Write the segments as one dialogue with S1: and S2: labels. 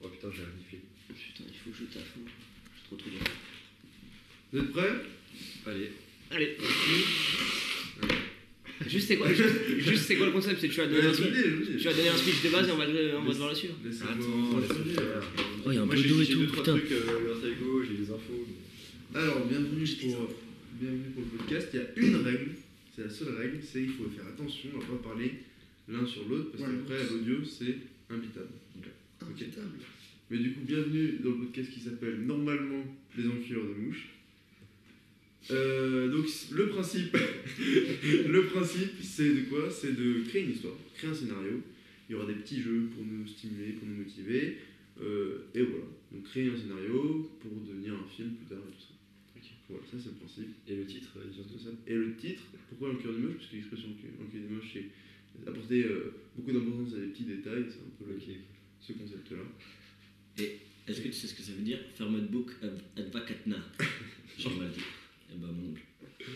S1: Oh putain, j'ai rien fait.
S2: Putain, il faut que je taffe, moi. J'ai trop trop bien.
S1: Vous êtes prêts Allez.
S2: Allez. Juste c'est quoi, juste, juste c'est quoi le concept C'est que tu vas donner un speech, tu vas donner un speech de base et on va, le- on va devoir le suivre.
S1: Laissez-moi laissez-moi faire.
S3: Oh, il y a un
S1: Moi,
S3: peu
S1: j'ai
S3: d'eau et
S1: j'ai deux,
S3: tout,
S1: trois
S3: putain.
S1: trucs euh, grâce à Hugo, j'ai des infos. mais-
S4: Alors, bienvenue pour, bienvenue pour le podcast. Il y a une règle, c'est la seule règle, c'est qu'il faut faire attention à ne pas parler l'un sur l'autre, parce
S5: Ouais.
S4: qu'après, à l'audio, c'est imbitable.
S5: Inquiétable.
S4: Mais du coup, bienvenue dans le podcast qui s'appelle normalement Les Enculeurs de Mouches. Euh, donc, le principe, le principe, c'est de quoi C'est de créer une histoire, créer un scénario. Il y aura des petits jeux pour nous stimuler, pour nous motiver. euh, et voilà. Donc, créer un scénario pour devenir un film plus tard et tout ça. Voilà, ça c'est le principe.
S1: Et le titre, euh,
S4: Surtout ça. Et le titre, pourquoi un cœur de moche Parce que l'expression un cœur de moche, c'est apporter euh, beaucoup d'importance à des petits détails, c'est un peu le-
S1: Ok.
S4: ce concept-là.
S3: Est-ce que tu sais ce que ça veut dire Fermat book ad advacatna. Genre m'a dit. Eh ben mon oncle.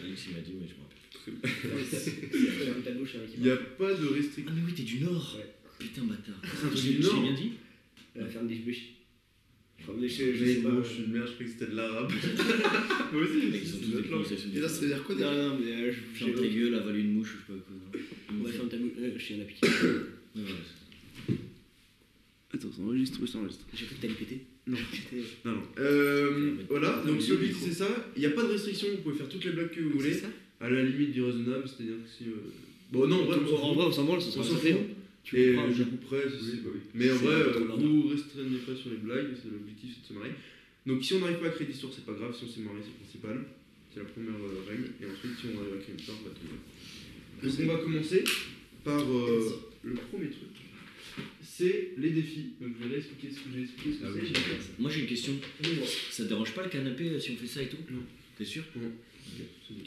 S3: Alex il m'a dit, mais je me rappelle.
S2: C'est ta bouche avec
S4: Il n'y a pas de restriction.
S3: Ah, mais oui, t'es du Nord
S2: Ouais.
S3: Putain, bâtard.
S4: un truc
S3: J'ai
S4: du Nord.
S3: j'ai bien dit
S2: La ferme des bûches. Ferme des
S4: Mais
S2: cheveux, je sais pas.
S4: bon, je suis une merde, je croyais que c'était de l'arabe. Moi aussi,
S3: Les mecs, ils ont tous des prononciations
S5: Et là, ça veut
S3: différentes.
S5: dire quoi
S2: Non,
S5: déjà
S2: non, mais euh, je
S3: Ferme ta gueule, avale une mouche, ou je sais pas quoi.
S2: je- Ouais, ferme ta bouche. Euh, je suis un appliqué.
S3: Ouais, ouais.
S4: Attends, ça enregistre ou ça enregistre
S2: J'ai cru que t'allais péter.
S4: Non.
S2: J'étais-
S4: Non, non. Euh,
S3: Ouais, mais-
S4: voilà,
S3: mais
S4: donc
S3: le
S4: celui
S3: micro.
S4: c'est ça. Il n'y a pas de restriction, vous pouvez faire toutes les blagues que vous voulez. À la limite du raisonnable, c'est-à-dire que si. euh, Bon, non, en vrai, on s'en
S2: En
S4: fout.
S2: vrai, on s'en branle, ça
S4: On
S2: sera
S4: s'en
S2: fait.
S4: fout.
S2: Tu
S4: Et
S2: comprends,
S4: je
S2: je-
S4: couperai, si c'est-
S1: bah oui.
S4: Mais en
S2: C'est
S4: vrai,
S2: un peu
S4: euh,
S2: ton ordre.
S4: vous restreignez pas sur les blagues, c'est l'objectif, c'est de se marrer. Donc si on n'arrive pas à créer d'histoire, c'est pas grave, si on s'est marré, c'est le principal. C'est la première euh, règle. Et ensuite, si on arrive à créer une histoire, on va tomber. Donc on va commencer par euh, le premier truc. C'est les défis. Donc je vais aller expliquer ce que j'ai expliqué, ce que
S1: Ah
S4: c'est.
S1: oui,
S3: Moi j'ai une question.
S4: Oui, bon.
S3: Ça te dérange pas le canapé euh, si on fait ça et tout
S4: Non.
S3: T'es sûr
S4: Ok, c'est bon.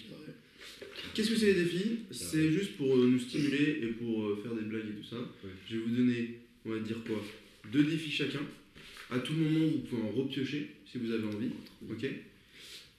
S4: Qu'est-ce que c'est les
S1: Bah,
S4: défis C'est juste pour euh, nous stimuler et pour euh, faire des blagues et tout ça.
S1: Ouais.
S4: Je vais vous donner, on va dire quoi Deux défis chacun. À tout moment, vous pouvez en repiocher si vous avez envie. Ok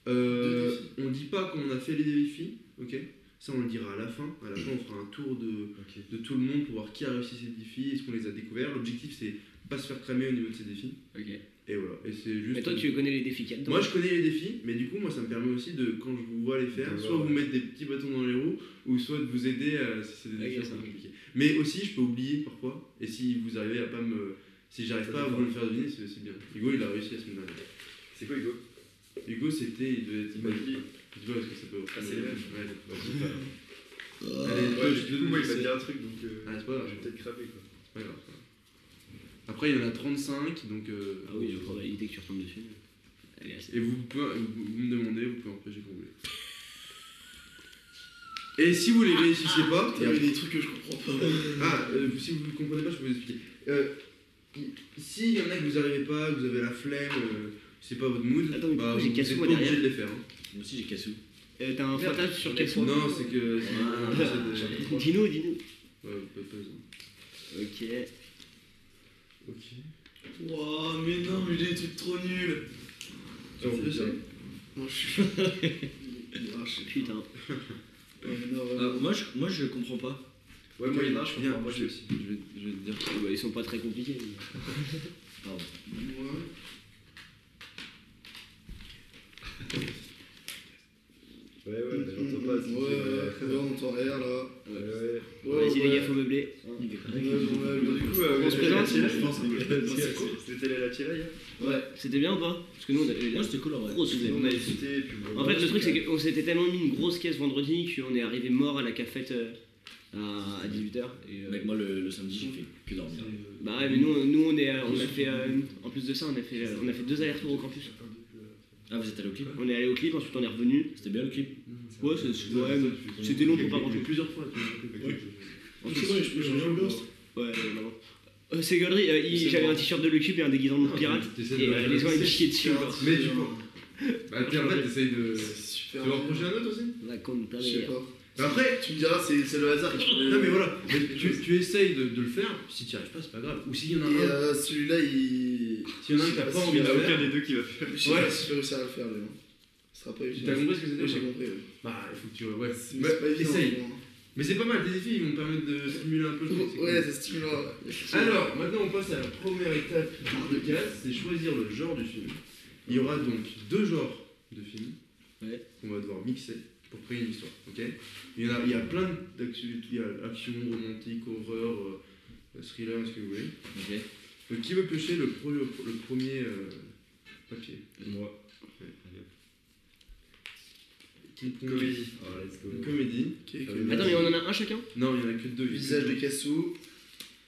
S4: Euh, On dit pas qu'on a fait les défis. Ok Ça, on le dira à la fin. À la fin, on fera un tour de,
S1: Ok.
S4: de tout le monde pour voir qui a réussi ces défis, est-ce qu'on les a découverts. L'objectif, c'est pas se faire cramer au niveau de ces défis.
S2: Ok.
S4: Et voilà. Et c'est juste.
S2: Mais toi, tu connais les défis qu'il y a dedans.
S4: Moi je connais les défis, mais du coup moi ça me permet aussi de quand je vous vois les faire,
S1: De
S4: soit
S1: voir,
S4: vous
S1: ouais.
S4: mettre des petits bâtons dans les roues, ou soit de vous aider à, si c'est des
S2: Ok,
S4: défis un
S2: ça
S4: peu
S2: va.
S4: compliqués. Mais aussi je peux oublier parfois, et si vous arrivez à pas me, si j'arrive
S1: Ça
S4: pas à
S1: dépend.
S4: vous le faire deviner, c'est c'est bien. Hugo il a réussi la semaine dernière.
S1: C'est quoi Hugo
S4: Hugo c'était, il devait être.
S1: Il m'a dit.
S4: Dis pas parce que ça peut.
S1: Ah, c'est le même.
S4: Ouais.
S1: Bah, je sais pas.
S5: Ah.
S4: Allez,
S1: Ouais,
S4: deux,
S1: mais
S4: deux,
S1: du coup, moi, il m'a
S4: c'est-
S1: dit un truc donc. euh,
S4: Ah c'est pas grave.
S1: Je vais peut-être cramer quoi.
S4: Ouais, grave, ça va. Après il y en a 35 donc. euh,
S2: Ah oui, il y a une probabilité que tu retombes dessus. Elle est assez-
S4: Et vous, pouvez- vous, vous me demandez, vous pouvez empêcher quand vous voulez. Et si vous les réussissez pas,
S2: Ah,
S5: Il y a des trucs que je comprends pas.
S4: Ah, euh, si vous ne comprenez pas, je peux vous expliquer. Euh, y- S'il y en a que vous n'arrivez pas, que vous avez la flemme, euh, c'est pas votre mood,
S2: Attends, mais
S4: bah,
S2: pourquoi j'ai
S4: vous
S2: cassé
S4: êtes pas
S2: moi
S4: obligé de
S2: derrière
S4: les faire. hein.
S3: Moi aussi j'ai cassou.
S2: Euh, T'as un
S1: Merde,
S2: fantasme sur
S1: j'en ai
S2: quel point
S4: Non, c'est que. c'est-
S3: Ah,
S4: c'est de-
S3: j'en ai
S4: Ouais,
S2: Dis-nous, dis-nous.
S4: pas- pas besoin.
S2: Ok.
S5: Wouah, mais non, mais j'ai des trucs trop nuls.
S4: Tu en fais ça
S5: Non, je suis. Ah, je sais plus.
S2: Putain.
S5: Ouais, mais non,
S3: Ah,
S5: vraiment.
S3: moi, je, moi je comprends pas.
S1: Ouais, moi, il y en a un, je
S4: Bien,
S1: comprends. Moi, je
S4: je-
S1: aussi.
S4: Je vais je vais te dire.
S2: Bah, ils sont pas très compliqués. mais-
S3: Pardon.
S5: Moi.
S1: Ouais, ouais, bah, j'entends pas. c'est-
S5: Ouais,
S1: c'est-
S5: ouais, on entend rien là.
S1: Ouais, ouais.
S5: Ouais,
S2: Vas-y les gars,
S5: ouais.
S2: faut meubler.
S5: Ouais, ouais, ouais,
S1: Du coup, euh,
S2: On se
S1: vous allez à la
S2: présente
S1: Tila
S5: Je pense que-
S1: C'est- c'est- C'était hein la Tila hier
S2: Ouais. C'était bien ou pas Parce que nous on avait
S3: Moi c'était cool en vrai.
S2: la grosse
S1: Nous,
S2: idée.
S1: on a hésité. et puis bon,
S2: En fait,
S1: voilà,
S2: le truc, c'est qu'on s'était tellement mis une grosse caisse vendredi qu'on est arrivé mort à la cafette euh, à 18h. Et, euh,
S3: Mec, moi le, le samedi j'ai fait que dormir.
S2: bah ouais, mais nous, nous on, est, euh, on a fait. euh, en plus de ça, on a fait, euh, on a fait deux allers-retours au campus.
S3: Ah, vous êtes allé au clip
S2: On est allé au clip, ensuite on est revenu.
S3: C'était bien le clip
S2: Ouais, c'est- c'est- ouais, mais c'était long pour pas manger plusieurs fois. tu
S1: Ok.
S2: vois.
S5: C'est vrai, je peux changer le gosse.
S2: Ouais, ouais, vraiment. Euh, c'est galerie, j'avais un t-shirt de Le Cube et un déguisement de pirate.
S4: T'essaies
S2: Et euh, les gens ils me chiaient dessus. genre.
S4: Mais du coup. Bah, t'es- en fait, t'essayes de.
S5: C'est
S4: Tu
S5: super.
S4: veux en reprocher un autre aussi
S2: Raconte ta
S5: Je sais
S2: mère.
S5: pas.
S4: Mais Après,
S5: Tu me diras, c'est c'est le hasard.
S4: Non mais voilà, mais tu, tu essayes de, de le faire, si tu n'y arrives pas, c'est pas grave. Ou s'il y en a
S5: Et
S4: un,
S5: euh, celui-là, il.
S4: s'il y en a un que t'as pas envie de
S1: Il y en a aucun
S4: faire,
S1: des deux qui va faire.
S5: Je sais
S4: Ouais.
S5: pas si je vais réussir à le faire, mais. Ce sera pas évident.
S4: t'as compris ce que
S5: Ouais,
S4: c'était
S5: J'ai compris, ouais.
S4: Bah, il faut que tu... Ouais,
S5: C'est
S4: Bah,
S5: c'est pas évident.
S4: essaye.
S5: pour moi.
S4: Mais c'est pas mal, tes défis ils vont me permettre de stimuler un peu le truc. c'est cool.
S5: Ouais, c'est stimulant.
S4: Alors, maintenant on passe à la première étape du podcast, c'est choisir le genre du film. Il y aura donc deux genres de films
S3: Ouais.
S4: qu'on va devoir mixer pour créer une histoire, ok il y, en a, il y a plein d'actu- il y a action, romantique, horreur, euh, thriller, ce que vous voulez.
S3: Ok.
S4: Donc, qui veut piocher le, pro- le premier euh, papier
S6: Moi.
S4: Quel premier
S6: Comédie. Oh, let's go.
S4: Une comédie.
S6: comédie.
S2: Attends, mais on en a un chacun
S4: Non, il y en a que deux. il y a que
S5: Visage
S4: deux.
S5: de Cassou.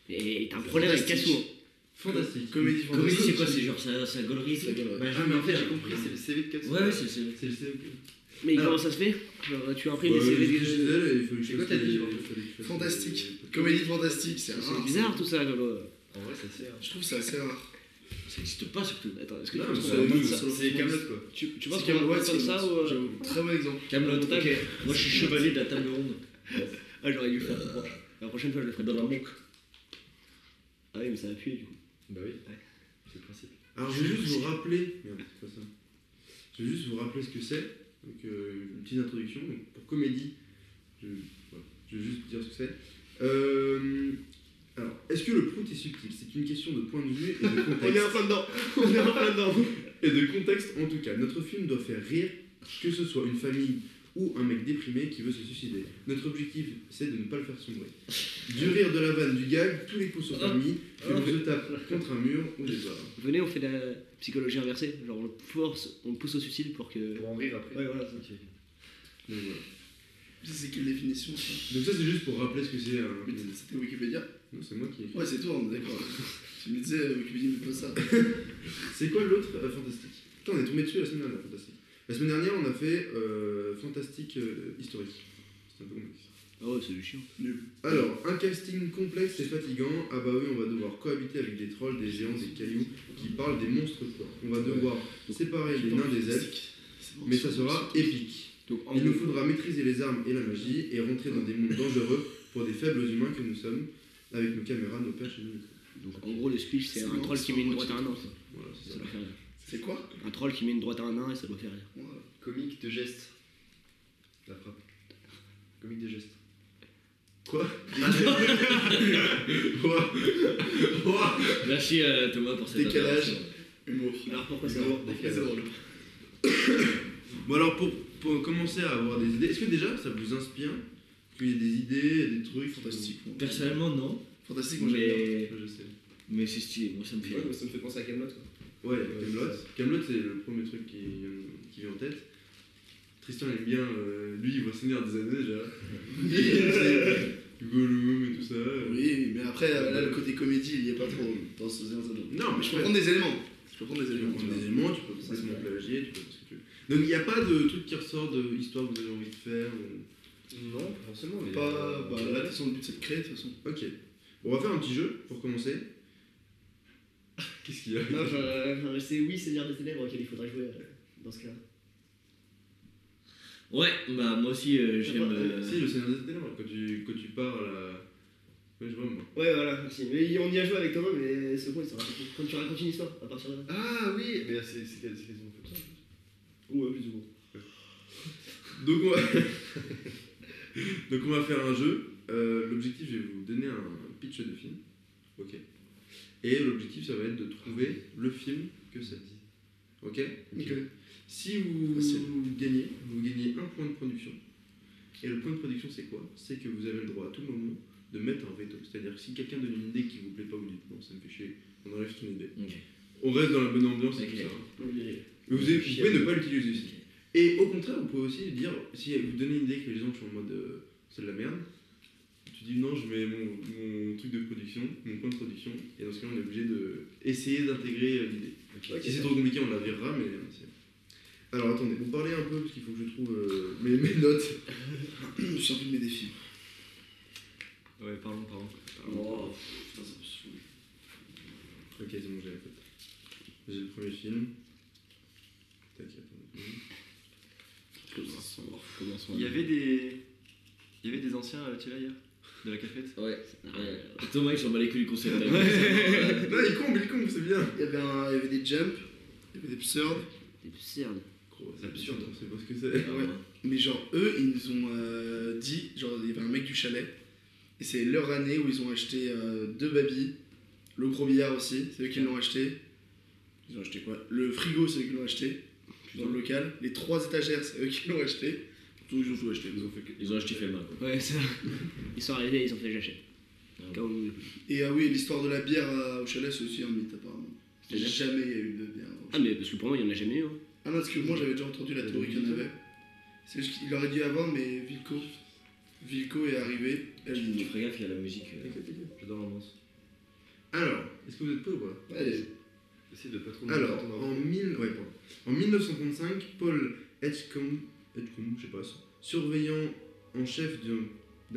S2: Et t'as un problème avec
S5: Fantastique.
S2: Cassou.
S4: Fantastique.
S5: Comédie
S3: Comédie,
S5: fantastique.
S3: c'est quoi C'est genre ça, ça gaulerie et tout
S5: Ça gueule, ouais.
S4: Bah,
S6: Ah, mais en fait, j'ai compris, c'est le CV de
S3: Ouais,
S6: 400.
S3: ouais, c'est. c'est-
S4: C'est le CV.
S2: Mais
S4: Alors.
S2: comment ça se fait Genre, Tu as
S4: Ouais,
S2: imprimé des CV
S4: je
S2: des-
S4: suis désolé, il faut que je
S6: C'est quoi
S4: fasse
S6: ta
S4: les-
S6: vie,
S4: il
S6: genre
S4: fallait que je fasse les-
S5: Fantastique. Comédie fantastique, c'est
S2: C'est
S5: rare.
S2: bizarre tout ça, euh, Lolo.
S6: En vrai, ça sert.
S5: Je trouve ça assez rare.
S3: Ça existe pas surtout.
S2: Attends, est-ce que
S4: Non,
S2: tu penses
S4: mais
S2: qu'on
S4: ça-
S2: va
S4: nous,
S2: mettre Ah, ça
S6: C'est Camelot quoi.
S2: Tu, tu penses
S5: C'est
S2: qu'on va
S5: Camelot,
S2: mettre comme
S5: c'est-
S2: ça ou. euh,
S5: j'avoue, Très bon exemple.
S3: Camelot.
S2: montage
S5: Ok.
S3: Moi, je suis chevalier de la table ronde. Euh,
S2: Ah, j'aurais dû le faire. pour moi. La prochaine fois, je le ferai dans la manque. Ah oui, mais ça va puer du coup.
S6: Bah oui. C'est le principe.
S4: Alors, je vais juste vous rappeler. Merde, c'est pas ça. Je vais juste vous rappeler ce que c'est. Donc, euh, une petite introduction. Donc, pour comédie, je, voilà, je vais juste dire ce que c'est. Euh, alors, est-ce que le prout est subtil C'est une question de point de vue et de contexte.
S5: plein dedans. On est en plein dedans.
S4: et de contexte en tout cas. Notre film doit faire rire, que ce soit une famille ou un mec déprimé qui veut se suicider. Notre objectif, c'est de ne pas le faire sombrer. Du rire, de la vanne, du gag, tous les coups sont permis,
S5: Ah.
S4: que l'on se tape contre un mur ou des arbres.
S2: Venez, on fait de la psychologie inversée. Genre, on le force, on le pousse au suicide pour que.
S6: Pour en rire après.
S2: Ouais, voilà, ça.
S4: Donc, voilà.
S5: C'est quelle définition ça
S4: Donc ça, c'est juste pour rappeler ce que c'est. un-
S5: Mais t- C'était Wikipédia
S4: Non, c'est moi qui ai écrit.
S5: Ouais, c'est toi, on est d'accord. Tu me disais euh, Wikipédia, mais pas ça.
S4: C'est quoi l'autre euh, fantastique Putain, on est tombé dessus la semaine dernière, fantastique. La semaine dernière, on a fait euh, fantastique euh, historique. C'est un peu complexe.
S2: Ah ouais, c'est chiant.
S5: Nul.
S4: Alors, un casting complexe et fatigant. Ah bah oui, on va devoir cohabiter avec des trolls, des géants, des cailloux qui parlent des monstres quoi. On va devoir séparer les nains des elfes,
S5: C'est bon,
S4: mais ça
S5: c'est
S4: sera épique.
S2: Donc, en
S4: Il nous
S2: gros,
S4: faudra maîtriser les armes et la magie et rentrer dans des mondes dangereux pour des faibles humains que nous sommes, avec nos caméras, nos perches et nos micros.
S2: donc, en gros, le speech, c'est
S5: C'est
S2: un
S5: bon,
S2: troll
S5: c'est
S2: qui met une
S5: bon,
S2: droite à un nain. quoi.
S4: Voilà, c'est
S2: Ça
S4: ça.
S2: doit faire rire.
S5: C'est quoi
S2: Un troll qui met une droite à un nain et ça doit faire rire.
S5: Ouais.
S6: Comique de geste. La frappe. Comique de geste.
S4: Quoi Quoi Quoi
S3: Merci euh, Thomas pour cette
S5: Décalage.
S3: intervention.
S5: Humour.
S2: Alors pourquoi
S6: ça va
S5: Pourquoi c'est drôle
S4: Bon alors, pour, pour commencer à avoir des idées, est-ce que déjà ça vous inspire Qu'il y ait des idées, des trucs
S5: Fantastique. moi.
S3: Personnellement, non.
S5: Fantastique, moi j'aime bien.
S4: Ouais,
S3: Mais,
S4: Je sais.
S3: mais c'est stylé. Moi, ça me fait.
S6: ça me fait penser à Camelot quoi.
S4: Ouais,
S6: Ouais,
S4: Camelot.
S6: c'est ça.
S4: Camelot, c'est le premier truc qui, qui vient en tête. Tristan aime bien, euh, lui, il voit Seigneur des années déjà. Gollum et tout ça.
S5: Oui, mais après, euh, là, le côté comédie, il y est pas trop dans ce dans ce-
S4: Non, mais
S5: Je
S4: je
S5: peux prendre des éléments. Je peux prendre des
S4: Tu peux
S5: éléments.
S4: prendre des éléments, tu peux
S5: Ça, c'est
S4: complètement plagier, tu peux faire ce que tu veux. Donc il n'y a pas de truc qui ressort de histoire que vous avez envie de faire. ou-
S6: Non, forcément, mais.
S5: Pas. Bah, là, de toute façon, le but c'est de créer, de toute façon.
S4: Ok. On va faire un petit jeu pour commencer. Qu'est-ce qu'il y a
S2: Non, je c'est oui, Seigneur des Ténèbres auquel il faudra jouer euh, dans ce cas-là.
S3: Ouais, bah moi aussi euh, j'aime. euh,
S4: Si, le Seigneur des Ténèbres, quand tu, quand tu pars là. Ouais, je vois moi.
S2: Ouais, voilà, merci. Mais on y a joué avec Thomas, mais ce con, il s'en raconte. Quand tu racontes une histoire, à partir de là.
S6: Ah oui Mais c'est c'est quasiment comme ça.
S2: Ouais, plus ou moins.
S4: Donc on va, Donc on va faire un jeu. Euh, l'objectif, je vais vous donner un pitch de film. Ok. Et l'objectif, ça va être de trouver le film que ça dit. Ok euh,
S5: Ok.
S4: Si vous
S5: Facile.
S4: gagnez, vous gagnez un point de production. Et le point de production, c'est quoi C'est que vous avez le droit à tout moment de mettre un veto. C'est-à-dire que si quelqu'un donne une idée qui vous plaît pas, vous dites non, ça me fait chier, on enlève son idée.
S3: ok.
S4: On reste dans la bonne ambiance et
S3: Ok.
S4: tout ça. hein.
S2: Ouais,
S4: Mais vous, avez- vous pouvez ne pas l'utiliser aussi. Et au contraire, vous pouvez aussi dire, si vous donnez une idée que les gens sont en mode euh, c'est de la merde, tu dis non, je mets mon, mon truc de production, mon point de production, et dans ce cas on est obligé de essayer d'intégrer euh, l'idée.
S6: Ok.
S4: si c'est trop compliqué, on la virera, mais. euh, c'est- Alors attendez, vous parlez un peu, parce qu'il faut que je trouve euh, mes, mes notes.
S5: Je me suis un peu de mes défis.
S3: Ouais, parlons, parlons.
S5: Oh, putain, ça me saoule.
S4: Ok, c'est bon, j'ai la tête. J'ai le premier film. Tac, attendez.
S2: Commençons. Commençons.
S6: Il y avait des. Il y avait des anciens euh, tu sais là hier De la cafette Ah,
S3: Ouais.
S2: Ouais.
S3: ouais. Thomas il s'en bat les couilles du concept. hein.
S4: Non, Ah, il comble, il comble, c'est bien
S5: Il y avait un- il y avait des jumps, il y avait des absurdes.
S2: C'est absurde.
S4: Gros, C'est absurde, on sait pas ce que c'est.
S3: Ah, ouais.
S5: Mais genre, eux, ils nous ont euh, dit, genre, il y avait un mec du chalet, et c'est leur année où ils ont acheté euh, deux babies, le gros billard aussi, c'est eux qui l'ont acheté. Ils ont acheté quoi Le frigo, c'est eux qui l'ont acheté, dans le local. Les trois étagères, c'est eux qui l'ont acheté. Tout, ils ont tout acheté.
S4: Ils ont fait que-
S3: Ils ont acheté Felma, quoi.
S2: Ouais, ça. Ils sont arrivés, ils ont fait j'achète.
S3: Ah
S2: Comme-
S5: Et ah oui, l'histoire de la bière euh, au chalet, c'est aussi un mythe apparemment.
S2: C'est-à-dire
S5: Jamais il y a eu de bière. au
S2: Ah, mais parce que pour moi, il n'y en a jamais eu. hein.
S5: Ah non, parce que moi j'avais déjà entendu la théorie qu'il y en avait. C'est juste qu'il aurait dû y avoir, mais Vilco. Vilco est arrivé. Elle
S3: Tu tu
S5: dit
S3: ferais gaffe, il y a la musique. euh.
S1: J'adore l'ambiance.
S4: Alors, est-ce que vous êtes peu ou pas
S5: non. Allez,
S1: Essaye de pas trop
S4: Alors,
S1: m'entendre.
S4: en, mille- ouais, pardon. en 1935, Paul Edgecombe, Edgecombe, je sais pas, surveillant en chef d'un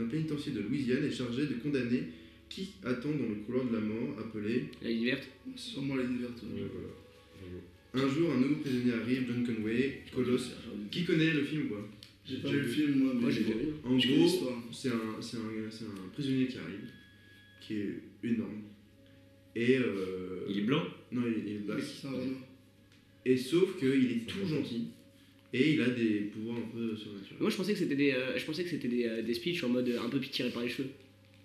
S4: d'un pénitencier de Louisiane, est chargé de condamner qui attend dans le couloir de la mort, appelé.
S2: La ligne verte.
S5: c'est sûrement l'univers toi.
S4: Ouais, voilà. Bravo. Un jour, un nouveau prisonnier arrive, John Conway, Colosse. Qui connaît le film ou pas
S5: J'ai pas
S4: euh, J'ai
S5: vu le
S4: vu.
S5: film moi, mais
S2: Moi, j'ai
S5: je-
S2: déjà vu.
S4: En
S5: je connais
S4: gros,
S5: l'histoire.
S4: c'est un, c'est un- c'est un prisonnier qui arrive, qui est énorme. Et. euh,
S3: Il est blanc
S4: Non, il, il est black.
S5: C'est un Renault.
S4: Et sauf qu'il est tout gentil. Et il a des pouvoirs un peu surnaturels.
S2: Moi, je pensais que c'était des, euh, je pensais que c'était des, euh, des speeches en mode euh, un peu tiré par les cheveux.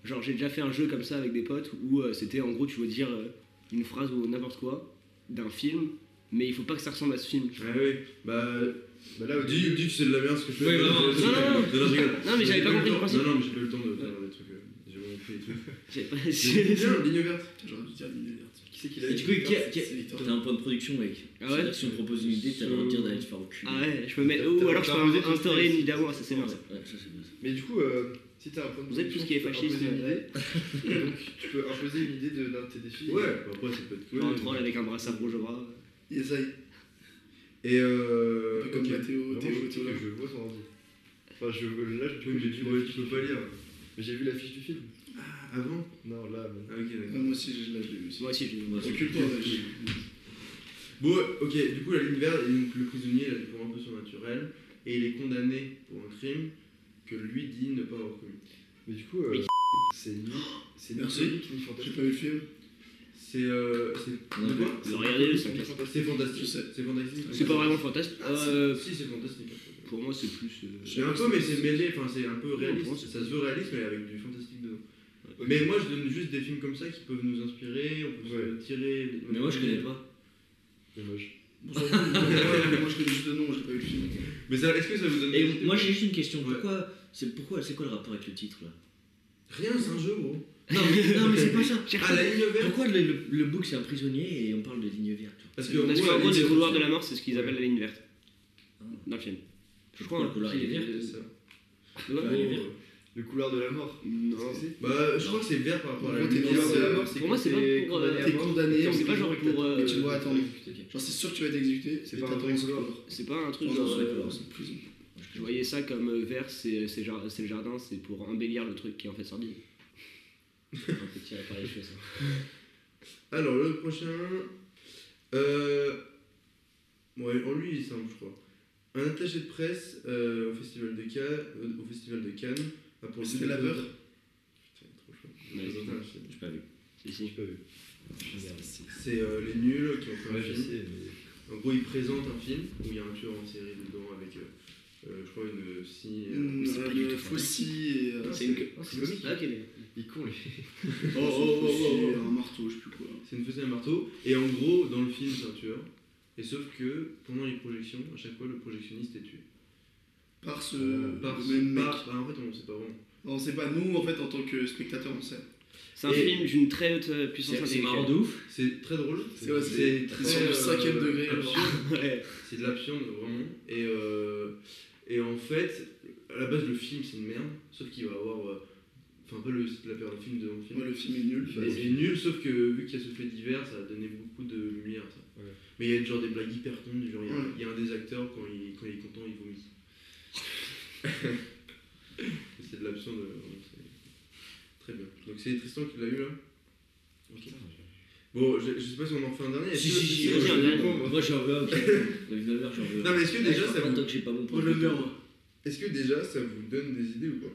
S2: Genre, j'ai déjà fait un jeu comme ça avec des potes où euh, c'était en gros, tu veux dire euh, une phrase ou n'importe quoi d'un film, mais il faut pas que ça ressemble à ce film.
S4: Ah oui, bah, bah là, dis, dis que c'est de la merde ce que je fais.
S3: Oui,
S4: Bah,
S3: vraiment,
S4: je-
S2: non, non, non.
S4: je- je rigole.
S2: Non, mais j'avais
S4: J'ai
S2: pas
S4: eu
S2: compris
S4: le
S2: le
S4: temps.
S2: principe.
S4: Non, non, mais j'ai pas eu le temps de faire des trucs. euh, J'ai vraiment fait des trucs.
S2: J'avais pas.
S4: J'ai bien, ligne verte.
S5: Putain, J'aurais dû dire l'univers.
S1: Qui c'est qui l'a
S3: Et du
S1: dit
S3: coup, qui a-
S5: C'est
S3: qui a-
S5: Victor.
S3: t'as un point de production,
S2: Ah
S3: mec.
S2: ouais
S3: C'est-à-dire que Si on propose une idée, t'as le droit de dire d'aller te faire
S2: Ah
S3: enculer.
S2: ouais, je me mets.
S1: T'as-
S2: Ou
S1: t'as-
S2: alors je
S1: t'as
S2: peux
S1: osé
S2: un- instaurer
S1: tout
S2: une
S1: ce-
S2: d'amour, ça c'est bien.
S3: Ouais,
S2: ça.
S3: ouais, ça, c'est bien, ça.
S1: Mais du coup, euh, si t'as un point de
S2: Vous êtes tout ce qui est
S1: tu peux
S2: fasciste,
S1: imposer une
S2: ouais.
S1: idée. Donc, tu peux imposer une idée de- d'un de tes défis.
S2: euh,
S4: Ouais, bah, après, ça peut être cool.
S2: Un troll avec un brassard rouge au bras.
S5: Yes, I.
S4: Et euh.
S5: Un peu comme
S4: ok.
S5: la Théo,
S1: Vraiment,
S5: Théo,
S1: Bah,
S5: Ah,
S1: je,
S5: Théo.
S1: que je vois son ordi. Enfin, je, là, je,
S4: Oui, mais
S1: j'ai
S4: tu,
S1: vu
S4: ouais,
S1: la
S4: tu
S1: fiche
S4: peux
S1: du
S4: pas
S1: film.
S4: lire.
S1: Mais j'ai vu la fiche du film.
S4: Ah, avant
S1: Non, là, mais...
S4: Ah, ok,
S5: Ah,
S4: d'accord.
S5: Moi aussi, je l'ai je l'ai vu. aussi.
S2: Moi aussi, je l'ai vu.
S3: Ouais, c'est-
S5: Occupe-toi, wesh.
S4: Bon, ok, du coup, la ligne verte, et donc le prisonnier, il a des pouvoirs un peu surnaturels. Et il est condamné pour un crime que lui dit ne pas avoir commis.
S1: mais du coup, euh,
S2: Mais
S1: c'est ni, c'est ni
S5: Merci.
S1: comique ni
S5: J'ai
S1: fantastique.
S5: pas vu le film.
S4: C'est. euh, c'est-
S3: On a
S4: quoi
S3: fait-
S2: Le regardez-le, c'est
S1: Ni
S2: fantastique.
S1: fantastique.
S4: C'est fantastique.
S5: Je sais.
S4: C'est fantastique.
S2: C'est pas vraiment fantastique. Euh,
S4: Si, c'est fantastique.
S2: pour moi, c'est plus. euh,
S4: C'est un peu, mais c'est mêlé, enfin c'est un peu réaliste.
S2: Non,
S4: Ça se veut réaliste, mais avec du fantastique dedans. Mais moi, je donne juste des films comme ça qui peuvent nous inspirer, on peut se tirer. les-
S3: Mais moi, je connais pas.
S1: Dommage.
S5: Bonsoir. Ouais, Moi, je connais juste le nom, j'ai pas vu le film.
S4: Mais ça, est-ce que ça vous donne. des
S3: Et
S4: idées
S3: moi, j'ai juste une question.
S4: Ouais.
S3: Pourquoi c'est pourquoi c'est quoi le rapport avec le titre là
S4: Rien, c'est un jeu, gros.
S3: Non, mais, non, mais c'est pas ça.
S4: Ah, la ligne verte
S3: Pourquoi le, le, le book c'est un prisonnier et on parle de ligne verte quoi
S4: Parce qu'en
S2: Parce
S4: gros,
S2: qu'en
S4: la
S2: gros,
S4: ligne
S2: les couloirs de
S4: verte,
S2: la mort, c'est ce qu'ils appellent la ligne verte.
S3: Ah.
S2: Dans le film.
S3: Je crois que le couloir,
S2: hein,
S3: il est vert.
S2: c'est-
S4: c'est ça.
S2: c'est pas
S4: Bah,
S2: mal.
S3: ligne
S4: gros,
S3: verte.
S4: euh,
S1: Le couloir de la mort.
S5: Non.
S1: Qu'est-ce que
S4: Bah, je crois que c'est vert par rapport à la
S5: En gros,
S4: ligne
S5: t'es
S4: verte.
S5: dans un-
S4: c'est-
S2: Pour moi, c'est pas
S1: T'es
S2: pour.
S1: condamné
S2: euh,
S1: à
S5: T'es
S1: mort.
S5: condamné,
S2: C'est pas genre pour. euh,
S5: mais tu dois attendre.
S3: Ok.
S5: Genre, c'est sûr que tu vas être exécuté.
S1: C'est
S5: et
S1: pas un
S5: t'attends
S1: vrai
S5: une seconde.
S1: couloir.
S2: C'est pas un truc
S5: Non,
S2: genre.
S5: c'est
S2: euh,
S5: c'est une prison.
S3: Moi, je
S2: Je
S3: connais.
S2: voyais ça comme euh, vert, c'est c'est jar- c'est le jardin, c'est pour embellir le truc qui est en fait sordide. un peu tiré par les cheveux, ça.
S4: Alors, le prochain. Euh. Ouais, en lui, il est simple, je crois. Un attaché de presse euh, au, Festival de Cannes, au Festival de Cannes a pour
S5: Mais
S4: but
S5: c'était
S4: de-
S5: Laveur
S4: C'est trop chaud.
S2: Ouais, c'est
S4: Putain, c'est-
S3: J'ai pas vu.
S2: Si,
S1: J'ai
S2: si.
S1: pas vu. Merde.
S4: C'est euh, les nuls qui ont fait un
S1: Ouais, je
S4: film.
S1: sais, mais...
S4: En gros, ils présentent un film où il y a un tueur en série dedans avec, euh, euh, je crois, une scie. euh,
S5: Mmh,
S3: c'est pas
S5: euh,
S3: du
S5: le
S3: tout ça.
S5: Faucille et. euh,
S2: C'est une queue.
S1: Mm. Oh, c'est comique.
S2: Ah, ok, mais-
S1: Il est con, lui.
S5: Oh, oh, oh, oh, oh, un marteau, je sais plus quoi.
S4: C'est une faucille à marteau. Et en gros, dans le film, c'est un tueur. Et sauf que pendant les projections, à chaque fois, le projectionniste est tué.
S5: Par ce
S4: par,
S5: Euh, le même mec.
S4: par- bah, en fait, on sait pas vraiment.
S5: Non, c'est pas nous, en fait, en tant que spectateur, on sait.
S2: C'est un
S4: Et-
S2: film d'une très haute euh, puissance
S3: C'est c'est marrant
S2: intellectuelle.
S3: de ouf.
S4: C'est très drôle.
S5: C'est vrai, c'est-
S4: très, euh,
S5: c'est sur le cinquième degré,
S4: absurde.
S5: genre.
S2: Ouais.
S4: C'est de l'absurde, vraiment. Et, euh, et en fait, à la base, le film, c'est une merde. Sauf qu'il va avoir. euh, Enfin, pas le, la période le film devant le film.
S5: Moi, le film est nul.
S4: Et c'est nul, sauf que vu qu'il y a ce fait divers, ça a donné beaucoup de lumière. Ça.
S1: Ouais.
S4: Mais il y a genre des blagues hyper cons, du genre il y a-
S5: Ouais.
S4: il y, a un des acteurs, quand il, quand il est content, il vomit. c'est de l'absurde, euh, vraiment, c'est très bien. Donc c'est Tristan qui l'a eu là Ok. Bon, je, je sais pas si on en fait un dernier. est-ce
S3: Si,
S4: que-
S3: si, si,
S4: est-ce
S2: vas-y,
S4: que-
S2: un dernier.
S4: bon,
S3: Moi, j'en veux un. ok. La ligne verte, j'en veux un.
S4: Non, mais est-ce que
S3: Ah,
S4: déjà ça
S3: je
S4: Oh,
S3: crois pas
S4: vous...
S3: tant que j'ai pas mon point de
S5: Moi, je le
S3: vue.
S5: meurs, moi.
S4: Est-ce que déjà ça vous donne des idées ou pas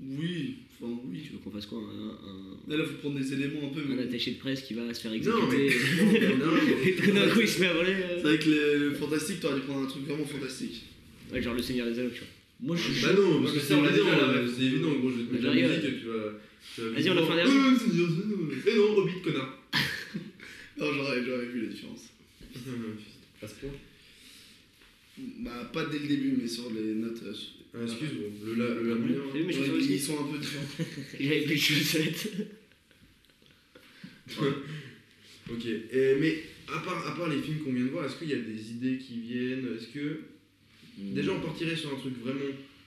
S5: Oui, enfin, oui.
S2: Tu veux qu'on fasse quoi un, un-
S5: Là, là, faut prendre des éléments un peu.
S2: un
S5: mais-
S2: attaché de presse qui va se faire
S4: Non, mais...
S2: exécuter
S4: non, mais-
S2: et tout d'un coup il se met à voler
S5: C'est
S2: euh.
S5: vrai que le, le fantastique, t'aurais dû prendre un truc vraiment fantastique.
S2: Ouais, genre le Seigneur des Anneaux, tu vois.
S3: Moi, je suis
S4: Bah non, parce que
S2: mais
S4: c'est
S2: ça, on l'a dit,
S4: évident,
S2: on l'a-
S4: là, c'est évident, en gros, je vais te mettre la
S2: Vas-y,
S4: musique et tu vas. tu vas-
S2: Vas-y, on le fait un dernier.
S4: Euh, c'est dur, c'est dur. Eh non, Hobbit, connard.
S5: Non, j'aurais j'aurais vu la différence.
S4: Putain, putain.
S1: À ce point.
S5: Bah, pas dès le début, mais sur les notes. euh, sur-
S4: Ah, excuse, bon, le la,
S2: Ah,
S4: le la moyen,
S2: T'as vu mes
S5: Ouais,
S2: chaussures
S5: ils
S2: aussi
S5: sont un peu différents.
S2: J'avais plus de chaussettes.
S4: hein. Ok, Eh, mais à part, à part les films qu'on vient de voir, est-ce qu'il y a des idées qui viennent Est-ce que. Déjà, on partirait sur un truc vraiment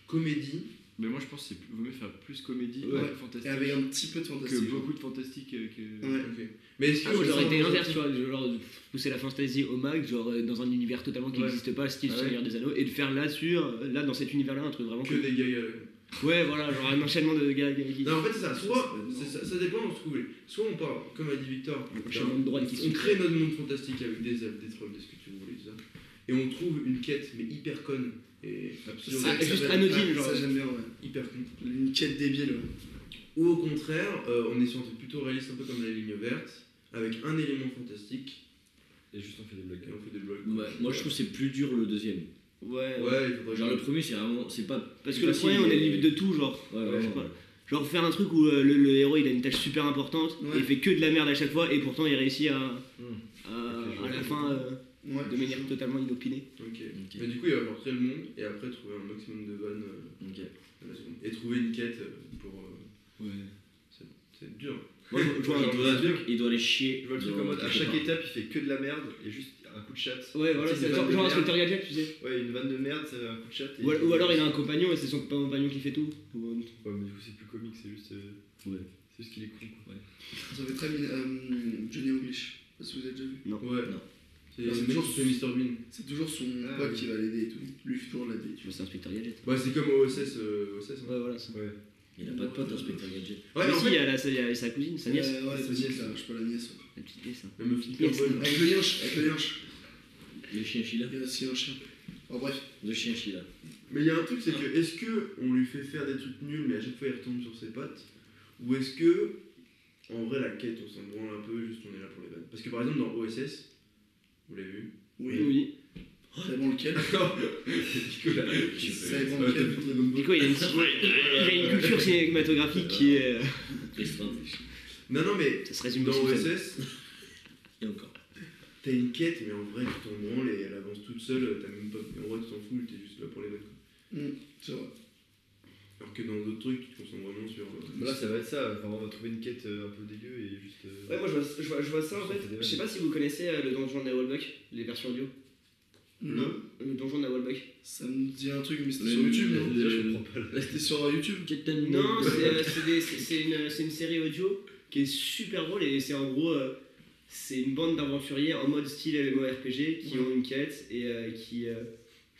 S4: comédie.
S7: Mais moi je pense qu'il vaut mieux faire plus comédie
S5: Ouais.
S7: avec
S5: Et
S7: fantastique
S5: avec un petit peu de
S7: que
S5: fantastique.
S7: beaucoup de fantastique. euh, que-
S5: Ouais.
S4: Ok. Mais est-ce que.
S2: Ah, moi j'aurais été
S4: ça-
S2: l'inverse, tu vois. Genre de pousser la fantasy au mag, genre euh, dans un univers totalement qui
S4: Ouais.
S2: n'existe pas, style
S7: Ah ouais.
S2: Seigneur des Anneaux, et de faire là sur, euh, là dans cet univers là, un truc vraiment
S4: Que
S2: cool.
S4: des gags à la-
S2: Ouais, voilà, genre un enchaînement de gars gars qui.
S4: Non, en fait, c'est ça.
S5: Ça,
S4: Soit,
S5: c'est pas
S4: c'est ça, ça dépend où se trouver. Soit on part, comme a dit Victor,
S2: Enchaînement de droite qui
S4: on
S2: se
S4: crée notre monde fantastique avec des elfes, des trolls, des ce que tu voulais, tout ça. Et on trouve une quête, mais hyper conne et absurde,
S2: Ah,
S5: Ça,
S2: juste
S5: j'aime-
S2: anodine,
S5: ah,
S2: genre.
S5: Ça, j'aime bien, ouais.
S4: hyper con.
S5: Une quête débile, ouais.
S4: Ou au contraire, euh, on est sur un truc plutôt réaliste, un peu comme la ligne verte, avec un élément fantastique,
S1: Et juste on fait des blagues.
S4: et on fait des blogs.
S3: Mm. Ouais, moi, je trouve que c'est plus dur le deuxième.
S2: Ouais.
S4: Ouais, il faudrait
S3: Genre, le premier, c'est vraiment. C'est pas.
S2: Parce
S3: plus
S2: que le
S3: facile,
S2: premier, on est
S3: mais-
S2: libre de tout, genre.
S3: Ouais,
S2: Ouais,
S3: vraiment,
S2: je sais pas.
S3: ouais.
S2: Genre faire un truc où euh, le, le héros il a une tâche super importante,
S5: Ouais.
S2: et il fait que de la merde à chaque fois et pourtant il réussit à, à,
S4: Ok,
S2: à la
S4: ouais.
S2: fin euh,
S5: Ouais.
S2: de manière totalement inopinée.
S4: Ok.
S3: Ok.
S4: Mais du coup, il va falloir créer le monde, et après trouver un maximum de vannes euh,
S3: Ok.
S4: à la seconde. Et trouver une quête euh, pour. euh,
S7: Ouais.
S4: c'est dur.
S2: Moi je, je vois un
S3: Il
S2: truc-
S3: doit- Il doit aller chier.
S1: Je vois le truc
S3: dans-
S1: en mode à
S3: quelque
S1: chaque
S3: part.
S1: étape il fait que de la merde et juste un coup de chat.
S2: Ouais, voilà,
S1: Tu sais,
S2: c'est
S1: des
S2: genre,
S1: vannes
S2: genre
S1: de
S2: Inspecteur Gadget, tu sais.
S1: merde. Ouais, une vanne de merde, c'est un coup de chat. et-
S2: Ou, al- ou alors il a un compagnon et c'est son compagnon qui fait tout. Ou- euh,
S1: Ouais, mais du coup c'est plus comique, c'est juste. euh,
S3: Ouais.
S1: C'est juste qu'il est con quoi.
S5: Ça fait très bien. euh, Johnny English. Je sais pas si vous avez déjà vu.
S4: Ouais.
S3: Non.
S4: C'est
S5: Ah, c'est
S4: c'est
S5: toujours
S4: toujours c'est Mr Bean.
S5: C'est toujours son
S1: Ah,
S5: pote
S1: oui.
S5: qui va l'aider et tout. Lui, faut toujours l'aider.
S2: Bah, c'est Inspecteur Gadget.
S4: Ouais, c'est comme OSS. euh, OSS hein.
S2: Ouais, voilà. ça.
S3: Il a pas de pote, Inspecteur Gadget.
S1: Ah,
S4: Ouais,
S2: mais
S4: mais en
S2: si,
S4: fait,
S2: il, y a la- il y a sa cousine, sa nièce.
S5: Euh, ouais,
S4: Sa
S5: sa nièce,
S4: nièce.
S5: là. Je sais pas la nièce. ouais.
S2: La petite nièce. hein.
S4: la meuf hyper
S2: Yes.
S4: bonne.
S5: Avec le lionche. Avec le lionche.
S3: Le chien Sheila.
S5: Il y a aussi un chien. Oh, bref.
S3: Le chien Sheila.
S4: Mais il y a un truc, c'est que est-ce que on lui fait faire des trucs nuls, mais à chaque fois il retombe sur ses pattes Ou est-ce que, en vrai, la quête, on s'en branle un peu, juste on est là pour les vannes Parce que par exemple, dans OSS, vous l'avez vu
S5: Oui. C'est bon lequel
S4: Nicolas, tu
S5: Ça
S4: fais-
S5: dépend
S4: euh,
S5: lequel.
S4: t'as vu Dragon Ball
S2: Pico, il a une, il a une culture cinématographique qui est. euh,
S3: Restreint.
S4: Non, non, mais
S2: Ça se résume
S4: dans
S2: aussi, ça.
S4: OSS,
S3: Et encore.
S4: t'as une quête, mais en vrai, tu t'en branles et elle avance toute seule, t'as même pas. En vrai, tu t'en fous, t'es juste là pour les vannes. quoi.
S5: C'est vrai.
S4: Alors que dans d'autres trucs, tu te concentres vraiment sur. euh,
S1: Bah Là ça va être ça, enfin, on va trouver une quête euh, un peu dégueu et juste. euh,
S2: Ouais, moi je vois, je vois, je vois ça en fait. Je sais pas si vous connaissez euh, le donjon de Nawalbuck, les versions audio.
S5: Non.
S2: Le donjon de Nawalbuck.
S5: Ça me dit un truc, mais c'était sur YouTube, non
S1: Déjà je comprends pas.
S5: Là, c'était sur euh, YouTube.
S2: Non, c'est euh, c'est des- c'est- c'est une, c'est une série audio qui est super drôle et c'est en gros. euh, c'est une bande d'aventuriers en mode style LMORPG qui
S5: Ouais.
S2: ont une quête et euh, qui. euh,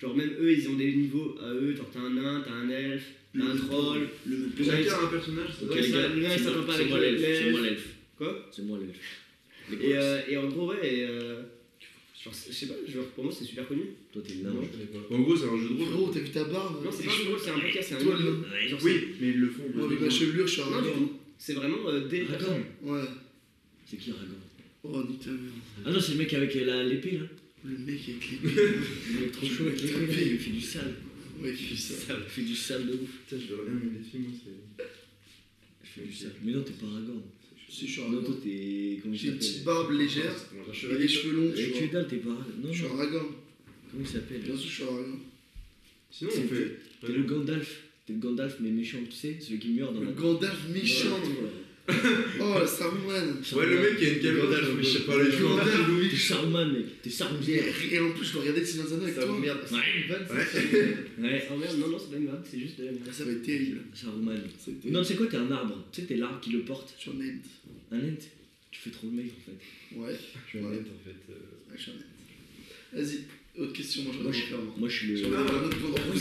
S2: genre même eux ils ont des niveaux à eux. Genre t'as un nain, t'as un elfe, t'as un troll.
S5: Le mec.
S2: Ouais,
S4: Chacun
S2: c'est-
S4: a un personnage, c'est
S2: Ok,
S4: vrai.
S2: les gars, le gars, il
S3: c'est
S2: s'entend
S3: moi-
S2: pas
S3: c'est
S2: avec
S3: moi
S2: le-
S3: l'elfe. C'est moi
S2: l'elfe.
S3: l'elfe.
S2: Quoi
S3: C'est moi l'elfe.
S2: et, euh, et en gros ouais. Et, euh, genre, je sais pas, genre, pour moi c'est super connu.
S3: Toi, t'es le nain.
S1: Non, je connais pas.
S4: En gros, c'est un jeu de rôle.
S5: Frérot, t'as vu ta barbe
S2: Non, c'est pas un drôle, c'est un podcast, c'est un
S5: Toi,
S2: audio.
S5: le-
S3: Ouais,
S2: Genre,
S4: Oui, mais ils le font.
S5: Moi, avec ma chevelure, je suis un
S2: Non, du
S5: gars.
S2: tout. C'est vraiment euh, des
S3: Ragan.
S5: Ouais.
S3: C'est qui Ragan
S5: Oh, nique ta mère.
S3: Ah non, c'est le mec avec euh, la- l'épée là.
S5: Le mec avec les.
S3: Il est trop chaud avec l'épée. là, Il fait du sale.
S5: Ouais, putain.
S3: Il fait du sale de ouf.
S4: Putain, je vais rien mais les films, moi, c'est.
S3: Il fait du sale. Mais non, t'es pas Ragan.
S5: Si, je suis un
S3: Non,
S5: ragan.
S3: toi, t'es. Comment
S5: J'ai
S3: il
S5: une petite
S3: s'appelle
S5: barbe légère
S4: Moi,
S1: Un
S5: et
S1: chevalier.
S5: les cheveux longs.
S3: Et
S5: Je
S3: tu
S5: suis un-
S3: dalle, t'es pas Ragan. Non,
S5: je suis un
S3: non.
S5: ragan.
S3: Comment il s'appelle
S5: Bien sûr, je suis un ragan.
S4: Sinon,
S3: C'est-
S4: on fait.
S3: T'es le Gandalf. T'es le Gandalf, mais méchant, tu sais, celui qui meurt dans
S5: Le
S3: la.
S5: Gandalf méchant.
S3: Ouais,
S5: Oh, la Saruman.
S4: Ouais, le mec, il a une caméra, mais je sais pas le
S5: Le Gandalf.
S3: T'es Saruman, mec. T'es Saruman.
S5: Et en plus, je peux regarder le Seigneur des Anneaux avec
S1: Ça vous
S5: toi.
S1: merde.
S3: Ouais. Ouais,
S2: Oh merde, non, non, c'est pas une vanne, c'est juste de la merde.
S5: Ça va être terrible.
S3: Saruman.
S5: Ça va être
S3: Non,
S5: terrible.
S3: tu sais quoi, t'es un arbre. Tu sais, t'es l'arbre qui le porte.
S5: Je suis un ent.
S3: Un ent. Tu fais trop le mec en fait.
S5: Ouais,
S1: Je suis un net en fait. euh,
S5: ouais, je suis un ent. Vas-y, autre question. Moi, je vais
S3: Moi, je-
S5: faire moi.
S3: Moi, je suis
S5: Je
S3: le.
S5: vais avoir un autre point.
S1: je
S5: Moi,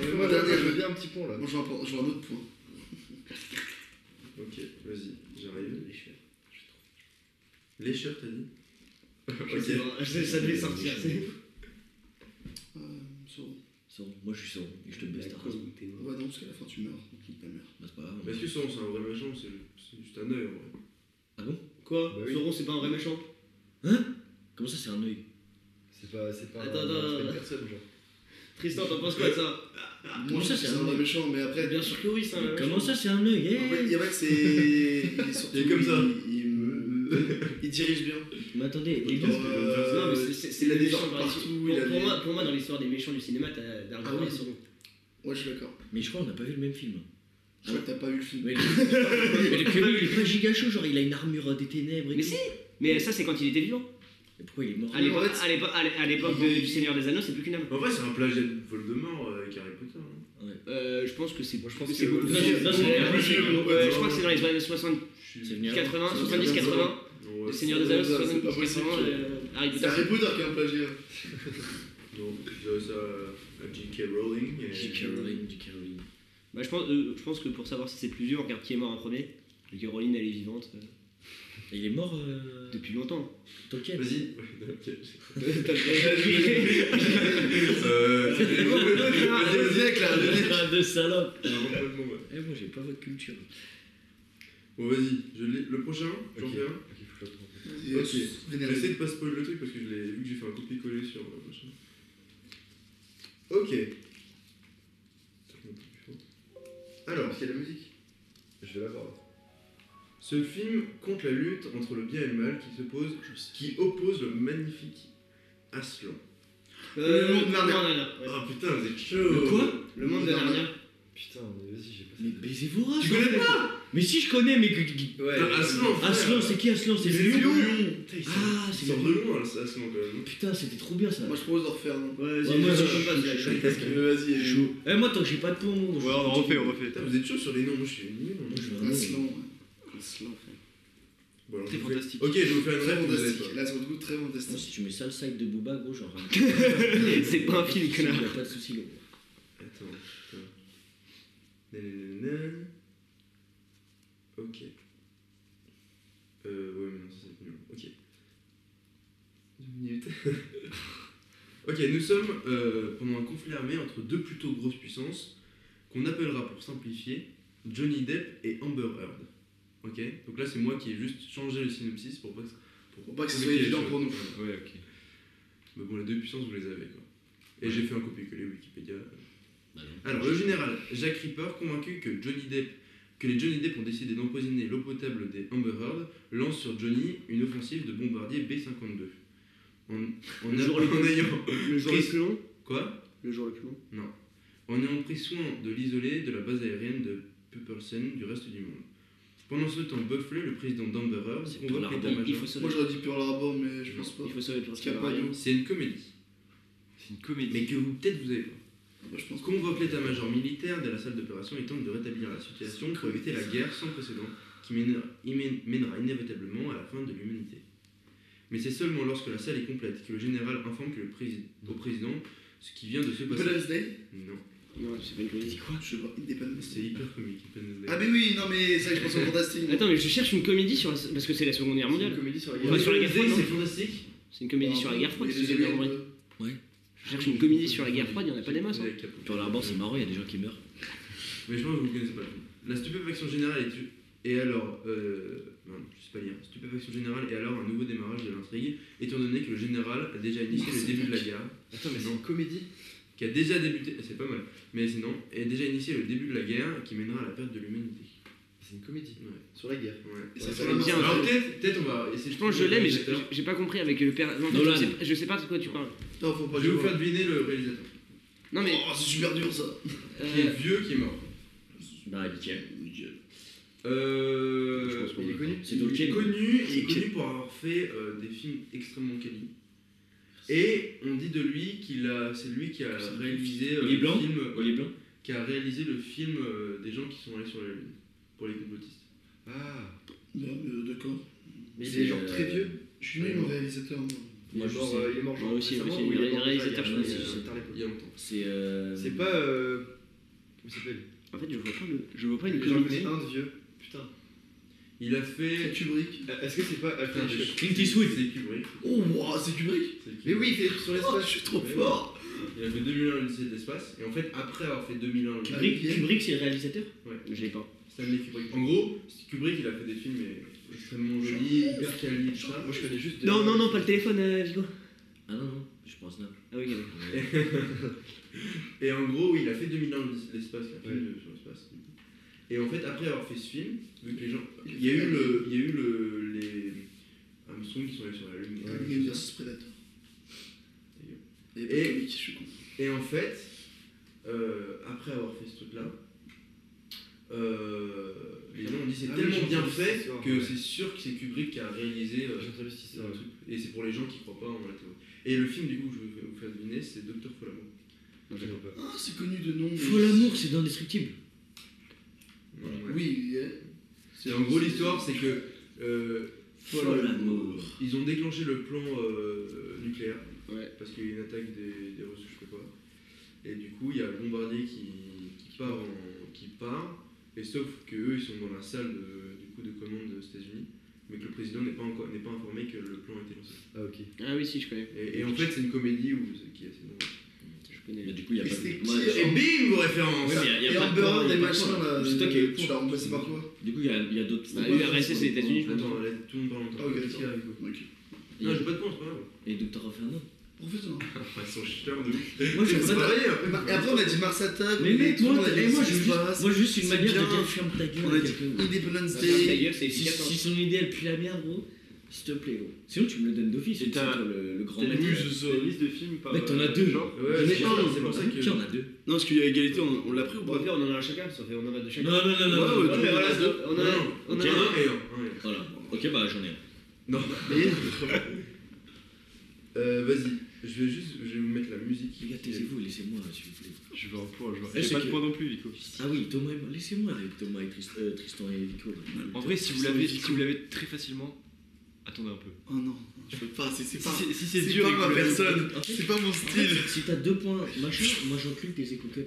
S1: fais ma dernière, je veux bien un petit pont là.
S5: je vais avoir- je vais avoir un autre point.
S4: Ok, vas-y, j'arrive. Les shirts, t'as dit
S2: C'est
S4: Ok.
S2: bon, Ça devait sortir. c'est-
S5: Euh, Sauron.
S3: Sauron. Moi, je suis Sauron. Et je te baisse ta race.
S2: Moi
S5: Ouais, non, parce qu'à la fin, tu meurs. Nique ta mère.
S3: Bah, c'est pas
S4: Mais
S3: grave.
S4: est-ce que Sauron, c'est un vrai méchant ou c'est c'est juste un œil en vrai
S3: Ah bon
S2: Quoi
S1: Bah oui.
S2: Sauron, c'est pas un vrai méchant
S3: Comment ça, c'est un œil
S1: C'est pas, c'est pas,
S2: Attends,
S1: un-
S2: attends,
S1: c'est pas une
S2: attends.
S1: personne genre.
S2: Tristan, t'en penses quoi de ça
S5: Moi,
S3: ça,
S5: je
S3: c'est
S5: c'est un
S3: un
S5: vrai
S3: mec.
S5: méchant, mais après.
S2: Bien sûr que oui, c'est un vrai
S3: Comment
S2: méchant.
S3: ça, c'est un œil Eh
S5: En fait,
S3: hey
S5: il y a pas que c'est. Il est surtout-
S4: Il est comme ça.
S5: Il, il- il dirige bien.
S3: Mais attendez, les
S4: Qu'est-ce
S3: gars,
S4: que je veux dire
S5: Euh,
S2: Non, mais c'est- c'est- c'est
S5: il a
S2: le
S5: des
S2: méchant
S5: gens
S2: par-
S5: partout,
S2: Pour,
S5: il a
S2: pour
S5: des-
S2: moi, pour moi, dans l'histoire des méchants du cinéma, t'as Dark
S5: Ah oui.
S2: et Sauron.
S5: Ouais, je suis d'accord.
S3: mais je crois qu'on n'a pas vu le même film.
S5: Je crois que t'as pas vu le film.
S3: Mais le, mais le curé, il est pas giga chaud, genre il a une armure euh, des ténèbres et
S2: Mais
S3: tout.
S2: si Mais ça, c'est quand il était vivant.
S3: Et pourquoi il est mort
S2: À l'époque-
S5: Ah fait,
S2: à l'époque à l'é- à l'époque de- du Seigneur des Anneaux, c'est plus qu'une âme.
S4: En vrai, c'est un plagiat de Voldemort avec Harry Potter. hein.
S2: Euh, je pense que c'est.
S1: je pense
S2: c'est
S1: que-
S2: beaucoup plus-
S3: Non,
S2: c'est-
S3: non, c'est-
S2: euh, Je crois que c'est dans les années 60,
S3: C'est venu avant.
S2: 80,
S3: C'est
S2: 70, 80.
S4: Non,
S2: Le
S4: ouais.
S2: Seigneur des Anneaux,
S5: C'est pas
S2: 70,
S5: possible.
S2: 80. euh, Harry
S5: C'est
S2: Potter.
S5: Harry Potter qui a un plagiat.
S4: Non, je dois ça à J.K. Rowling. et-
S3: J.K. Rowling, J.K. Rowling.
S2: Bah, je pense, euh, je pense que pour savoir si c'est plus vieux, on regarde qui est mort en premier. Et que Rowling, elle est vivante euh,
S3: Et Il est mort euh,
S2: depuis longtemps.
S3: Tolkien.
S4: Vas-y. Ouais, ok.
S2: Vas-y,
S4: Euh, c'est-
S2: vas-y.
S5: mec là,
S3: Putain Ah, de salope.
S4: Non, pas le mot, ouais.
S3: Eh moi j'ai pas votre culture.
S4: Bon, vas-y, je l'ai- le prochain, j'en
S1: Ok.
S4: fais un. Ok. J'essaie de pas spoiler le truc parce que je l'ai vu que j'ai fait un copier-coller sur le machin. Ok. Alors, est-ce qu'il y a de la musique
S1: Je vais l'avoir.
S4: Ce film compte la lutte entre le bien et le mal qui se pose, qui oppose le magnifique Aslan.
S2: Euh,
S5: Le monde de Narnia.
S2: non, non, non, ouais.
S4: Ah putain, vous êtes chaud
S2: Le monde de Narnia.
S1: Putain, mais vas-y, j'ai pas
S3: Mais baisez vos races.
S4: Tu connais pas
S3: Mais si je connais, mais. que- que-
S1: Ouais,
S4: Putain, Aslan frère.
S3: Aslan, c'est qui Aslan C'est
S4: C'est
S3: le lion
S4: Putain, il sort-
S3: Ah,
S4: il
S3: c'est
S4: sort
S3: le
S4: de loin Aslan quand même.
S3: Putain, c'était trop bien ça.
S5: Moi, je propose de refaire. non
S2: Ouais,
S3: Ouais, moi,
S2: je- je-
S3: je-
S2: je-
S3: je-
S2: je-
S3: je-
S5: Parce que vas-y,
S3: C'est
S5: joue.
S3: chaud. Eh moi tant que j'ai pas de pont, mon.
S8: Ouais, on refait, on refait.
S4: Putain, vous êtes chaud sur les noms, moi je suis nul. hein.
S5: Aslan. ouais.
S4: Bon, alors,
S8: Très
S4: je vous fais-
S8: fantastique.
S4: Ok, je vais vous faire une
S5: Très
S4: rêve, vous allez
S5: fantastique. Là, sur le coup, très fantastique.
S3: Si tu mets ça le side de Booba, gros, genre.
S2: je- C'est pas un film,
S3: Il
S2: connard.
S3: y a pas de soucis, gros.
S4: pas. Attends, putain. Nananana. Ok. Euh, ouais, mais non, ça c'est nul. Ok. Deux minutes. ok, nous sommes euh, pendant un conflit armé entre deux plutôt grosses puissances qu'on appellera pour simplifier Johnny Depp et Amber Heard. Ok Donc là, c'est moi qui ai juste changé le synopsis pour pas que,
S5: Pour pas que ce soit évident pour nous.
S8: Ouais, ok.
S4: Mais bon, les deux puissances, vous les avez, quoi. Et j'ai fait un copier-coller Wikipédia.
S3: Bah non.
S4: Alors, le général Jack Ripper, convaincu que Johnny Depp, que les Johnny Depp ont décidé d'empoisonner l'eau potable des Amber Heard, lance sur Johnny une offensive de bombardier B-52. En, en,
S2: Le jour le
S4: en
S2: plus-
S4: ayant...
S2: Le jour le plus long
S4: Quoi
S2: Le jour le plus long
S4: En ayant pris soin de l'isoler de la base aérienne de Puppersen du reste du monde. Pendant ce temps, Buffalo, le président d'Amber Heard,
S3: C'est
S4: convoque
S3: Pearl
S4: l'état-major.
S3: Harbor.
S2: Il faut
S5: Moi,
S2: sauver.
S5: j'aurais dit Pearl Harbor, mais je pense pas.
S2: Il faut sauver
S5: Parce qu'il y a pas d'eau.
S4: C'est une comédie,
S8: C'est une comédie.
S4: mais que vous peut-être vous avez pas.
S5: Moi, je pense
S4: On convoque l'état-major militaire de la salle d'opération et tente de rétablir la situation pour éviter la guerre sans précédent qui mènera, y mène- mènera inévitablement à la fin de l'humanité. Mais c'est seulement lorsque la salle est complète que le général informe que le prési- au président ce qui vient de se
S5: que.
S4: passer.
S5: Independence Day
S4: Non,
S2: Non, c'est pas une comédie.
S5: Quoi Je sais pas. Independence
S4: c'est
S5: Day.
S4: hyper comique. Independence Day.
S5: Ah, mais oui, non, mais ça, je pense au fantastique.
S2: Attends, mais je cherche une comédie sur la... parce que c'est la Seconde Guerre mondiale.
S5: comédie sur la
S2: guerre. sur la guerre froide,
S4: Independence Day,
S2: non
S4: c'est fantastique.
S2: C'est une comédie sur la guerre froide. si j'ai bien compris. Je cherche une comédie sur la guerre froide, il en a pas des masses. hein.
S4: Avec Capone.
S3: Pearl Harbor, c'est marrant, il y a des gens qui meurent.
S4: Mais je pense que vous ne connaissez pas le film. La stupéfaction générale est tu- Et alors, euh... non, je sais pas lire. Stupéfaction générale et alors un nouveau démarrage de l'intrigue, étant donné que le général a déjà initié le début de la guerre.
S1: Attends, mais
S4: c'est
S1: c'est
S4: une
S1: une comédie
S4: qui a déjà débuté, eh, c'est pas mal, mais sinon, a déjà initié le début de la guerre qui mènera à la perte de l'humanité.
S1: C'est une comédie.
S4: Ouais.
S1: Sur la guerre.
S4: ouais.
S5: Et ça,
S1: Ouais,
S5: c'est
S1: ça
S5: vraiment-
S2: vient.
S4: Alors peut-être, peut-être on va essayer.
S2: Je pense que je l'ai, mais j'ai j'ai pas compris avec le père. en fait,
S3: Nolan.
S2: je sais- je sais pas de quoi tu parles.
S5: Non, faut pas
S4: Je vais
S5: que je
S4: vous
S5: vois.
S4: faire deviner le réalisateur.
S2: Non, mais.
S5: Oh, c'est super dur ça.
S4: Qui est
S2: euh,
S4: vieux, qui est mort.
S3: Bah, nickel.
S4: Euh,
S1: Je pense qu'on
S4: il est
S1: l'a.
S4: connu.
S3: C'est
S4: il est
S3: Tolkien.
S4: connu, il est
S3: Tolkien.
S4: connu pour avoir fait euh, des films extrêmement quali. Et on dit de lui qu'il a, c'est lui qui a réalisé euh,
S3: Il est
S4: le
S3: blanc
S4: film,
S3: Oli Blanc
S4: qui a réalisé le film euh, des gens qui sont allés sur la lune pour les complotistes.
S1: Ah
S5: Non, mais d'accord.
S1: Mais il est genre très vieux.
S5: Je suis nul en réalisateur. moi.
S1: Il
S3: Moi,
S1: est
S3: je
S1: mort,
S3: sais.
S1: euh, il est mort genre
S2: Moi aussi,
S1: récemment
S2: aussi,
S1: ou
S2: il est
S1: il est mort déjà,
S2: réalisateur,
S1: il y
S3: je
S1: a-
S3: pense,
S1: il y a-
S3: euh,
S1: il y
S4: Il y a
S1: a longtemps.
S4: longtemps.
S3: C'est. euh,
S1: C'est pas. euh, Comment il s'appelle
S2: En fait, je vois pas, le- je vois pas une
S1: J'en
S2: comédie.
S1: connais un de vieux. Putain.
S4: Il a fait.
S5: C'est Kubrick.
S1: Euh, Est-ce que c'est pas Alfred Hitchcock
S3: Clint Eastwood.
S4: C'est Kubrick.
S5: Oh, wow, c'est Kubrick.
S4: C'est Kubrick.
S1: Mais oui, il fait sur
S5: Oh,
S1: l'espace.
S5: je suis trop
S4: Ouais.
S5: fort.
S4: Il a fait 2001 le lycée de l'espace, et en fait, après avoir fait 2001 le
S5: Kubrick, Kubrick,
S3: c'est le réalisateur
S2: Je l'ai pas.
S4: Stanley Kubrick. En gros, Kubrick, il a fait des films mais, extrêmement jolis, hyper quali, tout ça.
S1: Moi je connais juste.
S2: Non, non, non, pas le téléphone, euh, Vigo.
S3: Ah non, non, je pense Naples.
S2: Ah oui, d'accord.
S4: Et en gros, oui, il a fait 2000 ans de l'espace, il a fait
S9: Ouais.
S4: le- sur l'espace. Et en fait, après avoir fait ce film, vu que les gens. Il y a eu, le, il y a eu le, les Armstrong qui sont allés sur la Lune.
S9: Ouais.
S5: Alien versus Predator.
S4: D'ailleurs.
S5: Et,
S4: Et-
S5: Potomac, je suis con.
S4: Et en fait, euh, après avoir fait ce truc-là, euh, les gens ont dit c'est
S9: Ah oui,
S4: tellement
S9: j'ai
S4: bien
S9: entendu cette
S4: fait
S9: histoire,
S4: que
S9: ouais.
S4: c'est sûr que c'est Kubrick qui a réalisé euh,
S9: J'ai entendu cette
S4: c'est un
S9: histoire.
S4: truc. Et c'est pour les gens qui croient pas en la théorie. Et le film, du coup, que je vais vous faire deviner, c'est Docteur Follamour.
S9: Non, je comprends pas.
S5: Ah, c'est connu de nom. mais-
S3: Faut l'amour, c'est indestructible.
S4: Ouais.
S5: Oui, il y a-
S4: Et en gros, l'histoire, c'est que euh,
S3: Follamour.
S4: ils ont déclenché le plan euh, nucléaire
S2: Ouais.
S4: parce qu'il y a une attaque des, des Russes, je sais pas quoi. Et du coup, il y a le bombardier qui, qui part, en- qui part, et sauf que eux, ils sont dans la salle de- du coup de commande des États-Unis, mais que le président n'est pas encore n'est pas informé que le plan a été lancé.
S9: Ah, ok.
S2: Ah oui, si, je connais.
S4: Et, et en fait, c'est une comédie où, qui est assez drôle.
S2: Je connais.
S3: Mais du coup, il y a
S5: Mais
S3: pas
S5: c'était
S3: de.
S5: qui,
S3: Ouais,
S5: euh,
S4: Et bim, vos références.
S3: ouais, mais il y a- il y
S5: Et
S3: a pas de
S5: Amber
S3: point,
S5: Heard
S3: il y a pas de
S5: et machin,
S3: point.
S5: là.
S3: C'est toi qui es
S5: euh, Tu l'as remplacé par quoi
S3: Du coup, il y a, il y a d'autres.
S2: Bah, l'URSS, c'est les États-Unis, je pense.
S4: Attends, là, tout le monde parle
S5: Ah,
S4: encore.
S5: ok,
S4: Qu'est-ce qu'il y a avec vous
S5: Ok.
S4: Non, j'ai pas de compte, c'est pas grave.
S3: Et Docteur Inferno.
S5: Professeur.
S4: Ah, Ils sont chuteurs de ouf.
S3: Moi, je
S5: C'est
S3: sais
S5: pas
S3: pas.
S5: pareil, après, bah, Et après, on a dit Mars Attack.
S3: Mais
S5: on a
S3: mec,
S5: dit-
S3: moi,
S5: on a dit
S3: eh, moi, je veux juste-
S5: l'espace,
S3: moi, juste une
S5: c'est
S3: manière de
S5: bien.
S3: dire ferme ta
S5: On a
S3: gueule.
S5: dit
S3: quelqu'un.
S5: Independence
S2: Ta
S5: Day.
S2: gueule, c'est
S3: Si,
S2: efficace.
S3: si son idéal pue la merde, gros, s'il te plaît, gros. Sinon, tu me le donnes d'office.
S1: Et
S3: tu sais,
S1: t'as-
S3: toi, le, le grand
S1: T'as une
S3: maître.
S1: liste- t'as une liste de films par. euh,
S3: Mec, t'en as deux.
S1: genre.
S4: Ouais,
S3: J'en ai
S4: c'est-
S3: un,
S4: c'est pour ça que.
S3: Qui en a deux
S1: Non, parce qu'il y a égalité, on, on l'a pris ou
S2: Bon,
S1: pas
S2: après, on en a chacun, ça fait on en a de chacun.
S3: Non, non, non, non. non,
S1: Ouais,
S3: non.
S2: Ouais, mais voilà, on en a,
S4: Non,
S2: on en
S4: ok,
S2: a
S4: un
S2: un.
S4: et un, un et un.
S3: Voilà. Ok, bah, j'en ai un.
S4: Non, mais. euh, Vas-y, je vais juste je vais vous mettre la musique.
S3: Les gars, taisez-vous, laissez-moi, s'il vous plaît.
S1: Je veux un point, je vois.
S3: Eh,
S1: J'ai
S3: c'est
S1: pas de
S3: que-
S1: point non plus, Vico.
S3: Ah oui, Thomas et moi, laissez-moi avec Thomas et Trist- euh, Tristan et Vico. là.
S1: En vrai, si vous l'avez si vous l'avez très facilement, attendez un peu.
S5: Oh non, je peux pas, c'est c'est
S1: Si
S5: pas.
S1: c'est- si c'est
S5: C'est
S1: dur
S5: pas
S1: et que vous
S5: ma
S1: l'avez-
S5: personne,
S3: En fait,
S5: c'est pas mon
S3: en fait,
S5: style.
S3: si t'as deux points machin, moi j'enclume tes écouteurs.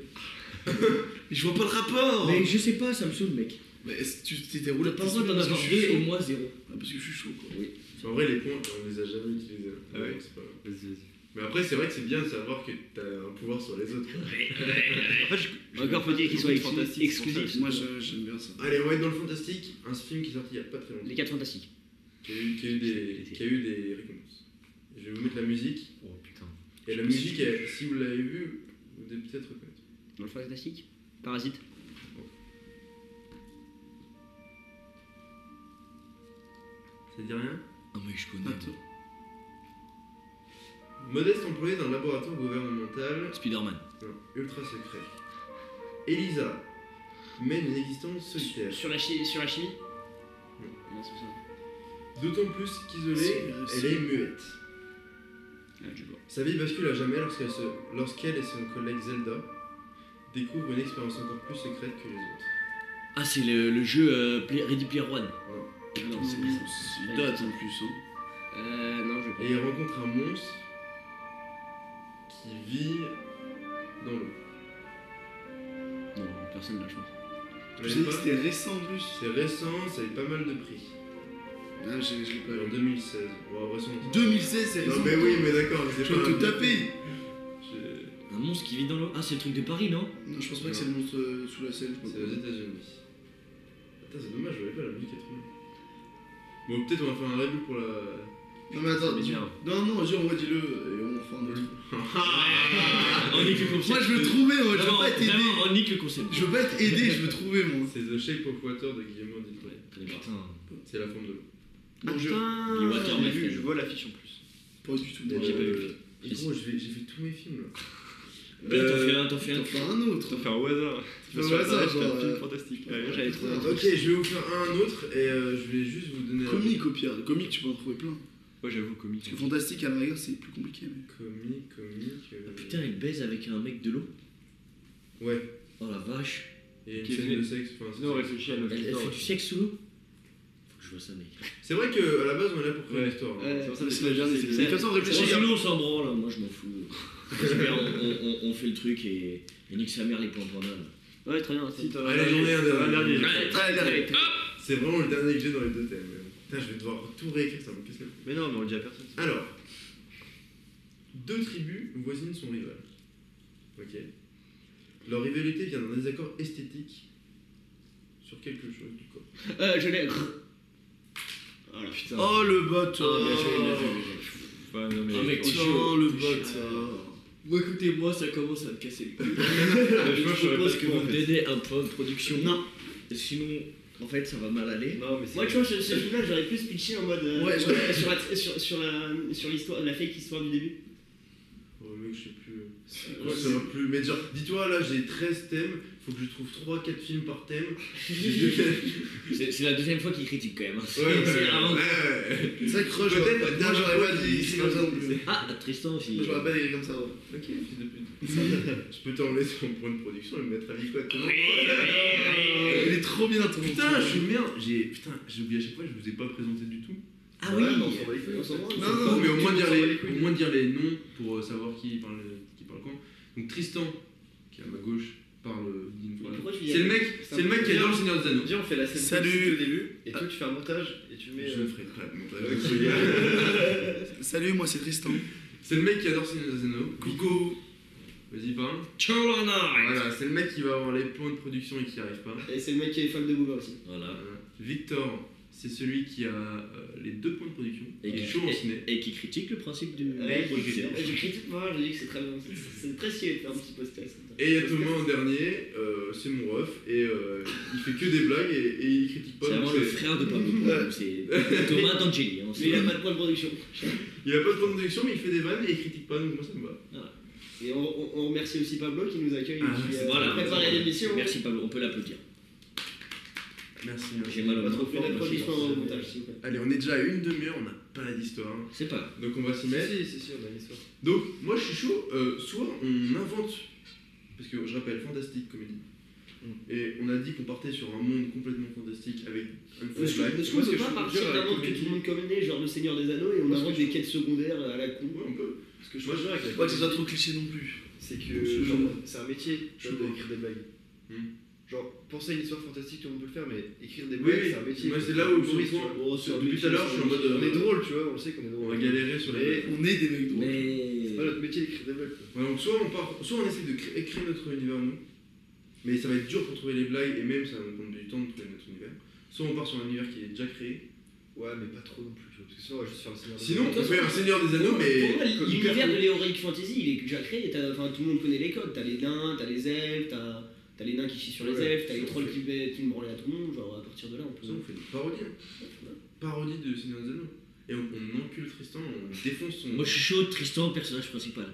S5: Je vois pas le rapport.
S3: Mais je sais pas, ça me saoule, mec.
S5: Mais est-ce que tu t'étais
S3: T'as
S5: roulé
S3: pas Oh. le droit d'en
S5: parce que
S3: avoir
S5: je
S3: deux
S5: suis
S3: et
S5: chaud.
S3: moi zéro.
S5: Ah, Parce que je suis chaud quoi.
S4: En vrai, les points, on les a jamais utilisés.
S1: Ah ouais.
S4: C'est pas grave.
S1: Vas-y, vas-y.
S4: Mais après, c'est vrai que c'est bien de savoir que t'as un pouvoir sur les autres. quoi.
S1: En fait, je- je-
S2: Encore faut-il qu'ils soient
S1: je- fantastique,
S2: exclu-
S1: c'est pour ça.
S2: exclusifs.
S5: Moi je- j'aime bien ça.
S4: Allez, on va être dans le fantastique, un film qui est sorti il y a pas très longtemps,
S2: Les 4 fantastiques.
S4: qui a eu, qui a eu des, qui a eu des récompenses. Je vais vous mettre la musique,
S1: Oh putain.
S4: et la musique, elle- si vous l'avez vue, vous devez peut-être reconnaître.
S2: Dans le fantastique Parasite
S4: Ça dit rien
S3: Ah, mais je connais.
S5: Attends.
S4: Modeste employé d'un laboratoire gouvernemental,
S3: Spider-Man.
S4: non, Euh, ultra secret. Elisa mène une existence solitaire.
S2: Sur la, chi- sur la chimie Non, c'est ça.
S4: D'autant plus qu'isolée,
S5: C'est-
S4: elle est muette.
S2: Ah, je vois.
S4: Sa vie bascule à jamais lorsqu'elle se... lorsqu'elle et son collègue Zelda découvrent une expérience encore plus secrète que les autres.
S3: Ah, c'est le, le jeu euh, Play- Ready Player One.
S2: Ah non, c'est pas ça.
S5: Il date en plus. hein.
S2: Euh, non, je
S4: Et ils rencontrent un monstre qui vit dans l'eau.
S2: pas. Non, personne l'a, je pense.
S4: Vous
S5: Je
S4: savez
S5: sais que
S4: pas
S5: c'était récent en plus.
S4: C'est récent, ça a eu pas mal de prix.
S5: Ah, je je l'ai pas
S4: En
S5: vu.
S4: 2016. Bon, récent.
S5: 2016, c'est récent.
S4: Non mais oui, mais d'accord, mais c'est
S5: Je
S4: pas...
S5: vais
S4: un-
S5: te taper.
S4: Je-
S3: Un monstre qui vit dans l'eau. Ah, c'est le truc de Paris, non
S5: Non, je pense pas que c'est le monstre euh, sous la selle. je
S4: C'est aux
S5: pense.
S4: États-Unis. Attends, c'est dommage, j'aurais pas la musique à trouver. Bon, peut-être on va faire un review pour la...
S5: Non mais attends,
S1: C'est
S5: dis-
S1: bien.
S5: non non, vas-y, on va dis-le et on en fera un autre.
S3: On nique le concept.
S5: Moi je veux trouver, moi je veux
S3: Vraiment,
S5: pas être aidé.
S3: vraiment, on nique le concept.
S5: Je veux pas être aidé, je veux trouver moi.
S4: C'est The Shape of Water de Guillermo del Toro.
S3: Putain.
S4: C'est la forme de l'eau.
S5: Non, je-
S1: Ah,
S3: Billy
S2: Putain
S3: Water,
S1: J'ai
S3: mais
S1: vu,
S3: frère.
S1: je vois l'affiche en plus.
S5: Pas du tout.
S4: Euh,
S3: J'ai pas vu.
S4: et Gros, je vais- j'ai fait tous mes films là.
S3: Là, t'en fais un, t'en fais
S5: Euh, T'en
S3: un.
S5: fais un autre.
S1: T'en fais un au hasard.
S5: Fais au hasard,
S1: Je fais un
S5: genre,
S1: film
S5: euh,
S1: fantastique. Ouais, j'avais trouvé.
S5: Putain,
S4: Ok, je vais vous faire un autre et euh, je vais juste vous donner.
S5: Comique au pire, comique tu peux en trouver plein.
S1: Ouais, j'avoue, comique.
S5: Parce que fantastique à la rigueur c'est plus compliqué. Mais...
S4: Comique, comique. euh,
S3: Ah, putain, il baise avec un mec de l'eau.
S4: Ouais.
S3: Oh la vache.
S4: Et une
S1: Qui est
S4: scène
S1: venu-
S4: de sexe. enfin, c'est-
S1: Non, réfléchis à
S3: Elle, elle fait du
S1: l'affiche.
S3: sexe sous l'eau Faut que je vois ça, mec.
S4: C'est vrai que à la base on est là pour créer
S1: Ouais.
S4: l'histoire. hein.
S1: C'est pour ça que
S5: C'est
S1: c'est
S5: la dernière,
S1: c'est-
S5: c'est-
S1: c'est-
S5: comme ça, on réfléchit.
S3: Sous l'eau, on s'en branle, moi je m'en fous. Super, on, on- on- on fait le truc et, et nique sa mère les plans pandas.
S2: Ouais, très bien. Si,
S1: t'en as
S4: Allez,
S1: un
S4: j'en ai un
S1: dernier.
S4: dernier.
S1: dernier.
S5: Allez, allez.
S4: C'est vraiment le dernier que j'ai dans les deux thèmes. mais bon. Putain, je vais devoir tout réécrire ça. me casse la
S1: Mais non, mais on le dit à personne. ça.
S4: Alors, deux tribus voisines sont rivales. Ok. Leur rivalité vient d'un désaccord esthétique sur quelque chose du corps.
S2: Euh, je l'ai.
S1: Putain.
S5: Oh le bâtard
S4: bien joué, bien joué, bien
S10: pas, non mais.
S5: Ah, mec,
S10: je
S5: tiens le vote.
S3: Bon, écoutez, moi, ça commence à me casser le
S10: pense- je pense
S3: cul.
S10: que
S3: je
S10: j'aurais pas
S3: propose
S10: ce que
S3: qu'on
S10: vous
S3: me
S10: faites.
S3: donner un point de production. Non, sinon, en fait, ça va mal aller.
S1: Non, mais c'est.
S2: Moi, tu vois, ce ce film-là, j'aurais plus pitché en mode. euh,
S5: Ouais,
S2: sur, la, sur, la- sur, sur la, sur l'histoire, la fake histoire du début.
S4: Oh, mec, je sais plus. euh, ça va plus. Mais genre, dis-toi, là, j'ai 13 thèmes. Faut que je trouve 3-4 films par thème. J'ai deux-
S3: C'est c'est la deuxième fois qu'il critique quand même. hein.
S4: Ouais, ouais,
S3: C'est vraiment-
S4: ouais.
S5: C'est vrai que Rush,
S4: Peut-être
S5: moi,
S4: la
S5: moi,
S4: dernière
S5: j'aurais
S4: fois
S5: pas
S4: qu'il
S5: dit
S4: s'est
S5: c'est comme ça non
S4: organisé.
S5: plus.
S3: Ah, Tristan aussi.
S5: Moi, J'aurais pas dit comme ça. ouais.
S4: Ok, fils de pute. Je peux t'enlever sur mon point de production et me mettre à vie quoi.
S5: Il est trop bien ton
S4: Putain, je suis merde. J'ai putain, j'ai oublié à chaque fois, je vous ai pas présenté du tout.
S3: Ah oui
S1: Ouais, mais on s'en bat les couilles.
S2: On s'en branle.
S5: Non, non, non,
S4: mais au
S5: tu
S4: moins
S5: nous
S4: dire
S5: en bats
S4: les,
S5: les couilles.
S4: au moins dire les noms pour euh, savoir qui parle qui parle quand. Donc Tristan, qui est à ma gauche, parle euh, dit une fois.
S2: Pourquoi tu dis-
S4: C'est le mec, c'est le mec qui est dans le Seigneur des Anneaux.
S1: Viens, on fait la scène
S5: Salut.
S1: post-it au début, et toi, tu fais un montage, et tu mets.
S4: Je
S1: euh,
S4: ne ferai pas de montage.
S5: Salut, moi c'est Tristan.
S4: C'est le mec qui adore Seigneur des Anneaux. Coucou. Vas-y parle. Voilà, c'est le mec qui va avoir les plans de production et qui n'y arrive pas.
S2: Et c'est le mec qui est fan de Booba aussi.
S3: Voilà.
S4: Voilà. Victor, c'est celui qui a euh, les deux points de production
S3: Et
S4: et qui est
S3: qui-
S4: chaud en ciné.
S3: Et qui critique le principe du.
S2: Ouais, j'ai
S3: du producteur.
S2: j'ai critique moi, j'ai dit que c'est très bien. C'est- C'est très stylé de faire un petit podcast. comme ça.
S4: Et il y a Thomas en dernier, euh, c'est mon ref, et euh, il fait que des blagues et, et il critique pas.
S3: C'est
S4: donc
S3: vraiment le
S4: c'est-
S3: frère de Pablo. Coelho, C'est Thomas D'Angeli. hein,
S2: Mais il a
S3: c'est-
S2: pas de point de production.
S4: Il a pas de point de production, mais il fait des vannes et il critique pas, donc moi ça me va.
S2: Et on, on- on remercie aussi Pablo qui nous accueille
S4: Ah,
S2: et qui
S4: c'est-
S2: euh,
S3: Voilà.
S2: prépare l'émission.
S3: Merci Pablo, on peut l'applaudir.
S4: Merci.
S3: J'ai mal
S2: On va
S3: au
S2: trouver
S3: ventre.
S2: l'applaudissement au montage, s'il vous plaît.
S4: Allez, on est déjà à une demi-heure, on n'a pas d'histoire. hein.
S3: C'est pas grave.
S4: Donc on va s'y
S1: Si,
S4: mettre.
S1: si, si, si, on a l'histoire.
S4: Donc, moi je suis chaud, euh, soit on invente, parce que je rappelle, fantastique comédie. Et on a dit qu'on partait sur un monde complètement fantastique avec un
S2: Parce que-
S4: flashback.
S2: Parce qu'on
S4: Moi, bah, ce que je
S2: peut pas
S4: trouve
S2: partir
S4: dur
S2: d'un
S4: avec
S2: monde que
S4: comédie-
S2: tout le monde connaît, genre le Seigneur des Anneaux, et on
S4: Parce que
S2: invente
S4: je
S2: des quêtes secondaires à la con.
S4: Ouais, un peu.
S1: Ce que je vois avec la
S5: Pas que ce soit
S1: comédie,
S5: trop cliché non plus.
S1: c'est
S4: Je-
S1: que genre, c'est un métier
S4: Je
S1: tu vois,
S4: vois.
S1: d'écrire des blagues.
S4: Hmm.
S1: Genre, penser à une histoire fantastique, tout le monde peut le faire, mais écrire des
S4: Oui,
S1: blagues,
S4: oui.
S1: Bah, c'est un métier.
S4: Moi,
S1: faut
S4: c'est
S1: être
S4: là où je
S1: humoriste,
S4: comprends.
S1: tu vois.
S2: Oh, c'est un
S4: Depuis tout à
S2: métier,
S4: l'heure, je suis en
S2: c'est un
S4: mode. euh,
S1: On est drôle, tu vois, on sait qu'on est
S4: On va
S1: drôle.
S4: galérer sur les.
S1: Mais
S5: euh, On est des mecs drôles.
S1: c'est pas
S3: Mais.
S1: notre métier d'écrire des blagues. quoi.
S4: Ouais, donc soit on part, soit on essaie de cré- créer notre univers nous, mais ça va être dur pour trouver les blagues et même ça va nous prendre du temps de trouver notre univers. Soit on part sur un univers qui est déjà créé.
S1: Ouais, mais pas trop non plus, tu vois, parce que sinon, on va juste faire le Seigneur des
S4: Sinon,
S1: Anneaux.
S4: on fait un Seigneur des Anneaux, Ah mais
S2: Pour moi,
S4: co-
S2: l'univers
S4: hyper-
S2: de l'héroïque fantasy, il est déjà créé. t'as- Enfin, tout le monde connaît les codes. T'as les nains, t'as les elfes, t'as t'as les nains qui chient sur les
S4: Ouais,
S2: elfes, t'as les
S4: ça, on
S2: trolls
S4: fait.
S2: qui mettent une branlée à tout le monde. Genre, à partir de là, on peut.
S4: Ça, on fait des parodies. hein. Parodie de Seigneur des Anneaux. Et on, on encule Tristan, on défonce son.
S3: Moi je suis chaud, Tristan, personnage principal.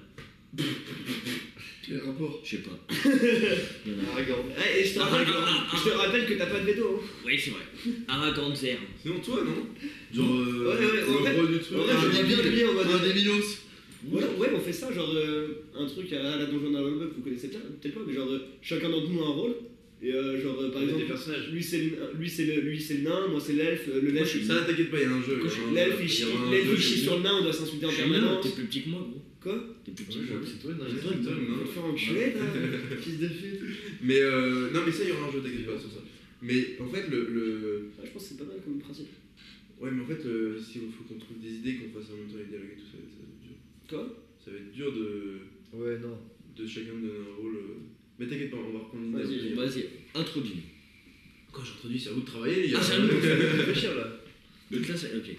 S5: Quel rapport
S3: Je sais pas. Il y en a.
S1: Aragorn.
S2: Ouais, et je te rappelle, je te rappelle que t'as pas de veto. hein.
S3: Oui, c'est vrai. Aragorn Zer.
S4: Sinon, toi, non Genre, euh,
S2: Ouais, ouais, en
S4: le
S2: fait-
S4: roi du truc.
S2: En vrai, j'aimerais bien le lire en mode.
S5: Un des Milos.
S2: Ouais, ouais, on fait ça, genre euh, un truc à la Donjon Honorable, vous connaissez peut-être peut-être pas, mais genre euh, chacun d'entre nous a un rôle. Et euh, genre, euh, par
S1: On est
S2: exemple,
S1: des personnages.
S2: lui c'est le, lui, c'est le, lui, c'est le nain, moi c'est l'elfe, euh, le
S3: Moi,
S2: nain.
S3: je suis
S4: Ça, t'inquiète pas, il y a un jeu.
S3: Pourquoi je-
S4: hein. Il
S2: L'elfe
S4: y a
S2: il chie
S4: un
S2: l'elfe,
S4: jeu,
S2: il chie
S4: c'est
S2: sur le nain, on doit s'insulter
S3: Je
S2: en
S3: suis nul,
S2: permanence.
S3: t'es plus petit que moi, gros.
S2: Quoi
S3: T'es plus petit que moi.
S1: C'est toi, non,
S4: C'est
S1: c'est
S4: toi,
S1: toi.
S4: toi, non.
S2: Faut te faire enculer,
S1: le Fils de pute.
S4: Mais euh, non, mais ça, il y aura un jeu, t'inquiète pas sur ça. Mais en fait, le- le...
S2: Ouais, Ah, je pense que c'est pas mal comme principe.
S4: Ouais, mais en fait, euh, si il faut qu'on trouve des idées, qu'on fasse un montage avec des dialogues et tout, ça, va être- ça va être dur.
S2: Quoi
S4: Ça va être dur de,
S1: Ouais, non.
S4: de chacun de donner un rôle. euh. Mais t'inquiète pas, on va reprendre l'idée.
S2: Vas-y,
S4: après.
S3: Vas-y, introduis.
S4: Quand j'introduis, c'est à vous de travailler, les gars.
S3: Ah, c'est à nous de
S1: Réfléchir là.
S3: Donc là, c'est. Ok.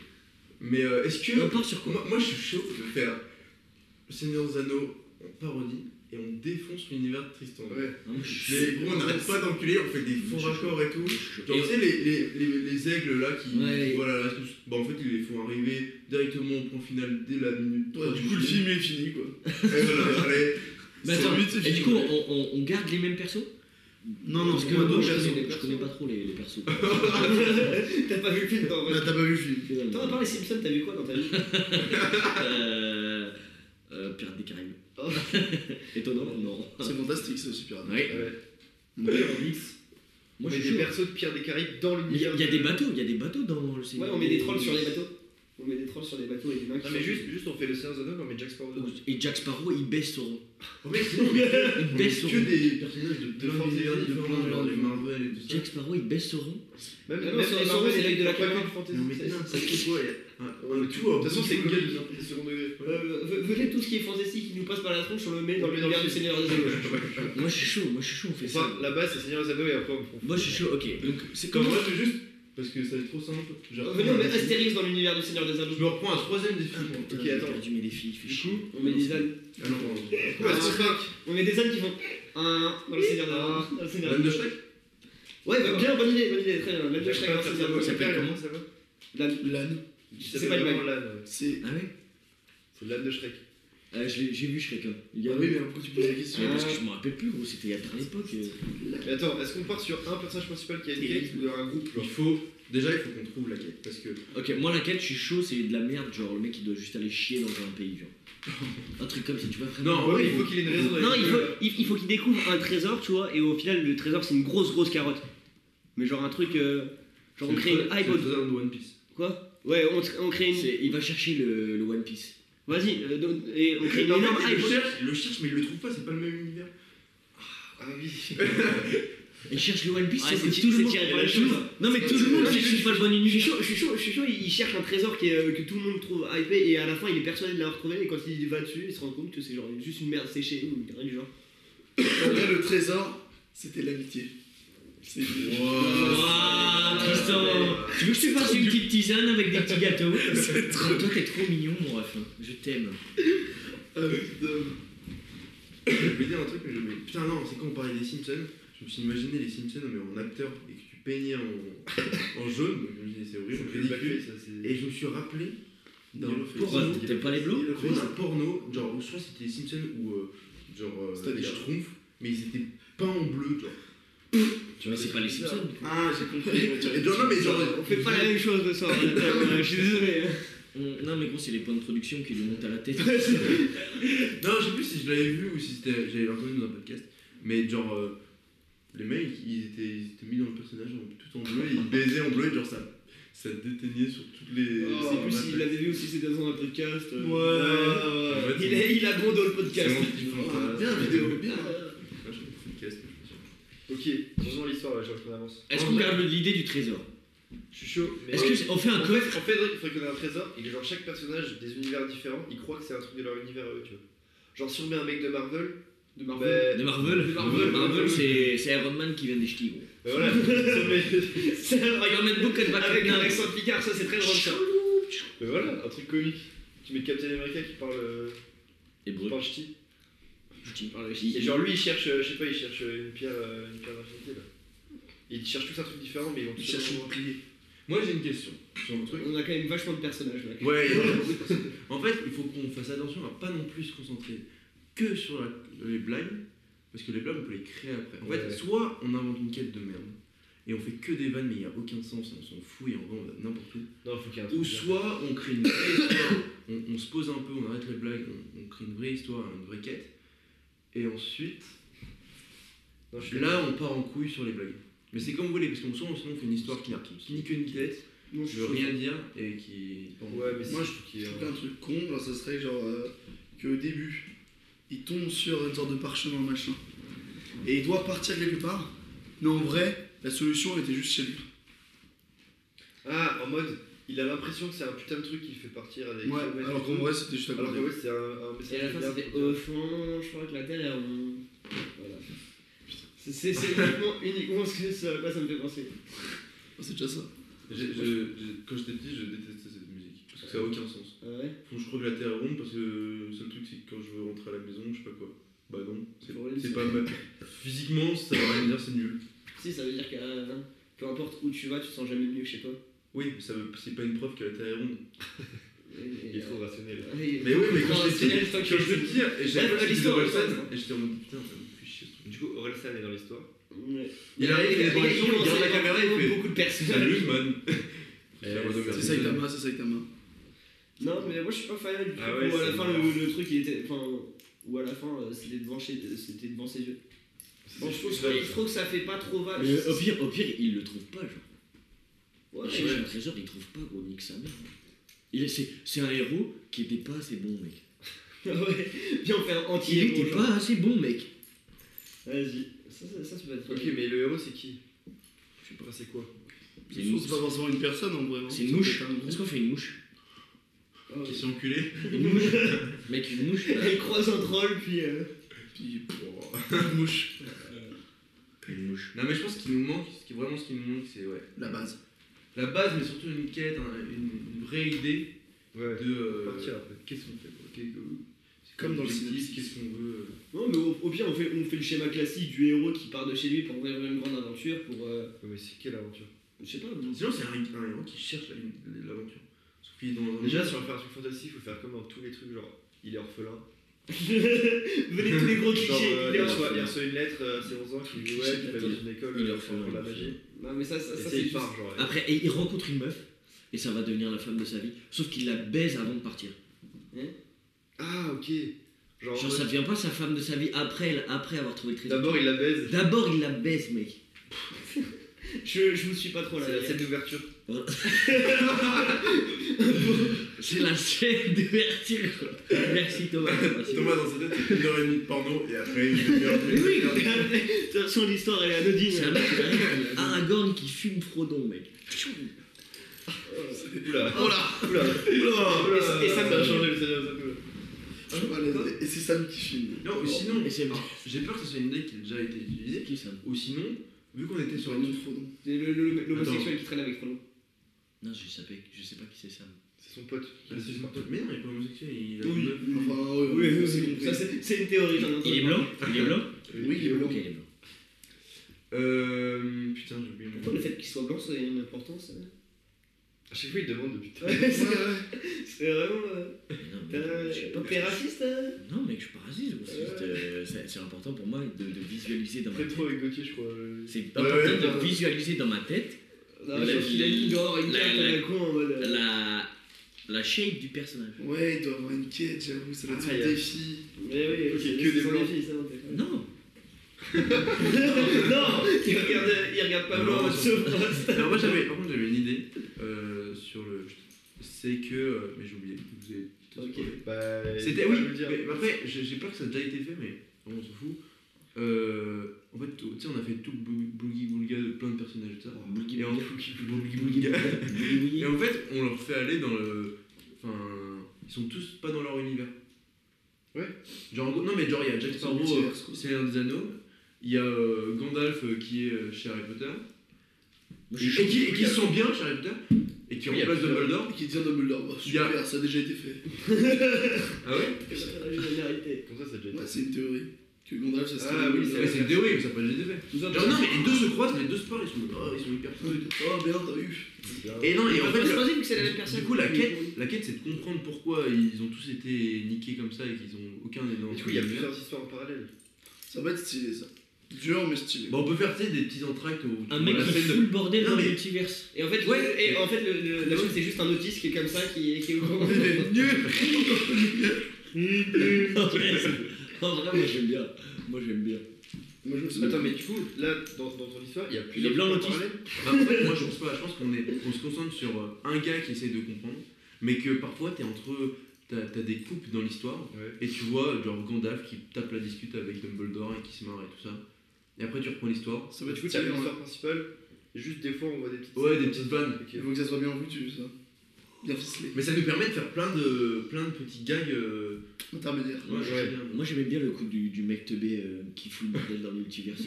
S4: mais euh, est-ce que.
S3: On part sur quoi
S4: Moi, moi, je suis chaud de faire Seigneur des Anneaux en parodie et on défonce l'univers de Tristan.
S1: Ouais.
S3: Non, Ah, moi, je suis
S4: Mais
S3: chaud.
S4: gros, on n'arrête pas d'enculer, on fait des faux
S3: Je-
S4: raccords et tout.
S3: Je suis chaud.
S4: Genre, tu sais, les, les, les, les aigles là qui.
S3: Ouais.
S4: Voilà, là, tous- bah en fait, ils les font arriver directement au point final dès la minute.
S5: Ouais, du coup, le film est fini quoi.
S4: Et voilà, allez.
S3: Mais attends,
S5: C'est vite, c'est
S3: et du coup,
S5: fini.
S3: on, on- on garde les mêmes persos
S5: Non, non,
S3: Parce que
S5: on a
S3: moi,
S5: d'autres
S3: je,
S5: persos.
S3: connais,
S2: persos.
S3: je connais pas trop les, les persos.
S2: T'as pas vu le film dans
S5: Là, t'as pas vu le film.
S2: Toi, à part les Simpsons, t'as vu quoi dans ta vie
S3: euh, euh, Pirates des Caraïbes.
S2: Oh.
S3: Étonnant, non.
S5: C'est fantastique, c'est aussi pirate.
S3: Ouais.
S1: Ouais.
S5: Ouais.
S1: on mixe. On
S3: Moi,
S1: met
S3: je suis
S1: des
S3: chaud.
S1: persos de Pierre des Caraïbes dans
S3: Il y, a-
S1: l'univers.
S3: il y a
S1: de-
S3: des bateaux, il y a des bateaux dans le
S2: Ouais, on met des trolls sur les bateaux. On met des trolls sur les bateaux et des nains qui
S1: Non, mais
S2: sont-
S1: juste, juste on fait le Seigneur des Anneaux, mais on met Jack Sparrow dedans.
S3: Et Jack Sparrow, il baisse son.
S4: Oh mec, sinon, on met
S3: Il
S4: on met
S3: baisse son.
S4: que des personnages de
S1: De
S4: plein
S1: forces
S4: d'univers
S1: de plein
S4: différents, genre
S1: d'univers
S4: du Marvel et tout ça.
S3: Jack Sparrow, il baisse son rond.
S1: Même,
S2: Ah non, c'est- c'est- c'est l'œil de la caméra.
S1: fantasy.
S4: Non mais
S1: ça,
S4: putain,
S1: c'est-
S4: ça c'est quoi un- un- un tout
S1: De toute façon, c'est comique, hein, c'est second degré.
S2: Euh, ve- venez tout ce qui est fantastique qui nous passe par la tronche, on le met dans
S1: On
S2: le
S1: met dans
S2: regard
S1: le
S2: du
S1: film.
S2: Seigneur des Anneaux.
S3: Moi, je suis chaud, moi, je suis chaud, on fait ça.
S1: Enfin, la base, c'est Seigneur des Anneaux et après on.
S3: Moi, je suis chaud, ok. Donc, c'est
S4: Comme
S3: comment
S4: moi, c'est juste Parce que ça va être trop simple. J'ai repris
S2: Ah, Venez, on
S4: un
S2: met
S4: défi.
S2: Astérix dans l'univers du Seigneur des Anneaux.
S4: Je me reprends un troisième défi. moi.
S2: Ok, attends.
S3: Ah, perdu mes défis, il fait
S4: Du
S3: chier.
S4: coup,
S2: On met des ânes.
S4: ah non, pardon.
S2: Ah, c'est Shrek. On met des ânes qui font. Un dans le Seigneur des Anneaux. Dans le Seigneur
S4: L'âne
S2: des
S4: de
S2: Anneaux.
S4: Shrek
S2: Ouais, bah, bien, bonne idée, bonne idée, très bien. L'âne de Shrek dans le Seigneur des Anneaux.
S11: Ça s'appelle comment ça va
S2: L'âne.
S12: L'âne,
S2: C'est pas une blague.
S1: l'âne.
S12: c'est.
S3: Ah ouais
S1: C'est l'âne de Shrek.
S3: Ah, je l'ai- J'ai vu Shrek. hein. Il y a-
S12: Ah oui, mais pourquoi tu poses la question
S3: Ouais, parce que je me rappelle plus, gros, c'était il y a plein d'époques. euh.
S1: Mais attends, est-ce qu'on part sur un personnage principal qui a une quête ou un groupe genre
S4: Il faut. Déjà, il faut qu'on trouve la quête. Parce que.
S3: Ok, moi la quête, je suis chaud, c'est de la merde, genre le mec il doit juste aller chier dans un pays, genre. Un truc comme ça, tu vois vraiment.
S4: Non,
S1: Ouais, mais il faut qu'il ait une raison.
S13: Non, il faut, il, il faut qu'il découvre un trésor, tu vois, et au final, le trésor, c'est une grosse, grosse carotte. Mais genre un truc. euh, genre, on crée une hype.
S4: C'est le
S13: autour-
S4: trésor de One Piece.
S13: Quoi Ouais, on, on crée une.
S3: C'est- Il va chercher le, le One Piece.
S13: Vas-y, euh, don- et on crée une
S4: Non, mais
S13: énorme
S4: il
S13: hype.
S4: le
S13: autour-
S4: cherche, il le cherche, mais il le trouve pas, c'est pas le même univers.
S1: Ah oui.
S3: Il cherche le One Piece,
S13: Ouais,
S3: sauf
S13: c'est
S3: que
S13: ti-
S3: tout le
S13: c'est
S3: monde.
S13: tiré par les
S3: tout le
S13: cheveux,
S3: monde- Non, mais
S13: Ouais,
S3: tout
S13: c'est-
S3: le monde,
S13: non, mais
S3: c'est
S13: je-
S3: juste pas le bon
S13: Je suis
S3: univers.
S13: chaud, je suis chaud, je suis chaud, il il cherche un trésor qui est, euh, que tout le monde trouve hypé et à la fin il est persuadé de l'avoir trouvé et quand il va dessus il se rend compte que c'est genre juste une merde séchée ou rien du genre.
S12: En vrai, le trésor, c'était l'amitié. C'est.
S3: Ouah, Tristan Tu veux que je te fasse une petite tisane avec des petits gâteaux
S12: C'est trop-
S3: Toi, t'es trop mignon, mon ref. hein. Je t'aime.
S12: Ah, putain.
S4: Je voulais dire un truc, mais je me Putain, non, c'est quand on parlait des Simpsons, je me suis imaginé les Simpsons, mais en acteur, et que tu peignais en, en jaune, donc je me disais, c'est horrible,
S1: C'est
S4: ridicule.
S1: ça, c'est.
S4: Et je me suis rappelé d'un
S12: Yellow
S4: porno,
S3: T'aimes pas les blancs
S4: J'ai trouvé un porno, genre, je crois que c'était les Simpsons ou euh, genre euh,
S12: C'était
S4: les
S12: déjà.
S4: Schtroumpfs, mais ils étaient peints en bleu, genre.
S3: Tu vois, c'est pas les Simpsons.
S12: Ah, j'ai compris. ouais, tu
S4: Et genre, non, mais genre,
S13: On fait pas la même chose ce soir, euh, je suis désolé.
S3: On- Non, mais gros, c'est les points de production qui lui montent à la tête.
S4: Non, je sais plus si je l'avais vu ou si c'était, j'avais entendu dans un podcast, mais genre, euh, les mecs, ils étaient, ils étaient mis dans le personnage en- tout en bleu, et ils baisaient en bleu, et genre ça, ça déteignait sur toutes les.
S2: Je sais
S4: sur
S2: Oh, plus
S4: la
S2: s'il
S4: page.
S2: l'avait vu ou si c'était dans un podcast. euh.
S4: En fait,
S2: Il a, il a bon dans le
S4: c'est
S2: podcast.
S4: mon petit fantasme.
S12: Bien, vidéo, bien.
S4: Ah, je fais un podcast, mais je suis sûr.
S1: Ok, faisons l'histoire, ouais, je vois qu'on avance.
S3: Est-ce qu'on garde l'idée du trésor
S1: Je suis chaud. mais-
S3: Est-ce que on fait un
S1: En
S3: code
S1: fait, en fait, il faudrait qu'on ait un trésor et que genre chaque personnage des univers différents, ils croient que c'est un truc de leur univers à eux, tu vois. Genre si on met un mec de Marvel,
S2: De
S1: bah,
S2: Marvel.
S1: bah
S3: de Marvel
S2: De Marvel,
S3: Marvel,
S2: Marvel.
S3: c'est c'est Iron Man qui vient des ch'tis, gros.
S1: bah voilà.
S2: C'est un
S3: Il va
S2: Iron Man
S3: mettre beaucoup de vacances.
S2: Avec un accent de Picard, ça c'est très drôle ça.
S1: Mais bah voilà, un truc comique. Tu mets Captain America qui parle, euh,
S3: Et
S1: qui
S3: bref,
S1: parle ch'ti.
S3: ch'ti.
S1: Et genre lui il cherche, euh, je sais pas, il cherche euh, une pierre, euh, une pierre d'infinité là. Ils cherchent tous un truc différent mais ils vont tous
S12: Il cherche un
S1: au même endroit.
S12: bouclier.
S4: Moi j'ai une question sur un truc.
S2: On a quand même vachement de personnages là.
S4: Ouais, il y a vraiment beaucoup de personnes. en fait, il faut qu'on fasse attention à pas non plus se concentrer que sur la- les blagues, parce que les blagues on peut les créer après. En fait,
S1: Ouais.
S4: soit on invente une quête de merde et on fait que des vannes, mais il n'y a aucun sens, et on s'en fout et en vrai on va n'importe où.
S1: Non, faut qu'il y ait un truc.
S4: Ou
S1: bien.
S4: soit on crée une vraie histoire, on, on se pose un peu, on arrête les blagues, on, on crée une vraie histoire, une vraie quête, et ensuite
S1: Non, je suis
S4: là on part en couille sur les blagues. Mais c'est comme vous voulez, parce qu'on soit sinon on fait une histoire qui n'a qui ni queue ni tête,
S2: Non,
S4: qui veut rien dire et qui.
S1: Ouais, mais
S12: Moi,
S1: c'est- faut qu'il y
S12: Je
S1: ait un-
S12: trouve un truc con, genre, ça serait genre euh, qu'au début, il tombe sur une sorte de parchemin machin et il doit partir quelque part, mais en vrai, la solution était juste chez lui.
S1: Ah, en mode, il a l'impression que c'est un putain de truc qui fait partir avec.
S12: Ouais,
S1: kilomètres
S12: alors
S1: et
S12: qu'en
S1: tout.
S12: vrai, c'était juste à
S1: Alors
S12: côté.
S1: que ouais, c'est un, un
S2: Et
S1: message
S2: à la fin,
S1: bizarre.
S2: c'était au fond, je crois que la Terre est ronde. Voilà. C'est- C'est c'est uniquement, uniquement ce que ça, quoi, ça me fait penser.
S12: Oh, C'est déjà ça.
S4: J'ai- je- je- quand j'étais petit, je détestais cette musique parce que ça a aucun sens.
S2: Ah ouais
S4: Faut que je crois que la terre est ronde parce que le seul truc c'est que quand je veux rentrer à la maison, je sais pas quoi. Bah non, c'est
S2: Faut aller
S4: c'est
S2: le
S4: pas mal. Physiquement, ça veut rien dire, c'est nul.
S2: Si, ça veut dire que euh, peu importe où tu vas, tu te sens jamais mieux chez toi.
S4: Oui, mais ça veut- c'est pas une preuve que la terre est ronde.
S1: Il est trop rationnel.
S2: euh,
S4: Mais oui, mais quand j'étais
S2: j'étais
S4: quand j'étais petit, et
S2: Ouais,
S4: j'avais pas de
S2: l'histoire,
S4: Orelsan,
S2: l'histoire.
S4: et j'étais en mode putain, ça me fait chier ce truc.
S1: Du coup, Orelsan est dans l'histoire.
S4: Il arrive, il est dans les sons, il regarde la caméra, il fait
S2: beaucoup de personnages.
S4: Salut man
S12: Eh, C'est Saitama, c'est Saitama.
S2: Non, mais moi je suis pas fan du coup,
S1: Ah ouais,
S2: à la
S1: c'est
S2: fin
S1: marrant.
S2: le, le truc il était. Enfin, ou à la fin euh, c'était devant, chez, euh, c'était devant ses yeux. Bon, je, trouve, je trouve- je trouve que ça fait pas trop vague.
S3: Mais au pire, au pire, il le trouve pas, genre.
S2: Ouais,
S3: il cherche un trésor, il trouve pas, gros, nique sa mère. Il est- c'est- C'est un héros qui était pas assez bon, mec.
S2: ouais. Viens, on fait un
S3: Il
S2: anti-héros.
S3: était
S2: genre.
S3: pas assez bon, mec.
S2: Vas-y. Ça, ça, ça, tu vas te
S1: Ok, mais le héros c'est qui Je sais pas, c'est quoi
S3: C'est
S12: C'est
S3: une
S12: pas
S3: mouche.
S12: forcément une personne en vrai. hein.
S3: C'est une
S12: Ça
S3: mouche.
S12: peut être un groupe.
S3: Est-ce qu'on fait une mouche
S2: Ah ouais.
S4: Qui s'est enculé
S3: Une mouche Mec, une mouche euh,
S2: Elle croise un troll, puis. euh,
S12: Puis,
S4: Oh.
S12: mouche,
S3: Une mouche.
S4: Non mais je pense qu'il nous manque, ce qui est vraiment ce qui nous manque, c'est ouais.
S12: la base.
S4: la base, mais surtout une quête, un- une, une vraie idée
S1: Ouais.
S4: de euh,
S1: Partir après.
S4: qu'est-ce qu'on fait. quoi, qu'est- c'est
S12: Comme dans le
S4: objectif,
S12: synopsis.
S4: Qu'est-ce qu'on veut. euh.
S2: Non, mais au, au pire, on fait, on fait le schéma classique du héros qui part de chez lui pour ouvrir une grande aventure, pour. euh,
S1: Ouais, mais c'est quelle aventure
S2: je sais pas.
S4: Sinon, c'est un, un héros qui cherche la- l'aventure. Sauf qu'il est dans un-
S1: Déjà, si on veut faire un truc fantastique, il faut faire comme dans tous les trucs, genre, il est orphelin.
S2: Venez tous les gros
S1: Genre,
S2: clichés.
S1: euh,
S2: les
S1: il,
S2: gars.
S1: reçoit, il reçoit une lettre euh, à ses 11 ans qui dit Ouais, tu vas dans une école
S3: Il est
S1: euh,
S3: orphelin,
S1: pour la
S3: il est
S1: magie.
S2: Non, mais ça, ça,
S1: Et
S2: ça,
S1: c'est
S2: c'est
S1: il
S2: juste.
S1: part, genre. et-
S3: Après, et il rencontre une meuf, et ça va devenir la femme de sa vie. Sauf qu'il la baise avant de partir.
S1: Ah, ok. Genre,
S3: Genre, ça devient pas sa femme de sa vie après, la- après avoir trouvé le trésor.
S1: d'abord, il la baise.
S3: D'abord, il la baise, mec.
S2: Je, je vous suis pas trop là.
S1: C'est la
S2: les gars.
S1: scène d'ouverture.
S3: C'est la scène d'ouverture. Merci Thomas.
S4: Thomas, dans sa tête, c'est une heure et demie de porno, et après, une demi-heure de-
S2: De toute façon, l'histoire elle est anodine.
S3: C'est un mec qui arrive, Aragorn qui fume Frodon, mec.
S1: Oula. Oula.
S2: Oh, Et- et ça,
S1: ça
S2: ça-
S1: a changé le scénario. ça peut.
S12: Je suis pas à l'aise. Ah, Et c'est Sam qui filme.
S4: Non, ou sinon,
S3: Mais c'est
S4: alors, j'ai peur que ce soit une idée qui a déjà été utilisée,
S3: C'est qui ça
S4: ou sinon, vu qu'on était sur
S12: Sur
S4: une
S12: une Frodon.
S2: le- le- le- L'homosexuel qui traîne avec Frodon.
S3: Non, je sais, pas, je sais pas qui c'est Sam.
S1: C'est son pote.
S4: Ah, c'est son pote. Mais non, il est pas homosexuel, il a
S2: Oui.
S4: une meuf.
S12: Enfin, oui,
S2: Oui, oui,
S12: on s'est
S2: oui,
S12: compris.
S2: ça c'est c'est une théorie. j'en ai entendu
S3: Il est
S2: parler.
S3: blanc Il est blanc
S12: Oui, il est blanc.
S3: Ok, il est blanc.
S4: Euh. Putain, j'ai oublié le nom.
S2: Pourquoi le fait qu'il soit blanc, ça a une importance hein
S1: À chaque fois, il demande depuis tout à l'heure.
S2: Ouais, c'est c'est vraiment. euh,
S3: Mais non, mais
S2: T'as
S3: je suis
S2: pas t'es raciste hein
S3: Non, mec, je suis pas raciste. gros, c'est juste, euh, c'est c'est important pour moi de, de visualiser dans ma
S1: Après trop
S3: tête.
S1: avec Gauthier, je crois. euh,
S3: C'est
S4: Ouais,
S3: important
S4: ouais,
S3: de
S4: bah,
S3: visualiser dans ma tête
S2: Non,
S3: La
S2: je pense qu'il a
S3: vie-
S2: une dehors, une
S3: la-
S2: carte à
S3: la-
S2: la con en mode. euh,
S3: la, la shape du personnage.
S12: Ouais, il doit avoir une quête, j'avoue, ça doit être
S1: Ah,
S12: un
S1: il y a-
S12: défi.
S2: Mais oui,
S1: Ok,
S2: c'est-
S1: que
S2: c'est
S1: des
S2: son
S1: blancs.
S2: défi, ça, on fait pas.
S3: Non
S2: Non, il regarde, il regarde pas
S4: Non,
S2: blanc,
S4: ça-
S2: sauf Ross.
S4: Alors, moi, j'avais, par contre, j'avais une idée euh, sur le. C'est que. euh, Mais j'ai oublié. Vous avez tout
S2: Ok.
S4: spoilé.
S1: Bah,
S4: C'était
S1: il
S4: oui,
S1: va le dire.
S4: mais mais après j'ai j'ai peur que ça a déjà été fait, mais bon, on s'en fout. Euh, en fait, tu sais, on a fait tout le bou- Boogie Boulga de plein de personnages de ça.
S3: Boogie
S4: et, en... Boogie Boulga. et en fait, on leur fait aller dans le. Enfin, ils sont tous pas dans leur univers.
S1: Ouais.
S4: Genre, en gros- non, mais genre, il y a Jack
S12: Ils sont
S4: Sparrow, euh,
S12: multivers, quoi.
S4: c'est l'un des anneaux. Il y a euh, Gandalf euh, qui est euh, chez Harry Potter. Et qui, et qui se sent bien chez Harry Potter. Et qui
S1: Oui, il y a
S4: remplace
S1: plusieurs-
S4: Dumbledore.
S12: Qui devient Dumbledore. Bah,
S4: Il y a-
S12: super, ça a déjà été fait.
S4: Ah ouais
S2: Généralité.
S1: Comme ça, ça a déjà été.
S12: Ouais, c'est une théorie. Que Gandalf, ça serait
S1: Ah, oui,
S12: Dumbledore.
S4: Ouais, C'est une théorie, mais ça n'a pas déjà été fait.
S2: Nous
S4: Genre, non, mais les deux se croisent, les deux se parlent, ils sont, oh, ils sont hyper
S12: Ah, oui, Oh, bien, t'as eu.
S4: Et non, et en fait,
S2: se
S4: le-
S2: croiser vu que c'est la même personne.
S4: du coup, la quête, la quête c'est de comprendre pourquoi ils ont tous été niqués comme ça et qu'ils ont aucun n'est dans
S1: Mais Du coup, il y a plusieurs histoires en parallèle.
S12: Ça va être stylé, ça. Dur, mais stylé.
S4: Bon, Bah, on peut faire tu sais, des petits entracts où tu
S3: Un
S4: vois
S3: mec
S4: la
S3: qui
S4: scène
S3: fout le bordel
S4: Non,
S3: dans
S4: mais-
S3: le multiverse.
S2: Et en fait,
S4: Ouais.
S2: et en fait le- le- la chose, c'est juste un autiste qui est comme ça, qui est, qui est au courant.
S3: En vrai, c'est- en vrai, moi j'aime bien. Moi j'aime bien.
S12: Moi, je me souviens.
S1: Attends, mais du coup, là, dans, dans ton histoire, il y a
S3: Il est
S1: plusieurs
S3: blanc,
S1: histoires
S3: l'autiste.
S1: parallèles.
S4: Bah, en fait, moi je pense pas, je pense qu'on est, on se concentre sur euh, un gars qui essaye de comprendre, mais que parfois t'es entre, t'as t'as des coupes dans l'histoire
S1: Ouais.
S4: et tu vois genre Gandalf qui tape la discute avec Dumbledore et qui se marre et tout ça. Et après tu reprends l'histoire.
S12: Ça va
S1: Du
S12: être hein.
S1: coup, t'as
S12: stylé,
S1: une
S12: ouais.
S1: histoire principale, et juste des fois, on voit des petites.
S4: Ouais, des petites vannes.
S1: Ok.
S12: Il faut que ça soit bien foutu, ça. Bien ficelé.
S4: Mais ça nous permet de faire plein de, plein de petits gags. euh,
S12: Intermédiaire.
S4: moi, je sais bien.
S3: Moi j'aimais bien le coup du, du mec teubé euh, qui fout le bordel dans le multiverse.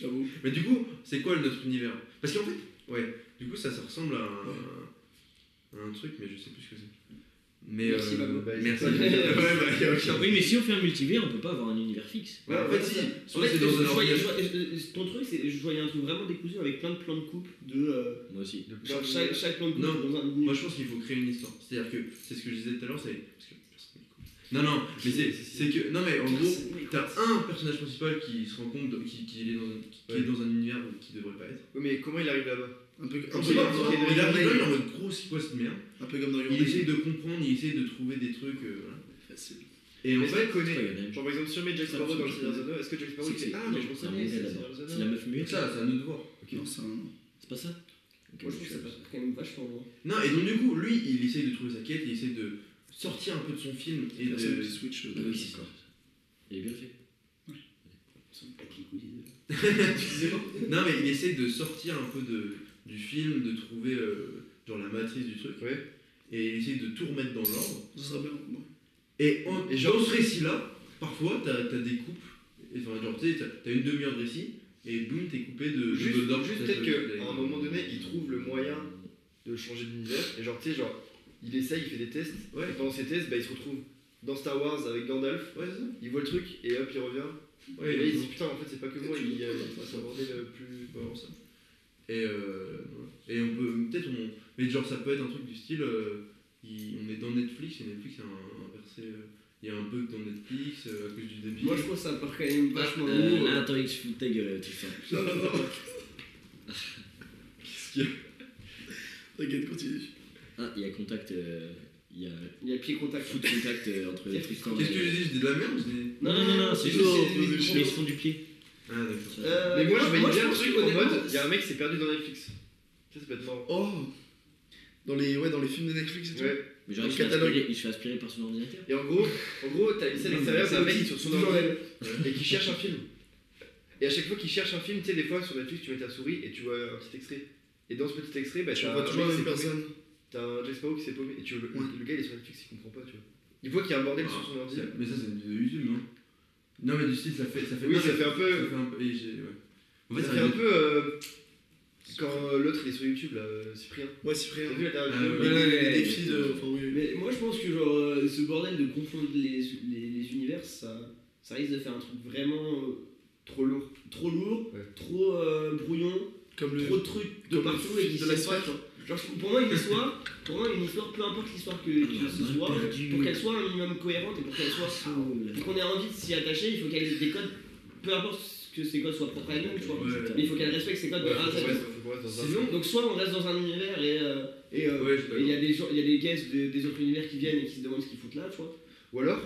S12: J'avoue.
S4: Mais du coup, c'est quoi notre univers Parce qu'en fait, ouais, du coup, ça, ça ressemble à un, à un truc, mais je sais plus ce que c'est. Mais, euh,
S2: Merci, Babou.
S1: Bah,
S4: merci.
S1: c'est
S4: ouais,
S1: pas-
S4: bah, il y a aucun-
S3: oui, mais si on fait un multivers, on peut pas avoir un univers fixe.
S4: Ouais, en fait, si,
S2: En
S4: soit
S2: fait,
S4: c'est
S2: je-
S4: dans
S2: je
S4: un
S2: voyais- je
S4: organisme.
S2: voyais- je- je- ton truc, c'est je voyais un truc vraiment décousu avec plein de plans de coupe de. euh,
S3: Moi aussi.
S1: de plein
S2: genre
S1: de-
S2: chaque, chaque plan de coupe
S4: Non,
S2: dans un
S4: Moi, je pense qu'il faut créer une histoire. C'est-à-dire que, c'est ce que je disais tout à l'heure, c'est. parce que personne n'écoute. Non, non, mais c'est c'est que. Non, mais en gros, t'as un personnage principal qui se rend compte de- qui, qui est dans un, qui est
S1: Ouais.
S4: dans un univers où- qui devrait pas être.
S1: Ouais, mais comment il arrive là-bas
S12: Un peu,
S4: On
S12: un
S4: sait
S12: peu,
S4: pas,
S12: comme, dans
S4: il arrive là, il est
S12: Your
S4: en
S12: Name.
S4: mode gros, c'est quoi cette merde
S12: un peu comme dans Your
S4: Il essaye
S12: Name.
S4: de comprendre, il essaye de trouver des trucs. euh, voilà.
S12: Facile.
S4: Et en
S1: Mais
S4: fait,
S1: ça connaît.
S3: Ouais, il y en a une.
S1: Genre, par exemple, si on met Jack
S3: Ça,
S1: Sparrow
S3: ça,
S1: dans le
S3: ça,
S1: Seigneur des
S3: ça.
S1: Anneaux, est-ce que Jack Sparrow
S3: C'est que
S1: il
S3: c'est-
S1: fait Ah, mais je
S3: non,
S1: pense
S3: c'est un
S1: que c'est
S3: modèle d'abord.
S1: le Seigneur des
S3: C'est la
S1: Anneaux.
S3: meuf muette.
S4: ça, c'est à nous de voir.
S12: Non, ça, non.
S3: C'est pas ça
S2: Moi, je trouve que ça passe quand même vachement loin.
S4: Non, et donc du coup, lui, il essaye de trouver sa quête, il essaye de sortir un peu de son film et de...
S12: Personne qui switch. euh,
S3: Oui, c'est ça. Il est bien fait.
S4: Non, mais il essaye de sortir un peu de, du film, de trouver euh, genre la matrice du truc.
S1: Ouais.
S4: Et il essaye de tout remettre dans l'ordre.
S12: Ça sera bien. moi.
S4: Et, en-
S1: Et genre-
S4: dans ce récit-là, parfois, t'as as des couples. Et, Enfin, genre, tu sais, t'as- t'as une demi-heure de récit. Et boum, t'es coupé de. de
S1: Juste,
S4: Dumbledore,
S1: juste
S4: t'as
S1: peut-être
S4: jamais-
S1: qu'à un moment donné, il trouve le moyen de changer d'univers. Et genre, tu sais, genre, il essaye, il fait des tests.
S4: Ouais.
S1: Et pendant ces tests, bah, il se retrouve dans Star Wars avec Gandalf.
S4: Ouais, c'est ça.
S1: Il voit le truc et hop, il revient.
S4: Ouais,
S1: et là, il se dit
S4: exactement.
S1: putain, en fait, c'est pas que moi, il euh, il va s'aborder le plus.
S4: Bah, bon, ça. Et, euh, voilà. et on peut. Peut-être on. Mais genre, ça peut être un truc du style. euh, il- on est dans Netflix et Netflix a un- inversé. euh, il y a un bug dans Netflix euh, à cause du débit.
S2: Moi je trouve ça part quand même vachement
S3: Euh,
S2: lourd.
S3: là, attends, je fous de ta gueule, euh, tout ça.
S12: T'inquiète, continue.
S3: Ah, il y a contact. euh, Il y a
S2: Il y a pied contact.
S3: foot contact euh, entre les Tristan
S4: Qu'est-ce que j'ai
S3: et.
S4: dit Je dis de la merde je dis-
S3: Non, non, non, non, c'est
S2: Non,
S3: juste.
S2: non,
S3: Ils
S2: non,
S3: se font du pied.
S4: Ah, d'accord.
S2: Euh,
S1: Mais moi, je voyais bien un
S2: pense
S1: truc
S2: que,
S1: en mode,
S2: honnêtement,
S1: il y a un mec qui s'est perdu dans Netflix. Ça, ça peut être marrant.
S12: Oh dans les, ouais, dans les films de Netflix et tout.
S1: Ouais.
S3: Mais genre, il se, fait
S12: Catalogue.
S3: aspirer, il se fait aspirer par son ordinateur.
S1: Et en gros, en gros, t'as une scène extérieure, c'est un mec qui est sur son ordinateur. et qui cherche un film. Et à chaque fois qu'il cherche un film, tu sais, des fois sur Netflix, tu mets ta souris et tu vois un petit extrait. Et dans ce petit extrait, bah,
S12: Tu
S1: t'as
S12: vois
S1: un,
S12: toujours
S1: mec
S12: la
S1: qui
S12: même
S1: s'est paumé.
S12: personne.
S1: T'as un Jack Sparrow qui s'est paumé. Et tu, le,
S12: Ouais.
S1: le gars, il est sur Netflix, il comprend pas, tu vois. Il voit qu'il y a un
S4: Ah.
S1: bordel sur son ordi.
S4: Mais ça, c'est de YouTube, non Non, mais du style, ça fait. Ça fait
S1: Oui,
S4: non,
S1: ça fait un
S4: ça
S1: peu.
S4: fait un peu. et j'ai- ouais. En fait,
S1: Ça
S4: ça
S1: fait un
S4: fait-
S1: peu. euh, Quand euh, l'autre il est sur YouTube, là, euh, Cyprien.
S12: Ouais,
S1: T'as
S12: Cyprien.
S1: vu la dernière
S4: Ah, ouais.
S1: vidéo
S12: Les, les- les
S2: ouais.
S12: défis de. Enfin, oui. oui.
S2: Mais moi je pense que genre euh, ce bordel de confondre les, les, les univers, ça, ça risque de faire un truc vraiment euh,
S1: Trop lourd.
S2: trop lourd,
S1: Ouais.
S2: trop euh, brouillon,
S12: Comme le.
S2: trop de trucs de
S12: comme le
S2: partout
S12: fil
S2: et qui
S12: de
S2: se
S12: la
S2: savent pas.
S12: sphère.
S2: tu vois. Genre je- pour moi une histoire, pour moi une histoire, peu importe l'histoire que, que ce soit, pour qu'elle soit un minimum cohérente et pour qu'elle soit pour qu'on ait envie de s'y attacher, il faut qu'elle ait des codes, peu importe que ces codes soient propres à nous, tu vois.
S4: Ouais.
S2: Mais il faut qu'elle respecte ces codes
S1: Ouais,
S2: de A à
S1: faut
S2: Z.
S1: qu'on reste- faut qu'on reste dans un-
S2: Sinon, donc soit on reste dans un univers et euh, et, euh,
S4: Ouais, je suis
S2: et il y
S4: d'accord.
S2: a des gens, il y a des guests de- des autres univers qui viennent et qui se demandent ce qu'ils foutent là, tu vois.
S1: Ou alors,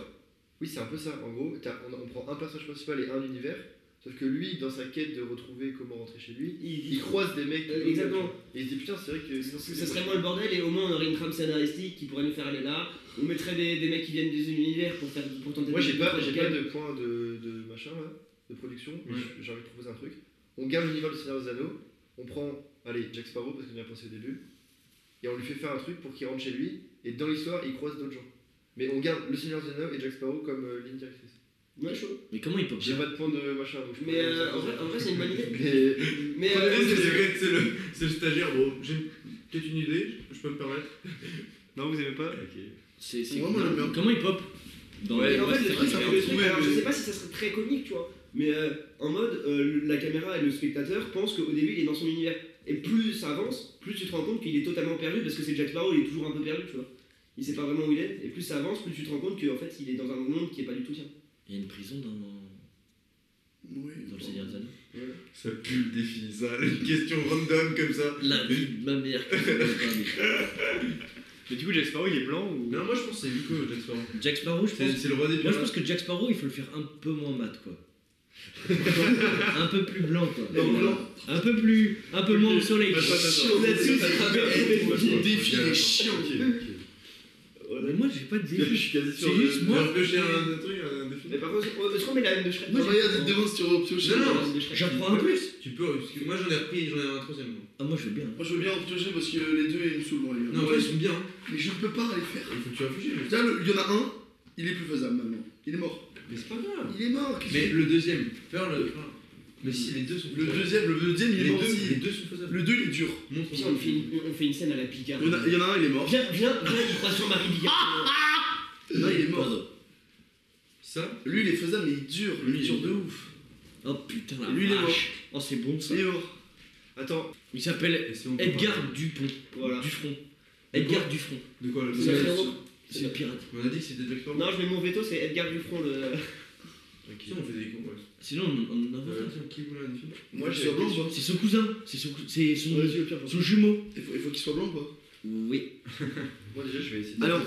S1: oui, c'est un peu ça. En gros, t'as- on, on prend un personnage principal et un univers. Sauf que lui, dans sa quête de retrouver comment rentrer chez lui,
S2: Il-
S1: il croise des mecs.
S2: Euh, exactement.
S1: Et il se dit putain, c'est vrai que.
S2: Parce que ça serait moins le bordel et au moins on aurait une trame scénaristique qui pourrait nous faire aller là. On mettrait des, des mecs qui viennent des univers pour, faire, pour tenter
S1: Moi,
S2: de-
S1: j'ai pas,
S2: de-
S1: j'ai pas de point de, de machin là, de production, mais
S4: Ouais.
S1: j'ai envie de proposer un truc. On garde l'univers de Seigneur des Anneaux, on prend, allez, Jack Sparrow parce qu'on y a pensé au début, et on lui fait faire un truc pour qu'il rentre chez lui, et dans l'histoire, il croise d'autres gens. Mais on garde le Seigneur des Anneaux et Jack Sparrow comme euh, ligne directrice.
S2: Ouais, chaud.
S3: Mais comment il peut
S1: J'ai
S3: faire
S1: pas de point de machin, donc je
S2: Mais euh, en vrai, en vrai, c'est une bonne idée. Mais
S1: Mais
S4: Prenez, c'est
S2: euh,
S4: le- c'est le, c'est le stagiaire, bon, j'ai peut-être une idée, je- je peux me permettre.
S11: Non, vous aimez pas
S3: C'est c'est-
S12: Ouais, moi, j'aime bien.
S3: Comment il pop Dans
S2: mais
S3: les-
S2: en fait, le
S3: c'est-
S2: truc, c'est un peu le truc.
S4: Ouais,
S2: Alors, je
S4: mais-
S2: sais pas si ça serait très comique, tu vois. Mais euh, en mode, euh, le- la caméra et le spectateur pensent qu'au début, il est dans son univers. Et plus ça avance, plus tu te rends compte qu'il est totalement perdu parce que c'est Jack Sparrow, il est toujours un peu perdu, tu vois. Il sait pas vraiment où il est. Et plus ça avance, plus tu te rends compte qu'en fait, il est dans un monde qui est pas du tout tien.
S3: Il y a une prison dans,
S12: Oui,
S3: dans
S12: bon.
S3: le Seigneur des Anneaux.
S4: Ça pue le défi, ça, une question random comme ça.
S3: La vie de ma mère qui se passe par des-
S11: Mais du coup, Jack Sparrow, il est blanc ou.
S4: Non, moi je pense que c'est Nico, Jack Sparrow.
S3: Jack Sparrow, je pense.
S4: C'est c'est le roi des
S3: Moi, je
S4: pirates.
S3: pense que Jack Sparrow, il faut le faire un peu moins mat, quoi. un peu plus blanc, quoi.
S12: Non,
S3: Voilà.
S12: non.
S3: Un peu plus. Un peu moins au soleil.
S4: Attends, attends, attends.
S12: Là-dessus,
S4: Attends,
S12: c'est défi,
S4: attends.
S12: il est chiant.
S3: Euh, Mais moi, j'ai pas de
S1: je
S3: défi.
S1: suis quasi sûr.
S3: C'est
S1: de-
S3: juste moi.
S4: Alors que j'ai un un truc, un défi.
S2: Mais par contre, est-ce qu'on met la haine de Shrek
S12: Moi, regarde, devant si tu repioches.
S4: Non, non.
S2: La haine de Shrek.
S3: J'en prends un plus.
S4: Tu peux, parce que moi j'en ai repris, j'en ai un troisième. moi.
S3: Ah, moi, je veux bien.
S12: Moi, je veux bien repiocher parce que les deux, ils me saoulent, moi, les gars.
S4: Non, ouais, ils sont bien. hein.
S12: Mais je peux pas les faire.
S4: Il faut que tu réfléchisses. mais-
S12: Là, le- il y en a un, il est plus faisable maintenant. Il est mort.
S4: Mais c'est pas grave.
S12: Il est mort. qu'est-ce
S4: Mais
S12: que-
S4: le deuxième, faire le. enfin, Mais si, les deux sont
S12: le deuxième, le deuxième, il
S4: les
S12: est mort
S4: deux, les
S12: aussi.
S4: deux sont faisables.
S12: Le deux, il est dur.
S4: Montre
S2: Viens, on fait, une, on fait une scène à la Picard.
S12: Il y en a- il y en a un, il est mort.
S2: Viens, viens, viens, il croise sur Marie Bigard.
S3: Ah,
S12: Non, il est mort.
S3: Pardon.
S4: Ça,
S12: Lui, il est faisable, mais il dure.
S3: Lui,
S12: Il
S3: il
S12: dure
S3: est
S12: de ouf.
S3: Oh putain, la
S12: Lui, il est
S3: vache. Oh, c'est bon ça.
S12: Il est mort.
S1: Attends,
S3: Il s'appelle
S4: et si on peut
S3: Edgar
S4: parler-
S3: Dupont.
S2: Voilà.
S3: Dufront.
S4: De quoi
S3: Edgar Dufront.
S4: De quoi le
S2: C'est le frérot.
S3: C'est le pirate.
S4: On a dit que c'était Jack Sparrow.
S2: Non, je mets mon veto, c'est Edgar Dufront le.
S4: Si, on fait des cons, ouais.
S3: Sinon, on on en
S4: Euh,
S3: a
S4: tiens, qui voulait un défi
S1: moi
S12: il
S1: j'ai.
S12: soit blanc, ou
S3: C'est son cousin. C'est son, cou- c'est son,
S12: pas Vas-y, au pire, j'en-
S3: son jumeau.
S12: Il faut il faut qu'il soit blanc, ou pas
S3: Oui.
S1: Moi déjà, je vais essayer de.
S12: Alors.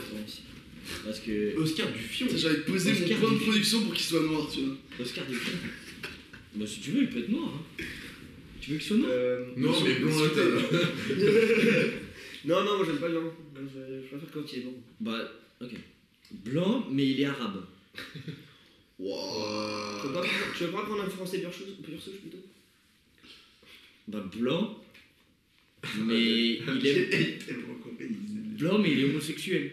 S3: Parce que.
S4: Oscar Dufion.
S12: Putain, J'avais posé mon
S3: Oscar,
S12: point de
S3: il est-
S12: production pour qu'il soit noir, tu vois.
S3: Oscar Dufront. bah, si tu veux, il peut être noir. Hein. Tu veux qu'il soit noir
S1: Euh,
S4: Non, mais blanc à table.
S2: Non, non, moi j'aime pas le nom. Moi, Je, je préfère quand il est bon.
S3: Bah, ok. Blanc, mais il est arabe.
S2: Tu veux
S12: Waouh.
S2: pas prendre- tu veux pas prendre un français pure souche, pure souche, plutôt
S3: Bah, blanc. Mais il est
S4: Tellement compétitif.
S3: blanc, mais il est homosexuel.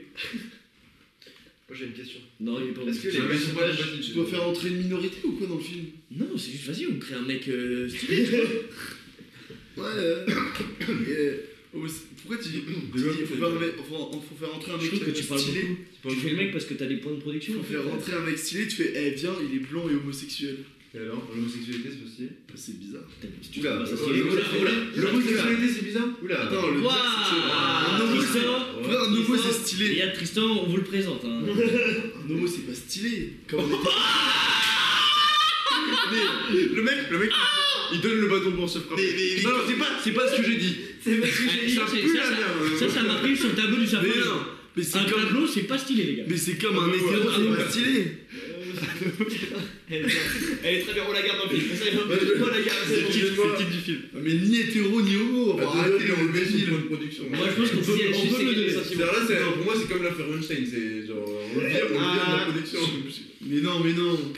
S1: Moi j'ai une question.
S3: Non, il est pas
S1: Est-ce que les
S3: C'est un mec-
S1: personnages.
S5: Tu dois faire entrer une minorité ou quoi dans le film
S3: Non, c'est juste, vas-y, on crée un mec euh, stylé, tu vois.
S5: Ouais. euh, et, euh, oh, mais c'est- pourquoi tu dis tu dis, faut faire un mec- faut- faut faire entrer un
S3: Je
S5: mec
S3: trouve que tu parles
S5: stylé
S3: beaucoup. Tu fais le mec parce que t'as des points de production.
S5: Faut
S3: en fait.
S5: faire rentrer un mec stylé, tu fais, eh viens, il est blanc et homosexuel.
S14: Et alors, l'homosexualité, c'est possible
S5: C'est bizarre.
S3: Putain, si tu
S1: Oula,
S3: trouves pas ça,
S1: oula,
S3: c'est-
S1: oula, oula.
S14: L'homosexualité, c'est bizarre
S1: Oula
S5: Attends,
S3: Waouh
S5: le bizarre, c'est que-
S3: Ah,
S5: un homo, c'est-
S3: Tristan
S5: Faut faire un homo,
S3: Tristan,
S5: c'est
S3: Les
S5: stylé.
S3: gars, Tristan, on vous le présente. Hein.
S5: Un homo, c'est pas stylé. Comme on était- Mais-
S14: Le mec, le mec, il donne le bâton pour se frapper.
S5: Mais- mais- mais-
S14: non, non, c'est pas, c'est pas ce que j'ai dit.
S3: Ah, ça, c'est-
S14: pue la
S3: ça,
S14: merde.
S3: ça, ça, ça m'a pris sur le tableau du serpent.
S14: Mais non, mais
S3: Ah, Un
S14: c'est comme,
S3: tableau, c'est pas stylé, les gars.
S14: mais c'est comme un
S3: Ouais,
S14: hétéro,
S3: ouais,
S14: c'est
S3: ouais.
S14: pas stylé.
S2: Elle est bien. Elle est très bien, on la garde dans le film. Ça, il faut-
S5: Ouais.
S2: on la garde, c'est bon.
S1: le titre du film.
S5: Ah, Mais ni hétéro ni
S4: Oh,
S5: homo, on
S4: Bah,
S5: va arrêter les
S14: le
S5: homosexuels.
S14: de production.
S3: Moi, je pense qu'on peut,
S2: Si elle
S3: on
S2: suce,
S3: peut
S2: c'est
S3: me
S2: qu'elle est
S3: donner.
S2: sortie.
S14: C'est- Là, c'est- pour moi, c'est comme l'affaire Weinstein, c'est genre, on le vient, on le vient de la
S2: Ah.
S14: production.
S5: Mais non, mais non.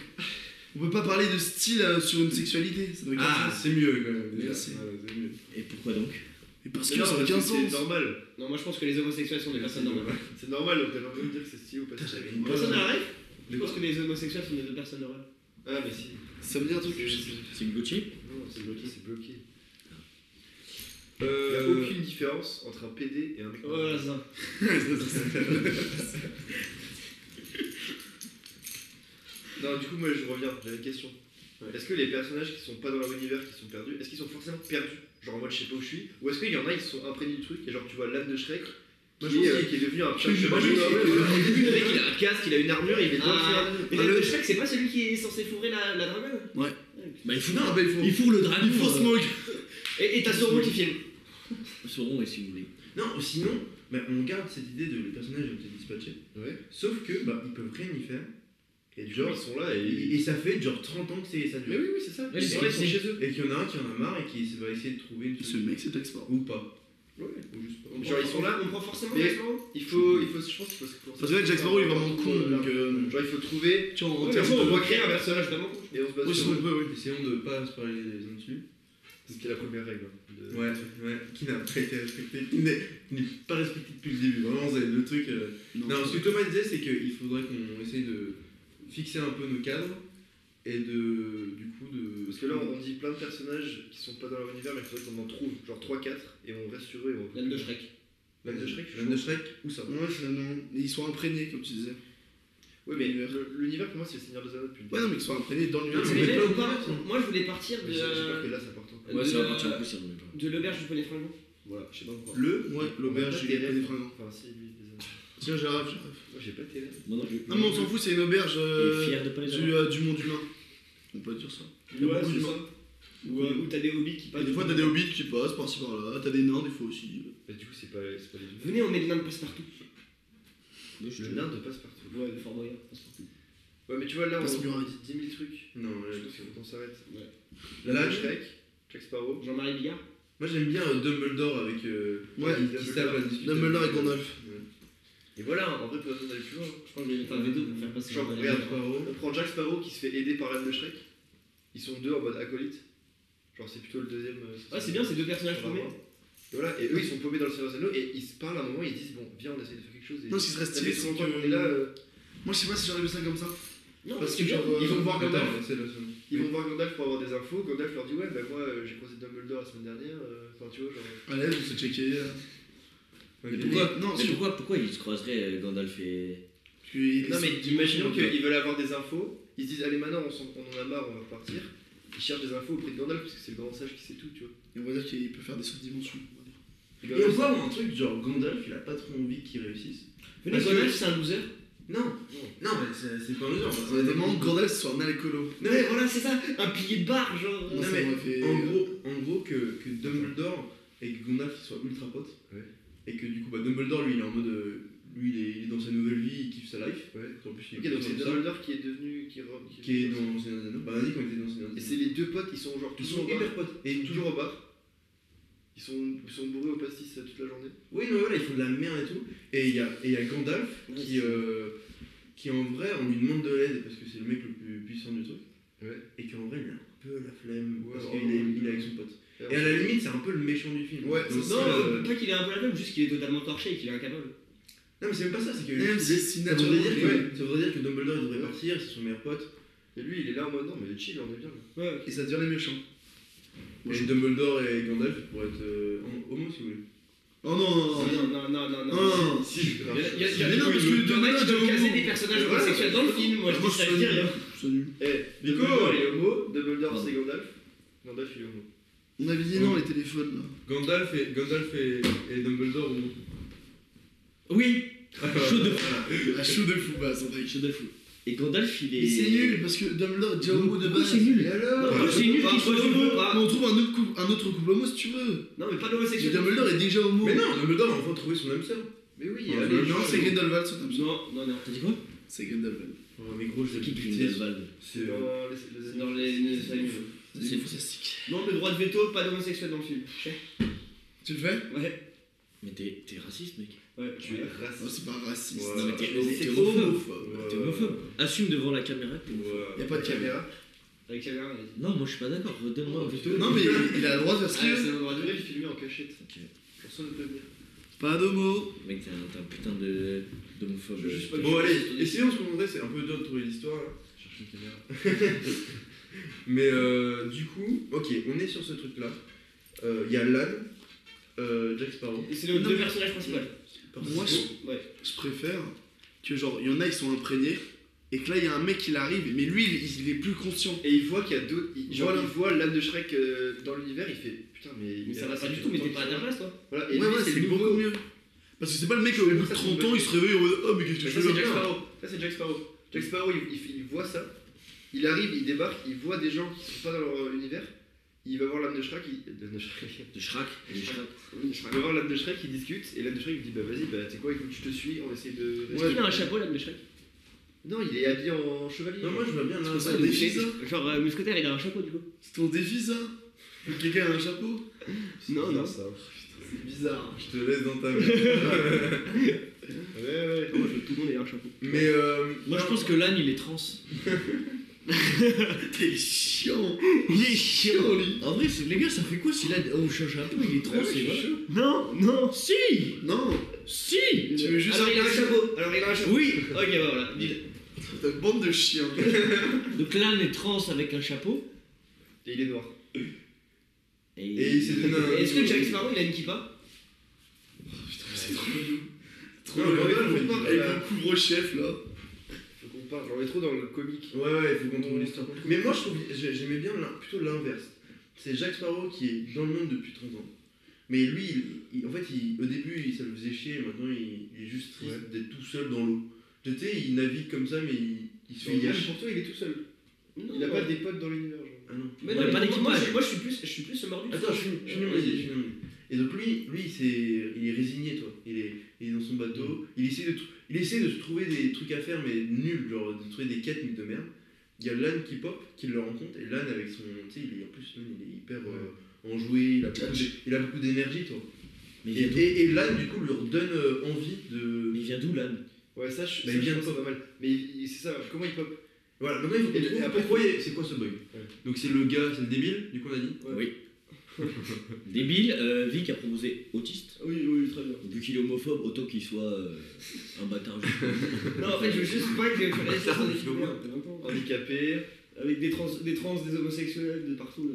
S5: On peut pas parler de style euh, sur une sexualité. Ça n'a aucun
S14: Ah,
S5: sens.
S14: c'est mieux quand même. déjà.
S5: Merci.
S14: Ouais, c'est mieux.
S3: Et pourquoi donc
S5: Mais parce
S1: C'est
S5: que ça n'a aucun
S1: c'est
S5: sens.
S1: normal.
S2: Non, moi je pense que les homosexuels sont des personnes normales.
S1: C'est normal, donc t'as pas envie de dire que c'est stylé ou pas stylé.
S2: Une personne normale Je pense que les homosexuels sont des personnes normales.
S1: Ah, mais si.
S5: Ça veut dire un truc que je sais
S3: C'est une Gucci
S1: Non, c'est bloqué, c'est bloqué. Il n'y a
S14: Euh,
S1: aucune différence entre un PD et un mec.
S2: Voilà ça.
S1: Non, du coup, moi je reviens, j'avais une question. Est-ce que les personnages qui sont pas dans leur univers, qui sont perdus, est-ce qu'ils sont forcément perdus Genre en mode je sais pas où je suis Ou est-ce qu'il y en a qui sont imprégnés du truc et genre tu vois l'âme de Shrek qui,
S14: Moi, je pense
S1: est, euh,
S14: qu'il-
S1: qui est devenu
S14: je-
S1: un putain de chevalier,
S14: moi, je-
S1: ouais, ouais, ouais. Le mec il a un casque, il a une armure, il est dans le
S2: Ah,
S1: fer.
S2: mais le Shrek, c'est pas celui qui est censé fourrer la, la dragonne
S3: Bah, il faut.
S5: Non, mais il faut.
S3: Il faut le dragon.
S5: Il faut
S3: euh,
S5: smoke.
S2: Et et t'as Sauron qui filme.
S3: Sauron, ouais, si vous voulez.
S4: Non, sinon, bah, on garde cette idée de les personnages ont été dispatchés.
S1: Ouais.
S4: Sauf que, bah, ils peuvent rien y faire.
S1: Et du genre ils sont là et.
S4: Et, et ça fait genre 30 ans que c'est- ça
S1: Mais
S4: dure.
S1: oui, oui, c'est ça.
S3: Ouais,
S1: ils
S3: c'est-
S1: sont là, ils sont
S3: c'est-
S1: chez eux.
S4: Et qu'il y en a un qui en a marre et qui va essayer de trouver une
S5: Ce
S4: solution.
S5: mec, c'est export.
S4: Ou pas.
S1: Ouais.
S4: Ou juste pas.
S1: Genre ils sont là,
S2: on prend forcément
S1: Mais-
S2: Jack Sparrow.
S1: il faut. Il faut je pense qu'il faut se
S5: Parce que là, Jack Sparrow, il est vraiment con. Donc, euh,
S1: Genre il faut trouver.
S5: tu vois, en
S1: Ouais,
S5: termes
S1: mais
S2: on
S5: de.
S1: bon, on
S2: va
S1: voit
S2: créer
S1: créer
S2: un
S1: un
S2: personnage vraiment con.
S1: Et on se base
S5: Ouais,
S1: sur.
S5: c'est- ouais, ouais.
S4: Essayons de pas se parler les uns dessus.
S1: C'est ce qui est la première règle. hein, de-
S4: Ouais, ouais. Qui n'a pas été respecté. Qui n'est qui n'est pas respecté depuis le début. Vraiment, c'est le truc. euh, Non, ce que Thomas disait, c'est qu'il faudrait qu'on essaye de fixer un peu nos cadres et de. du coup, de.
S1: Parce que là, on dit plein de personnages qui sont pas dans leur univers, mais il faudrait qu'on en trouve genre 3-4 et on reste sur eux et on.
S2: L'âne de Shrek.
S1: L'âme de Shrek, je
S4: L'âne de Shrek, où ça
S5: Ouais, c'est- non. Ils sont imprégnés, comme tu disais.
S1: Ouais, mais le- l'univers pour moi c'est le Seigneur des Anneaux depuis le
S5: Ouais, non, mais ils sont imprégnés dans l'univers.
S2: Mais
S4: mais
S2: même,
S4: pas au
S2: ou pas,
S4: courant.
S2: Moi je voulais partir
S1: Mais J'ai j'ai peur que
S2: de
S1: là ça parte en couille.
S3: Ouais, ça va partir en
S2: de-
S3: plus, on est
S2: de l'auberge du poney fringant. Voilà, je sais pas pourquoi.
S5: Le Ouais, l'auberge,
S1: On a
S5: il
S1: pas
S5: est pas
S1: tes
S5: des
S1: rêves.
S5: fringants.
S1: Enfin, si, lui, désolé.
S5: Tiens, j'ai rêve, j'ai rêve.
S1: Moi j'ai pas tes rêves.
S3: Moi non plus.
S5: Non, Ah, mais on s'en fout, c'est une auberge euh,
S3: Et fier de pas les
S5: du, euh, du monde humain. On peut dire ça.
S2: Ouais,
S5: beaucoup
S2: c'est
S5: de
S2: ça. Ou euh, ou t'as des hobbits qui
S5: Et
S2: passent.
S5: des fois, t'as des hobbits qui passent par-ci par-là, t'as des nains, des fois aussi.
S1: Mais Bah, du coup, c'est pas, c'est pas les deux.
S2: Venez, on met le nain de passe-partout.
S1: Le nain de passe partout.
S2: Ouais, le Fort Boyard, passe-partout.
S1: Ouais, mais tu vois, là on
S5: Passe
S1: dit
S5: bien, hein.
S1: 10 000 trucs.
S4: Non, là,
S1: Je
S4: je
S1: pense qu'il faut qu'on s'arrête.
S2: Ouais.
S1: Là,
S4: Là, je-
S1: Shrek, Jack Sparrow.
S2: Jean-Marie Bigard.
S4: Moi j'aime bien euh, Dumbledore avec. euh,
S5: Ouais,
S4: qui- qui se tape la discute.
S5: Dumbledore et Gandalf.
S1: Et voilà, en vrai, peut-être d'aller plus loin. hein.
S2: Je pense que je vais mettre un veto pour faire passer
S1: Genre,
S2: Jean-Marie
S1: regarde.
S2: Bigard.
S4: Poirot.
S1: On prend Jack Sparrow qui se fait aider par l'âme de Shrek. Ils sont deux en mode acolyte. Genre, c'est plutôt le deuxième. euh,
S2: Ouais, c'est bien, c'est deux personnages
S1: Sur la
S2: paumés.
S1: main. Et voilà, et eux ils sont paumés dans le Seigneur des Anneaux et ils se parlent à un moment, ils disent bon, viens, on essaie de faire quelque chose. Et...
S5: Non, ce qui serait
S1: Ça
S5: stylé,
S1: fait
S5: c'est
S1: longtemps qu'on est là,
S5: que.
S1: euh,
S5: Moi, je sais pas si j'aurais vu ça comme ça.
S2: Non,
S5: Parce
S2: c'est
S5: que,
S2: bien.
S5: genre, euh,
S1: ils vont voir Gandalf.
S4: Attends, c'est le seul.
S1: Ils vont voir Gandalf pour avoir des infos. Gandalf leur dit Ouais, bah moi euh, j'ai croisé Dumbledore la semaine dernière. euh, Enfin, tu vois, genre.
S5: À l'aise, on s'est checké. euh.
S4: Ok.
S3: Mais pourquoi,
S5: non,
S3: mais
S5: si-
S3: pourquoi, pourquoi ils se croiseraient euh, Gandalf et.
S5: Puis,
S1: Non, mais imaginons
S5: que.
S1: qu'ils veulent avoir des infos. Ils se disent Allez, maintenant on, s'en- on en a marre, on va repartir. Ils cherchent des infos auprès de Gandalf parce que c'est le grand sage qui sait tout, tu vois.
S5: On va dire qu'il peut faire des sous-dimensions. on va dire.
S1: Et
S4: Et on
S1: Gandalf,
S4: voit un truc genre Gandalf il a pas trop envie qu'il réussisse.
S2: Venez,
S4: Parce que-
S2: Gandalf, c'est un loser.
S4: Non, non, mais c'est c'est pas un loser.
S5: On a des moments que Gandalf soit un alcoolo.
S4: Non, mais
S2: voilà, c'est ça, un pilier de bar, genre.
S5: Moi, ça
S4: mais
S5: m'aurait fait- euh,
S4: En gros, en gros que, que Dumbledore et que Gandalf ils soient ultra potes.
S1: Ouais.
S4: Et que du coup, bah, Dumbledore lui il est en mode. euh, lui il est, il est dans sa nouvelle vie, il kiffe sa life.
S1: Ouais.
S4: En plus, il est
S1: Ok, donc
S4: dans
S1: c'est
S4: ça,
S1: Dumbledore qui est devenu. Qui, re-
S4: Qui est dans Seigneur des Anneaux. Bah vas-y, quand il était dans Seigneur des
S1: Et
S4: Anneaux.
S1: c'est les deux potes, ils sont genre
S4: Ils
S1: toujours
S4: sont
S1: au bar.
S4: hyper potes.
S1: Et
S4: Et
S1: toujours au bar. Ils sont, ils sont bourrés au pastis euh, toute la journée.
S4: Oui, mais voilà, ils font de la merde et tout. Et il y a, et il y a Gandalf qui, euh, qui, en vrai, on lui demande de l'aide parce que c'est le mec le plus puissant du truc.
S1: Ouais.
S4: Et qu'en vrai, il a un peu la flemme
S1: Ouais,
S4: parce
S1: oh,
S4: qu'il est, il est avec son pote. Et à la limite, c'est un peu le méchant du film.
S1: Ouais,
S4: Dans le
S1: c'est
S4: style,
S2: Non,
S4: euh,
S2: euh, pas qu'il est un peu la même, juste qu'il est totalement torché et qu'il est incapable.
S4: Non, mais c'est même pas ça, c'est que.
S5: Même si c'est
S4: Ça voudrait, dire que,
S5: naturel.
S4: ça voudrait dire que Dumbledore il devrait partir, c'est son meilleur pote.
S1: Et lui, il est là en mode non, mais chill, on est bien. là.
S5: Et ça devient les méchants.
S4: Et Dumbledore et Gandalf pourraient être euh, en- homo si vous voulez.
S5: Oh non
S2: Non, non, non, non,
S5: Ah,
S2: non.
S5: Non
S1: Si, je
S2: Il y a- il y a- il y a-
S5: Mais non, parce
S2: il
S5: que
S2: y en a
S5: Dumbledore,
S2: qui veulent
S5: Dumbledore.
S2: caser des personnages homosexuels dans le film, moi je dis ça veut dire.
S5: C'est nul.
S1: Eh, Dumbledore il est homo, Dumbledore c'est Gandalf. Gandalf il est homo.
S5: On avait dit non les téléphones là.
S4: Gandalf et, Gandalf et, et Dumbledore ou.
S3: Oui, chaud de fou.
S5: Ah, chaud de fou, bah, c'est vrai.
S3: Chaud de fou. Et Gandalf, il est.
S5: Mais c'est nul parce que Dumbledore est déjà homo de
S3: Pourquoi
S5: base.
S3: c'est nul
S1: Et alors
S3: Pourquoi c'est nul
S5: Bah,
S3: qu'il
S5: on
S3: soit
S5: trouve-
S3: homo
S5: mais on trouve un autre couple, un autre couple homo si tu veux.
S2: Non, mais pas
S5: Et
S2: d'homosexuel.
S5: Dumbledore est déjà homo.
S4: Mais non, Dumbledore a enfin trouvé son âme sœur.
S1: Mais oui,
S4: Ouais,
S1: allez,
S5: Non,
S4: je-
S5: non, c'est Grindelwald, c'est comme ça.
S2: Non, non, non.
S3: T'as dit quoi
S5: C'est Grindelwald.
S4: Oh, mais gros, je l'ai
S3: Qui
S4: buté.
S3: Grindelwald
S4: C'est. euh,
S1: Dans les- les-
S2: Dans les familles.
S5: C'est fantastique.
S2: Non, le droit de veto, pas d'homosexuel dans le film.
S5: Tu le fais
S2: Ouais.
S3: Mais t'es t'es raciste, mec.
S2: Ouais.
S1: Tu es raciste.
S5: Non, Oh, c'est pas raciste.
S4: Ouais.
S3: Non, mais t'es
S5: C'est
S3: t'es homophobe.
S5: homophobe.
S3: T'es homophobe. Assume devant la caméra. que-
S5: Y a pas de caméra.
S2: Avec caméra, vas-y.
S3: Non, moi je suis pas d'accord. Redonne-moi un veto.
S5: Non, mais il a le droit de faire ce qu'il
S1: Ah,
S5: veut.
S1: ça m'aurait donné le filmer en cachette.
S3: Ok.
S1: Personne ne peut venir.
S5: Pas d'homo.
S3: Mec, t'es un t'es un putain de. d'homophobe.
S4: Je sais pas. Bon, allez, essayons ce qu'on voudrait, c'est un peu dur de trouver l'histoire là.
S1: Cherche une caméra.
S4: Mais euh, du coup, ok, on est sur ce truc là. Il y a Lan, euh, Jack Sparrow.
S2: Et c'est le
S5: Non,
S2: deux
S5: mais-
S2: personnages principaux.
S5: Moi, je,
S2: Ouais.
S5: je préfère que, genre, il y en a, ils sont imprégnés. Et que là, il y a un mec qui arrive, mais lui, il, il est plus conscient.
S1: Et il voit qu'il y a d'autres. il- Genre,
S5: Voilà.
S1: il voit l'âme de Shrek euh, dans l'univers, il fait putain, mais.
S2: Mais
S1: il
S2: ça
S1: est
S2: va pas
S1: raciste
S2: du tout, mais
S1: autant
S2: t'es pas à
S1: qu'il
S2: ta
S1: soit.
S2: place, toi.
S1: Voilà, et
S5: Ouais,
S1: lui,
S5: ouais,
S1: c'est
S5: c'est
S1: le
S5: beaucoup
S1: nouveau.
S5: mieux. Parce que c'est pas le mec au bout de
S1: Ça, c'est
S5: 30
S1: pas
S5: ans, il
S1: bien.
S5: se réveille en mode Oh, mais qu'est-ce que je
S1: Mais ça, c'est
S5: veux
S1: Jack
S5: là
S1: Sparrow. Ça, c'est Jack Sparrow. Jack Sparrow, il, il- il voit ça. Il arrive, il débarque, il voit des gens qui sont pas dans leur euh, univers. Il va voir l'âme de Shrek, il. de- de Shrek.
S3: De Chirac. De Chirac.
S1: Il va voir l'âme de Shrek, il discute. Et l'âme de Shrek, il dit Bah vas-y, bah t'es quoi, écoute, je te suis, on essaie de.
S15: Est-ce qu'il a un chapeau là de Shrek
S1: Non, il est habillé en chevalier.
S4: Non, moi je vois bien Lan.
S5: C'est ton défi, ça
S15: Genre euh, mousquetaire il a un chapeau du coup.
S5: C'est ton défi, ça Que Quelqu'un a un chapeau
S15: Non, non.
S5: C'est bizarre.
S4: Je te laisse dans ta main.
S1: Ouais, ouais.
S15: Moi je veux que tout le monde ait un chapeau.
S4: Mais euh,
S3: Moi je pense que l'âne il est trans.
S5: T'es chiant
S15: Il est chiant lui
S3: En vrai, c'est- les gars, ça fait quoi si l'âne. Oh, change un peu, il est trans, et voilà.
S15: Non, non
S3: Si
S5: Non
S3: Si
S5: Tu veux juste
S2: Alors il a un
S5: impressionner
S2: chapeau. Alors il a un chapeau.
S3: Oui
S2: Ok, bah, voilà. Deal.
S5: ta bande de chiens
S3: Donc l'âne est trans avec un chapeau.
S1: Et il est noir.
S4: et il s'est donné un.
S2: Est-ce que Jack Sparrow il a une kippa
S5: C'est trop mignon. Trop
S4: Non,
S5: mignon.
S4: mais regarde,
S5: Avec
S4: faut
S5: le-
S4: pas-
S5: Avec
S4: euh,
S5: le couvre-chef là.
S1: Faut qu'on parle, j'en ai trop dans le comique.
S4: Ouais, ouais, il faut qu'on trouve l'histoire. Mais moi, je trouve, j'ai- j'aimais bien l'in- plutôt l'inverse. C'est Jack Sparrow qui est dans le monde depuis 30 ans. Mais lui, il- il- en fait, il- au début, il- ça le faisait chier, maintenant, il, il est juste triste d'être tout seul dans l'eau. Tu sais, il navigue comme ça, mais il, il se fait
S1: Mais
S4: yash.
S1: pour toi, il est tout seul.
S2: Non,
S1: Il a pas
S2: non.
S1: des potes dans l'univers. genre.
S4: Ah non.
S2: Mais
S3: Ouais,
S2: non, mais moi,
S3: pas
S2: moi,
S3: d'équipage.
S2: je- moi je suis plus, je suis plus mordu.
S4: Attends, je finis je finis mon idée, je finis mon idée. Et donc lui, lui c'est, il est résigné, toi. Il est, il est dans son bateau. Il essaie, de, tr- il essaie de se trouver des trucs à faire, mais nul, genre de trouver des quêtes, mais de merde. Il y a Lan qui pop, qui le rencontre, et Lan avec son. Tu sais, il est, en plus, Lan, il est hyper euh, enjoué, il a beaucoup, d'é- il a beaucoup d'énergie, toi.
S3: Mais il
S4: Et,
S3: vient d'où
S4: et, et Lan, du coup, lui redonne euh, envie de.
S3: Mais il vient d'où l'âne
S1: Ouais, ça, je,
S4: Bah,
S1: ça,
S4: il
S1: je
S4: vient
S1: pense
S4: de
S1: que c'est pas mal. Mais il- il- c'est ça, comment il pop
S4: Voilà, maintenant il faut
S1: Et
S4: qu'on
S1: le-
S4: trouve
S1: et après-
S4: pourquoi il est- c'est quoi ce bug.
S1: Ouais.
S4: Donc c'est le gars, c'est le débile, du coup, on a dit.
S3: Débile, euh, Vic a proposé autiste.
S2: Oui, oui, très bien.
S3: Vu qu'il est homophobe, autant qu'il soit euh, un bâtard.
S2: Non, en fait, je veux juste pas que je
S4: Ça,
S2: fasse
S4: on dit beaucoup.
S1: Handicapé.
S2: Avec des trans, des trans, des homosexuels de partout. Là.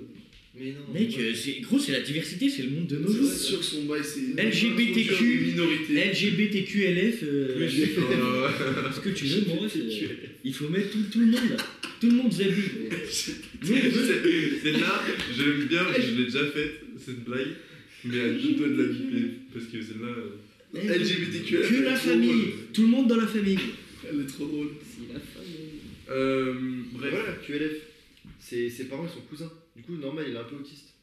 S1: Mais non.
S3: Mec, euh, c'est gros, c'est la diversité, c'est le monde de nos
S5: C'est
S3: jours. Euh,
S5: sûr que son bail c'est.
S3: LGBTQ.
S5: Minorité.
S3: LGBTQLF, euh, ce que tu veux, mon ref, euh, il faut mettre tout, tout le monde là. Tout le monde s'habille. Nous, on veut-
S4: C'est là, j'aime bien, je l'ai déjà faite, cette blague, mais à deux doigts de la biper, parce que celle-là. euh,
S5: LGBTQ.
S3: Que la famille, tout le monde dans la famille.
S5: Elle est trop drôle.
S4: Euh.
S1: Mais
S4: Bref.
S1: voilà, QLF. Ses, ses parents, ils sont cousins. Du coup, normal, il est un peu autiste.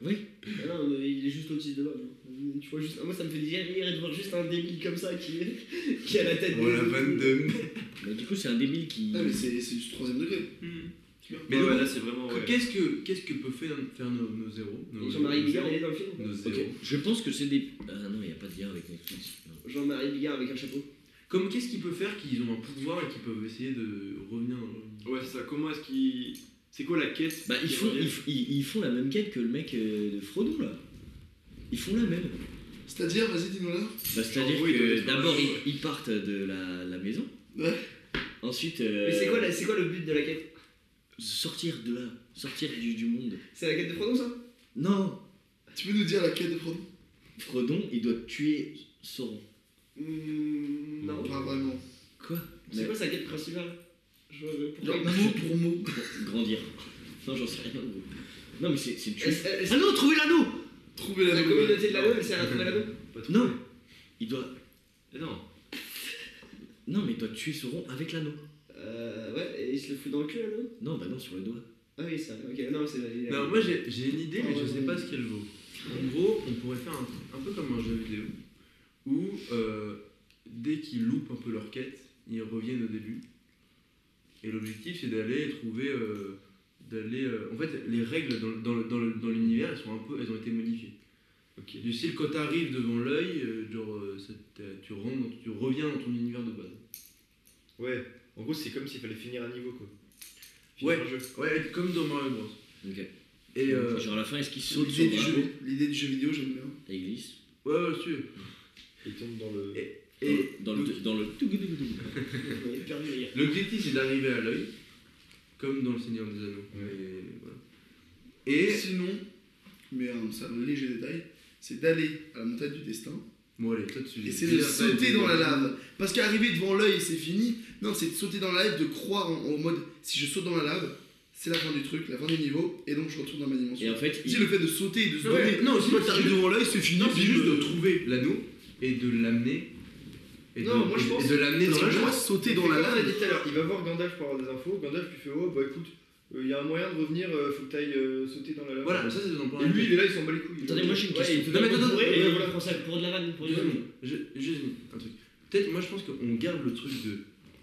S2: Ah non, mais il est juste autiste de base. hein. Tu vois juste, moi ça me fait dire rire de voir juste un débile comme ça qui, qui a la tête.
S4: Oh la vanne de.
S3: Mais du coup, c'est un débile qui.
S5: Ah, mais c'est c'est du troisième degré.
S4: Mais
S1: Ouais,
S4: donc,
S1: là, c'est vraiment. ouais.
S4: qu'est-ce que, qu'est-ce que peut faire, faire nos, nos héros nos-
S2: Jean-Marie
S4: nos
S2: Bigard,
S4: zéros,
S2: il est dans le film.
S4: Nos
S3: Ok,
S4: zéros.
S3: Je pense que c'est des. Ah non, il n'y a pas de lien avec Netflix. Non.
S2: Jean-Marie Bigard avec un chapeau.
S4: Comme qu'est-ce qu'ils peuvent faire qu'ils ont un pouvoir et qu'ils peuvent essayer de revenir dans le-
S1: Ouais, c'est ça. Comment est-ce qu'il. C'est quoi la quête
S3: Bah, ils font, ils, f- ils- ils font la même quête que le mec euh, de Frodon là. Ils font la même.
S5: C'est-à-dire, vas-y, dis-nous là.
S3: Bah, C'est-à-dire
S1: Genre, oui, de
S3: que
S1: mettre
S3: d'abord
S1: un
S3: ils,
S1: jour, ouais.
S3: ils partent de la, la maison.
S5: Ouais.
S3: Ensuite. euh,
S2: Mais c'est quoi, la- c'est quoi le but de la quête
S3: Sortir de là, sortir du, du monde.
S2: C'est la quête de Frodon, ça
S3: Non
S5: Tu peux nous dire la quête de Frodon
S3: Frodon, il doit tuer Sauron.
S2: Mmh, Non.
S5: Pas vraiment.
S3: Quoi
S2: C'est quoi sa quête principale Je vois euh, pourquoi
S5: Genre,
S2: il-
S5: mot pour mot.
S3: Grandir. Non, j'en sais rien. gros. Non, mais c'est c'est tuer.
S2: Est-ce- est-ce-
S3: Ah non, trouver l'anneau
S5: Trouver la
S2: La
S5: nouvelle.
S2: communauté de l'anneau, elle sert à trouver l'anneau
S1: Pas trop.
S3: Non Il doit.
S1: Mais Non.
S3: Non, mais il doit tuer Sauron avec l'anneau.
S2: Euh, ouais, et il se le fout dans le cul, l'anneau
S3: Non, bah non, sur le doigt.
S2: Ah oui, ça, ok, non, c'est. il a-
S4: Non, moi j'ai j'ai une idée, mais je sais pas ce qu'elle vaut. En gros, on pourrait faire un, truc un peu comme un jeu vidéo où euh, dès qu'ils loupent un peu leur quête, ils reviennent au début. Et l'objectif c'est d'aller trouver. euh, d'aller euh, En fait, les règles dans, le- dans, le- dans, le- dans l'univers elles, sont un peu, elles ont été modifiées.
S1: Ok.
S4: Du style, quand t'arrives devant l'œil, euh, genre, euh, ça t'a- tu, rentres dans- tu reviens dans ton univers de base.
S1: Ouais. En gros, c'est comme s'il fallait finir un niveau quoi.
S4: Ouais.
S1: un jeu.
S4: Ouais, comme dans Mario Bros.
S3: Ok.
S4: Et. euh,
S3: Genre à la fin, est-ce qu'il saute sur le
S5: L'idée du,
S3: drapeau
S5: jeu- l'idée du jeu vidéo, j'aime bien.
S3: Et il glisse
S4: Ouais, ouais, si.
S1: Il tombe dans le.
S4: Et- Et
S3: Et dans le. Dans le...
S2: il a perdu hier.
S4: L'objectif c'est d'arriver à l'œil, comme dans le Seigneur des Anneaux. Et, voilà. Et-
S5: sinon, mais euh, c'est un léger détail, c'est d'aller à la montagne du destin
S4: bon allez, toi tu
S5: et c'est de sauter dans la lave. Parce qu'arriver devant l'œil, c'est fini. Non, c'est de sauter dans la lave, de croire en, en mode si je saute dans la lave, c'est la fin du truc, la fin du niveau, et donc je retourne dans ma
S3: Et
S5: dimension.
S3: en fait,
S5: Si
S3: il-
S5: le fait de sauter et de se
S4: Non,
S5: donner,
S4: mais- non, sinon,
S5: toi, t'arrives
S4: c'est-
S5: devant l'œil, c'est fini.
S4: Non, c'est
S5: bim,
S4: juste de
S5: euh,
S4: trouver l'anneau et de l'amener. et
S1: Non,
S4: de-
S1: moi, je
S4: et-
S1: pense-
S4: Et de l'amener
S5: Parce
S4: dans la
S5: que moi,
S4: joie.
S5: sauter
S1: Il
S5: dans
S1: fait
S5: la
S1: comme on a dit
S5: lave.
S1: tout à l'heure, il va voir Gandalf pour avoir des infos. Gandalf lui fait Oh bah écoute, il y a un moyen de revenir, euh, faut que t'ailles euh, sauter dans la lave.
S4: Voilà, ça c'est dans le plan
S1: Et lui, il est là, il s'en bat les couilles.
S3: Attendez, moi j'ai une
S2: Ouais,
S3: question.
S2: il te
S4: Non, mais attends, attends,
S2: bourré, et
S1: euh,
S4: ouais,
S2: il
S4: voilà.
S2: prend ça pour de la vanne, pour une
S4: Deux
S2: vanne.
S4: secondes. Je- Juste une- un truc. Peut-être, moi je pense qu'on garde le truc de.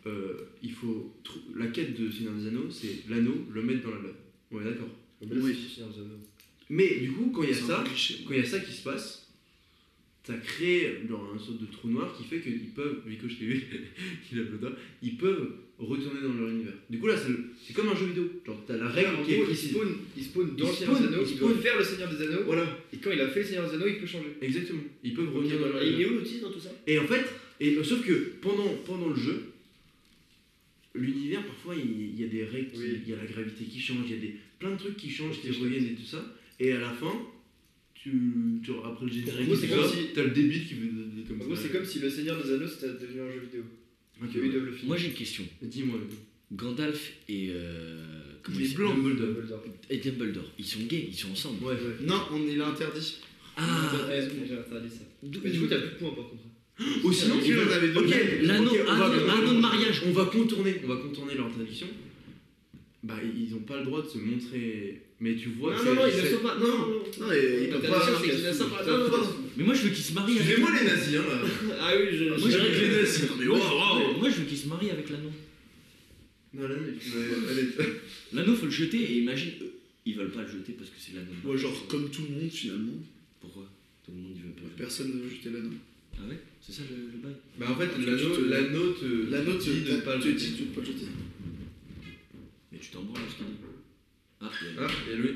S4: euh, il faut. trou- La quête de Seigneur des Anneaux, c'est l'anneau, le mettre dans la lave. Ouais, d'accord.
S1: Ah, mais là,
S5: Oui.
S1: c'est Seigneur des Anneaux.
S4: Mais du coup, quand il y a
S5: C'est un
S4: ça,
S5: peu cliché.
S4: quand il y a ça qui se passe, ça crée genre un sorte de trou noir qui fait qu'ils peuvent, Vico je t'ai vu, il lève le doigt, ils peuvent retourner dans leur univers. Du coup là, c'est le- c'est comme un jeu vidéo. Genre t'as la
S1: En
S4: règle qui est
S1: gros, il
S4: précise.
S1: spawn, il spawn dans
S4: Il
S1: le Seigneur des
S4: spawn,
S1: Anneaux,
S4: il
S1: il doit
S4: spawn.
S1: faire le Seigneur des Anneaux,
S4: Voilà,
S1: et quand il a fait le Seigneur des Anneaux, il peut changer.
S4: exactement. Ils peuvent revenir
S5: bah,
S4: dans leur
S2: Et il est
S4: univers.
S2: où l'outil dans tout ça
S4: Et en fait, et, euh, sauf que pendant, pendant le jeu, l'univers parfois il, il y a des règles, qui-
S1: Oui.
S4: il y a la gravité qui change, il y a des, plein de trucs qui changent, qui
S1: Ok, je
S4: reviennent et tout ça. Et à la fin, tu, tu- après le générique,
S1: gros, c'est
S4: tout
S1: comme
S4: ça,
S1: si-
S4: t'as le débile qui veut comme
S1: En gros,
S4: ça.
S1: c'est comme si le Seigneur des Anneaux c'était devenu un jeu vidéo.
S4: Ok,
S1: Que eux, ils doivent le finir.
S3: Moi j'ai une question.
S4: Dis-moi.
S3: Gandalf et. Euh, comment il
S4: blanc.
S1: Dumbledore.
S3: s'appelle Et Dumbledore. Ils sont gays, ils sont ensemble.
S4: Ouais.
S5: Non, on il est interdit.
S3: Ah
S1: Euh,
S2: Ouais, j'ai entendu ça.
S3: d'où-
S1: Mais du coup, t'as plus de points par contre.
S4: Ou sinon,
S5: Et
S4: tu
S5: on
S4: veux.
S5: avait deux.
S4: Ok,
S3: L'anneau,
S4: ok, on va-
S3: anneau-
S4: on va-
S3: anneau de mariage.
S4: On va contourner, on va contourner leur interdiction. Bah, ils ont pas le droit de se montrer. Mais tu vois.
S2: Non,
S4: que
S2: non, non,
S4: c'est-
S2: il ne
S4: c'est-
S2: saute pas. Non, non, non.
S5: Non, et il peut pas.
S2: L'interdiction, c'est qu'il ne saute pas. Non, non, non.
S3: Mais moi je veux qu'ils se marient avec.
S4: Excusez-moi les nazis, hein là.
S2: Ah oui, je.
S3: Moi,
S2: je-
S3: j'ai réglé
S5: Mais
S3: Moi,
S5: oh,
S3: je- moi, je veux qu'ils se marient avec l'anneau.
S4: Non, l'anneau, il-
S5: Ouais, allez.
S3: L'anneau faut le jeter et imagine. eux, ils veulent pas le jeter parce que c'est l'anneau.
S5: Ouais, genre comme tout le monde finalement.
S3: Pourquoi Tout le monde il veut pas. le jeter.
S5: Personne ne veut jeter l'anneau.
S3: Ah ouais C'est ça le, le bail
S4: Bah, en fait,
S5: Tu- tu
S4: l'anneau-
S5: te-
S4: l'anneau te.
S5: La note,
S4: te dit de pas le
S5: tu
S4: jeter.
S5: dis de pas le jeter.
S3: Mais tu t'en branles ce qu'il dit. Ah, il y a-
S4: Ah, et lui.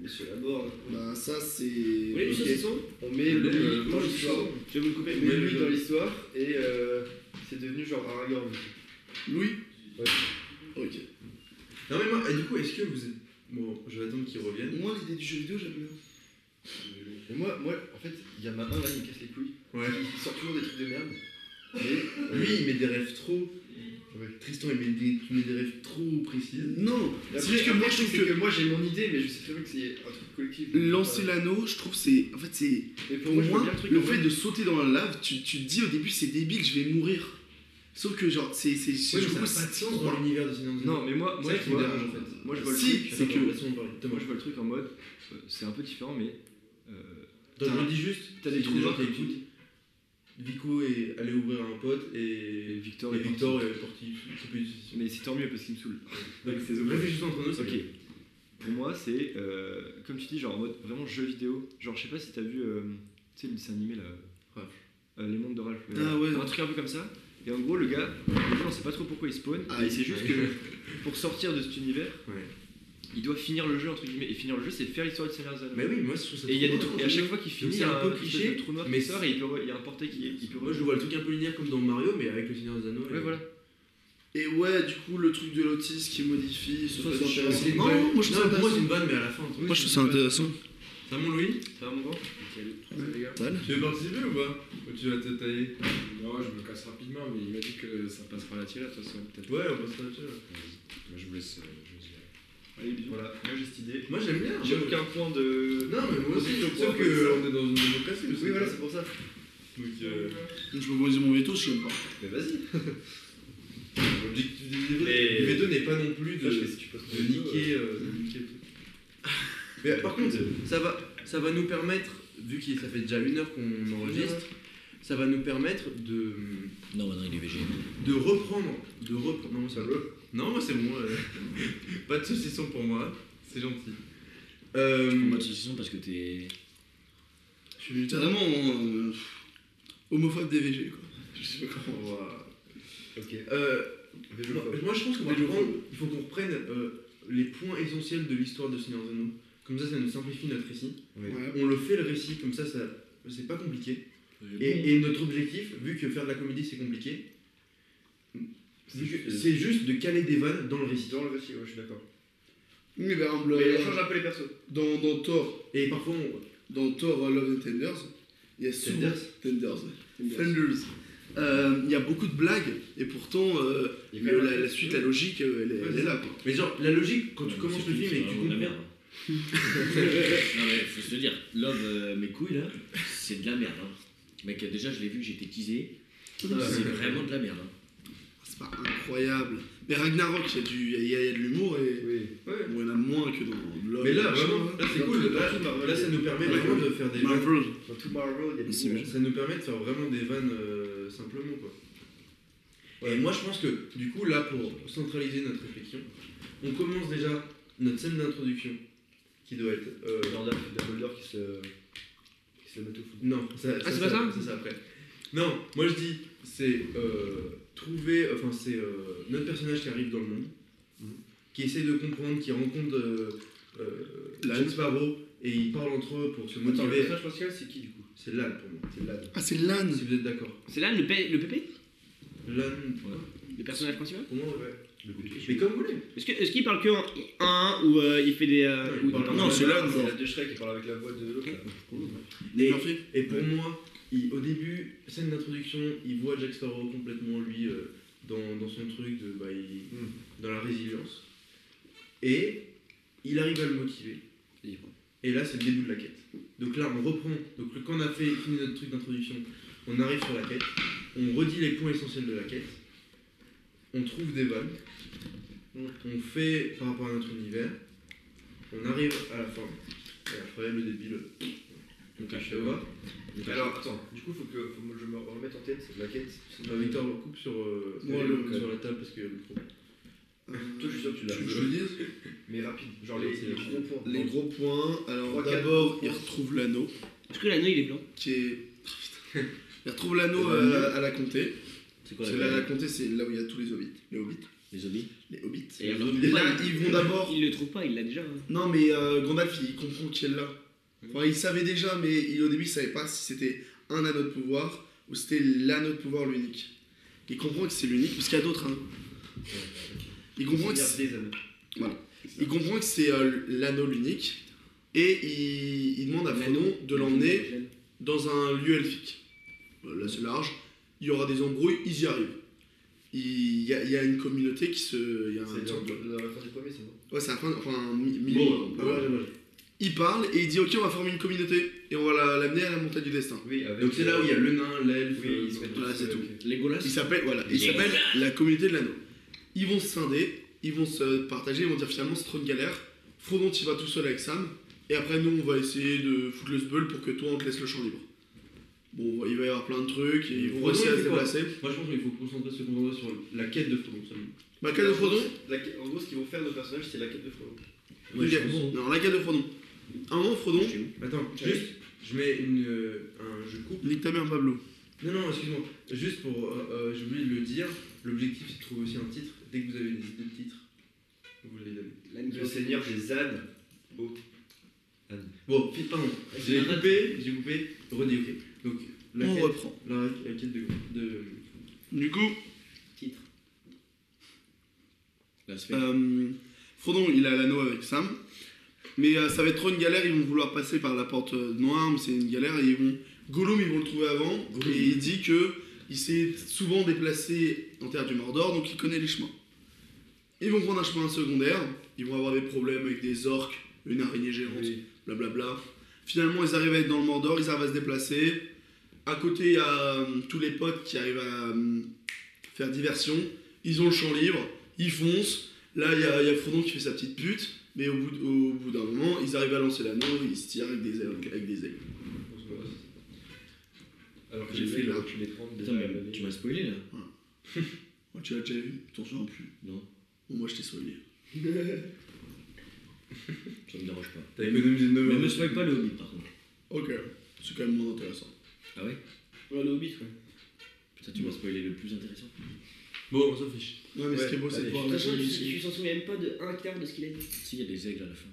S2: Monsieur Laborde.
S5: Bah ça c'est.
S2: Oui,
S5: Ok.
S2: monsieur Sisson
S1: On met
S4: le-
S1: lui
S4: le-
S1: dans l'histoire.
S2: Je vais vous le couper.
S1: On
S4: le-
S1: met lui
S4: le-
S1: dans l'histoire et euh, c'est devenu genre Aragorn.
S5: Louis
S1: Ouais.
S5: Ok.
S4: Non, mais moi, et du coup, est-ce que vous. Bon, je vais attendre qu'ils reviennent.
S5: Moi l'idée du jeu vidéo j'aime bien.
S1: Mais moi, moi, en fait, il y en a un là qui me casse les couilles.
S4: Ouais.
S1: Il sort toujours des trucs de merde. Mais
S4: Lui, il met des rêves trop.
S1: Ouais.
S4: Tristan, il met des, il met des rêves trop précises.
S5: Non
S1: La
S5: C'est juste que moi je trouve
S1: c'est que
S5: que
S1: moi j'ai mon idée, mais je sais très bien que c'est un truc collectif.
S5: lancer l'anneau, je trouve c'est. En fait c'est.
S1: Mais pour,
S5: Pour
S1: moi, je vois
S5: moi,
S1: bien le truc.
S5: le
S1: en
S5: fait
S1: mode-
S5: de sauter dans la lave, tu, tu te dis au début c'est débile, je vais mourir. Sauf que genre c'est. c'est
S4: Ouais,
S5: je
S4: mais ça
S5: trouve
S4: a pas de
S5: c'est
S4: sens dans
S5: trop-
S4: l'univers de Sinan
S1: Non, mais moi, moi,
S4: ça
S1: je
S4: qui me
S1: vois,
S4: dérange en fait.
S1: moi, je vois le
S5: Si,
S1: truc.
S5: c'est que-
S1: Moi, je vois le truc en mode, euh, c'est un peu différent, mais euh,
S4: Donc, je le dis juste,
S1: T'as des
S4: si
S1: trous
S4: les gens
S1: noirs qui
S4: t'écoutent, Vico est allé ouvrir un pote et,
S1: Victor
S4: et
S1: est
S4: Victor
S1: parti.
S4: est parti couper du saucisson.
S1: Mais c'est tant mieux parce qu'il me saoule.
S4: Donc, réfléchissons entre nous, c'est
S1: Ok.
S4: bien.
S1: Pour moi, c'est euh, comme tu dis, genre en mode vraiment jeu vidéo. Genre, je sais pas si t'as vu, euh, tu sais, le dessin animé là,
S4: Ralph.
S1: Euh, Les mondes de Ralph. mais
S5: Ah
S1: voilà.
S5: ouais.
S1: Un truc un peu comme ça. Et en gros, le gars, au début, on sait pas trop pourquoi il spawn.
S5: Ah,
S1: mais
S5: il-
S1: c'est juste que pour sortir de cet univers,
S4: Ouais.
S1: il doit finir le jeu, entre guillemets. Et finir le jeu, c'est faire l'histoire du Seigneur des Anneaux.
S4: Mais oui, moi je trouve ça
S1: Et il y a
S4: trop
S1: des
S4: bien.
S1: trucs, et à chaque fois qu'il finit, il y a
S4: c'est un peu
S1: espèce
S4: cliché,
S1: de trou noir
S4: mais
S1: qui sort et il, peut- il y a un portail qui, qui peut.
S4: Moi je vois le truc un peu linéaire comme dans Mario, mais avec le Seigneur des Anneaux.
S1: Ouais,
S4: et-
S1: voilà.
S5: Et ouais, du coup, le truc de l'autisme qui modifie, ce
S1: Ça,
S5: truc
S1: c'est
S5: intéressant.
S1: une
S5: Non, non, moi je trouve ça
S4: Non, pour moi c'est
S5: intéressant.
S4: une vanne, mais à la fin.
S5: Moi je trouve ça intéressant.
S4: Ça, mon Louis
S1: Ça va, mon grand
S4: Tu veux participer ou pas Ou tu vas te tailler
S16: Non, je me casse rapidement, mais il m'a dit que ça passe par la tira, de toute façon, peut-être.
S4: Ouais, on passe à la suite.
S16: Vas-y. Moi, je vous laisse. euh, je vous dirai.
S1: Voilà, moi j'ai cette idée.
S4: Moi j'aime bien.
S1: J'ai
S4: moi.
S1: aucun point de.
S4: Non, mais moi aussi,
S1: Sauf
S4: sauf
S1: que-
S4: qu'on est dans une démocratie aussi.
S1: Oui, voilà, c'est pour ça.
S4: Donc, euh,
S5: Je peux poser mon veto si j'aime pas.
S1: Mais vas-y.
S4: l'objectif du
S1: Et-
S4: veto n'est pas non plus de,
S1: Sache
S4: de
S1: que si tu poses ton veto,
S4: niquer. euh, de niquer tout. Mais par contre, ça va, ça va nous permettre, vu que ça fait déjà une heure qu'on enregistre, ça va nous permettre de,
S3: Non, maintenant il est végé.
S4: de reprendre. De reprendre. Non, moi, ça va. Non, moi c'est bon. euh, pas de saucisson pour moi, c'est gentil. Euh,
S3: Moi, de saucisson parce que t'es.
S5: Je suis littéralement euh, homophobe DVG quoi. Je sais pas comment.
S4: ouah.
S1: Ok.
S4: Euh, Moi,
S1: Végéophobe.
S4: moi, je pense qu'on va
S5: Végéophobe.
S4: reprendre- il faut qu'on reprenne euh, les points essentiels de l'histoire de Seigneur des Anneaux. Comme ça, ça nous simplifie notre récit.
S5: Ouais.
S4: On le fait le récit, comme ça, ça c'est pas compliqué. Et, et notre objectif, vu que faire de la comédie c'est compliqué, vu que- c'est juste de caler des vannes dans le récit.
S1: Dans le récit, ouais, je suis d'accord.
S5: Mais par exemple,
S1: Mais
S5: euh,
S1: on change un peu les persos.
S5: dans, dans Thor,
S4: Et parfois, on...
S5: dans Thor euh, Love and Tenders, il y a souvent
S4: Tenders
S5: Tenders, ouais. Tenders. Euh, Il y a beaucoup de blagues et pourtant euh,
S1: Il y a
S5: le-
S1: quand même
S5: la,
S1: un-
S5: la suite, la logique, euh, elle, est- elle est là quoi.
S4: mais genre la logique quand
S3: Ouais,
S4: tu
S3: mais
S4: commences
S3: c'est
S4: le
S3: tout,
S4: film
S3: c'est
S4: et que tu
S3: vraiment de la
S4: comprends.
S3: merde. hein. non mais faut se le dire, Love euh, mes couilles là, c'est de la merde. Hein. Mec, euh, déjà je l'ai vu, j'étais teasé.
S4: Ah,
S3: C'est vraiment de la merde. Hein.
S5: C'est pas incroyable. Mais Ragnarok, il y a du- il y, a- il y a de l'humour et
S1: Oui.
S5: bon, il y en a moins que dans Love.
S4: Mais là, vraiment, là c'est
S1: Dans
S4: cool.
S1: tout- dans
S4: Là,
S1: tout Marvel,
S4: là, ça nous permet vraiment de faire des vannes.
S5: Marvel.
S1: Dans tout Marvel, il y a
S5: C'est
S1: des
S4: Ça nous permet de faire vraiment des vannes euh, simplement quoi. Et moi je pense que du coup là pour centraliser notre réflexion, on commence déjà notre scène d'introduction qui doit être. euh,
S1: dans la Dumbledore qui se. qui se la met au foot.
S4: non, ça,
S2: Ah, c'est pas ça
S4: C'est ça après. Non, moi je dis c'est euh, trouver, enfin c'est euh, notre personnage qui arrive dans le monde, qui essaie de comprendre, qui rencontre euh, euh,
S5: Lan.
S4: Jack Sparrow et ils parlent entre eux pour se
S1: Attends, le
S4: motiver.
S1: personnage principal, c'est qui du coup
S4: C'est Lan pour moi.
S1: C'est Lad.
S5: Ah, c'est l'âne.
S4: Si vous êtes d'accord.
S2: C'est là le, P- le PP
S4: Lan
S2: Le personnage principal
S4: pour moi, ouais.
S1: Le
S4: Mais comme vous voulez.
S2: Est-ce que- est-ce qu'il parle que en 1 ou euh, il fait des. euh,
S4: Ouais,
S2: ou-
S4: il parle-
S2: non,
S5: Non, c'est l'âne.
S1: C'est la de Shrek qui parle avec la voix de l'autre. là.
S4: Et,
S5: Murphy.
S4: et pour moi, il- au début, scène d'introduction, il voit Jack Sparrow complètement, lui, euh, dans, dans son truc, de, bah, il-
S1: Mm.
S4: dans la résilience. Et il arrive à le motiver. Et là, c'est le début de la quête. Donc là, on reprend. Donc le- quand on a fait fini notre truc d'introduction, on arrive sur la quête. On redit les points essentiels de la quête. On trouve des vannes. On fait par rapport à notre univers. On arrive à la fin. Et après, le débile. On cache le bas.
S1: Alors attends, du coup, faut que faut que je me remette en tête la quête.
S4: Bah, Victor le coupe sur, euh,
S5: Ouais,
S4: le-
S5: le-
S4: sur la table parce que le micro.
S1: Toi, je suis sûr que tu l'as.
S5: Tu veux que je le dise
S1: Mais rapide, genre les,
S4: C'est
S1: les
S4: rapide.
S1: gros points.
S5: Les gros points, alors
S1: Trois, quatre
S5: d'abord
S1: points.
S5: il retrouve l'anneau,
S2: Est-ce que l'anneau il est blanc
S5: qui est. Il retrouve l'anneau euh,
S3: Et
S5: à, à la comté.
S3: C'est quoi
S5: Parce
S3: la
S5: que là, la
S3: gueule
S5: comté, c'est là où il y a tous les hobbits. Les hobbits.
S3: Les zombies
S5: Les hobbits.
S2: Et
S5: Et,
S2: alors,
S5: là, ils vont d'abord.
S2: Il le trouve pas, il l'a déjà. hein.
S5: Non, mais euh, Gandalf, il comprend qu'il est là. Enfin, il savait déjà, mais il, au début, il savait pas si c'était un anneau de pouvoir ou c'était l'anneau de pouvoir l'unique. Il comprend que c'est l'unique, parce qu'il y a d'autres anneaux. Il comprend que c'est-
S1: des anneaux.
S5: Il comprend que c'est euh, l'anneau l'unique et il, il demande à Frodon de l'emmener dans un lieu elfique. Euh, Là, c'est large. Il y aura des embrouilles, ils y arrivent. Il il y, a, il y a une communauté qui se. il y a un-
S1: C'est dans la fin du premier, c'est bon.
S5: Ouais, c'est la fin. Enfin, un mi- mi-
S4: Ah ouais, ouais, ouais.
S5: Il parle et il dit Ok, on va former une communauté et on va la- l'amener à la montagne du destin.
S1: Oui, avec.
S4: Donc c'est là où il y a le nain, l'elfe.
S1: Oui,
S4: euh,
S1: ils se mettent
S5: Voilà,
S1: tous,
S5: c'est
S1: euh,
S5: tout.
S1: ok.
S3: Legolas
S5: Il s'appelle voilà, il s'appelle la communauté de l'anneau. Ils vont se scinder, ils vont se partager, ils vont dire finalement c'est trop une galère. Frodon tu vas tout seul avec Sam et après nous on va essayer de foutre le sbeul pour que toi on te laisse le champ libre. Bon, il va y avoir plein de trucs, et ils vont
S4: Frodon,
S5: réussir à
S4: il
S5: se
S4: fait quoi
S5: déplacer.
S4: Moi je pense qu'il faut concentrer, se concentrer sur la quête de Frodon seulement.
S5: Bah, cas de Frodon,
S1: La quête- En gros, ce qu'ils vont faire nos personnages, c'est la quête de Frodon.
S5: deux gars. Non, la cas de Frodon. À un moment, Frodon,
S4: Attends, juste, je mets une, euh, un, je coupe.
S5: nique ta mère Pablo.
S4: Non, non, excuse-moi. Juste pour. euh, euh, J'ai oublié de le dire. L'objectif c'est de trouver aussi un titre. Dès que vous avez des idées de titres, Vous voulez les donner.
S1: Le seigneur des ânes.
S4: Bon, fi- pardon. J'ai coupé, j'ai coupé. René, ok. Donc, la
S5: On
S4: quête,
S5: reprend.
S4: la, la quête de, de.
S5: Du coup,
S3: La
S4: Ah.
S3: sphère.
S5: euh, Frodon, il a l'anneau avec Sam. Mais euh, ça va être trop une galère, ils vont vouloir passer par la porte euh, noire, mais c'est une galère. Et ils vont... Gollum, ils vont le trouver avant. Et il dit que il s'est souvent déplacé en terre du Mordor, donc il connaît les chemins. Ils vont prendre un chemin secondaire, ils vont avoir des problèmes avec des orques, une araignée géante, blablabla. Finalement, ils arrivent à être dans le Mordor, ils arrivent à se déplacer. À côté, il y a euh, tous les potes qui arrivent à euh, faire diversion. Ils ont le champ libre, ils foncent. Là, il y a, il y a Frodon qui fait sa petite pute, mais au bout, d- au bout d'un moment, ils arrivent à lancer l'anneau, ils se tirent avec des ailes. Avec des ailes.
S4: Alors que
S5: J'ai
S4: j'ai
S5: fait
S4: fait là.
S5: le-
S1: Tu les prends
S3: Putain, mais tu m'as spoilé là.
S5: Moi, Oh, tu l'as déjà vu, t'en souviens plus.
S3: Non,
S5: Bon, moi, je t'ai soigné.
S3: ça me dérange pas.
S4: T'as économisé 9
S3: Mais
S4: euros.
S3: me soigne pas le hobbit par contre.
S5: Ok, c'est quand même moins intéressant.
S3: Ah ouais
S2: Ouais, le Hobbit, quoi.
S3: Putain,
S4: Mm.
S3: tu m'as spoilé le plus intéressant.
S4: Bon, on s'en fiche.
S5: Ouais, mais ce qui est beau,
S1: Ouais,
S5: c'est de
S1: allez.
S5: voir
S2: De toute façon,
S5: les
S2: tu-
S5: gens
S2: tu t'en souviens même pas de un quart de ce qu'il a dit.
S3: Si, il y a des aigles à la fin.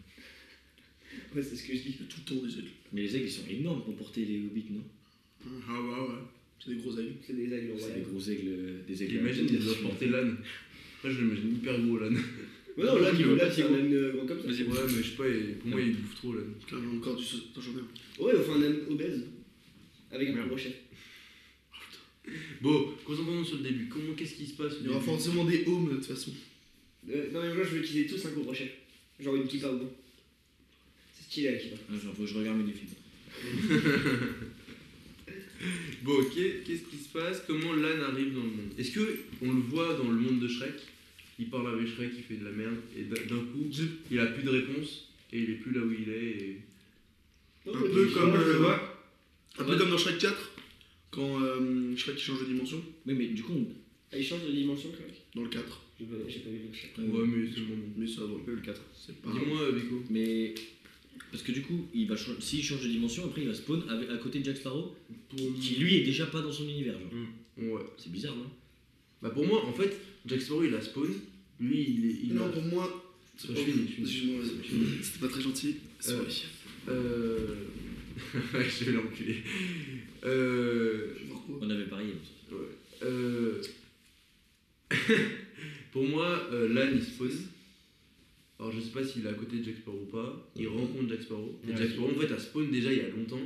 S2: Ouais, c'est ce que je dis.
S5: Il y a tout le temps des ailes.
S3: Mais les aigles, ils sont énormes pour porter les hobbits, non
S5: Ah ouais, ouais. C'est des gros ailes.
S2: C'est des aigles
S3: C'est des
S2: royales.
S3: gros aigles, euh, des aigles.
S4: Imagine, il doit porter l'âne. Moi, je l'imagine hyper gros l'âne.
S2: Mais non, là, tu là, c'est un âne euh, gros comme ça.
S4: Ouais, mais je sais pas, il- pour moi, il bouffe trop l'âne.
S5: Putain, j'ai encore du sauce. Attends, j'en ai un.
S2: Ouais, enfin, un âne obèse. Avec un plus gros chef.
S4: Bon, concentrons-nous sur le début. Comment, qu'est-ce qui se passe au
S5: Il y aura
S4: début
S5: forcément des homes de toute façon.
S2: Euh, non, mais moi, je veux qu'ils aient tous un gros chef. Genre une kippa au bout. C'est stylé la kippa.
S3: Ah, genre, faut que je regarde mes films.
S4: Bon, ok, qu'est-ce qui se passe Comment l'âne arrive dans le monde Est-ce que on le voit dans le monde de Shrek Il parle avec Shrek, il fait de la merde, et d'un d'un coup, il a plus de réponse, et il est plus là où il est. Et...
S5: Un peu comme,
S1: Moi, je le
S5: euh,
S1: vois.
S5: un peu comme dans Shrek 4, quand euh, Shrek il change de dimension.
S3: Oui, mais du coup, on-
S2: Ah, il change de dimension, quand même.
S5: Dans le 4.
S2: J'ai pas j'ai pas vu le chef.
S4: Ouais, mais c'est bon.
S5: Mais ça va.
S1: Le 4.
S5: C'est pas.
S4: Dis-moi, Beko.
S3: mais. Parce que du coup, il va changer- s'il change de dimension, après il va spawn avec- à côté de Jack Sparrow, qui lui est déjà pas dans son univers. Genre.
S4: Ouais.
S3: C'est bizarre, non
S4: Bah, pour moi, en fait, Jack Sparrow, il a spawn. Lui, il est. Il
S5: Non,
S4: a-
S5: pour moi.
S4: Je finis, je finis.
S5: Excuse-moi, vas-y. C'était pas très gentil. Sorry.
S4: Euh. je vais l'enculer. Euh.
S5: Pourquoi
S3: On avait parié. donc.
S4: Euh, pour moi, euh, l'âne il spawn. Alors je sais pas s'il est à côté de Jack Sparrow ou pas. Il rencontre Jack Sparrow. Et Jack Sparrow en fait a spawn déjà il y a longtemps.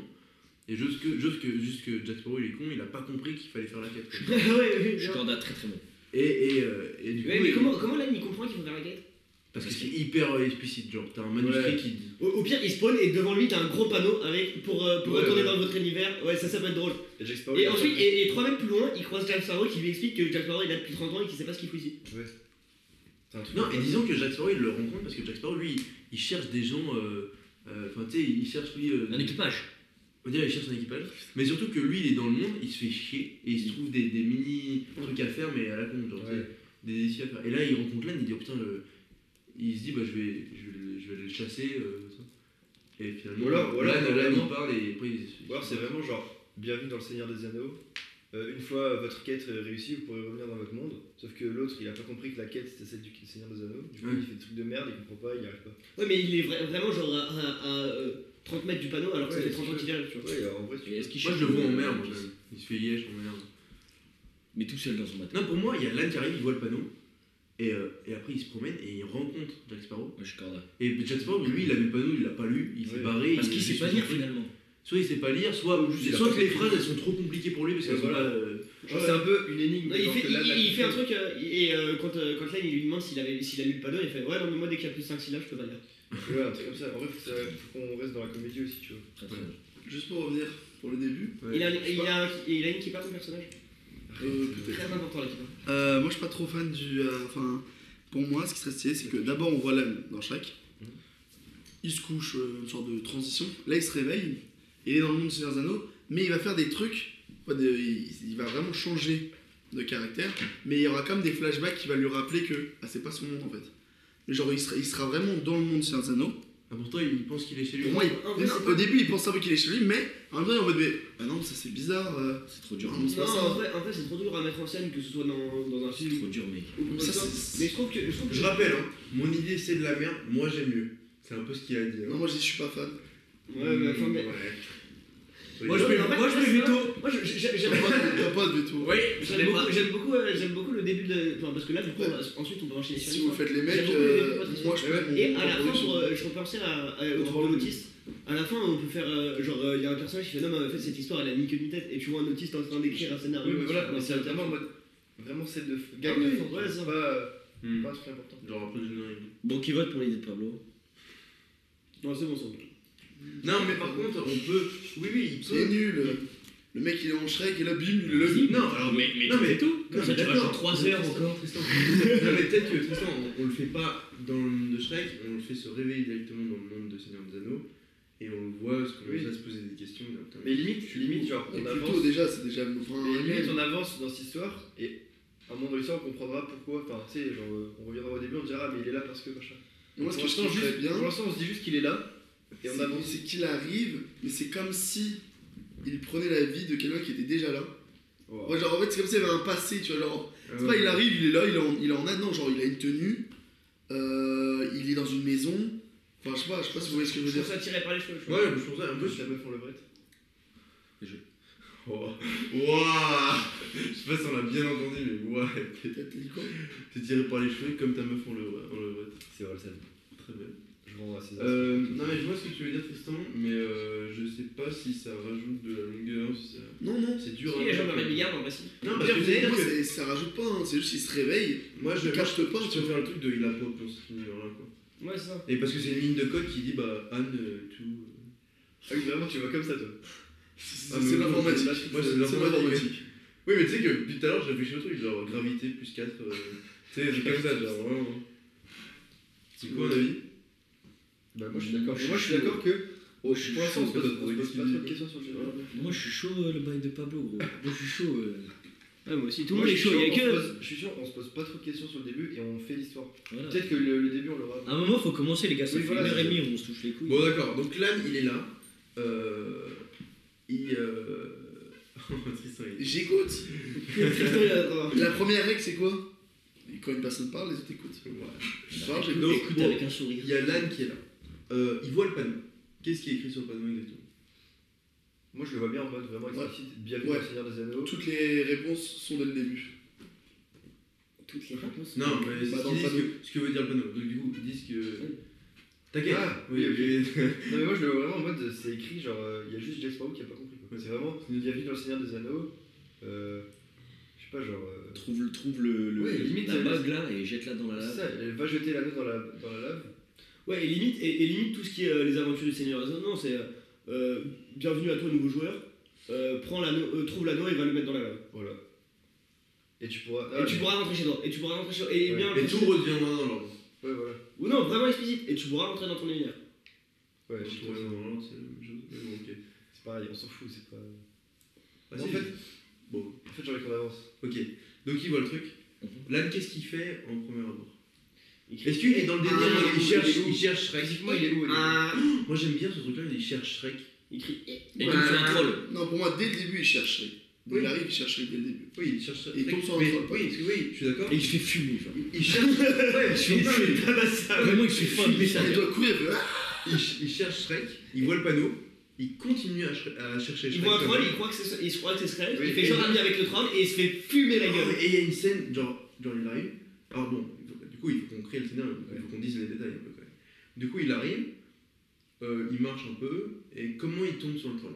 S4: Et juste que, juste que, juste que Jack Sparrow il est con, il a pas compris qu'il fallait faire la quête.
S2: ouais, ouais,
S3: Je
S2: ouais.
S3: suis corda très très bon.
S4: Et, et, euh, et du coup.
S2: Ouais, mais
S4: il-
S2: comment, comment l'âne il comprend qu'il faut faire la quête
S4: Parce que c'est hyper euh, explicite, genre t'as un manuscrit
S1: Ouais.
S4: qui dit.
S2: au, au pire, il spawn et devant lui, t'as un gros panneau avec pour, euh, pour
S4: Ouais,
S2: retourner
S4: ouais.
S2: dans votre univers. Ouais, ça, ça peut être drôle.
S1: Et Jack Sparrow.
S2: Et
S1: il a-
S2: ensuite, et, et 3 mètres plus loin, il croise Jack Sparrow qui lui explique que Jack Sparrow il a depuis 30 ans et qu'il sait pas ce qu'il fout ici.
S1: C'est un truc
S4: Non, et disons que Jack Sparrow il le rencontre parce que Jack Sparrow lui il cherche des gens. euh, euh, Enfin tu sais, il cherche lui. euh,
S3: Un équipage
S4: On dirait qu'il cherche un équipage, mais surtout que lui il est dans le monde, il se fait chier et il se trouve des, des mini trucs à faire, mais à la con, genre, tu sais,
S1: Ouais.
S4: des défis à faire. Et là il rencontre l'âne, il dit oh putain, euh, il se dit bah je vais, je vais, le- je vais aller le chasser. euh, ça. Et finalement,
S1: Ou alors- ou alors,
S4: l'âne-
S1: non,
S4: l'âne,
S1: vraiment.
S4: il parle et après il se
S1: Ou alors c'est vraiment genre, bienvenue dans le Seigneur des Anneaux. Euh, une fois euh, votre quête euh, réussie, vous pourrez revenir dans votre monde. Sauf que l'autre, il a pas compris que la quête c'était celle du Seigneur des Anneaux. Du coup,
S4: Ouais.
S1: il fait des trucs de merde, il comprend pas, il y arrive pas.
S2: Ouais, mais il est vra- vraiment genre à, à- à, euh, 30 mètres du panneau alors que ça
S1: Ouais,
S2: fait 30 ans
S1: c'est
S2: qu'il est là, tu vois.
S1: Ouais, alors, en vrai, tu
S3: Et est-ce qu'il
S4: Moi
S3: cherche
S4: je le vois en
S3: euh,
S4: mer, moi, quand même. il se fait yesh en mer.
S3: Mais tout seul dans son bateau.
S4: Non, pour moi il y a l'âne qui arrive, il voit le panneau, et, euh, et après il se promène et il rencontre Jack Sparrow.
S3: Moi je suis corda.
S4: Et Jack Sparrow, lui il a vu le panneau, il l'a pas lu, il s'est
S1: Ouais.
S4: barré.
S3: Parce
S4: il a
S3: qu'il
S4: fait
S3: sait pas
S4: son
S3: lire
S4: truc.
S3: finalement.
S4: Soit il sait pas lire, soit, ou juste-
S1: Il a
S4: soit
S1: pas
S4: que les
S1: compris.
S4: phrases elles sont trop compliquées pour lui parce
S1: Et
S4: qu'elles sont
S1: voilà.
S4: pas. euh,
S1: Genre, c'est un peu une énigme.
S2: Non, il,
S1: genre
S2: fait,
S1: que là,
S2: il-
S1: la-
S2: il fait un truc euh, et euh, quand, euh, quand Lane il lui demande s'il avait s'il a lu le panneau, il fait Ouais, non, mais moi dès qu'il y a plus de 5 syllabes, je peux pas lire.
S1: Ouais, un truc comme ça. En vrai, faut, que ça- faut qu'on reste dans la comédie aussi, tu vois.
S3: Très très bon.
S5: Juste pour revenir pour le début.
S4: Ouais.
S2: Il, a, il, a, un- il a une kippa son personnage.
S5: Euh, peut-être.
S2: Très important la kippa.
S5: Euh, moi, je suis pas trop fan du. euh, Enfin, pour moi, ce qui serait stylé, c'est que d'abord, on voit l'âne dans Shrek. Il se couche, euh, une sorte de transition. Là, il se réveille. Il est dans le monde de Seigneur des Anneaux, mais il va faire des trucs. pas de- il, il va vraiment changer de caractère, mais il y aura comme des flashbacks qui va lui rappeler que ah, c'est pas son monde en fait. Mais Genre, il sera, il sera vraiment dans le monde de Seigneur des Anneaux,
S4: Ah, pourtant, il pense qu'il est chez lui.
S5: Pour moi, il-
S2: En vrai,
S5: Mais non,
S2: c'est
S5: au début, il pense un peu qu'il est chez lui, mais en même temps, il est en mode, mais bah non, ça c'est bizarre. euh,
S3: C'est trop dur.
S5: non, c'est
S2: Non,
S5: pas ça.
S2: en vrai, en vrai, c'est trop dur à mettre en scène, que ce soit dans, dans un
S3: C'est
S2: film
S3: trop dur, mec.
S2: ou quoi que
S5: Ça,
S2: ce soit. Mais je trouve que. Je trouve que
S4: Je rappelle, hein, mon idée c'est de la merde, moi j'aime mieux. C'est un peu ce qu'il a dit. hein.
S5: Non, moi je dis, je suis pas fan.
S2: Ouais, mais enfin, mais-
S4: Ouais.
S2: Moi, je
S4: Ouais.
S2: mets- moi, je mets Vito. Moi, je- j'ai- j'aime
S5: T'as pas de- T'as pas de tout.
S3: Oui,
S2: j'aime beaucoup, j'aime beaucoup, euh, j'aime beaucoup le début de. Enfin, parce que là, du coup, on va- ensuite, on peut enchaîner sur
S5: Si vous
S2: l'histoire.
S5: faites
S2: J'aime
S5: les mecs,
S2: beaucoup
S5: euh,
S2: les mecs, parce que-
S5: moi je
S1: Ouais,
S5: peux
S2: Et à la fin, pour,
S5: je-
S2: euh, je repensais à, à, au rapport de l'autiste. À la fin, on peut faire. euh, genre, euh, il y a un personnage qui fait Non, mais en fait, cette histoire, elle a ni queue ni tête. Et tu vois un autiste en train d'écrire un scénario.
S1: Oui, mais voilà,
S2: sur-
S1: mais c'est
S2: sur-
S1: vraiment en mode. Vraiment, c'est de f-
S2: Ah
S1: gag
S2: oui,
S1: de fin,
S2: ouais, ça.
S1: pas, euh,
S2: Mmh.
S4: Hmm.
S1: pas un truc important.
S4: Genre après le générique.
S3: Bon, qui vote pour l'idée de Pablo
S2: Non, c'est bon, c'est bon.
S4: Non, mais par contre, on peut. Oui, oui, il
S5: C'est
S4: peut.
S5: nul. Le mec il est en Shrek et là bim, il le
S4: Non, alors.
S3: mais, mais
S4: non, mais-
S3: tout.
S4: Non,
S3: Comme ça,
S4: mais
S3: tu vas
S4: d'accord.
S3: genre 3 heures encore.
S4: Tristan. non, mais peut-être que Tristan, on, on le fait pas dans le monde de Shrek, on le fait se réveiller directement dans le monde de Seigneur des Anneaux et on le voit se commencer
S1: Oui.
S4: à se poser des questions. et là, putain,
S1: Mais limite, limite, genre,
S5: Et
S1: on
S5: plutôt
S1: avance.
S5: déjà, c'est déjà. enfin,
S1: Et
S5: nul.
S1: limite, on avance dans cette histoire et. À un moment dans l'histoire, on comprendra pourquoi. Enfin, tu sais, genre, euh, on reviendra au début, on dira, ah, mais il est là parce que machin.
S5: Moi, ce
S1: Pour
S5: que je
S1: l'instant,
S5: trouve
S1: juste-
S5: bien,
S1: Pour l'instant, on se dit juste qu'il est là et on
S5: c'est-
S1: avance.
S5: c'est qu'il arrive, mais c'est comme si il prenait la vie de quelqu'un qui était déjà là.
S1: Oh.
S5: Ouais, genre, en fait, c'est comme s'il y avait un passé, tu vois. Genre,
S4: Ah
S5: c'est
S4: ouais.
S5: pas, il arrive, il est là, il est en, il est en aide, non, genre, il a une tenue, euh, il est dans une maison. Enfin, je sais pas, je sais pas si vous voyez ce que je veux
S2: Je
S5: dire.
S2: trouve ça tiré par les cheveux, je crois.
S4: Ouais, je trouve ça un
S1: En
S4: peu.
S1: plus, la meuf en levrette.
S4: Oh. Ouah Je sais pas si on l'a bien entendu, mais ouah t'es-
S5: T'as dit quoi
S4: T'es tiré par les cheveux comme ta meuf en le en levrette.
S1: C'est Olsen.
S4: Très bien.
S1: Je rends à César.
S4: Euh, non, mais je vois ce que tu veux dire, Tristan, mais euh, je sais pas si ça rajoute de la longueur, si ça.
S5: Non, non.
S4: C'est dur
S2: Si,
S4: à
S2: il y a
S4: dire,
S2: Jean-Marie
S4: quoi.
S2: Bigard dans le récit.
S4: Non, parce que
S5: Moi,
S4: c'est-à-dire que
S5: c'est- ça rajoute pas, hein, c'est juste qu'il se réveille,
S4: moi je
S5: il
S4: cache.
S5: cache pas,
S4: Je
S5: tu vois.
S4: préfère le truc de il a pas dans cet univers-là, quoi.
S2: Ouais, c'est ça.
S4: Et parce que c'est une ligne de code qui dit bah Anne, euh, tout.
S1: Ah oui, vraiment, tu vois comme ça, toi.
S5: C'est
S4: Ah,
S5: c'est
S4: mais moi,
S5: l'informatique.
S4: Moi c'est
S5: C'est
S4: l'informatique.
S5: l'informatique.
S4: Oui, mais tu sais que depuis tout à l'heure j'ai réfléchi au truc, genre gravité plus 4. euh, tu sais, des trucs comme ça, genre vraiment. C'est quoi un avis
S1: Bah, moi, je suis d'accord. Mais Moi, je suis d'accord que. Oh, je suis pour l'instant, on se pose on se pose pas trop de questions sur le général.
S3: Moi, je suis chaud euh, le bail de Pablo, gros. Moi, je suis chaud. euh,
S17: Ouais, moi aussi, tout le
S1: Moi,
S17: monde
S1: je
S17: est
S1: suis
S17: chaud,
S1: sûr
S17: il y a
S1: qu'on se
S17: que.
S1: pose- Je suis sûr, on se pose pas trop de questions sur le début et on fait l'histoire.
S3: Voilà.
S1: Peut-être que le, le début, on l'aura.
S3: À un moment, faut commencer, les gars. Ça
S1: Oui,
S3: fait
S1: voilà,
S3: une heure et
S1: c'est-
S3: demie, on se touche les couilles.
S4: Bon, d'accord, donc l'âne il est là. Euh. Il. Euh... Tristan, il-
S5: J'écoute.
S2: Tristan, il a- attends.
S5: La première règle, c'est quoi Quand une personne parle, les autres écoutent.
S4: Ouais.
S5: Genre, j'écoute.
S4: Donc,
S3: Écoute
S4: bon,
S3: avec un sourire.
S4: Il y a l'âne qui est là. Euh, il voit le panneau. Qu'est-ce qui est écrit sur le panneau exactement
S1: Moi, je le vois bien en mode vraiment
S5: Ouais.
S1: explicite. Bienvenue
S5: Ouais.
S1: au Seigneur des Anneaux.
S5: Toutes les réponses sont dès le début.
S2: Toutes les réponses.
S4: Hein Non, mais c'est
S5: Bah,
S4: ce
S5: dans
S4: qu'ils
S5: le
S4: disent
S5: panneau.
S4: que- ce que veut dire le panneau. Donc du coup, ils disent que. T'inquiète.
S1: Ah,
S4: oui,
S1: oui,
S4: oui.
S1: Non, mais moi, je le vois vraiment en mode. C'est écrit, genre, euh, il y a juste Jack Sparrow qui a pas compris. quoi.
S4: Ouais.
S1: C'est vraiment. Bienvenue dans le Seigneur des Anneaux. Euh, je sais pas, genre. euh,
S3: Trouve, le- trouve le, le-
S1: Ouais, limite,
S3: la
S1: ça-
S3: bague là et jette-la dans la
S1: c'est ça,
S3: lave.
S1: elle va jeter l'anneau dans la, dans la lave.
S2: Ouais, et limite, et, et limite tout ce qui est euh, les aventures du Seigneur des Anneaux, c'est euh, euh, bienvenue à toi, nouveau joueur. Euh, prends l'anneau, euh, trouve l'anneau et va le mettre dans la lave.
S1: Voilà. Et tu pourras. ah,
S2: et tu pourras rentrer chez toi. Et tu pourras rentrer chez toi. Et
S1: Ouais.
S2: bien
S4: Ah, Et tout reviendra dans l'ordre.
S1: Ouais, voilà.
S2: Ou non, vraiment explicite. Et tu pourras rentrer dans ton univers.
S1: Ouais,
S4: Tout
S1: je trouve-
S4: reviendra dans l'ordre, c'est la même chose. Mais bon, ok.
S1: c'est pareil, on s'en fout, c'est pas.
S4: Ah,
S1: En
S4: si,
S1: fait-
S4: si. Bon,
S1: En fait, j'ai envie qu'on avance.
S4: ok. Donc il voit le truc.
S3: Mhm.
S4: L'âne, qu'est-ce qu'il fait en premier abord
S2: Il crie-
S4: Est-ce qu'il est dans le délire
S1: Ah,
S4: Il
S1: il
S4: cherche,
S1: est où
S4: il cherche Shrek.
S1: Physiquement, il est où elle est-
S2: Ah,
S4: Moi j'aime bien ce truc-là, il cherche Shrek.
S2: il crie.
S3: Et donc, c'est un troll.
S5: Non, pour moi, dès le début, il cherche. Dès
S4: Oui.
S5: Il arrive, il cherche dès le début.
S4: Oui, il cherche Shrek.
S5: Il tombe sur un
S4: Mais-
S5: troll, pas.
S4: Oui, parce que oui, je suis d'accord.
S3: Et il se fait fumer, genre.
S4: Il cherche. Ouais,
S3: Il se fait
S4: non, mais-
S3: fumer. Vraiment, il se fait fumer, ça.
S5: Il doit courir. il fait, Ah
S4: il, ch- il cherche Shrek, il voit le panneau, il continue à, ch- à chercher Shrek.
S2: Il voit un
S4: comme
S2: troll,
S4: ça.
S2: il croit que c'est il se croit que c'est Shrek,
S1: Oui,
S2: il fait
S1: et-
S2: genre ami avec le troll et il se fait fumer la gueule.
S4: Et il y a une scène, genre, genre il arrive. Alors bon, il faut- du coup, il faut qu'on crée le scénario, il faut qu'on dise les détails un peu quand même. Du coup, il arrive, euh, il marche un peu, et comment il tombe sur le troll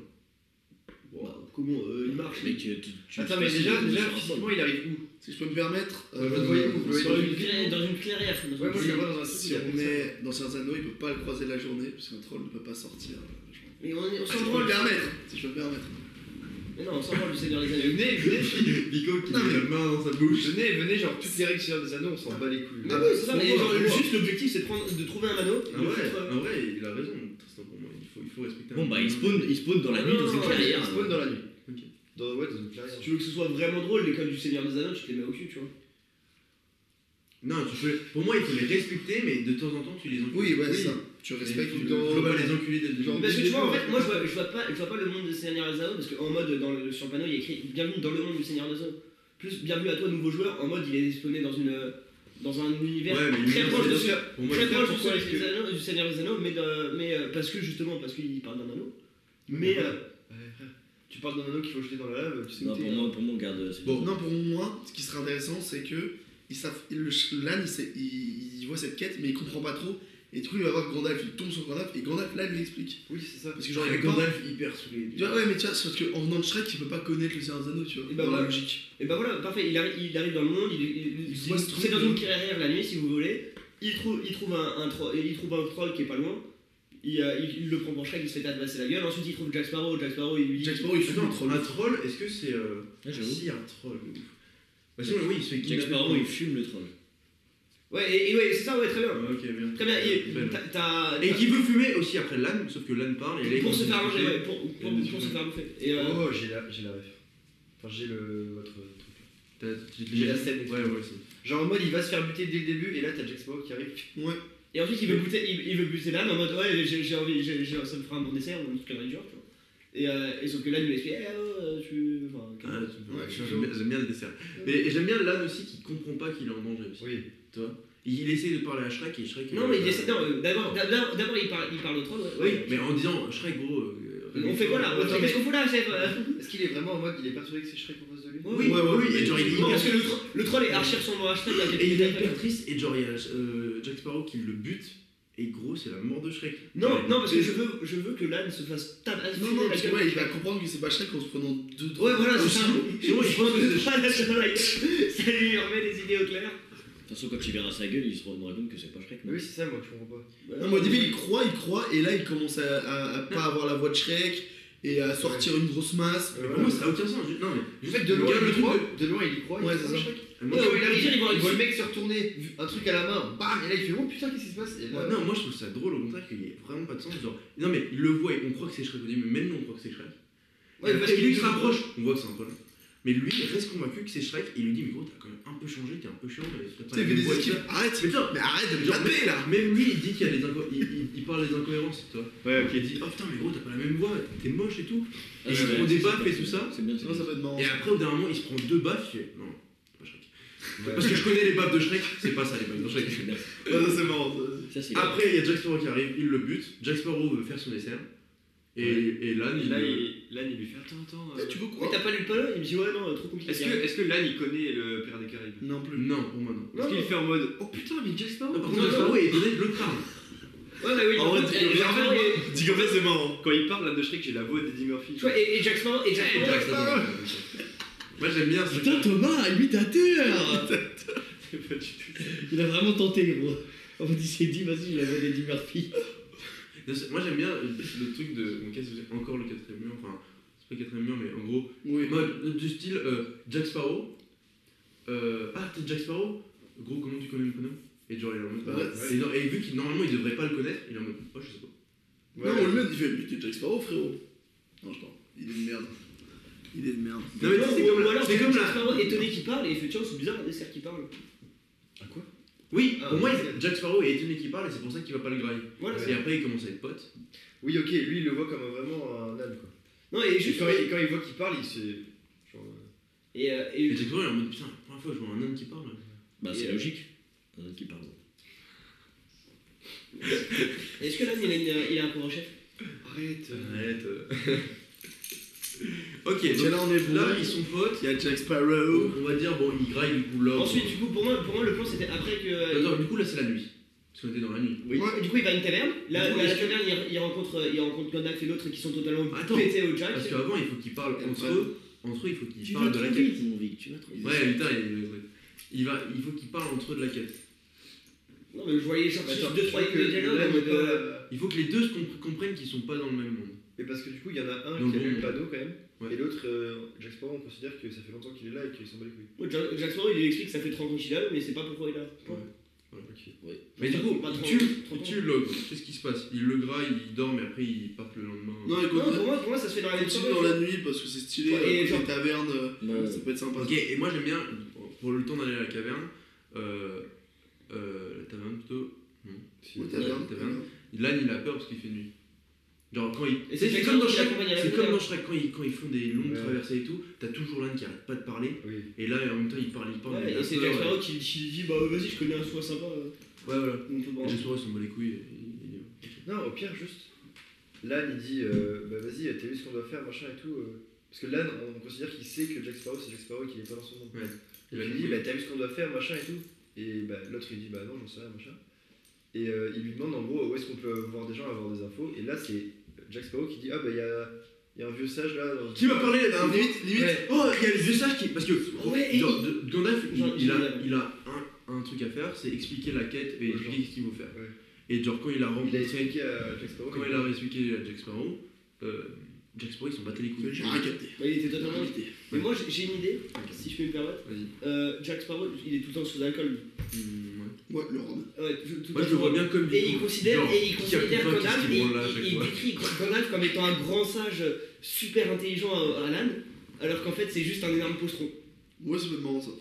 S2: Bah, comment euh, il marche
S3: Mec, tu, tu
S1: Attends,
S3: tu
S1: mais
S3: passes
S1: déjà,
S3: une-
S1: déjà
S3: sur un
S1: physiquement,
S3: troll.
S1: il arrive où
S5: Si je peux me permettre, euh,
S1: Ouais, vous le voyez où, vous le voyez
S2: Dans
S5: si-
S2: une clairière. Dans une clairière dans une
S1: Ouais, moi, je le vois dans un
S5: si
S1: truc.
S5: on est dans Seigneur des Anneaux, il peut pas le croiser la journée, parce qu'un troll ne peut pas sortir. euh, la journée.
S2: Mais on, est- on
S5: Si
S2: s'en
S5: je peux me
S2: branle.
S5: permettre. Si je peux me permettre.
S2: Mais non, on s'en branle du Seigneur des Anneaux.
S1: Venez, venez,
S4: Vico qui
S5: Non,
S4: met
S5: mais-
S4: la main dans sa bouche.
S1: venez, venez, genre, toutes les règles Seigneur des Anneaux, on s'en bat les couilles.
S2: Mais oui, Ah c'est ça, mais
S4: Pourquoi
S2: genre,
S4: Pourquoi
S2: juste l'objectif c'est de, prendre- de trouver un anneau.
S4: En
S2: le
S4: vrai,
S2: foutre, euh,
S4: en vrai, il a raison, Tristan, pour moi, il faut, il faut respecter un
S3: Bon, bah, il
S4: minimum.
S3: spawn, il spawn dans la nuit, dans une
S2: Non,
S3: clairière.
S1: Il spawn dans la nuit.
S4: Ok.
S1: Dans, ouais, dans une clairière.
S2: Si tu veux que ce soit vraiment drôle, les codes du Seigneur des Anneaux, tu te les mets au cul, tu vois.
S4: Non, tu peux- pour moi, il faut les respecter, mais de temps en temps, tu les encules.
S18: Oui, ouais, c'est ça. Tu respectes
S4: tu
S18: tout le
S4: ne
S18: temps.
S4: pas les enculer dès le début.
S18: Genre,
S2: Parce que tu vois, en fait, moi je vois, je vois pas, je vois pas le monde de Seigneur des Anneaux parce qu'en mode, dans le, sur le panneau, il y a écrit Bienvenue dans le monde du Seigneur des Anneaux. Plus bienvenue à toi, nouveau joueur, en mode, il est spawné dans, une, dans un univers
S4: Ouais, mais
S2: très
S4: l'univers,
S2: proche
S4: c'est
S2: de
S4: bien
S2: ce-
S4: sûr. Pour moi,
S2: Très
S4: l'univers,
S2: proche du
S4: pourquoi
S2: Seigneur
S4: est-ce que-
S2: des Anneaux, du Seigneur des Anneaux, mais, de- mais euh, parce que justement, parce qu'il parle d'un anneau. Mais euh,
S1: Tu parles d'un anneau qu'il faut jeter dans la lave, tu sais
S3: Non,
S1: où t'es. hein
S3: pour moi, pour moi, on garde. c'est
S1: Bon.
S3: tout.
S5: Non, pour moi, ce qui serait intéressant, c'est que ils savent, il- le ch- l'âne, il, sait- il- il voit cette quête, mais il comprend pas trop. Et du coup, il va voir Gandalf, il tombe sur Gandalf, et Gandalf, là, il lui explique.
S1: Oui, c'est ça.
S5: Parce que genre, il
S4: Avec
S5: peut pas...
S4: Gandalf hyper saoulé.
S5: Tu vois, ouais, mais tiens, c'est parce qu'en venant de Shrek, il peut pas connaître le Seigneur des Anneaux, tu vois,
S2: Et bah
S5: dans la
S2: voilà.
S5: logique.
S2: Et ben voilà, parfait, il arrive, il arrive dans le monde, il, il-
S5: Il
S2: c'est
S5: voit
S2: une-
S5: ce truc,
S2: c'est dans
S5: là.
S2: une carrière la nuit si vous voulez, il trouve, il trouve, un, un tro- il trouve un troll qui est pas loin, il, euh, il- il le prend pour Shrek, il se fait tabasser la gueule, ensuite il trouve Jack Sparrow, Jack Sparrow il Ah, lui dit...
S5: Jack Sparrow, il fait
S4: Attends,
S5: un troll.
S4: un troll, est-ce que c'est. euh,
S3: Ouais, j'avoue.
S4: Si, un troll. de ouf. Bah, sinon, oui, il se fait
S3: Jack
S4: kidnapper.
S3: Sparrow, il fume le troll.
S2: Ouais, et, et ouais, c'est ça, ouais, très bien.
S4: Ouais, Ah, Ok, bien.
S2: Très bien, et
S4: Belle.
S2: t'as- t'as...
S4: Et
S2: t'as-
S4: qui veut fumer aussi après l'âne, sauf que l'âne parle et elle est
S2: Pour se faire
S4: concentrée.
S2: manger, ouais, pour, pour,
S4: Et
S2: pour se
S4: des-
S2: faire bouffer. Et, euh,
S1: Oh, j'ai la, j'ai la ref. Enfin, j'ai le, votre truc.
S4: T'as- tu-
S1: J'ai la scène.
S4: Ouais, ouais, c'est.
S1: Genre en mode, il va se faire buter dès le début, et là, t'as Jack Sparrow qui arrive.
S2: et ensuite il veut buter, il, il veut buter l'âne en mode ouais, j'ai j'ai envie, j'ai- j'ai- ça me fera un bon dessert ou un truc genre, tu vois. Et, euh, et sauf que l'âne lui explique, eh, oh, euh, tu... Enfin,
S4: Ah, tu-
S1: Ouais,
S4: ouais,
S1: je-
S4: j'aime bien- j'aime bien le dessert. Mais et j'aime bien l'âne aussi qui comprend pas qu'il est en danger aussi.
S1: Oui.
S4: Il, il essaie de parler à Shrek et Shrek.
S2: Non,
S4: euh,
S2: mais il essaie. Non, euh, d'abord, d'abord, d'abord, il parle, il parle au troll. Ouais.
S4: Oui, mais en disant Shrek, gros. euh,
S2: On fait quoi là
S1: Attends,
S2: Qu'est-ce qu'on fout là, chef
S1: Est-ce qu'il est vraiment en mode, il est persuadé que c'est Shrek en face de lui
S4: Oui, ouais, ouais, oui, et genre il est
S2: Non,
S4: hyper
S2: parce que le, tro- le troll est archi ressemblant à Shrek. là,
S4: Et il est
S2: quelqu'un-
S4: hyper triste, et genre il y a euh, Jack Sparrow qui le bute, et gros, c'est la mort de Shrek.
S2: Non,
S4: Ouais.
S2: non, parce que je veux, je veux que l'âne se fasse tabasser.
S5: Non, non, parce que ouais, il va comprendre que c'est pas Shrek en se prenant deux droits.
S2: Ouais, voilà, c'est ça.
S4: Sinon, il prend des-
S2: Ah, là, ça va, il- ça lui remet les idées au clair.
S3: De toute façon, quand il verra sa gueule, il se rendra compte que c'est pas Shrek. non
S1: Oui, c'est ça, moi, je comprends pas.
S5: Non, mais au début, il croit, il croit, et là, il commence à, à- à pas avoir la voix de Shrek, et à sortir une grosse masse.
S4: Mais pour moi, ça a aucun sens. Je- Non, mais.
S1: En fait, de loin,
S4: Regarde
S1: il
S4: Euh, le
S1: y croit,
S4: truc
S1: de loin, il y croit, il
S5: Ouais,
S1: croit
S5: c'est ça.
S1: Shrek.
S4: de-
S1: Moi,
S2: Ouais,
S1: il arrive,
S2: il
S1: il
S2: voit-
S1: voit le mec se retourner, un truc à la main, bam, et là, il fait, oh putain, qu'est-ce qui se passe Et là,
S4: Ouais, Non, moi je trouve ça drôle au contraire qu'il n'y ait vraiment pas de sens. Genre, non, mais il le voit et on croit que c'est Shrek au début, mais même nous on croit que c'est Shrek.
S2: Ouais,
S4: et
S2: parce
S4: après,
S2: qu'il
S4: lui
S2: est
S4: se
S2: tout-
S4: rapproche, on voit que c'est un problème. Mais lui il reste convaincu que c'est Shrek et il lui dit, mais gros, t'as quand même un peu changé, t'es un peu chiant, mais t'as pas
S5: Tu sais, il fait
S4: la
S5: des
S4: voix,
S5: esquives.
S4: etc.
S5: Arrête,
S4: Mais putain,
S5: mais arrête de me
S4: Genre,
S5: taper, là
S4: Même lui il dit qu'il y a des incohérences. Il, il- il parle des incohérences, toi.
S1: Ouais,
S4: Il dit, oh putain, mais gros, t'as pas la même voix, t'es moche et tout.
S3: Ah,
S4: Et
S3: c'est
S4: on
S3: vrai,
S4: débat,
S3: c'est
S4: fait
S3: pas-
S4: tout ça.
S3: C'est bien, c'est
S5: Non, ça
S3: bien.
S5: va être marrant.
S4: Et après, au dernier moment, il se prend deux baffes, il fait, non, c'est pas Shrek. Parce que je connais les baffes de Shrek, c'est pas ça les baffes de Shrek.
S3: C'est bien.
S5: Ouais, ça, c'est marrant. ça.
S3: Ça, c'est bien.
S4: Après, il y a Jack Sparrow qui arrive, il le bute. Jack Sparrow veut faire son dessert. Et, et l'âne,
S19: Et
S4: il.
S19: Là,
S4: le-
S19: il, l'âne, il lui fait Attends, attends.
S5: Eh,
S19: euh,
S5: Tu veux quoi
S2: Mais t'as pas lu le panneau Il me dit ouais, non, euh, trop compliqué.
S19: Est-ce que, est-ce que l'âne, il connaît le Père des Caraïbes
S5: Non plus.
S4: Non, pour moi non.
S19: Est-ce qu'il fait en mode Oh putain, mais Jack Sparrow
S4: Ah, Par contre, Jack Sparrow est étonné de le crâne.
S2: Ouais,
S4: Ah
S2: bah oui,
S19: En
S2: en
S19: vrai,
S2: fait,
S19: dis-le,
S2: Jack
S19: en fait,
S2: Sparrow est-
S19: Dis qu'en fait, c'est marrant. Quand il parle là de Shrek, j'ai la voix d'Eddie Murphy.
S2: Tu vois, et et Jack Sparrow, et Jack
S4: Et
S2: Sparrow-
S4: Jack Sparrow. Moi j'aime bien ce.
S20: Putain, Thomas, imitateur
S19: C'est pas du tout.
S20: Il a vraiment tenté, gros. En fait, il s'est dit, vas-y, la voix d'Eddie Murphy.
S4: Non, c'est- Moi j'aime bien le truc de. Bon, qu'est-ce que c'est Encore le quatrième mur. Enfin, c'est pas le quatrième mur, mais en gros.
S5: Oui.
S4: Mode du style euh, Jack Sparrow. Euh, ah, t'es Jack Sparrow Gros, comment tu connais mon prénom Et genre, il est en mode. bah,
S5: Ouais.
S4: et, non- et vu qu'il normalement il devrait pas le connaître, il est en mode. Oh, je sais pas.
S5: Non, au lieu, il fait Mais t'es Jack Sparrow, frérot. Non, je t'en. Il est de merde. Il est de merde.
S4: Non, mais tu sais, c'est comme
S2: ou
S4: la-
S2: alors
S4: c'est comme
S2: Jack
S4: la.
S2: Sparrow étonné qu'il parle et il fait tiens, c'est bizarre un dessert qui parle.
S4: Oui,
S1: Ah,
S4: pour moi,
S1: ouais.
S4: il- Jack Sparrow est étonné qu'il parle et c'est pour ça qu'il va pas le grailler.
S2: Voilà,
S4: Et après, il commence à être pote.
S1: Oui, ok, lui, il le voit comme vraiment un âne, quoi.
S2: Non, et
S1: Et
S2: juste.
S1: quand il, quand il voit qu'il parle, il se. Genre, euh,
S2: Et, euh, et-
S4: Et Jack Sparrow il est en mode putain, la première fois que je vois un homme qui parle.
S3: Bah, c'est logique. Un autre qui parle.
S2: Est-ce que l'âne il a, une- il a un courant chef
S1: Arrête.
S4: Arrête. euh. ok,
S5: Et
S4: donc
S5: là, on est bon.
S4: là, ils sont potes.
S5: Il y a Jack Sparrow.
S4: On va dire, bon, ils graillent du coup là.
S2: Ensuite, du coup, pour moi, pour moi le plan c'était après que. euh,
S4: Attends, du coup, là, c'est la nuit. Parce qu'on était dans la nuit.
S2: Ouais, Du coup, il va à une taverne. Là,
S4: Du coup,
S2: à la
S4: est-ce que-
S2: taverne, il, il rencontre, euh, il rencontre Gandalf et l'autre qui sont totalement
S4: Attends.
S2: pétés au Jack.
S4: Parce qu'avant, il faut qu'ils parlent entre eux. Entre eux, il faut qu'ils
S3: Tu
S4: parlent
S3: vas
S4: de la
S3: trop
S4: quête.
S3: vite, mon Vic, tu vas trop vite.
S4: Ouais, putain, il, il va, il faut qu'ils parlent entre eux de la quête.
S2: Non, mais je voyais genre
S1: Attends,
S2: deux,
S1: je
S2: trois
S1: crois
S2: lignes de
S1: Bah, que
S2: dialogue.
S1: l'âne,
S2: en mode,
S1: il parle
S2: euh,
S1: à-
S4: Il faut que les deux se compr- comprennent qu'ils sont pas dans le même monde.
S1: Mais parce que du coup, il y en a un
S4: Donc,
S1: qui a
S4: bon, ouais.
S1: lu le panneau quand même,
S4: Ouais.
S1: et l'autre, euh, Jack Sparrow, on considère que ça fait longtemps qu'il est là et qu'il s'en bat les couilles.
S2: ouais, euh, Jack- Jack Sparrow il lui explique que ça fait 30 ans qu'il est là, mais c'est pas pourquoi il est là.
S4: Mais du coup,
S2: Pas
S4: ils
S2: trop-
S4: tuent-
S2: trop
S4: ils
S2: bon.
S4: tuent l'ogre. Qu'est-ce qui se passe Ils le graillent, ils dorment et après ils partent le lendemain.
S5: Non, écoute,
S2: Non, pour moi, pour moi ça se fait dans la même
S5: continue
S2: soirée.
S5: dans la nuit parce que c'est stylé.
S2: Ouais, et
S5: euh,
S2: genre-
S5: Les tavernes, euh,
S3: Ouais.
S5: ça peut être sympa.
S4: Ok, et moi j'aime bien, pour le temps d'aller à la caverne, euh,
S1: si-
S5: Au
S1: Ouais,
S5: taverne.
S1: taverne.
S4: L'âne, il a peur parce qu'il fait nuit. Genre, quand il.
S2: Et
S4: C'est
S2: c'est
S4: c'est
S2: Jack
S4: comme dans
S2: Sparrow qui
S4: Shrek,
S2: l'accompagne à la
S4: c'est comme
S2: rivière.
S4: dans Shrek, quand ils, quand ils font des longues
S1: Ouais.
S4: traversées et tout, t'as toujours l'âne qui arrête pas de parler.
S1: Oui.
S4: Et là, en même temps, il parle, il parle.
S2: Ouais,
S4: il a
S2: et c'est
S4: peur,
S2: Jack Sparrow qui, qui dit Bah vas-y, je connais un choix sympa. euh,
S4: Ouais, voilà.
S2: on peut boire.
S4: Jack Sparrow, il s'en bat les couilles. et il- il-
S1: Non, au pire, juste. L'âne, il dit euh, Bah vas-y, t'as vu ce qu'on doit faire, machin et tout. euh. Parce que l'âne, on, on considère qu'il sait que Jack Sparrow, c'est Jack Sparrow et qu'il est pas dans son monde.
S4: Ouais.
S1: Et il lui dit Bah t'as vu ce qu'on doit faire, machin et tout. Et bah, l'autre, il dit Bah non, j'en sais rien, machin. Et euh, il lui demande en gros où est-ce qu'on peut voir des gens, avoir des infos. Et là, c'est Jack Sparrow qui dit Ah bah il y a, il y a un vieux sage là. dans-
S4: Qui m'a parlé là, Limite, limite.
S1: Ouais.
S4: Oh, il y a le vieux sage qui. Parce que.
S2: Ah Ouais, et
S4: genre, de- Gandalf, il,
S2: Genre,
S4: il a,
S2: il-
S4: il a un, un truc à faire, c'est expliquer la quête et
S1: Ouais,
S4: expliquer ce qu'il faut faire.
S1: Ouais.
S4: Et genre, quand il a
S1: Il a
S4: rencontré.
S1: expliqué à Jack Sparrow.
S4: Quand il a expliqué à Jack Sparrow, euh, Jack Sparrow, ils s'en battaient les couilles.
S5: J'ai rien capté.
S2: Bah, il était totalement invité. Mais moi, j'ai- j'ai une idée, si je peux me permettre.
S4: Vas-y.
S2: Euh, Jack Sparrow, il est tout le temps sous alcool. lui.
S4: Hum, ouais.
S5: Ouais, le rhum.
S2: Ouais, tout- tout le
S4: Moi,
S2: temps
S4: je le
S2: sous
S4: vois bien comme.
S2: Et il considère,
S4: Genre,
S2: et
S4: qui a
S2: il
S4: plus
S2: considère
S4: faim, qu'est-ce
S2: Gandalf,
S4: qu'il
S2: et
S4: branle là, à
S2: il-
S4: chaque
S2: il
S4: fois.
S2: décrit Gandalf comme étant un grand sage euh, super intelligent à, à l'âne, alors qu'en fait c'est juste un énorme pocheron.
S5: Ouais, c'est marrant ça.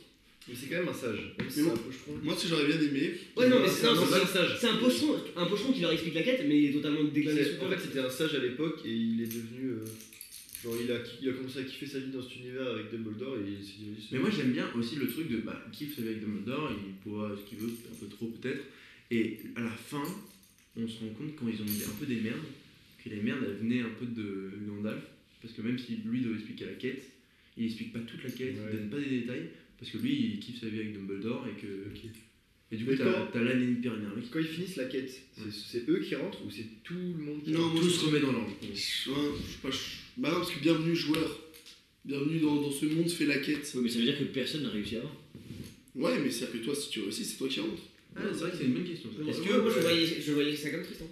S1: Mais c'est quand même un sage. Même si
S5: Mais
S1: c'est
S5: moi-
S1: un pocheron.
S5: Moi, si j'aurais bien aimé.
S2: Ouais, non, mais
S1: c'est
S2: c'est non,
S1: un ancien
S2: c'est-
S1: sage.
S2: c'est un pocheron, un pocheron qui leur explique la quête, mais il est totalement déclassé.
S1: C'est- En fait, c'était un sage à l'époque et il est devenu. euh, genre, il a, il a commencé à kiffer sa vie dans cet univers avec Dumbledore et il s'est dit, vas-y, c'est
S4: Mais moi j'aime bien aussi le truc de bah, il kiffe avec Dumbledore, il boit ce qu'il veut, un peu trop peut-être. Et à la fin, on se rend compte quand ils ont eu un peu des merdes, que les merdes elles venaient un peu de Gandalf. Parce que même si lui doit expliquer la quête, il explique pas toute la quête,
S1: Ouais.
S4: il donne pas des détails. Parce que lui il kiffe sa vie avec Dumbledore et que.
S1: Ok.
S4: Et du coup
S1: Mais
S4: t'as
S1: quand-
S4: t'as l'âne hyper énervé qui
S1: Quand ils finissent la quête, c'est- c'est eux qui rentrent ou c'est tout le monde qui
S5: Non,
S1: rentre
S5: moi,
S4: tout
S5: je-
S4: se remet dans l'ordre.
S5: Ouais, hein, je sais pas. je- Bah non, parce que bienvenue joueur. Bienvenue dans, dans ce monde, fais la quête.
S3: Oui, mais ça veut dire que personne n'a réussi avant.
S5: Ouais, mais c'est-à-dire que toi, si tu réussis, c'est toi qui rentres.
S4: Ah c'est vrai que c'est une bonne question. ça.
S2: Parce que moi je voyais, je voyais ça comme Tristan.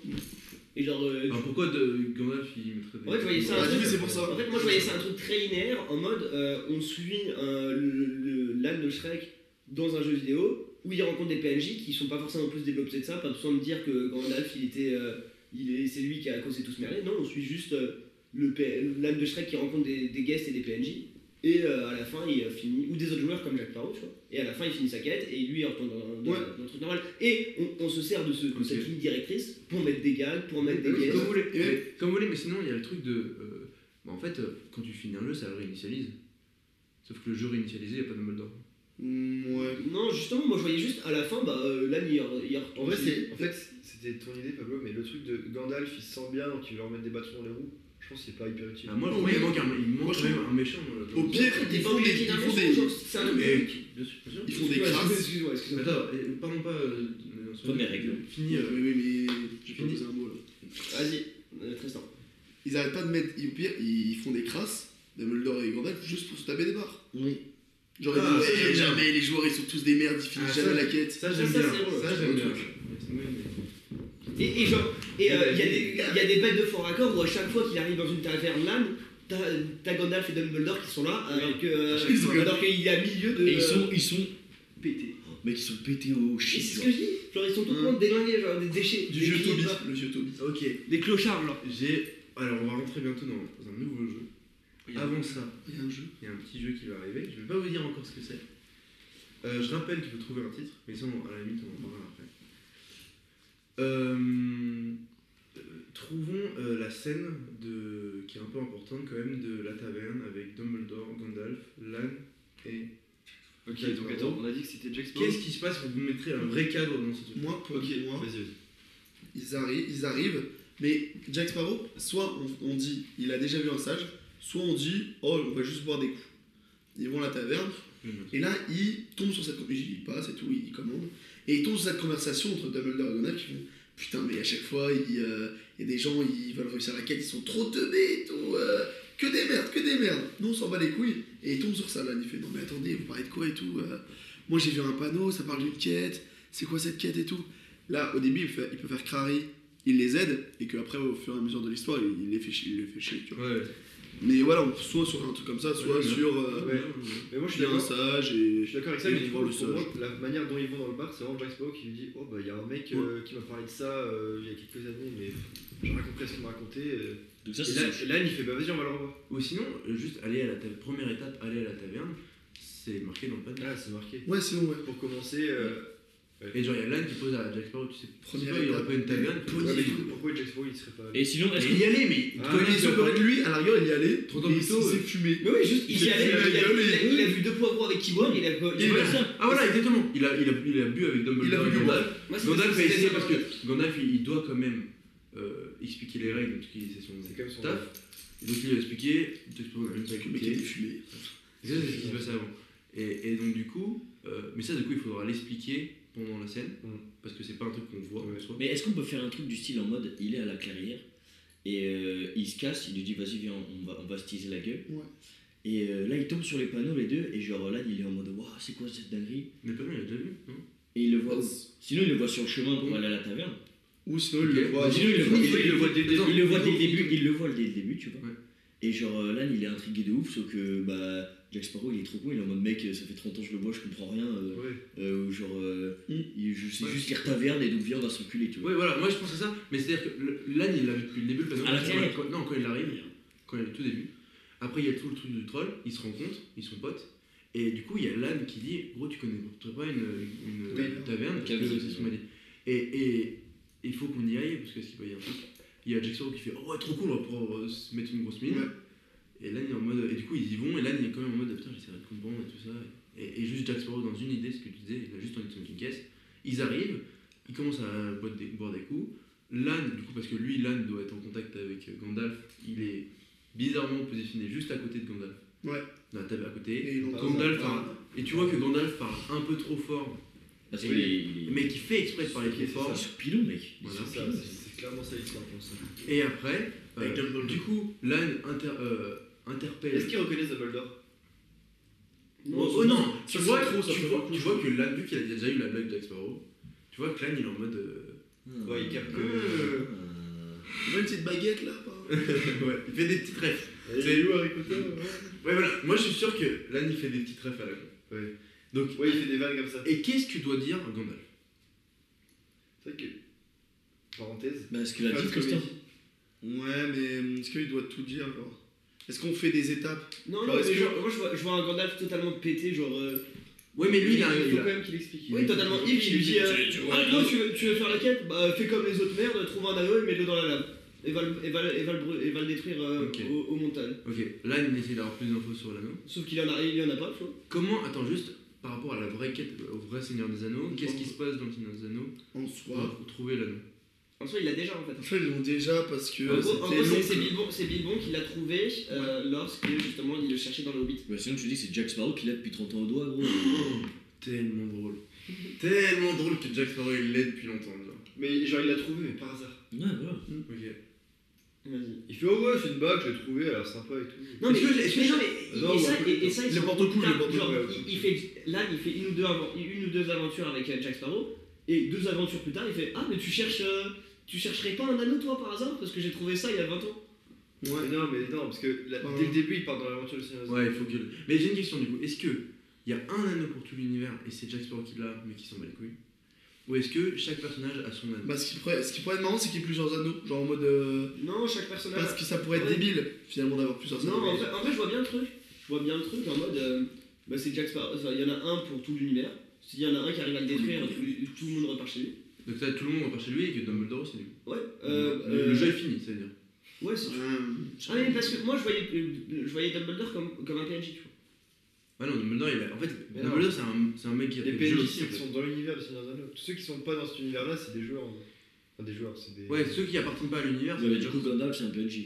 S2: Et genre. euh,
S4: Alors pourquoi de- Gandalf il mettrait des.
S2: Ouais, je voyais Ah, ça, un
S5: Bah, dis,
S2: truc-
S5: mais c'est pour ça.
S2: En fait, moi je voyais ça un truc très linéaire en mode euh, on suit euh, le- le- l'âne de Shrek dans un jeu vidéo où il rencontre des PNJ qui sont pas forcément plus développés de ça, pas besoin de dire que Gandalf il était. euh, il est- c'est lui qui a causé tout ce merdier. Non, on suit juste euh, le P- l'âne de Shrek qui rencontre des, des guests et des PNJ. Et euh, à la fin, il euh, finit, ou des autres joueurs comme Jack Sparrow, tu vois. Et à la fin, il finit sa quête et lui, il retourne dans, dans-
S5: Ouais.
S2: dans le truc normal. Et on, on se sert de, ce, de cette ligne directrice pour mettre des gags, pour mettre des guests.
S4: Comme vous voulez.
S5: Et même-
S4: Comme vous voulez, mais sinon, il y a le truc de. euh, bah, en fait, euh, quand tu finis un jeu, ça le réinitialise. Sauf que le jeu réinitialisé, il n'y a pas de Dumbledore.
S5: Hmm, ouais.
S2: Non, justement, moi je voyais juste à la fin, bah euh, l'âne il, re- il
S1: En
S2: retourne.
S1: vrai,
S2: chez lui.
S1: c'est- en fait, c'était ton idée, Pablo, mais le truc de Gandalf, il se sent bien, donc il leur met des bâtons dans les roues, je pense que c'est pas hyper utile.
S4: Ah, moi, pour moi, il manque, un, il manque
S5: Moi, je
S4: quand même un méchant. moi, là,
S5: Au
S4: dans-
S5: pire,
S2: T'es
S5: ils
S2: pas
S5: font des.
S2: obligé
S5: Ils
S2: d'un
S5: font
S2: monstre,
S5: des. Eh,
S2: genre, c'est un
S4: Mais-
S2: mec.
S4: Bien sûr, bien sûr.
S5: Ils font des crasses.
S2: Excuse-moi, excuse-moi.
S4: Attends, euh, parlons pas. Euh, euh, sur-
S3: Première règle.
S4: Fini.
S5: Oui,
S4: euh,
S5: oui, mais. J'ai pas
S4: Fini.
S5: posé un mot là.
S2: Vas-y, euh, Tristan.
S5: Ils arrêtent pas de mettre. Au pire, ils ils font des crasses, Dumbledore et Gandalf, juste pour se taper des barres.
S3: Oui.
S5: Genre,
S4: Ah,
S5: ils
S4: ça,
S5: disent,
S4: j'aime
S5: Eh,
S4: bien.
S5: jamais les joueurs, ils sont tous des merdes, ils finissent
S4: Ah,
S5: jamais
S4: ça,
S5: la quête.
S4: Ça,
S2: Ça,
S4: j'aime
S2: ça,
S4: bien.
S2: c'est drôle.
S4: Ça, j'aime bien.
S5: Ouais.
S4: C'est moi, mais-
S2: Et, et genre, et euh, il y, a des- il y a des bêtes de fort accord où à chaque fois qu'il arrive dans une taverne, l'âne, t'as t'as Gandalf et Dumbledore qui sont là, alors que
S5: chaque fois.
S2: euh, alors qu'il est à milieu de.
S3: Et ils sont, ils sont,
S2: pétés.
S3: mais ils sont pétés au
S2: C'est
S3: shit.
S2: ce
S3: genre.
S2: que je dis, genre ils sont tout le monde déglingués, genre des déchets.
S5: Du
S2: des
S5: vieux
S2: clips,
S5: Toby.
S2: pas-
S5: Le vieux Toby.
S4: Ok,
S21: Des clochards, genre.
S4: j'ai. Alors, on va rentrer bientôt dans, dans un nouveau jeu.
S5: Ah
S4: Avant ça,
S5: Il y a un jeu.
S4: Il y a un petit jeu qui va arriver, je vais pas vous dire encore ce que c'est. Euh, je rappelle qu'il faut trouver un titre, mais ça, on- à la limite, on en parlera après. Euh, euh, trouvons euh, la scène de, qui est un peu importante quand même de la taverne avec Dumbledore, Gandalf, Lan et.
S1: Ok,
S4: Jack
S1: donc
S4: Sparrow.
S1: attends, on a dit que c'était Jack Sparrow.
S4: Qu'est-ce qui se passe quand vous mettrez un vrai cadre dans ce truc
S5: Moi, pour
S1: Ok,
S5: moi,
S1: vas-y.
S5: ils, arri- ils arrivent, mais Jack Sparrow, soit on, on dit il a déjà vu un sage, soit on dit oh on va juste boire des coups. Ils vont à la taverne, et là ils tombent sur cette conversation, ils passent et tout, ils commandent, et ils tombent sur cette conversation entre Dumbledore et Gandalf qui font putain mais à chaque fois il euh, il y a des gens ils veulent réussir la quête, ils sont trop teubés et tout, euh, que des merdes, que des merdes. Nous on s'en bat les couilles, et ils tombent sur ça là, il fait non mais attendez vous parlez de quoi et tout, euh, moi j'ai vu un panneau, ça parle d'une quête, c'est quoi cette quête et tout. Là, au début, il, fait- il peut faire crari, il les aide, et qu'après, au fur et à mesure de l'histoire, il, il les fait chier, il les fait chier, tu vois.
S4: Ouais,
S5: Mais voilà, on- soit sur un truc comme ça, soit
S4: Ouais,
S5: sur... euh,
S1: Ouais. Mais moi, je suis
S5: il y a un
S1: d'accord.
S5: sage,
S1: Je
S5: et...
S1: suis d'accord avec ça, mais
S5: Il
S1: pour,
S5: vole
S1: pour
S5: le
S1: moi, la manière dont ils vont dans le bar, c'est vraiment Jack Sparrow qui lui dit Oh bah, il y a un mec euh, qui m'a parlé de ça euh, il y a quelques années, mais j'ai rien compris à ce qu'il m'a raconté. euh.
S3: Donc ça,
S1: Et
S3: c'est
S1: là,
S3: ça.
S1: et là, il fait Bah, vas-y, on va le revoir.
S4: Ou sinon, euh, juste aller à la taverne, première étape, aller à la taverne, c'est marqué dans le panneau.
S1: Ah, c'est marqué.
S5: Ouais, sinon, ouais.
S1: Pour commencer, euh,
S4: Et genre, il y a Lan qui pose à Jack Sparrow, tu sais.
S5: Première
S4: Première il y aurait pas une tagline. tu vois.
S1: Ouais, mais du coup, pourquoi Jack Sparrow il serait pas.
S3: Et sinon, est-ce
S5: Il y allait, mais.
S1: Ah,
S5: quand il est
S1: non, tu vas
S5: separé
S1: parler.
S5: de lui, à la rigueur, il y allait.
S4: Trente ans
S5: mais
S4: plus tôt,
S5: Il s'est
S4: euh,
S5: fumé.
S2: Mais oui, juste, il,
S5: Il
S2: y
S5: a
S2: allait,
S5: vu la
S2: il, a,
S5: gueule,
S2: il a-
S5: il-
S2: il a vu deux poivrons avec Kibon, il a
S4: Il
S2: il
S4: est
S2: a
S4: là.
S2: ça.
S4: Ah voilà, exactement. Il a, il a, il a bu avec
S5: Il a
S4: Dumbledore.
S5: bu
S4: et
S5: du
S4: Gandalf.
S2: Moi, Ah, c'est-
S4: Gandalf a
S2: c'était
S4: essayé
S2: ça,
S4: parce
S2: moi.
S4: que Gandalf, il, il doit quand même euh, expliquer les règles, parce que c'est son
S1: C'est quand même son.
S4: taf. Et donc il a expliqué, Jack Sparrow n'a même pas
S5: Le mec était
S4: écouté.
S5: fumé.
S4: Et ça, c'est ce qui se passe avant. Et, et donc du coup, euh, mais ça, du coup, il faudra l'expliquer pendant la scène,
S1: Mm.
S4: parce que c'est pas un truc qu'on voit. en soi.
S3: Mais est-ce qu'on peut faire un truc du style en mode il est à la clairière et euh, il se casse, il lui dit vas-y viens on va, on va se teaser la gueule.
S5: Ouais.
S3: Et euh, là il tombe sur les panneaux les deux et genre là il est en mode waouh c'est quoi cette dinguerie
S4: Mais pas non, il a déjà vu, non
S3: Et il le voit où Sinon il le voit sur le chemin pour aller à la taverne.
S5: Ou sinon, il le
S4: Ok. Bah,
S5: voit.
S3: Sinon il le voit, il le voit dès le début, il le voit dès le début, il le voit dès le début, tu vois.
S4: Ouais.
S3: Et genre là il est intrigué de ouf sauf que bah Jack Sparrow il est trop con, il est en mode mec ça fait 30 ans que je le vois je comprends rien. euh,
S1: Ouais.
S3: euh, ou genre euh,
S5: Mm.
S3: il- je sais
S4: Ouais.
S3: juste lire taverne et donc viens on va s'enculer tu vois.
S4: Ouais, voilà, moi je pense à ça, mais c'est-à-dire que le- l'âne il l'a vu depuis le début, le panneau.
S3: À la
S4: Quand-
S3: clairière.
S4: quand- Non, quand il arrive, quand il est au tout début. Après, il y a tout le truc du troll, ils se rencontrent, ils sont potes. Et du coup, il y a l'âne qui dit Gros, tu connais pas une, une
S1: Taverne.
S4: taverne parce que
S3: Calvin,
S4: c'est ce qu'on m'a dit. Et et il faut qu'on y aille parce que ce qu'il va y avoir un truc. Il y a Jack Sparrow qui fait Oh ouais, trop cool, on va pouvoir euh, se mettre une grosse mine. Et l'âne il est en mode. Et du coup, ils y vont, et l'âne il est quand même en mode Ah, Putain, j'essaierai de comprendre et tout ça. Et, et juste Jack Sparrow, dans une idée, ce que tu disais, il a juste envie de se mettre une caisse. Ils arrivent, ils commencent à boire des, boire des coups. L'âne, du coup, parce que lui, l'âne doit être en contact avec euh, Gandalf, il est bizarrement positionné juste à côté de Gandalf.
S5: Ouais.
S4: Dans la table à côté.
S5: Et il entend-
S4: Gandalf parle. Et tu vois que Gandalf parle un peu trop fort,
S3: Parce
S1: Oui.
S3: qu'il est- il est-
S4: mais qui fait exprès de parler trop
S1: Ok, c'est
S4: fort.
S3: Ils sont pilons, mec.
S1: C'est
S4: Voilà.
S1: ça, c'est- c'est clairement ça l'histoire pour ça.
S4: Et après, euh,
S1: Avec Dumbledore.
S4: du coup, l'âne inter- euh, interpelle.
S1: Est-ce qu'ils reconnaissent Dumbledore
S4: Oh, oh non, tu
S1: ça,
S4: vois,
S1: c'est trop, ça,
S4: tu
S1: ça,
S4: vois,
S1: ça,
S4: tu vois que l'âne, vu qu'il a déjà eu la blague de Jack Sparrow, tu vois que l'âne il est en mode. euh,
S1: Ouais, il capte
S3: Ah.
S1: que.
S5: Il veut une petite baguette là. par-
S4: ouais, il fait des petites refs.
S1: C'est où Harry Potter
S4: Ouais, voilà, moi je suis sûr que l'âne il fait des petites refs à la con.
S1: Ouais.
S4: Donc,
S1: Ouais, il fait des vannes comme ça.
S4: et qu'est-ce que doit dire Gandalf
S1: C'est vrai que. Parenthèse.
S3: Bah, ce qu'il a
S1: faire
S3: dit,
S1: une comédie.
S3: Tristan.
S5: Ouais, mais hum, est-ce qu'il doit tout dire genre Est-ce qu'on fait des étapes
S2: Non, non,
S5: Alors, est-ce
S2: mais
S5: que-
S2: genre, moi je vois, je vois un Gandalf totalement pété, genre. euh,
S4: Ouais, mais lui il a un.
S2: faut
S4: il
S2: quand
S4: a-
S2: même qu'il explique.
S4: il-
S2: Oui, totalement Yves, il lui dit. euh,
S3: Tu vois,
S2: Ah, gros, tu veux, tu veux faire la quête Bah, fais comme les autres merdes, trouve un anneau et mets-le dans la lave. Et va, le- et va, le- et va, le, bru- et va le détruire euh,
S4: Ok.
S2: au, au montagne.
S4: Ok, l'âne essaie d'avoir plus d'infos sur l'anneau.
S2: Sauf qu'il y en a, il y en a pas, tu vois.
S4: Comment, attends juste, par rapport à la vraie quête, au vrai Seigneur des Anneaux, qu'est-ce qui se passe dans le Seigneur des Anneaux
S5: en soi
S4: pour trouver l'anneau
S2: En soi, il l'a déjà en fait.
S5: En fait, ils l'ont déjà parce que.
S2: En gros, en gros,
S5: c'était
S2: c'est
S5: long.
S2: c'est Bilbon, c'est Bilbon qui l'a trouvé euh, lorsque justement il le cherchait dans le Hobbit.
S3: Bah, sinon, tu dis que c'est Jack Sparrow qui l'a depuis 30 ans au doigt, gros.
S4: Ah.
S1: Oh,
S4: Tellement drôle. Tellement drôle que Jack Sparrow il l'est depuis longtemps déjà.
S1: Mais genre, il l'a trouvé, mais par hasard.
S3: Ouais, voilà.
S4: Ok.
S2: Vas-y.
S1: Il fait Oh ouais, c'est une bague, je l'ai trouvée, elle a l'air sympa et tout.
S2: Non, mais,
S4: Est-ce que- est-ce que-
S2: mais non, mais- et,
S1: Non,
S2: et ça,
S1: ouais.
S2: et, et ça, il
S1: Le porte-couille, le porte-couille,
S2: Genre,
S1: ouais,
S2: il- il, fait, là, il fait une ou deux, avant- une ou deux aventures avec euh, Jack Sparrow, et deux aventures plus tard, il fait Ah, mais tu cherches. euh, tu chercherais pas un anneau, toi, par hasard Parce que j'ai trouvé ça il y a 20 ans.
S1: Mais non, mais non, parce que la-
S5: Ouais.
S1: dès le début, il part dans l'aventure du Seigneur des Anneaux.
S4: Ouais, il faut que. Mais j'ai une question du coup. Est-ce que il y a un anneau pour tout l'univers et c'est Jack Sparrow qui l'a mais qui s'en bat les couilles Ou est-ce que chaque personnage a son anneau
S5: Bah, ce qui pourrait, ce qui pourrait être marrant, c'est qu'il y ait plusieurs anneaux. Genre en mode. euh,
S2: Non, chaque personnage.
S5: Parce que ça pourrait être
S2: Ouais.
S5: débile finalement d'avoir plusieurs
S2: Non, en
S5: anneaux.
S2: vrai, en vrai, je vois bien le truc. Je vois bien le truc en mode. euh, bah, c'est Jack Sparrow. Enfin, il y en a un pour tout l'univers. S'il y en a un qui arrive à le détruire, tout, tout le monde repart chez lui.
S4: Donc ça, tout le monde repart chez lui et que Dumbledore c'est lui.
S2: Ouais. euh,
S4: le, le
S2: euh,
S4: jeu est fini, ça veut dire.
S2: Ouais, c'est
S5: Hum,
S2: Ah oui, parce que moi je voyais, euh, je voyais Dumbledore comme, comme un PNJ, tu vois.
S4: Ah non, Dumbledore il a. En fait,
S1: Mais
S4: Dumbledore c'est un, c'est un mec qui a fait le
S1: Les PNJ,
S4: jeu aussi,
S1: c'est
S4: en
S1: qui
S4: fait.
S1: sont dans l'univers du Seigneur des Anneaux. Tous ceux qui sont pas dans cet univers-là, c'est des joueurs. en vrai. Enfin, des joueurs, c'est des.
S4: Ouais, ceux qui appartiennent pas à l'univers,
S3: Ouais, mais du coup, Gandalf, c'est un PNJ.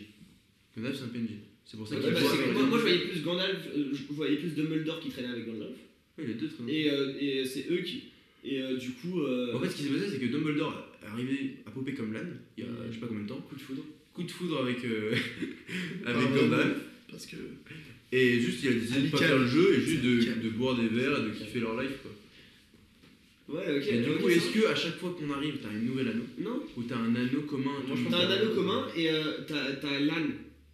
S4: Gandalf c'est un PNJ. C'est pour ça
S1: Ouais,
S4: qu'il
S1: bah,
S4: voit
S1: c'est-
S4: dans les
S2: moi, moi, je
S4: anneaux.
S2: voyais plus Gandalf, euh, je voyais plus Dumbledore qui traînait avec Gandalf.
S4: Ouais, les deux très
S2: Et, euh, et c'est eux qui. Et euh, du coup. euh,
S4: Mm. En fait, ce qui s'est passé, c'est que Dumbledore est arrivé à popper comme l'âne, il y a je sais pas combien de temps.
S2: coup de foudre.
S4: Coup de foudre avec, euh, avec
S5: Pardon.
S4: Gandalf.
S5: Parce que.
S4: Et juste, il a décidé de pas
S5: Amical.
S4: faire le jeu et juste de,
S5: Amical.
S4: de boire des verres et de kiffer leur life. Quoi.
S2: Ouais, ok.
S4: Et du
S2: ok,
S4: coup,
S2: ça
S4: est-ce que à chaque fois qu'on arrive, t'as un nouvel anneau
S2: marche. Non
S4: ou t'as un anneau commun à tout le monde
S2: T'as un anneau commun et euh, t'as t'as Lan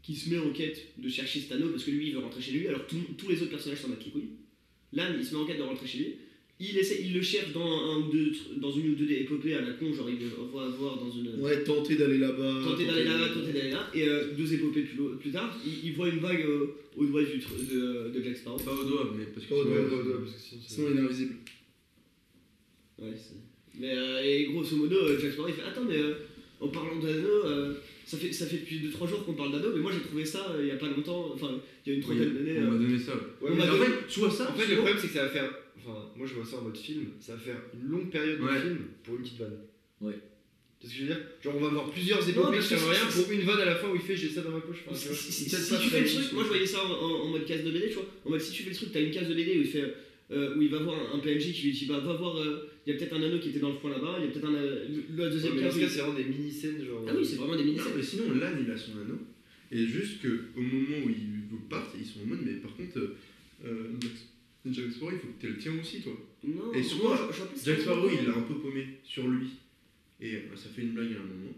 S2: qui se met en quête de chercher cet anneau parce que lui il veut rentrer chez lui alors tout- tous les autres personnages s'en battent les couilles. Lan il se met en quête de rentrer chez lui. Il, essaie, il le cherche dans, un ou deux, tr- dans une ou deux des épopées à la con, genre il veut avoir dans une.
S5: Ouais, tenter d'aller là-bas.
S2: Tenter d'aller là, tenter d'aller là, et euh, deux épopées plus, lo- plus tard, il, il voit une vague euh, au doigt du tr- de, euh, de Jack Sparrow.
S4: Pas au doigt, mais parce que.
S5: Pas au
S1: Ouais,
S5: doigt,
S1: ouais, ouais, parce que sinon, c'est-
S5: Sinon, il est invisible.
S2: Ouais, c'est- Mais, euh, et grosso modo, euh, Jack Sparrow il fait Attends, mais euh, en parlant d'anneaux, euh, ça, fait, ça fait depuis 2-3 jours qu'on parle d'anneaux, mais moi j'ai trouvé ça euh, il y a pas longtemps, enfin il y a une trentaine d'années.
S4: On
S2: euh,
S4: m'a donné ça.
S2: on m'a
S1: mais en
S2: donné-
S1: fait,
S2: tu vois ça
S1: En fait,
S2: tu
S1: le
S2: vois
S1: problème, c'est que ça va faire. Enfin, moi je vois ça en mode film, ça va faire une longue période de
S4: Ouais.
S1: film pour une petite vanne.
S3: Ouais.
S1: Tu sais ce que je veux dire Genre, on va avoir plusieurs épopées
S2: parce
S1: qui servent à
S2: que
S1: rien
S2: c'est-
S1: pour une vanne à la fin où il fait j'ai ça dans ma poche. Enfin, tu
S2: Si,
S1: vois.
S2: si- si-
S1: Peut-être
S2: si
S1: pas
S2: tu
S1: très
S2: fais le truc,
S1: bon, je
S2: moi je
S1: trouve.
S2: voyais ça en, en- en mode casse de BD, tu vois. En mode si tu fais le truc, t'as une case de BD où il fait euh, où il va voir un, un PNJ qui lui dit bah va voir, euh, il y a peut-être un anneau qui était dans le coin là-bas, il y a peut-être un euh, le- la
S1: Ouais,
S2: deuxième
S1: mais dans
S2: case.
S1: ce cas, c'est vraiment des mini-scènes, genre.
S2: Ah oui, c'est vraiment des mini
S4: Non, mais sinon, l'âne, il a son anneau. Et juste qu'au moment où ils partent, ils sont en mode, mais par contre, euh, euh, Jack- Jack Sparrow, il faut que tu le tiens aussi, toi.
S2: Non.
S4: Et souvent,
S2: non, je- je vois pas ça.
S4: Jack Sparrow, il l'a un peu paumé sur lui. Et euh, ça fait une blague à un moment.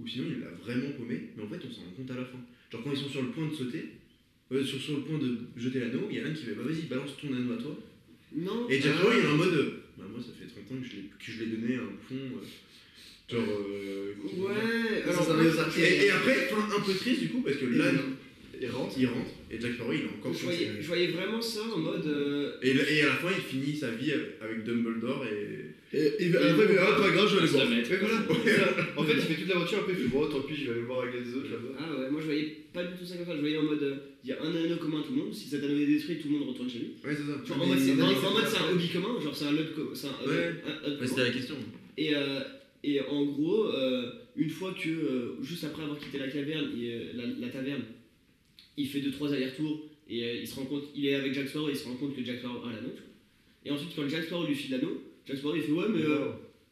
S4: Ou sinon, il l'a vraiment paumé, mais en fait, on s'en rend compte à la fin. Genre, quand ils sont sur le point de sauter, euh, sur, sur le point de jeter l'anneau, il y a un qui fait, bah vas-y, balance ton anneau à toi.
S2: Non.
S4: Et Jack Sparrow, il est en mode, euh, bah moi, ça fait 30 ans que je l'ai- que je l'ai donné à un bouffon. euh, genre. euh, qui-
S2: Ouais.
S1: Ça,
S2: Alors,
S1: ça va, ça-
S4: Et, et après, enfin, un peu triste du coup, parce que là,
S1: Il rentre.
S4: il rentre, et Jack Sparrow, il est encore
S2: je
S4: sur
S2: voyais,
S4: ses-
S2: je voyais vraiment ça en mode. euh,
S4: Et, le- et à la fin, il finit sa vie avec- avec Dumbledore et.
S5: Et, et après, mais, ah, pas grave, je vais aller voir.
S1: Ouais, voilà. C'est ça. En fait, il fait toute l'aventure, après il fait bon, tant pis, je vais aller voir avec les autres là-bas.
S2: Ah ouais, moi je voyais pas du tout ça comme ça. Je voyais en mode euh, il y a un anneau commun à tout le monde. Si cet anneau est détruit, tout le monde retourne chez lui.
S4: Ouais, c'est ça.
S2: Genre, en mode c'est
S1: non,
S2: en
S1: c'est
S2: mode,
S1: pas
S2: c'est
S1: ça.
S2: un hobby commun, genre c'est un hub co- c'est un hub-
S4: Ouais.
S2: un hub commun.
S3: c'était la question.
S2: Et, euh, et en gros, euh, une fois que, euh, juste après avoir quitté la caverne, il, euh, la, la taverne, il fait 2-3 allers-retours et euh, il se rend compte, il est avec Jack Sparrow et il se rend compte que Jack Sparrow a l'anneau. tu vois. Et ensuite, quand Jack Sparrow lui file l'anneau, Jack Sparrow il fait Ouais, mais euh,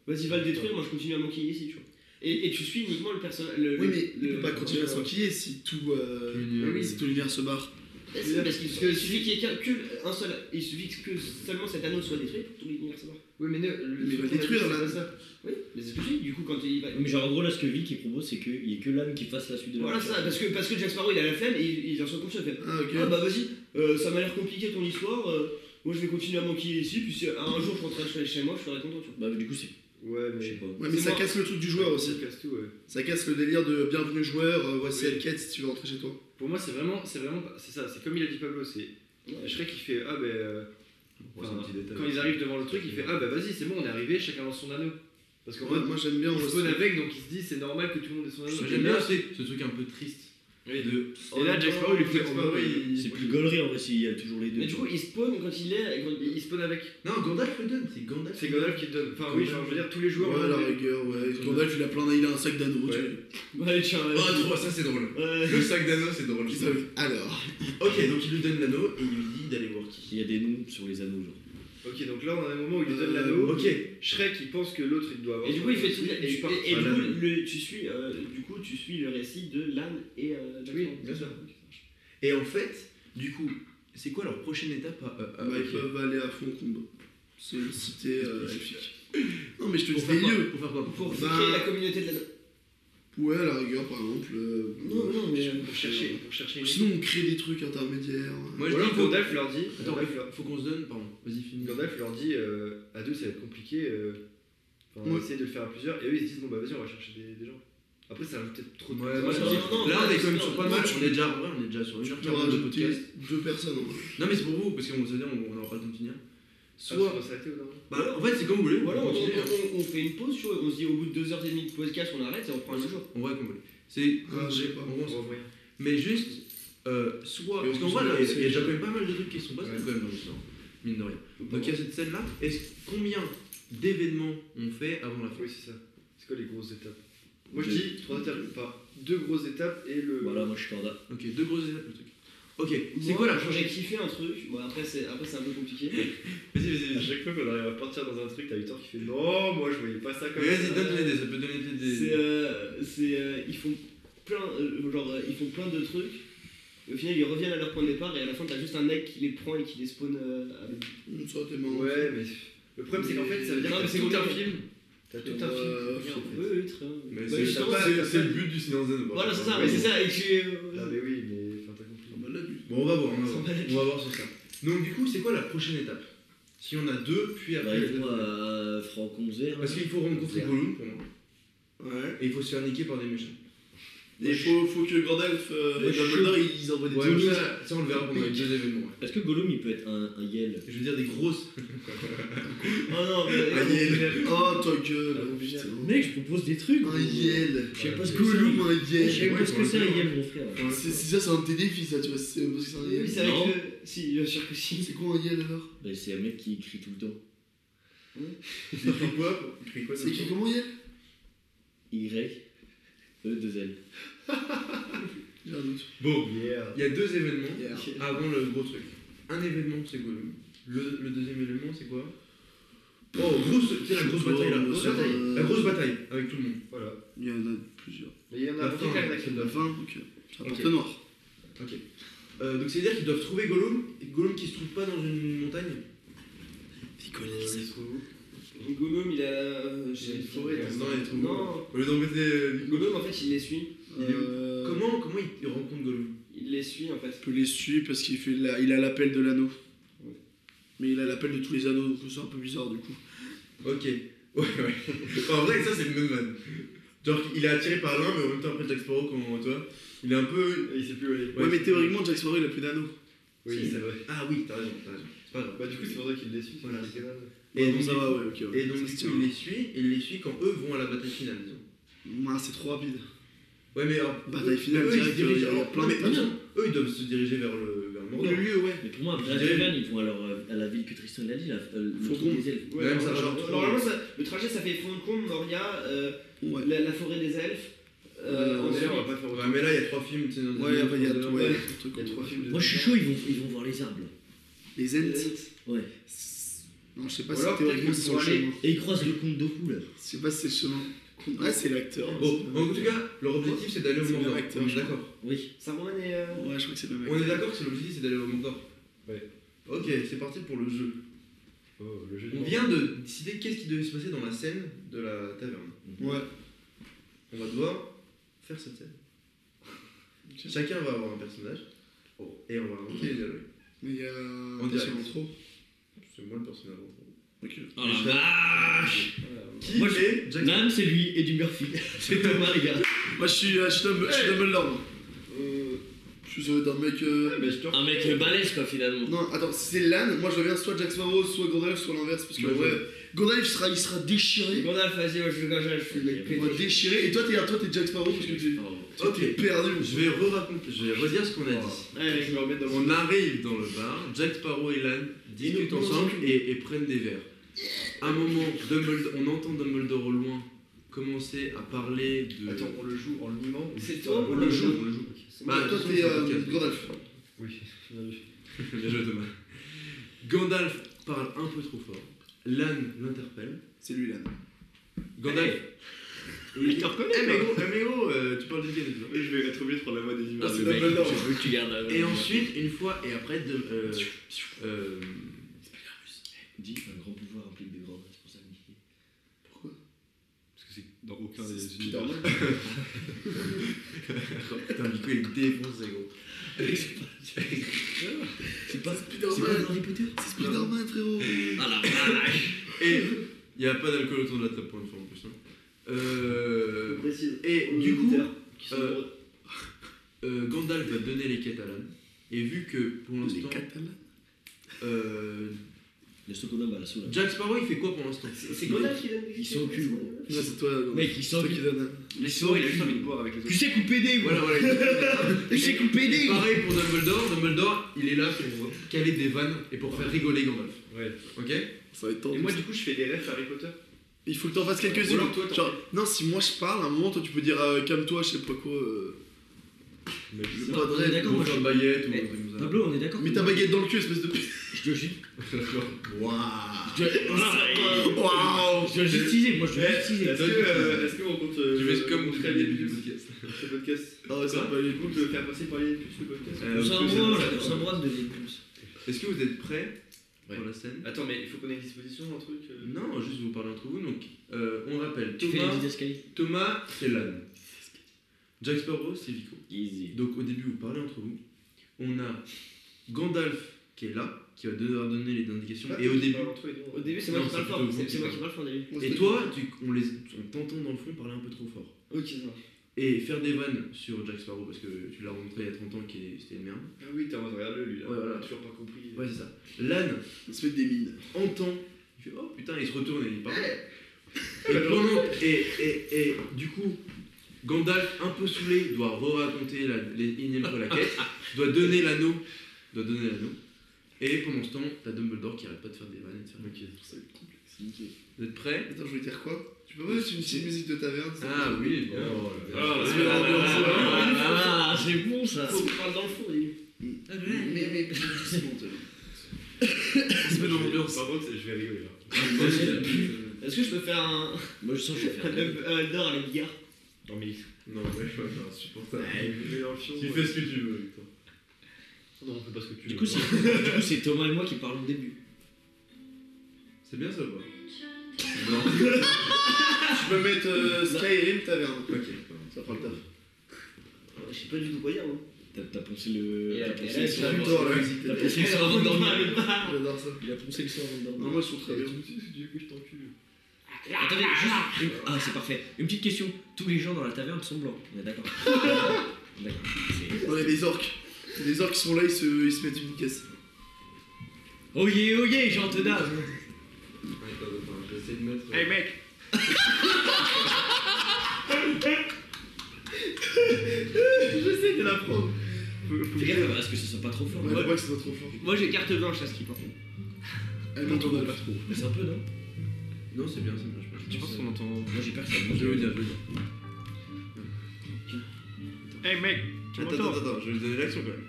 S2: vas-y, va le détruire, moi je continue à m'enquiller ici, tu vois. Et, et tu suis uniquement le personnage. le- le-
S5: Oui, mais il
S2: le-
S5: peut pas continuer à
S2: le-
S5: s'enquiller si tout, euh, si tout l'univers se barre.
S2: Eh, si, Parce qu'il il suffit qu'il y ait qu'un- que un seul. Il suffit que seulement cet anneau soit détruit pour que tout l'univers se barre.
S1: Oui, mais ne- le
S5: Il va
S1: truc,
S5: détruire,
S1: c'est
S5: là.
S1: pas ça.
S2: Oui, mais c'est ce que je dis, du coup, quand il va.
S3: Mais genre, en gros, là, ce que Vic propose, c'est qu'il y ait que l'âne qui fasse la suite de la
S2: Voilà, c'est ça, parce que, parce que Jack Sparrow il a la flemme et il, il en soit conscient. il fait,
S5: Ah, ok.
S2: Ah bah vas-y, euh, ça m'a l'air compliqué ton histoire, euh, moi je vais continuer à manquiller ici, puis si un jour je rentrerai chez, chez moi, je serai content, tu vois.
S3: Bah, du coup, c'est.
S1: Ouais, mais.
S3: Je sais pas.
S5: ouais, mais
S2: c'est
S5: ça
S2: moi.
S5: casse le truc du joueur aussi.
S1: Ça casse tout, ouais.
S5: Ça casse le délire de bienvenue joueur, euh, voici
S1: Oui.
S5: la quête si tu veux rentrer chez toi.
S1: Pour moi, c'est vraiment. C'est vraiment pas- c'est ça, c'est comme il a dit Pablo, c'est. Shrek il fait Ah, ben. euh,
S4: Ouais, c'est un petit détail.
S1: quand ils arrivent devant le truc, il fait Ah, ben vas-y, c'est bon, on est arrivé, chacun lance son anneau. Parce qu'en
S5: Ouais,
S1: mode,
S5: moi j'aime bien.
S1: il
S5: moi,
S1: se
S5: c'est-
S1: spawn avec, donc il se dit C'est normal que tout le monde ait son anneau.
S4: Moi, J'aime bien c'est- ce truc un peu triste.
S1: Oui.
S4: De...
S1: Et là, Jack Sparrow, il fait
S4: Jack Sparrow, il-
S3: C'est plus gaulerie en vrai, s'il y a toujours les deux.
S2: euh, Mais du coup, il spawn quand il est. Quand il-
S1: Il spawn avec.
S4: Non, Gandalf le donne, c'est Gandalf.
S1: C'est Godal qui le donne. Enfin, oui, genre, je veux dire, tous les joueurs.
S5: Ouais, à
S1: ont
S5: la
S1: donné.
S5: rigueur, ouais. Gandalf il a plein il a un sac d'anneaux.
S1: hein. Ouais.
S5: tu
S2: Bah, allez, tiens,
S4: Ah, trop, ça c'est drôle.
S2: euh,
S4: Le sac d'anneaux, c'est drôle.
S5: vois. Ça- Alors,
S4: Ok, donc il lui donne l'anneau et il lui dit d'aller voir qui.
S3: Il y a des noms sur les anneaux, genre.
S1: Ok, donc là, on a un moment où il lui donne
S5: Euh,
S1: l'anneau.
S4: Ok,
S1: Shrek il pense que l'autre il doit avoir.
S2: Et du coup, il fait tout.
S1: son
S2: Et,
S1: anneau aussi,
S2: et,
S1: et il part.
S2: et du,
S1: Voilà.
S2: coup, le- tu suis, euh, du coup, tu suis le récit de l'âne et euh, Jack
S1: Oui,
S2: Sparrow.
S1: bien sûr.
S4: et en fait, du coup, c'est quoi leur prochaine étape à- à- à-
S5: bah,
S4: avec-
S5: ils peuvent aller à fond au combat. C'est une cité euh, elfique. Non, mais je te
S4: Pour
S5: dis
S4: faire
S5: des
S4: quoi
S5: lieux.
S4: Pour faire quoi Pour-
S1: Ben,
S2: Pour
S5: Bah-
S2: créer la communauté de l'anneau.
S5: Ouais, à la rigueur, par exemple. euh,
S2: Non, non, mais. euh,
S1: Pour chercher, pour chercher une.
S5: Sinon, on crée des trucs intermédiaires.
S4: Moi
S1: Ou
S4: je
S1: alors
S4: dis
S1: Gandalf leur dit.
S4: Attends,
S1: Gandalf leur-
S4: faut- faut qu'on se donne, pardon, vas-y finis.
S1: Gandalf leur dit euh, à deux ça va être compliqué. euh, Enfin,
S5: Ouais.
S1: essayer de le faire à plusieurs. Et eux ils se disent bon bah vas-y on va chercher des, des gens. Après ça rajoute peut-être trop de.
S4: Ouais,
S2: moi, je dis- non,
S4: là on est quand même
S2: non,
S4: sur pas
S2: non,
S4: mal,
S5: tu-
S4: on est déjà, en vrai, on est déjà sur une heure
S5: Tu
S4: quarante de
S5: rajouter
S4: podcast.
S5: deux personnes. en vrai.
S4: Non mais c'est pour vous, parce qu'on se dire on n'aura pas le temps de finir.
S1: Ah, parce qu'on
S4: Soit,
S1: va s'arrêter au dernier.
S4: bah en fait c'est comme vous voulez, on
S2: Voilà, on,
S4: peut continuer, hein.
S2: on- on- on fait une pause, tu vois, on se dit au bout de 2h30 de podcast, on arrête et on prend un autre jour.
S4: on voit comme vous voulez. C'est,
S5: Ah, je sais pas.
S4: en gros, on s'en
S1: On
S4: fout.
S1: va voir.
S4: Mais juste, euh, soit,
S5: Et
S4: parce
S5: on
S4: qu'en
S5: se
S4: vrai là,
S5: met
S4: il y a- il y a
S5: aussi.
S4: déjà quand même pas mal de trucs qui sont passés
S1: Ouais.
S4: quand même dans l'histoire, mine de rien. Donc il y a cette scène là, est-ce combien d'événements on fait avant la fin
S1: Oui c'est ça. C'est quoi les grosses étapes Moi je
S3: Deux.
S1: dis trois étapes. Enfin deux grosses étapes et le.
S3: Voilà, moi je suis corda.
S4: Ok, deux grosses étapes le truc. Ok, c'est quoi la prochaine
S2: J'ai kiffé un truc, bon après c'est après, c'est un peu compliqué.
S4: Vas-y, vas-y,
S1: À
S4: vas-y.
S1: chaque fois qu'on arrive à partir dans un truc, t'as Victor qui fait non, moi je voyais pas ça comme
S4: Mais Vas-y, euh,
S1: ça.
S4: donne les dés, ça peut donner des
S2: C'est.
S4: dés.
S2: euh, c'est, euh, ils font plein. euh, genre, euh, ils font plein de trucs. Et au final, ils reviennent à leur point de départ et à la fin, t'as juste un mec qui les prend et qui les spawn. euh, avec-
S5: Hum, Ça, t'es marrant.
S1: Ouais, mais le problème c'est qu'en fait ça veut dire
S2: Non,
S1: que
S2: mais
S1: c'est
S2: c'est
S1: tout un
S2: compliqué.
S1: film. T'as tout un film.
S5: Euh,
S1: qui est bien, en fait.
S2: Oui, oui, très bien.
S4: Mais
S2: Bah,
S4: c'est-
S2: justement,
S1: t'as pas-
S2: c'est-
S1: t'as
S4: C'est le but du silence de
S2: Voilà, c'est ça, mais c'est ça. Et euh, tu.
S1: Ah, mais oui, mais enfin, t'as compris.
S5: Ah, bah, là, du-
S4: Bon, on va voir, on va voir. On va voir sur ça. Donc, du coup, c'est quoi la prochaine étape Si on a deux, puis après.
S3: Réponds à Franck Onzer.
S4: Parce qu'il faut rencontrer Gollum pour moi.
S5: Ouais.
S4: Et il faut se faire niquer par des méchants.
S5: Il faut, faut que Gandalf euh, et Dumbledore ils envoient des
S22: Ouais, mais
S5: trucs.
S22: ça, ça, on le verra pendant les deux événements. ouais.
S3: Est-ce que Gollum il peut être un, un Yel
S4: Je veux dire des grosses.
S3: Oh non, mais.
S2: euh,
S5: Un Yel. Oh ta gueule.
S3: Mec, je propose des trucs.
S5: Un Yel.
S3: Je sais pas ce que
S5: Gollum,
S3: c'est.
S5: un
S3: Je sais
S5: Yel.
S3: pas ce que c'est un Yel, mon frère.
S5: C'est c'est ça, c'est un téléfilm ça, tu vois. C'est parce que c'est un
S2: Oui,
S5: Yel.
S2: c'est avec
S3: Non.
S2: le- Si, bien sûr que si.
S5: C'est quoi un Yel alors
S3: Bah, c'est un mec qui écrit tout le temps.
S5: C'est écrit quoi C'est écrit comment Yel
S3: Y. E, 2 L.
S5: J'ai un doute.
S4: Bon,
S1: Yeah.
S4: il y a deux événements
S2: Yeah.
S4: avant le gros truc. Un événement, c'est Gollum. Le, le deuxième événement, c'est quoi Oh, grosse, tu sais, la grosse bataille là.
S5: Oh,
S4: Grosse
S5: c'est
S4: bataille.
S5: un-
S4: La grosse bataille avec tout le monde.
S1: Voilà.
S5: Il y en a plusieurs.
S1: Mais il y en a
S4: La
S1: un
S4: fin,
S1: qui
S5: C'est la fin, ok. C'est un
S4: Ok.
S5: porte noir.
S4: Euh, donc, c'est-à-dire qu'ils doivent trouver Gollum, et Gollum qui se trouve pas dans une montagne.
S2: Le Gollum, il a. euh, J'ai une forêt.
S4: Ouais, non, il est trop
S2: Non,
S4: Au lieu d'embêter.
S2: le
S4: euh,
S2: Gollum, en fait, il les suit.
S4: Il est où
S5: Euh,
S4: Comment, comment il rencontre Gollum
S2: Il les suit, en fait.
S5: Il peut les suivre parce qu'il fait la- il a l'appel de l'anneau.
S2: Ouais.
S5: Mais il a l'appel de tous les anneaux, donc c'est un peu bizarre du coup.
S4: Ok. Ouais, ouais. en vrai, ça, c'est le même man. Genre, il est attiré par l'un, mais en même temps, après Jack Sparrow, quand tu vois, il est un peu.
S1: Il sait plus où aller.
S5: Ouais, mais théoriquement, Jack Sparrow il a plus d'anneaux.
S1: Oui, c'est vrai.
S4: Ah oui, t'as raison, t'as raison. C'est pas grave.
S1: Bah, du coup, c'est pour ça qu'il les suit. c'est
S4: Voilà.
S1: qu'il les canale.
S5: Et
S4: donc,
S5: ça
S4: du
S5: va,
S4: coup-
S5: ouais, ok. Ouais.
S4: Et donc,
S5: Ça
S4: du
S5: se
S4: coup,
S5: tient.
S4: il les suit, et il les suit quand eux vont à la bataille finale, disons.
S5: Ouah, c'est trop rapide.
S4: Ouais, mais alors.
S5: Bataille finale,
S4: eux, ils se
S5: direct,
S4: dirigent-
S5: il y a
S4: alors,
S5: plein
S4: non,
S5: de
S4: mais
S5: personnes.
S4: non, Eux, ils doivent se diriger vers le, vers le Mordor.
S5: Le lieu, ouais.
S3: Mais pour moi,
S4: Je
S3: à
S4: dirais-
S3: Trevan, ils vont alors euh, à la ville que Tristan l'a dit, là, euh, le
S5: Faucon.
S3: truc des elfes.
S2: Ouais,
S4: Même
S2: alors,
S4: ça,
S2: genre, euh,
S4: genre,
S2: normalement, ça- le trajet, ça fait Fondcombe, Moria, euh,
S5: Ouais,
S2: la, la forêt des elfes. Euh,
S5: Ouais,
S4: Mais
S2: ensuite-
S4: là, on va pas faire. Ouais, mais là, il y a trois films, tu sais. dans-
S5: ouais,
S4: dans-
S5: après, il y a
S4: dans-
S5: tout,
S4: dans-
S5: ouais, il y a tout le truc,
S1: Il y a
S5: ouais.
S1: trois films de.
S3: Moi, je suis chaud, ils vont, ils vont voir les arbres.
S5: Les
S2: euh,
S5: Ents
S3: Ouais.
S5: Non, je sais pas
S2: Ou
S5: si
S2: alors, peut-être
S5: théoriquement c'est
S2: qu'on
S5: son
S2: pourrait
S5: chemin.
S3: Et ils croisent le comte Doku, là.
S5: Je sais pas si c'est le chemin. Ouais, c'est l'acteur.
S4: Bon, en tout cas, leur objectif, c'est d'aller au
S5: C'est le même
S4: Mordor.
S5: acteur,
S4: On est
S5: je crois.
S4: d'accord.
S3: Oui.
S2: Saruman et. euh,
S5: Ouais, je crois que c'est le même
S4: On
S5: acteur.
S4: est d'accord que c'est l'objectif, c'est d'aller au Mordor.
S1: Ouais.
S4: Ok, c'est parti pour le jeu.
S1: Oh, le jeu du
S4: On vient de décider qu'est-ce qui devait se passer dans la scène de la taverne.
S5: Ouais.
S4: On va devoir faire cette scène. Chacun va avoir un personnage Oh, et on va inventer les dialogues.
S5: Mais euh, il y a.
S4: En
S5: t'es
S4: direct.
S5: sur l'intro.
S4: C'est moi le personnage.
S5: Ok.
S3: Oh la vache
S4: Qui
S3: Moi, je-
S4: est Jack
S3: Nam, c'est lui, et du Murphy. C'est Thomas, les gars.
S5: Moi, je suis euh, je suis Dumb- je suis Dumbledore. moi.
S1: Euh,
S5: Je suis euh, d'un mec. euh,
S1: ouais, mais je te
S3: Un mec balèze, quoi, finalement.
S5: Non, attends, c'est l'âne. Moi, je deviens soit Jack Sparrow, soit Gandalf, soit l'inverse. Parce que,
S4: Moi, je-
S5: ouais, Gandalf sera, il sera déchiré.
S2: Gandalf, vas-y, moi, je suis le gars, je suis le mec
S3: Ok,
S5: Il va
S2: pété.
S5: déchirer. Et toi, t'es, toi, t'es Jack Sparrow parce que t'es,
S3: Oh.
S5: toi,
S4: Ok.
S5: t'es perdu.
S4: Je vais re-raconter, je vais redire ce qu'on a dit.
S1: Ouais, je vais remettre dans mon.
S4: On arrive dans le bar, Jack Sparrow et Lan discutent ensemble et, et prennent des verres. À un moment, Dumbledore- on entend Dumbledore au loin commencer à parler de.
S1: Attends, on le joue en le mimant ou
S2: C'est
S1: juste
S2: toi
S1: en-
S2: ou
S1: on
S2: le
S1: le joue
S2: jeu
S1: On le joue. ok.
S4: Bah,
S5: toi,
S4: sinon,
S5: t'es
S4: c'est un
S5: euh,
S4: podcast.
S5: Gandalf.
S1: Oui, bien vu.
S4: Bien joué, Thomas. Gandalf parle un peu trop fort. Lan l'interpelle.
S5: C'est lui l'âne.
S4: Gandalf. Eh, Il te reconnaît. mais gros, eh, mais gros, euh, tu parles de quel toi
S1: Et je vais être obligé de prendre la voix des humains.
S3: Le
S5: c'est
S3: mec,
S5: Dumbledore.
S3: Je veux que tu gardes la
S4: Et ensuite, une fois, et après, de, euh, euh,
S3: Dis, un grand pouvoir implique des grandes responsabilités.
S1: Parce que c'est dans aucun
S5: C'est
S1: des univers.
S5: Spider-Man.
S4: putain, Nico, il est défoncé, gros.
S3: C'est pas. C'est pas
S5: Spider-Man.
S3: dans Harry Potter
S5: C'est Spider-Man, frérot.
S3: Ah la vache
S4: Et il n'y a pas d'alcool autour de la table pour une fois en plus. hein.
S2: Je
S4: Euh,
S2: précise.
S4: et
S2: Aux
S4: du coup,
S2: auditeurs qui sont
S4: euh,
S2: heureux.
S4: euh, Gandalf va donner les quêtes à Lan. Et vu que pour
S5: Les
S4: l'instant,
S5: Catalans.
S4: euh,
S3: Le Stockholm va la soule.
S4: Jack Sparrow il fait quoi pour l'instant
S2: C'est Gandalf qui donne des
S3: Ils sont au cul, gros.
S5: Ouais, c'est toi, Gandalf.
S3: Mec, ils
S5: C'est
S3: sont.
S5: toi qui donne.
S3: Ils sont.
S1: il a juste envie de boire avec les autres.
S3: Tu sais couper des gros.
S4: Voilà, voilà.
S3: Tu sais couper des
S4: Et
S3: gros.
S4: pareil pour Dumbledore, Dumbledore il est là pour caler des vannes et pour faire rigoler Gandalf.
S1: Ouais.
S4: Ok
S5: Ça va être
S1: Et
S5: tendu.
S1: moi, du coup, je fais des refs Harry Potter.
S5: Il faut que t'en fasses
S1: Ou
S5: quelques-unes.
S1: alors toi, t'en
S5: Genre, non, si moi je parle, à un moment, toi, tu peux dire euh, calme-toi, je sais pas quoi. euh,
S1: Mais
S5: je veux
S3: Non,
S5: pas
S3: on
S5: de
S3: est
S5: rêve.
S3: d'accord,
S4: Ou
S3: moi
S4: faire
S3: je.
S4: de baguette ou un
S3: Mais-
S4: truc comme ça.
S3: Pablo, on est d'accord.
S5: Mets ta baguette dans le cul, espèce de pute.
S3: Je dois juste.
S5: Waouh.
S3: Je dois- Voilà.
S5: Waouh.
S3: Je dois juste teaser, moi je dois juste teaser.
S1: Est-ce que, euh, est-ce que on compte. euh,
S4: Je vais comme
S1: montrer à
S4: très bien
S1: Lien
S4: du
S1: Plus
S4: podcast.
S1: ce podcast
S5: Ah ouais, ça va pas aller.
S1: Du coup, le faire passer par Lien Plus le podcast
S4: Euh,
S3: On
S4: parce que ça-
S3: s'embrasse,
S4: ça-
S3: on s'embrasse de vivre plus.
S4: Est-ce que vous êtes prêts
S1: Ouais.
S4: pour la scène
S1: Attends, mais il faut qu'on ait une disposition, un truc. euh,
S4: Non, juste vous parler entre vous. Donc, euh, on rappelle
S3: Tu fais les
S4: Thomas,
S3: idées Sky
S4: Thomas c'est l'âne. Jack Sparrow, c'est Vico.
S3: Easy.
S4: Donc, au début, vous parlez entre vous. On a Gandalf qui est là, qui va devoir donner les indications.
S1: Ah, pas
S4: Et au
S1: qui
S4: début.
S1: parle entre eux et nous,
S2: Au début, c'est moi
S4: Non,
S2: qui parle
S4: c'est
S2: fort.
S4: plutôt vous
S2: C'est
S4: qui
S2: c'est moi
S4: parle.
S2: qui parle fort au
S4: Et
S2: début.
S4: toi, tu, on les- on t'entend dans le fond parler un peu trop fort.
S2: Ok, ça marche.
S4: et faire des vannes sur Jack Sparrow parce que tu l'as rencontré il y a 30 ans qui c'était une merde.
S1: Ah oui, t'es en mode, regarde-le, lui, là.
S4: Ouais, voilà.
S1: J'ai toujours pas compris.
S4: Ouais, c'est ça. L'âne
S5: On se fait des mines.
S4: entend, il fait oh putain, il se retourne et il part. Et, pendant- et, et, et du coup, Gandalf, un peu saoulé, doit re-raconter la, les énièmes fois la quête, doit donner l'anneau, doit donner l'anneau. Et pendant ce temps, t'as Dumbledore qui arrête pas de faire des vannes et de faire des Vous êtes prêts
S5: Attends, je voulais dire quoi Tu peux pas mettre une petite musique de taverne ça
S4: Ah oui, bon.
S23: Ah,
S5: Parce que là, on-
S3: Ah, c'est bon ça.
S2: Faut qu'on parle dans le fond, il-
S5: Mais mais plus doucement, toi.
S4: se met dans l'ambiance.
S1: Par contre, je vais rigoler hein. là.
S2: Est-ce que je peux faire un.
S3: Moi je sens que je vais
S2: un
S3: faire un
S2: Dum- un Dumbledore avec Bigard
S1: Non, mais.
S11: Non, ouais, je suis insupportable. Tu
S1: Tu
S11: fais ce que tu veux, Victor.
S1: Non, on fait pas ce que tu veux.
S3: Du coup, c'est- du coup, c'est Thomas et moi qui parlons au début.
S11: C'est bien ça, ou pas
S5: Je peux mettre euh, Skyrim taverne.
S11: Ok.
S5: Ça prend le taf.
S2: Euh, Je sais pas du tout quoi dire, moi.
S3: T'as t'as poncé le.
S13: Et
S3: t'as
S13: la-
S3: poncé
S13: et la-
S3: le sang avant-
S5: J'adore la musique.
S3: T'as poncé le sang avant de dormir.
S5: J'adore ça.
S3: Il a poncé le sang avant de dormir.
S5: Non, moi je trouve très bien.
S3: Attendez, juste. une- Ah, c'est parfait. Une petite question. Tous les gens dans la taverne sont blancs. On est d'accord. D'accord. C'est-
S5: On a des orques. Les orques qui sont là, ils se, ils se mettent une caisse.
S3: Oh yeah, oh yeah, Jean Tenaz.
S11: J'essaie de mettre.
S4: euh,
S13: Hey mec
S5: J'essaie de la prendre. Faut- faut-
S3: Fais gaffe à ce que ce soit pas trop fort.
S5: Ouais, faut pas que ce soit trop fort.
S13: Moi j'ai carte blanche à ce qui
S5: Elle m'entend pas.
S3: C'est un peu, non
S4: Non, c'est bien, c'est bien, je pense.
S3: Tu penses qu'on
S4: entend
S3: Moi j'ai peur que ça
S4: Je vais vous dire, je vais vous dire.
S13: Hey mec
S4: Attends, attends, attends, je vais vous donner l'action quand même.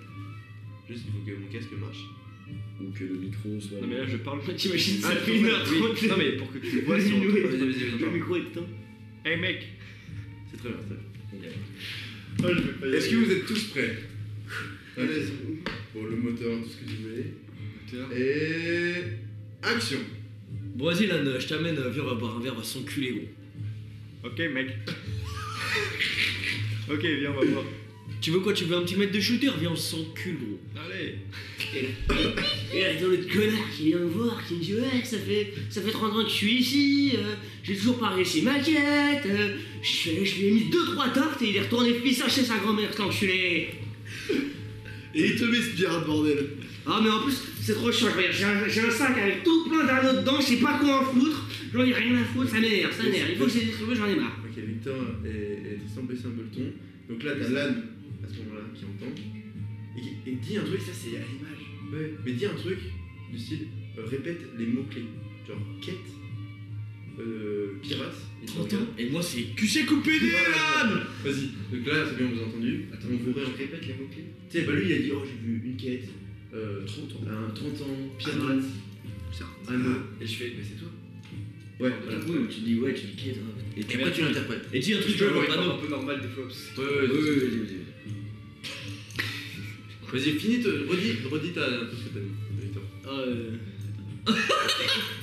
S4: Juste, il faut que mon casque marche.
S3: Ou que le micro soit.
S13: Non mais là je parle, t'imagines ça
S4: Ah,
S13: fait une
S4: oui.
S13: heure trente.
S4: Non, mais pour que tu le vois, si on-
S13: Minuit.
S4: Vas-y, vas-y, vas-y,
S13: Le
S4: parle.
S13: micro est éteint. Hey Eh, mec
S4: C'est très bien, c'est très bien.
S11: Est-ce que vous êtes tous prêts
S5: Allez,
S11: Ok. Bon, le moteur, tout ce que tu voulais. Et. Action
S3: Bon, vas-y, Lan, euh, je t'amène. euh, Viens, on va boire un verre, on va s'enculer, gros.
S1: Ok, mec. ok, viens, on va voir.
S3: Tu veux quoi Tu veux un petit mètre de shooter Viens, on s'encule, gros.
S1: Allez
S2: Et là, dans l'autre connard qui vient me voir, qui me dit Ouais, ça fait, ça fait 30 ans que je suis ici, euh, j'ai toujours pas réussi ma quête, euh, je, lui ai- je lui ai mis 2-3 tartes et il est retourné pisser chez sa grand-mère quand je suis né.
S5: Et il te met ce pirate, bordel.
S2: Ah, mais en plus, c'est trop chiant, je regarde, j'ai un, j'ai un sac avec tout plein d'anneaux dedans, je sais pas quoi en foutre, j'en ai rien à foutre, ça m'énerve, ça m'énerve, il faut que je les distribue, j'en ai marre.
S4: Ok, Victor et, et Tristan baissez un peu le ton. Donc là, t'as l'âne à ce moment-là qui entend et qui et dit un truc, ça c'est à l'image. Ouais, mais dit un truc du style euh, répète les mots-clés. Genre quête, euh, pirate. et tu regardes.
S3: Et moi, c'est QC coupé des Lan
S4: Vas-y, donc là, c'est bien, on vous a entendu.
S1: Attends,
S4: on vous
S1: je
S4: réentend.
S1: répète les mots-clés.
S4: Tu sais, bah lui il a dit Oh, j'ai vu une quête, euh, 30 ans, un 30 ans, pirate, anneau.
S1: Ah, Et je fais, mais c'est toi
S4: Ouais, voilà.
S3: Oui, mais tu dis ouais, tu dis qui est, hein. Et
S4: Et après, tu l'interprètes.
S3: Et dis un truc
S1: Je
S3: sur
S1: peux
S3: le
S1: avoir
S3: panneau.
S1: un peu normal des fois. parce que-
S4: Ouais, ouais, ouais. Vas-y, finis, te- redis, redis ta, tout ce que t'as dit, Victor.
S2: Euh...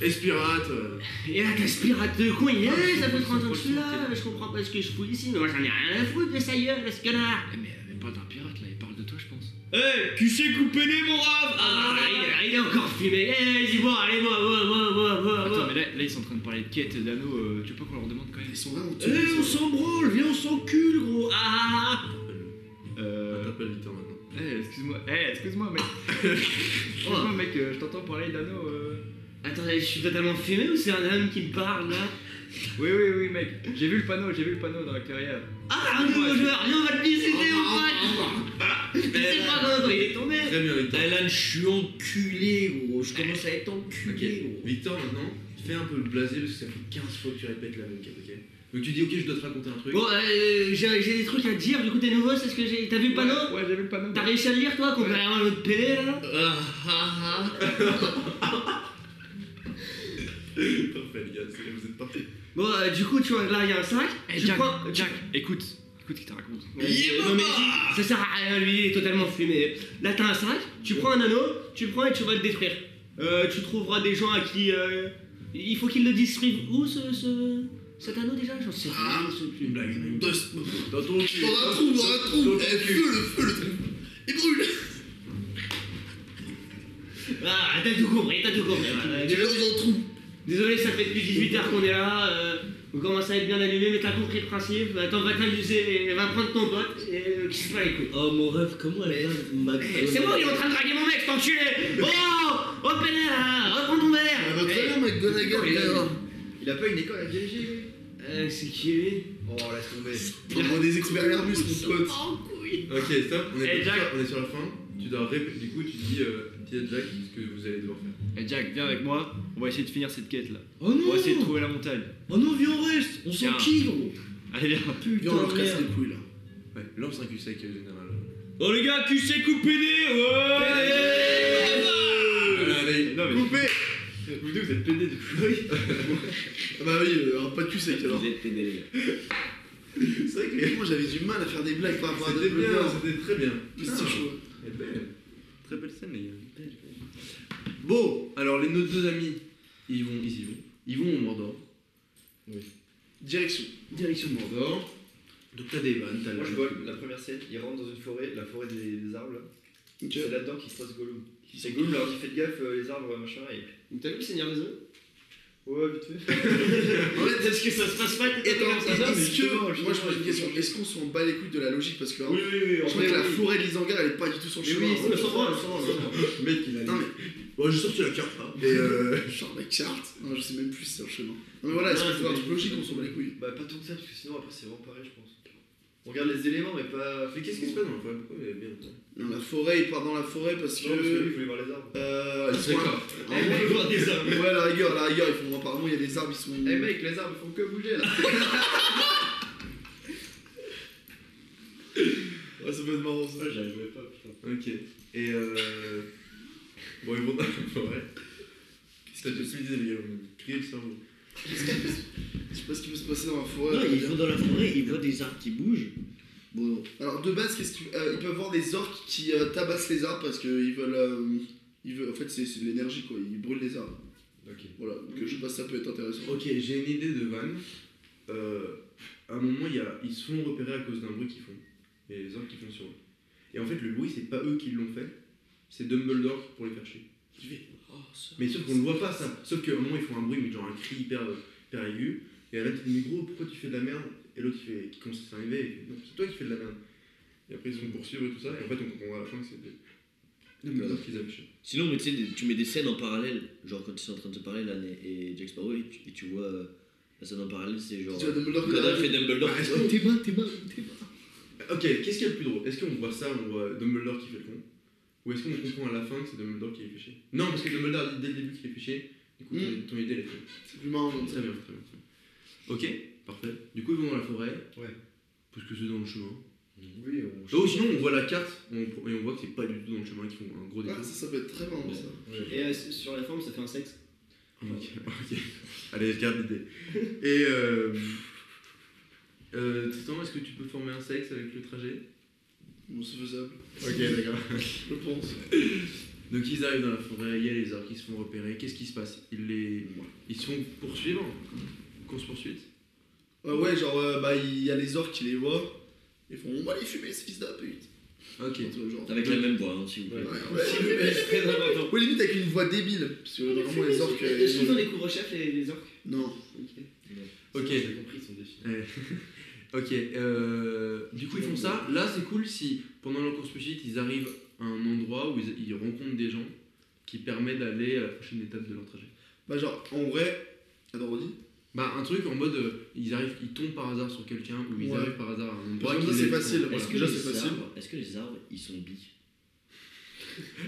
S4: Espirate. euh,
S2: Et là, t'as ce pirate de con, il est
S13: Ah,
S2: ça fait 30 ans que je suis là, je comprends pas ce que je fous ici, mais moi j'en ai rien à foutre de sa gueule, de ce connard.
S13: Eh, Mais elle parle d'un pirate là, il parle de toi je pense.
S3: Eh, QC coupé des mon rave
S2: Ah, il, est- il est encore fumé. Eh, vas-y, bois, allez, bois, bois, bois, bois, bois,
S13: Attends
S2: bois.
S13: mais là, là ils sont en train de parler de quête d'anneaux, euh, tu veux pas qu'on leur demande quand même
S5: Ils sont vraiment
S3: Eh, on s'en branle, viens, on s'encule, gros Ah
S13: Euh...
S4: T'appelles Victor maintenant.
S13: Eh, excuse-moi, eh, excuse-moi, mec.
S3: Oh.
S13: excuse-moi, mec, euh, je t'entends parler d'anneaux. euh.
S2: Attendez, je suis totalement fumé ou c'est un homme qui me parle là
S13: Oui, oui, oui, mec. J'ai vu le panneau, j'ai vu le panneau dans la clairière.
S2: Ah, un nouveau joueur, viens, on va le visiter,
S13: Ah,
S2: mon pote. C'est pas
S13: Eh,
S2: comment il est tombé.
S4: Très bien, Victor.
S3: Eh, Lan, je suis enculé, gros. Je commence à être enculé, gros.
S4: Victor, maintenant, fais un peu le blasé parce que ça fait 15 fois que tu répètes la même quête, ok Donc tu dis, ok, je dois te raconter un truc.
S2: Bon, euh, j'ai j'ai des trucs à te dire, du coup, t'es nouveau, c'est ce que j'ai. T'as vu le panneau
S13: Ouais, ouais, j'ai vu le panneau.
S2: T'as réussi à le lire, toi, contrairement à l'autre PD là
S3: Ah, ah, ah.
S4: Parfait, les gars, c'est- vous êtes partis.
S2: Bon, euh, du coup, tu vois, là, il y a un sac.
S13: Eh,
S2: tu
S13: Jack,
S2: prends- tu-
S13: Jack, écoute, écoute ce qu'il te raconte.
S2: Ouais, non mais dis, ça sert à rien, lui il est totalement fumé. Là t'as un sac, tu prends un anneau, tu le prends et tu vas le détruire. Euh, tu trouveras des gens à qui... euh, il faut qu'ils le distribuent où ce... ce- cet anneau déjà J'en sais
S5: Ah,
S2: rien, je sais plus.
S4: Une blague, une
S5: Dans
S4: blague. Dans ton cul.
S5: dans un trou, dans un trou. Eh, feu, le feu, le trou. Il brûle.
S2: Ah, t'as tout compris, t'as tout compris.
S5: Il est dans un trou.
S2: Désolé, ça fait depuis 18 heures qu'on est là. euh, On commence à être bien allumé, mais t'as compris le principe. Attends, va t'amuser et va prendre ton pote et euh, qui se bat les couilles.
S3: Oh mon rêve, comment elle va
S2: Eh, C'est moi qui est en train de draguer mon mec, cet enculé Oh Open air, là Reprends ton verre Eh,
S1: McGonagall,
S2: il a-
S1: il a pas une école à diriger, lui
S2: euh, C'est qui lui
S1: Oh, laisse tomber.
S5: On est des experts Airbus, mon pote.
S4: Ok, stop, on est,
S2: Eh, Jack.
S4: on est sur la fin. Tu dois répéter. Du coup, tu dis, euh, dis à Jack ce que vous allez devoir faire.
S24: Eh Jack, viens avec moi, on va essayer de finir cette quête là.
S3: Oh
S24: On va essayer de
S3: non
S24: trouver la montagne.
S3: Oh non, viens, on reste On s'en
S24: Tiens.
S3: qui gros
S24: Allez, viens.
S5: Viens, on leur casse les couilles là.
S4: Ouais, lance un cul-sec euh, général.
S3: Oh les gars, tu sais couper des
S4: Voilà, allez.
S24: Non, mais-
S5: Coupé
S1: Vous deux, vous êtes pédés, du coup.
S5: Ah Bah oui, euh, alors pas de cul sec alors.
S3: êtes pédés, les gars.
S5: C'est vrai que moi j'avais du mal à faire des blagues par rapport à
S4: C'était
S5: d'autres
S4: bien,
S5: blagues.
S4: c'était très bien.
S5: C'est chaud.
S4: Elle est belle. Très belle scène, les gars. Bon, alors les nos deux amis, ils vont, ils y vont. Ils vont au Mordor.
S5: Direction.
S4: Direction Mordor. Donc t'as des vannes, t'as
S1: Moi,
S4: la-
S1: je vois la première scène, ils rentrent dans une forêt, la forêt des, des arbres, là.
S5: Ok.
S1: C'est là-dedans qu'ils croisent Gollum. C'est Gollum leur dit faites gaffe, euh, les arbres, machin, et.
S2: T'as vu le Seigneur des Anneaux
S1: Ouais, vite fait.
S5: En fait,
S2: Est-ce que ça se passe pas tout
S5: Et
S2: à fait comme ça,
S5: est-ce que.
S1: justement,
S5: Moi je
S1: justement,
S5: pose une question. Est-ce qu'on s'en bat les couilles de la logique Parce que. hein,
S1: oui, oui,
S5: Je crois que la forêt de l'Isengard elle est pas du tout sur le
S1: Mais
S5: chemin.
S1: oui,
S5: hein.
S1: c'est le sang
S4: Mec, il a.
S5: Putain, mais-
S4: Bon, j'ai sorti la carte hein, là.
S5: Mais euh, genre la carte Non, je sais même plus si c'est un chemin. Non, mais
S1: Ah,
S5: voilà, est-ce qu'on fait un truc logique on s'en bat les couilles
S1: Bah, pas tant que ça, parce que sinon, après, c'est vraiment pareil, je pense. On regarde les éléments, mais pas.
S4: Mais qu'est-ce qui se passe dans la forêt Pourquoi il est bien longtemps
S5: Non, la forêt, il part dans la forêt parce
S1: Non, parce que lui,
S5: que.
S1: il voulait voir les arbres.
S5: Euh. Ils sont
S4: D'accord.
S5: un- un- Ouais, à la rigueur, à la rigueur, ils font apparemment, il y a des arbres, ils sont.
S1: Eh mec, les arbres font que bouger là!
S5: Ouais, ça peut être marrant ça.
S4: Ok. Et euh. Bon, ils vont dans la forêt. Qu'est-ce que tu disais, les gars Crier le cerveau.
S5: Je sais pas ce qui peut se passer dans la forêt.
S3: Non,
S5: on va
S3: ils
S5: dire.
S3: vont dans la forêt, ils voient des arbres qui bougent. Bon,
S5: Alors de base, qu'est-ce que tu- euh, ils peuvent voir des orques qui euh, tabassent les arbres parce qu'ils veulent, euh, ils veulent. En fait, c'est c'est de l'énergie quoi. Ils brûlent les arbres.
S4: Ok.
S5: Voilà. Donc je sais pas si ça peut être intéressant.
S4: Ok, j'ai une idée de vanne. Euh, à un moment, il y a- ils se font repérer à cause d'un bruit qu'ils font. Et les orques qui font sur eux. Et en fait, le bruit, c'est pas eux qui l'ont fait. C'est Dumbledore pour les faire chier. Oh, Mais sauf qu'on le voit pas ça. Sauf qu'à un moment, ils font un bruit, mais genre un cri hyper, euh, hyper aigu. Et à l'autre, il dit Mais gros, pourquoi tu fais de la merde Et l'autre, il fait qui commence à s'arriver. et il fait, Non, c'est toi qui fais de la merde. Et après, ils se font poursuivre et tout ça. Et en fait, on comprendra à la fin que c'est Dumbledore qui les a fait chier.
S3: Sinon, mais tu sais, des- tu mets des scènes en parallèle. Genre quand ils sont en train de se parler, là, et et Jack Sparrow, et tu, et tu vois euh, la scène en parallèle, c'est genre.
S5: Tu vois Dumbledore qui
S3: Godard
S5: arrive.
S3: fait Dumbledore.
S4: Bah, est-ce
S3: Oh,
S4: qu'on-
S3: T'es bas, t'es bas, t'es bas.
S4: Ok, qu'est-ce qu'il y a de plus drôle Est-ce qu'on voit ça, on voit Dumbledore qui fait le con Ou est-ce qu'on comprend à la fin que c'est Dumbledore qui est fiché Non, parce que Dumbledore dit dès le début qu'il est fiché, du coup ton-
S5: Mm.
S4: ton idée elle est faite.
S5: C'est plus marrant. comme ça.
S4: Très bien, très bien, très bien. Ok, parfait. Du coup ils vont dans la forêt.
S1: Ouais.
S4: Parce que c'est dans le chemin.
S1: Oui, on.
S4: Oh, sinon on voit la carte on- et on voit que c'est pas du tout dans le chemin, qu'ils font un gros
S5: Ah,
S4: détour.
S5: ça, ça peut être très marrant ça.
S2: Et euh, sur la forme, ça fait un sexe.
S4: Ok, ok. Allez, je garde l'idée. Et euh. euh, Tristan, est-ce que tu peux former un sexe avec le trajet
S5: Bon, c'est faisable.
S4: Ok, d'accord.
S5: Je pense.
S4: Donc ils arrivent dans la forêt, il y a les orques qui se font repérer. Qu'est-ce qui se passe Ils les, ils se font poursuivre, course poursuite.
S5: Ouais, ouais, genre euh, bah il y a les orques qui les voient. Ils font on va les fumer ces fils de pute.
S4: Ok.
S5: Et toi, genre.
S3: Avec la même voix, hein, s'il vous plaît.
S5: Ouais, ouais. Ouais, limite avec une voix débile. Parce que vraiment les orques. euh,
S2: Est-ce qu'ils ont des
S5: ils-
S2: couvre-chefs, les, les orques
S5: Non.
S4: Ok. Eh.
S1: J'ai compris son défi.
S4: Ok. euh, du coup ils font ça. Là c'est cool si pendant leur course poursuite ils arrivent à un endroit où ils, ils rencontrent des gens qui permet d'aller à la prochaine étape de leur trajet.
S5: Bah genre en vrai. Attends, redis.
S4: Bah un truc en mode euh, ils arrivent, ils tombent par hasard sur quelqu'un ou ils
S5: Ouais.
S4: arrivent par hasard à un endroit.
S5: Parce que
S4: qui
S5: ça,
S4: les-
S5: c'est facile.
S4: Voilà.
S3: Est-ce que,
S5: Déjà,
S3: les
S5: c'est facile.
S3: arbres- est-ce que les arbres, ils sont bi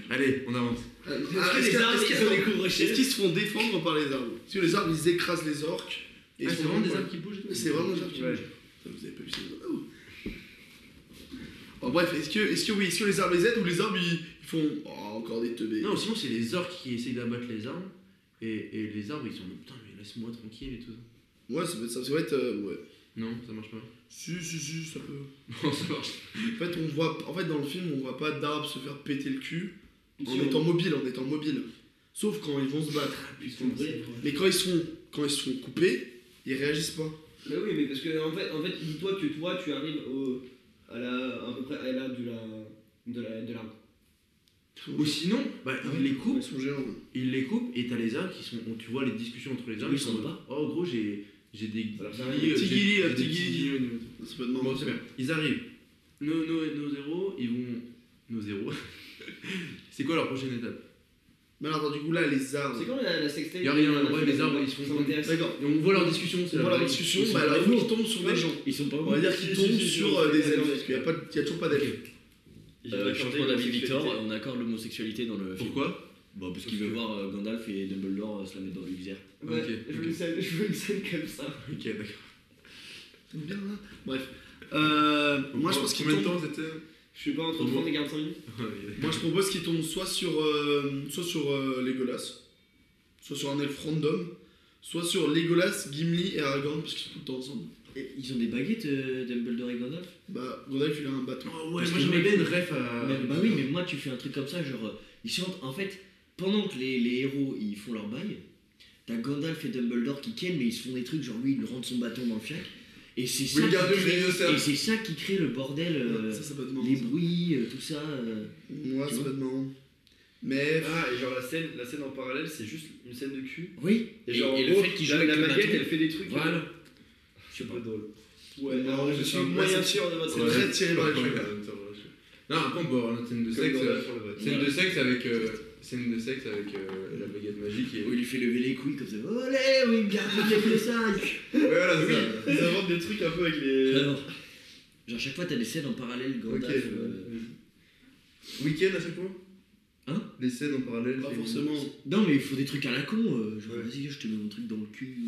S4: Allez, on avance.
S5: Ah, est-ce qu'il y a- est-ce qu'il y a- Est-ce qu'ils se font défendre par les arbres Parce que les arbres, ils écrasent les orques. et
S4: Ah,
S5: ils
S4: c'est
S5: sont
S4: vraiment des
S5: contre-
S4: arbres qui bougent. et tout
S5: C'est vraiment des arbres qui
S1: Ouais.
S5: bougent. Ça, Vous avez pas vu ça Oh. Oh, bref, est-ce que, est-ce que oui, est-ce que les arbres les aident ou les arbres ils, ils font oh, encore des teubés
S4: Non, sinon c'est les orques qui essayent d'abattre les arbres. Et, et les arbres ils sont en mode, putain, mais laisse-moi tranquille et tout ça.
S5: Ouais, ça peut être ça. Ça doit être. euh, ouais.
S4: Non, ça marche pas.
S5: Si, si, si, ça peut.
S4: Non, ça marche
S5: En fait, on voit, en fait, dans le film, on voit pas d'arbres se faire péter le cul en
S2: Si, on-
S5: étant mobile, en étant mobile. Sauf quand ils vont se battre.
S2: Ils se font brûler.
S5: Mais quand ils sont, quand ils se font couper, ils réagissent pas.
S2: Mais oui, mais parce que en fait, en fait dis-toi que toi, tu arrives au, à la, à peu près à la de la, de la, de l'arbre.
S4: pas. Ou sinon, bah, ils les coupent,
S5: Ils sont géants. hein.
S4: ils les coupent et t'as les arbres qui sont. Tu vois les discussions entre les arbres.
S3: Oui, ils sont
S4: en mode, Oh, gros, j'ai. J'ai des guillis.
S1: Alors, c'est un
S4: euh,
S5: petit
S4: j'ai-
S5: guillis,
S4: j'ai
S5: un
S4: des
S5: petit
S4: petits
S5: guillis.
S4: guillis au niveau-
S5: C'est pas de
S4: Bon,
S5: mort.
S4: c'est bien. Ils arrivent. Nos, nos, nos zéros, ils vont. Nos zéros. c'est quoi leur prochaine étape
S5: Mais alors, du coup, là, les arbres.
S2: C'est quand la, la sextape
S4: Il y a rien, ouais, les arbres, ils se
S2: Ça
S4: font.
S2: m'intéresse.
S5: D'accord.
S4: Et on voit leur discussion, c'est
S5: On
S4: la
S5: voit la
S4: vraie.
S5: discussion,
S4: Ils sont
S5: bah,
S4: pas
S5: alors,
S4: ouf.
S5: ils tombent sur des gens.
S3: Ils sont pas
S5: On va dire qu'ils tombent sur euh, des elfes, parce qu'il n'y a, pas de- il y a toujours pas d'elfes.
S3: Euh, Changement d'avis Victor, on accorde l'homosexualité dans le film.
S4: Pourquoi
S3: Bah, parce qu'il veut voir euh, Gandalf et Dumbledore euh, se la mettre dans le visière.
S2: Ouais,
S4: Ok,
S2: je,
S4: ok.
S2: veux une scène, je veux une scène comme ça.
S4: Ok, d'accord.
S5: T'aimes bien, là Bref. Euh, moi, je pense qu'ils
S4: Combien de
S5: tombent.
S4: temps c'était
S2: Je suis pas entre
S4: Au
S2: 30 et 45 minutes.
S4: Ah
S5: Moi, je propose qu'ils tombent soit sur, euh, soit sur euh, Legolas, soit sur un elfe random, soit sur Legolas, Gimli et Aragorn, parce qu'ils sont tout le temps ensemble.
S3: Et Ils ont des baguettes, euh, Dumbledore et Gandalf
S5: Bah, Gandalf, il a un bâton.
S4: Oh ouais,
S3: Parce
S4: moi
S3: que
S4: j'aimerais
S3: mec-
S4: bien une ref à.
S3: Mais- Bah oui, mais moi, tu fais un truc comme ça, genre, euh, ils chantent. En fait, pendant que les, les héros ils font leur bail, t'as Gandalf et Dumbledore qui ken, mais ils se font des trucs, genre lui, il lui rentre son bâton dans le fiac. Et c'est ça,
S4: Oui,
S3: qui
S4: garde-le,
S3: crée-
S4: les innocents.
S3: et c'est ça qui crée le bordel, euh,
S5: ça, ça peut être marrant.
S3: les
S5: ça.
S3: bruits, euh, tout ça. euh.
S5: Moi,
S3: Tu
S5: ça
S3: vois
S5: peut être marrant. Mais.
S1: Ah, et genre la scène, la scène en parallèle, c'est juste une scène de cul.
S3: Oui,
S1: Et,
S3: et,
S1: genre, en
S3: et le
S1: gros,
S3: fait qu'ils jouent
S1: la,
S3: avec
S1: la
S3: le
S1: maquette,
S3: bâton.
S1: elle fait des trucs.
S3: Voilà.
S1: Je sais pas drôle.
S5: Ouais,
S1: Alors, je suis moyen sûr de votre.
S5: C'est très tiré par les cheveux.
S4: Non, après on peut avoir une scène de
S1: Comme
S4: sexe.
S1: Gandalf
S4: euh,
S1: sur le vote.
S4: Scène de sexe avec. euh, Scène de sexe avec euh, la baguette magique et.
S3: Où Oh, il lui fait lever les couilles comme ça. Olé, oui, garde bien fait ça.
S4: Ouais, voilà, c'est ça.
S1: Ils inventent des trucs un peu avec les.
S3: Alors, genre, chaque fois, t'as des scènes en parallèle, Gandalf. euh,
S4: Week-end à chaque fois
S3: Hein
S4: Des scènes en parallèle
S5: Pas
S4: c'est-
S5: forcément.
S3: Non, mais il faut des trucs à la con. euh, genre,
S4: Ouais.
S3: vas-y, je te mets mon truc dans le cul.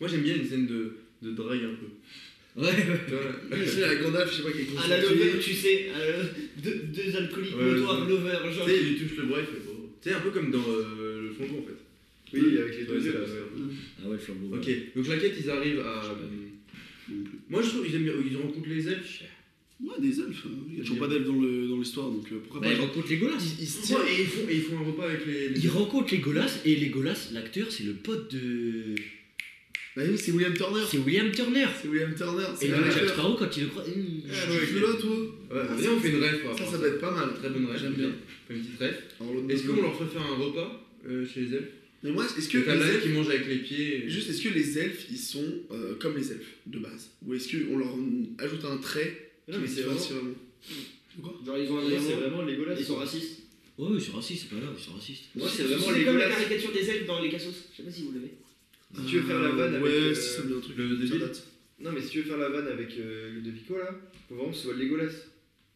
S4: Moi j'aime bien une scène de, de drague un peu.
S3: ou- Ouais, ouais.
S4: Tu vois,
S5: C'est Ah, la Gandalf, je sais pas, qui est
S2: À Ah, la
S5: concentré.
S2: lover, tu sais, à la- deux, deux alcooliques
S4: Ouais,
S2: notoires
S4: ouais.
S2: lover,
S4: tu
S2: genre.
S4: sais, il lui touche le bras, il fait bon. Tu sais, un peu comme dans euh, le flambeau en fait.
S1: Oui, avec les deux
S4: Ouais,
S1: yeux
S4: ça,
S1: là.
S4: ça,
S1: ouais.
S3: Ah ouais, le flambeau. ouais.
S4: Ok, donc la quête, ils arrivent à. Moi je trouve qu'ils aiment bien, ils rencontrent les elfes.
S5: Ouais, des elfes. hein. Il y a toujours pas d'elfes dans le- dans l'histoire, donc euh, pourquoi
S3: Bah,
S5: pas.
S3: il rencontre Legolas.
S5: Ils- ils se tirent.
S4: Ouais, et, ils font, et ils font un repas avec les. les-
S3: Il rencontre Legolas, et Legolas, l'acteur, c'est le pote de.
S5: Bah oui, c'est William Turner.
S3: C'est William Turner.
S5: C'est William Turner.
S3: Et
S5: C'est
S3: le
S5: un
S3: Jack
S5: acteur.
S3: Sparrow, quand il le croise. hum,
S5: Ah, Tu fais là, toi Ah,
S4: Ouais, viens, on fait une ref.
S5: Ça, ça peut être pas mal.
S4: Très bonne ref.
S5: J'aime bien.
S4: On fait Une petite ref.
S5: Alors, l'autre
S4: Est-ce
S5: bonne
S4: qu'on
S5: blague.
S4: leur fait faire un repas euh, chez les elfes
S5: Mais moi, est-ce que.
S4: Que t'as
S5: les
S4: la
S5: elfes-
S4: qui mange avec les pieds. et-
S5: Juste, est-ce que les elfes, ils sont euh, comme les elfes, de base Ou est-ce qu'on leur ajoute un trait
S1: Non, mais
S5: qui
S1: c'est
S5: différencie
S1: vraiment.
S5: vraiment
S2: Genre, ils ont un
S1: Moi, c'est
S2: aéro,
S1: vraiment Legolas.
S2: ils sont racistes.
S3: Ouais, ouais, c'est raciste, c'est pas grave, c'est raciste.
S1: Moi,
S2: C'est
S1: c'est vraiment
S2: comme la
S1: Legolas.
S2: caricature des elfes dans les cassos. Je sais pas si vous l'avez.
S1: Si tu veux faire la vanne
S5: Euh,
S1: avec.
S5: Ouais,
S1: euh,
S5: si ça me dit un truc.
S4: Le
S5: Ça
S4: débile
S5: date.
S1: Non, mais si tu veux faire la vanne avec euh, Ludovico là, faut vraiment que ce soit Legolas.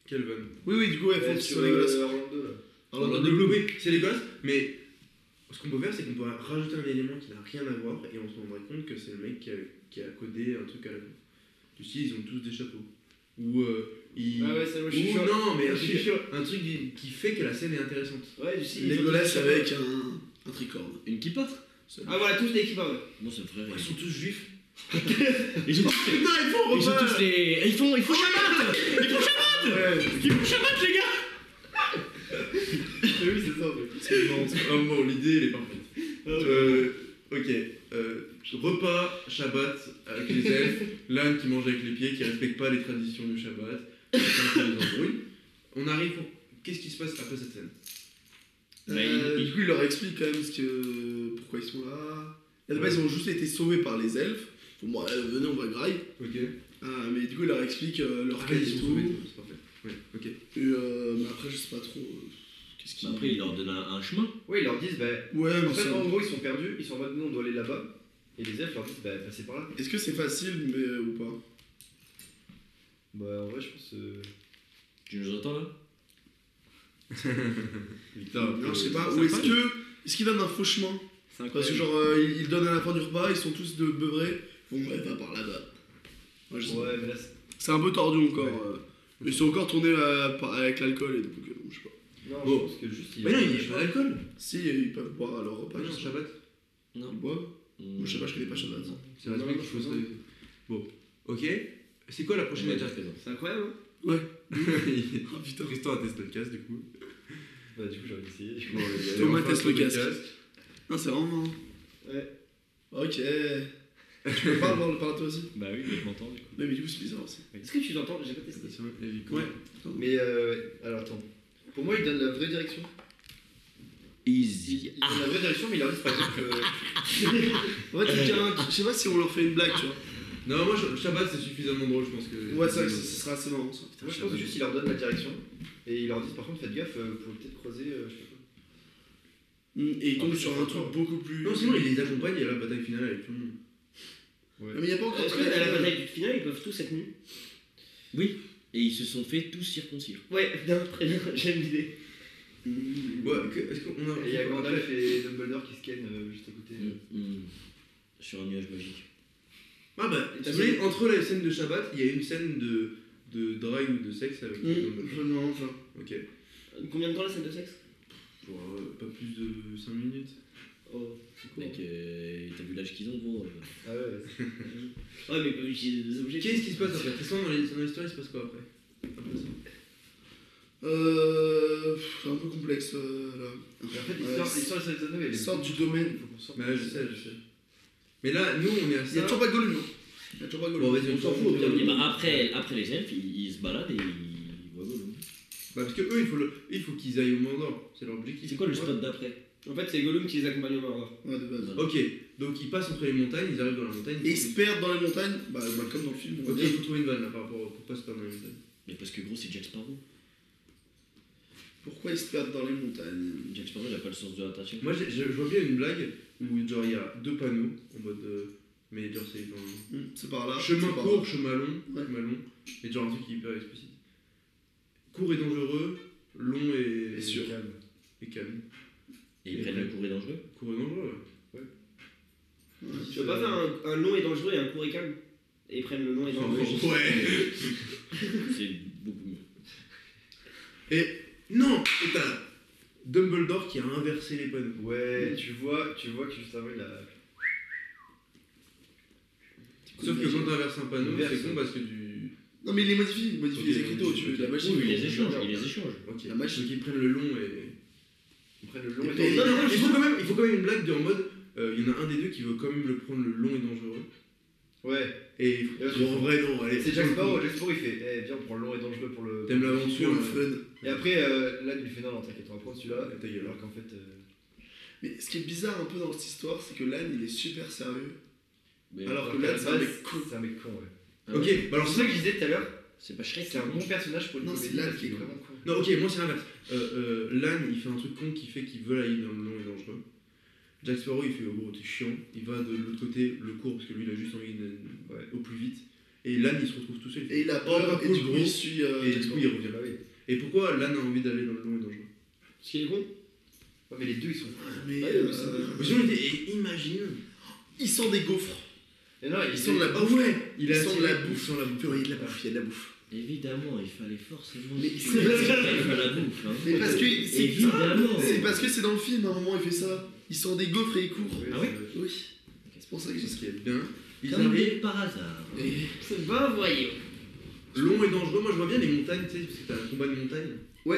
S4: Quelle vanne
S5: Oui, oui, du coup, elles
S1: Ouais,
S5: font
S1: sur,
S5: sur
S1: euh,
S5: les glaces.
S1: Orlando, là.
S4: Alors,
S5: Alors,
S4: le double, oui, c'est les gosses, mais ce qu'on peut faire, c'est qu'on peut rajouter un élément qui n'a rien à voir et on se rendrait compte que c'est le mec qui a, qui a codé un truc à la con. Tu sais, ils ont tous des chapeaux. Ou euh, ils.
S2: Ah ouais, ça, moi je suis
S4: Ou
S2: chaud.
S4: non, mais un
S2: Je suis
S4: truc,
S2: chaud.
S4: un truc qui, qui fait que la scène est intéressante.
S2: Ouais, du style, ils ont
S5: Legolas
S2: tous-
S5: avec un, un tricorne.
S3: Une kippa
S2: Ah voilà, tous des équipes, ouais.
S3: Moi, ça me ferait rire.
S4: Ils sont tous juifs.
S3: Ils ont tous,
S4: Putain, ils font
S3: ils ont tous les. Ils font, ils font Shabbat Ils font Shabbat, les gars
S1: Oui, c'est ça en fait.
S4: C'est bon, c'est pas bon, Oh l'idée, elle est parfaite.
S5: Ah
S4: Euh, ok, euh, repas, Shabbat avec les elfes, l'âne qui mange avec les pieds, qui respecte pas les traditions du Shabbat, qui les embrouille. On arrive pour. Qu'est-ce qui se passe après cette scène
S3: Bah,
S5: Euh,
S3: il-
S5: Du coup, il leur explique quand même ce que, pourquoi ils sont là. À la base, ils ont juste été sauvés par les elfes. Bon, bon, euh, venez, on va graille.
S4: Ok.
S5: Ah, mais du coup, il leur explique euh,
S1: Ah,
S5: leur
S4: Après,
S5: quête
S4: ils
S5: et
S4: sont
S5: tout.
S4: sauvés, c'est parfait. Ouais, ok.
S5: Et euh, mais après, je sais pas trop. euh, Qu'est-ce qui.
S3: Bah, Après, il leur donne un, un chemin.
S1: Ouais, ils leur disent, bah.
S5: Ouais,
S1: En
S5: mais
S1: fait,
S5: ça-
S1: en gros, ils sont perdus, ils sont en mode nous on doit aller là-bas. Et les elfes leur disent, bah passez par là.
S5: Est-ce que c'est facile mais, euh, ou pas
S1: Bah en vrai, je pense. euh,
S3: Tu nous entends là
S5: Non, je sais pas. Ou est-ce que. Est-ce qu'ils donnent un faux chemin
S25: C'est
S5: Parce que, genre, euh, ils ils donnent à la fin du repas, ils sont tous de beuvrés. Bon, ouais, va par là-bas. Ouais, je sais pas.
S1: Ouais, mais là, c'est-
S5: C'est un peu tordu encore. euh, Ils sont encore tournés euh, par- avec l'alcool et donc, euh, je sais pas.
S1: non,
S4: Bon.
S1: je pense que juste. ils-
S4: Mais non, il n'y a pas d'alcool
S5: Si, ils peuvent boire à leur
S4: Pas
S5: repas. je
S4: Ah non,
S5: sais
S4: Shabbat.
S5: pas. Ils boivent
S3: Mmh.
S5: Moi, je sais pas, je connais pas Shabbat.
S4: C'est la semaine qu'il faut
S1: non,
S4: sauver. Bon, ok. C'est quoi la prochaine
S3: Ouais,
S4: étape
S3: présent.
S2: C'est incroyable, hein.
S5: Oh putain.
S4: Tristan a testé le casque du coup.
S1: Bah du coup, j'avais essayé. du coup.
S4: Bon, il y a
S5: Thomas
S4: enfin
S5: teste le
S4: Thomas
S5: casque. Non, c'est vraiment.
S2: Ouais.
S5: Ok. Tu peux pas avoir le par toi aussi
S25: Bah oui, mais je m'entends du coup.
S5: Mais, mais du coup, c'est bizarre aussi.
S2: Est-ce que tu t'entends J'ai pas testé.
S4: Attention, Eric.
S5: Ouais.
S1: Mais euh, alors attends. Pour moi, ils donnent la vraie direction.
S3: Easy.
S1: Il a la vraie direction, mais il arrive par exemple. euh,
S5: Ouais, tu tiens, un- je sais pas si on leur fait une blague, tu vois.
S4: Non, moi, je- Shabbat, c'est suffisamment drôle, je pense que.
S5: Ouais, c'est vrai que ce ce sera assez marrant ça.
S1: Moi, je pense juste qu'il leur donne la direction et ils leur disent par contre, faites gaffe, euh, vous pouvez peut-être creuser. euh, je sais pas quoi.
S5: Mm, Et il tombe
S1: Après,
S5: sur
S1: c'est
S5: un
S1: pas
S5: truc
S1: grave.
S5: beaucoup plus.
S4: Non, sinon, il les accompagne à la bataille finale avec tout le monde.
S5: Non, mais il n'y a pas encore.
S2: Est-ce que à la bataille finale, ils peuvent tous être nus
S3: Et ils se sont fait tous circoncire.
S2: Ouais, bien, très bien, j'aime l'idée.
S4: Ouais, que- est-ce qu'on a.
S1: Et il y a Gandalf et Dumbledore qui scannent euh, juste à côté.
S3: Mm. Sur un nuage magique.
S4: Ah bah, vous voyez, entre la scène de Shabbat, il y a une scène de, de drague ou de sexe avec
S5: Mm,
S4: Dumbledore.
S5: je- non, enfin.
S4: Ok.
S2: Combien de temps la scène de sexe
S4: Pour euh, pas plus de 5 minutes.
S2: Oh, c'est cool.
S3: Mec, euh, t'as vu l'âge qu'ils ont, gros. euh.
S1: Ah ouais,
S2: euh, Ouais, mais ils peuvent utiliser des objets.
S4: Qu'est-ce qui se passe après Tristan, dans les- dans l'histoire, il se passe quoi après Après ça.
S5: Euh, pff, c'est un peu complexe euh, là.
S1: Mais en fait,
S5: Ouais,
S1: l'histoire
S5: c'est-
S1: l'histoire de Seigneur des Anneaux, elle est.
S5: Sorte du domaine.
S1: Faut qu'on sorte.
S4: Bah, je sais, je sais. Mais là, nous, on est à
S5: Il n'y
S4: ça.
S5: a toujours pas de Gollum, non Il n'y a toujours pas de
S4: Bon,
S5: Gollum.
S4: vas-y, on s'en fout, au pire,
S3: Et
S4: on-
S3: bah, après, après les elfes, ils, ils se baladent et ils voient Gollum.
S4: Bah, parce que eux, il faut, le- il faut qu'ils aillent au Mordor. C'est leur objectif.
S3: C'est quoi le spot d'après
S2: En fait, c'est Gollum qui les accompagne au Mordor.
S5: Ouais, de base.
S4: Ok, donc ils passent entre les montagnes, ils arrivent dans la montagne.
S5: Et ils se perdent dans les montagnes, bah, bah, comme dans le film. on
S4: Ok,
S5: va
S4: il
S5: dire.
S4: faut trouver une vanne là par rapport au- pour pas se perdre dans les montagnes.
S3: Mais parce que gros, c'est Jack Sparrow.
S5: Pourquoi ils se perdent dans les montagnes
S3: Jack Sparrow, il a pas le sens de l'attention.
S4: Moi, j'ai- je je vois bien une blague où genre il y a deux panneaux en mode. euh, mais genre, c'est. enfin,
S5: Hum, C'est par là.
S4: Chemin
S5: c'est par
S4: court,
S5: là.
S4: chemin long,
S5: Ouais.
S4: chemin long, mais genre un truc hyper explicite. Court et dangereux, long et,
S1: Et sur. Calme.
S4: et calme.
S3: Et ils prennent le courrier dangereux.
S4: Court et dangereux,
S2: Tu peux pas faire un, un long et dangereux et un court et calme Et ils prennent le long
S4: ouais.
S2: et dangereux.
S4: ouais.
S3: C'est beaucoup mieux.
S4: Non Et t'as Dumbledore qui a inversé les panneaux.
S1: Ouais, tu vois, tu vois que juste avant, il a.
S4: Sauf que quand t'inverses un panneau,
S1: Inverse.
S4: c'est con parce que du.
S5: Non, mais il les modifie, il modifie
S4: Ok,
S5: les écriteaux,
S4: ok,
S5: tu veux.
S4: ok.
S5: La machine.
S3: Oui, il les
S5: faut-
S3: échange, il les échange.
S4: Ok,
S5: La machine.
S4: donc ils prennent le long et.
S1: Ils prennent le long et
S5: Et-
S1: dangereux.
S4: Non, non, il faut quand même, il faut quand même une blague de, en mode. euh, Il y en a un des deux qui veut quand même le prendre le long et dangereux.
S1: Ouais,
S4: Et il faut.
S1: Ouais, c'est
S4: Bon, en vrai, non, allez.
S1: c'est Jack Sparrow. Jack Sparrow, il fait Eh, viens, on prend le long et dangereux pour le.
S4: T'aimes
S5: Sur
S4: l'aventure,
S5: le
S4: là.
S5: fun.
S1: Et après, euh, là, il lui fait Non, non, t'inquiète, on va prendre celui-là.
S4: Ta gueule.
S1: Alors qu'en fait. euh,
S5: Mais ce qui est bizarre un peu dans cette histoire, c'est que l'âne il est super sérieux.
S3: Mais
S5: Alors que
S1: qu'à la
S5: l'âne c'est un
S1: base,
S5: mec con.
S1: C'est un mec con, ouais.
S3: Ah ouais.
S4: Ok, bah
S1: Alors,
S4: alors
S1: c'est ça que je disais tout à l'heure,
S3: C'est pas Shrek. hein.
S1: c'est un bon personnage pour une
S5: Non,
S1: comédie,
S5: c'est l'âne
S1: parce
S5: qui est
S1: qu'il
S5: con.
S1: vraiment con.
S4: Non, ok, moi c'est l'inverse. Euh, euh, Lan, il fait un truc con qui fait qu'il veut la ligne dans le long et dangereux. Jack Sparrow, il fait oh, gros, t'es chiant. Il va de l'autre côté, le court, parce que lui, il a juste envie de-
S1: Ouais.
S4: au plus vite. Et Lan, il se retrouve tout seul. il fait,
S5: Et il a
S4: Oh, pas
S5: peur, et
S4: cool,
S5: du coup
S4: gros.
S5: il suit. euh,
S4: Et
S5: Jack
S4: du coup,
S5: Sparrow.
S4: il revient.
S1: Bah oui.
S4: Et pourquoi Lan a envie d'aller dans le long et dangereux
S2: Ce qui est con.
S1: Ouais, mais les deux, ils sont.
S5: Mais.
S2: Ouais,
S5: euh,
S2: c'est-
S4: Ou sinon, il dit, et imagine.
S5: Il sent des gaufres.
S1: Et non,
S5: Il
S1: ils
S5: sent de la
S4: Ah
S5: bouffe.
S4: ouais Il
S5: Il
S4: a
S5: sent de
S4: attiré-
S5: la bouffe.
S4: il sent la bouffe.
S5: Purée, Il y a de la bouffe, il y a de la bouffe.
S3: Évidemment, il fallait forcément.
S5: Mais-
S3: il fallait la bouffe. Hein.
S5: Mais parce que c'est
S3: Évidemment.
S5: C'est parce que c'est dans le film, à un moment il fait ça. Il sent des gaufres et il court.
S3: Ah oui
S5: Oui. C'est pour ça que j'ai
S4: Ce qui est Eh bien. Ils
S3: Comme
S4: arrivent.
S3: par hasard.
S5: Et-
S2: C'est pas voyons.
S4: Long et dangereux, moi je vois bien les montagnes, tu sais, parce que t'as un combat de montagne.
S5: Il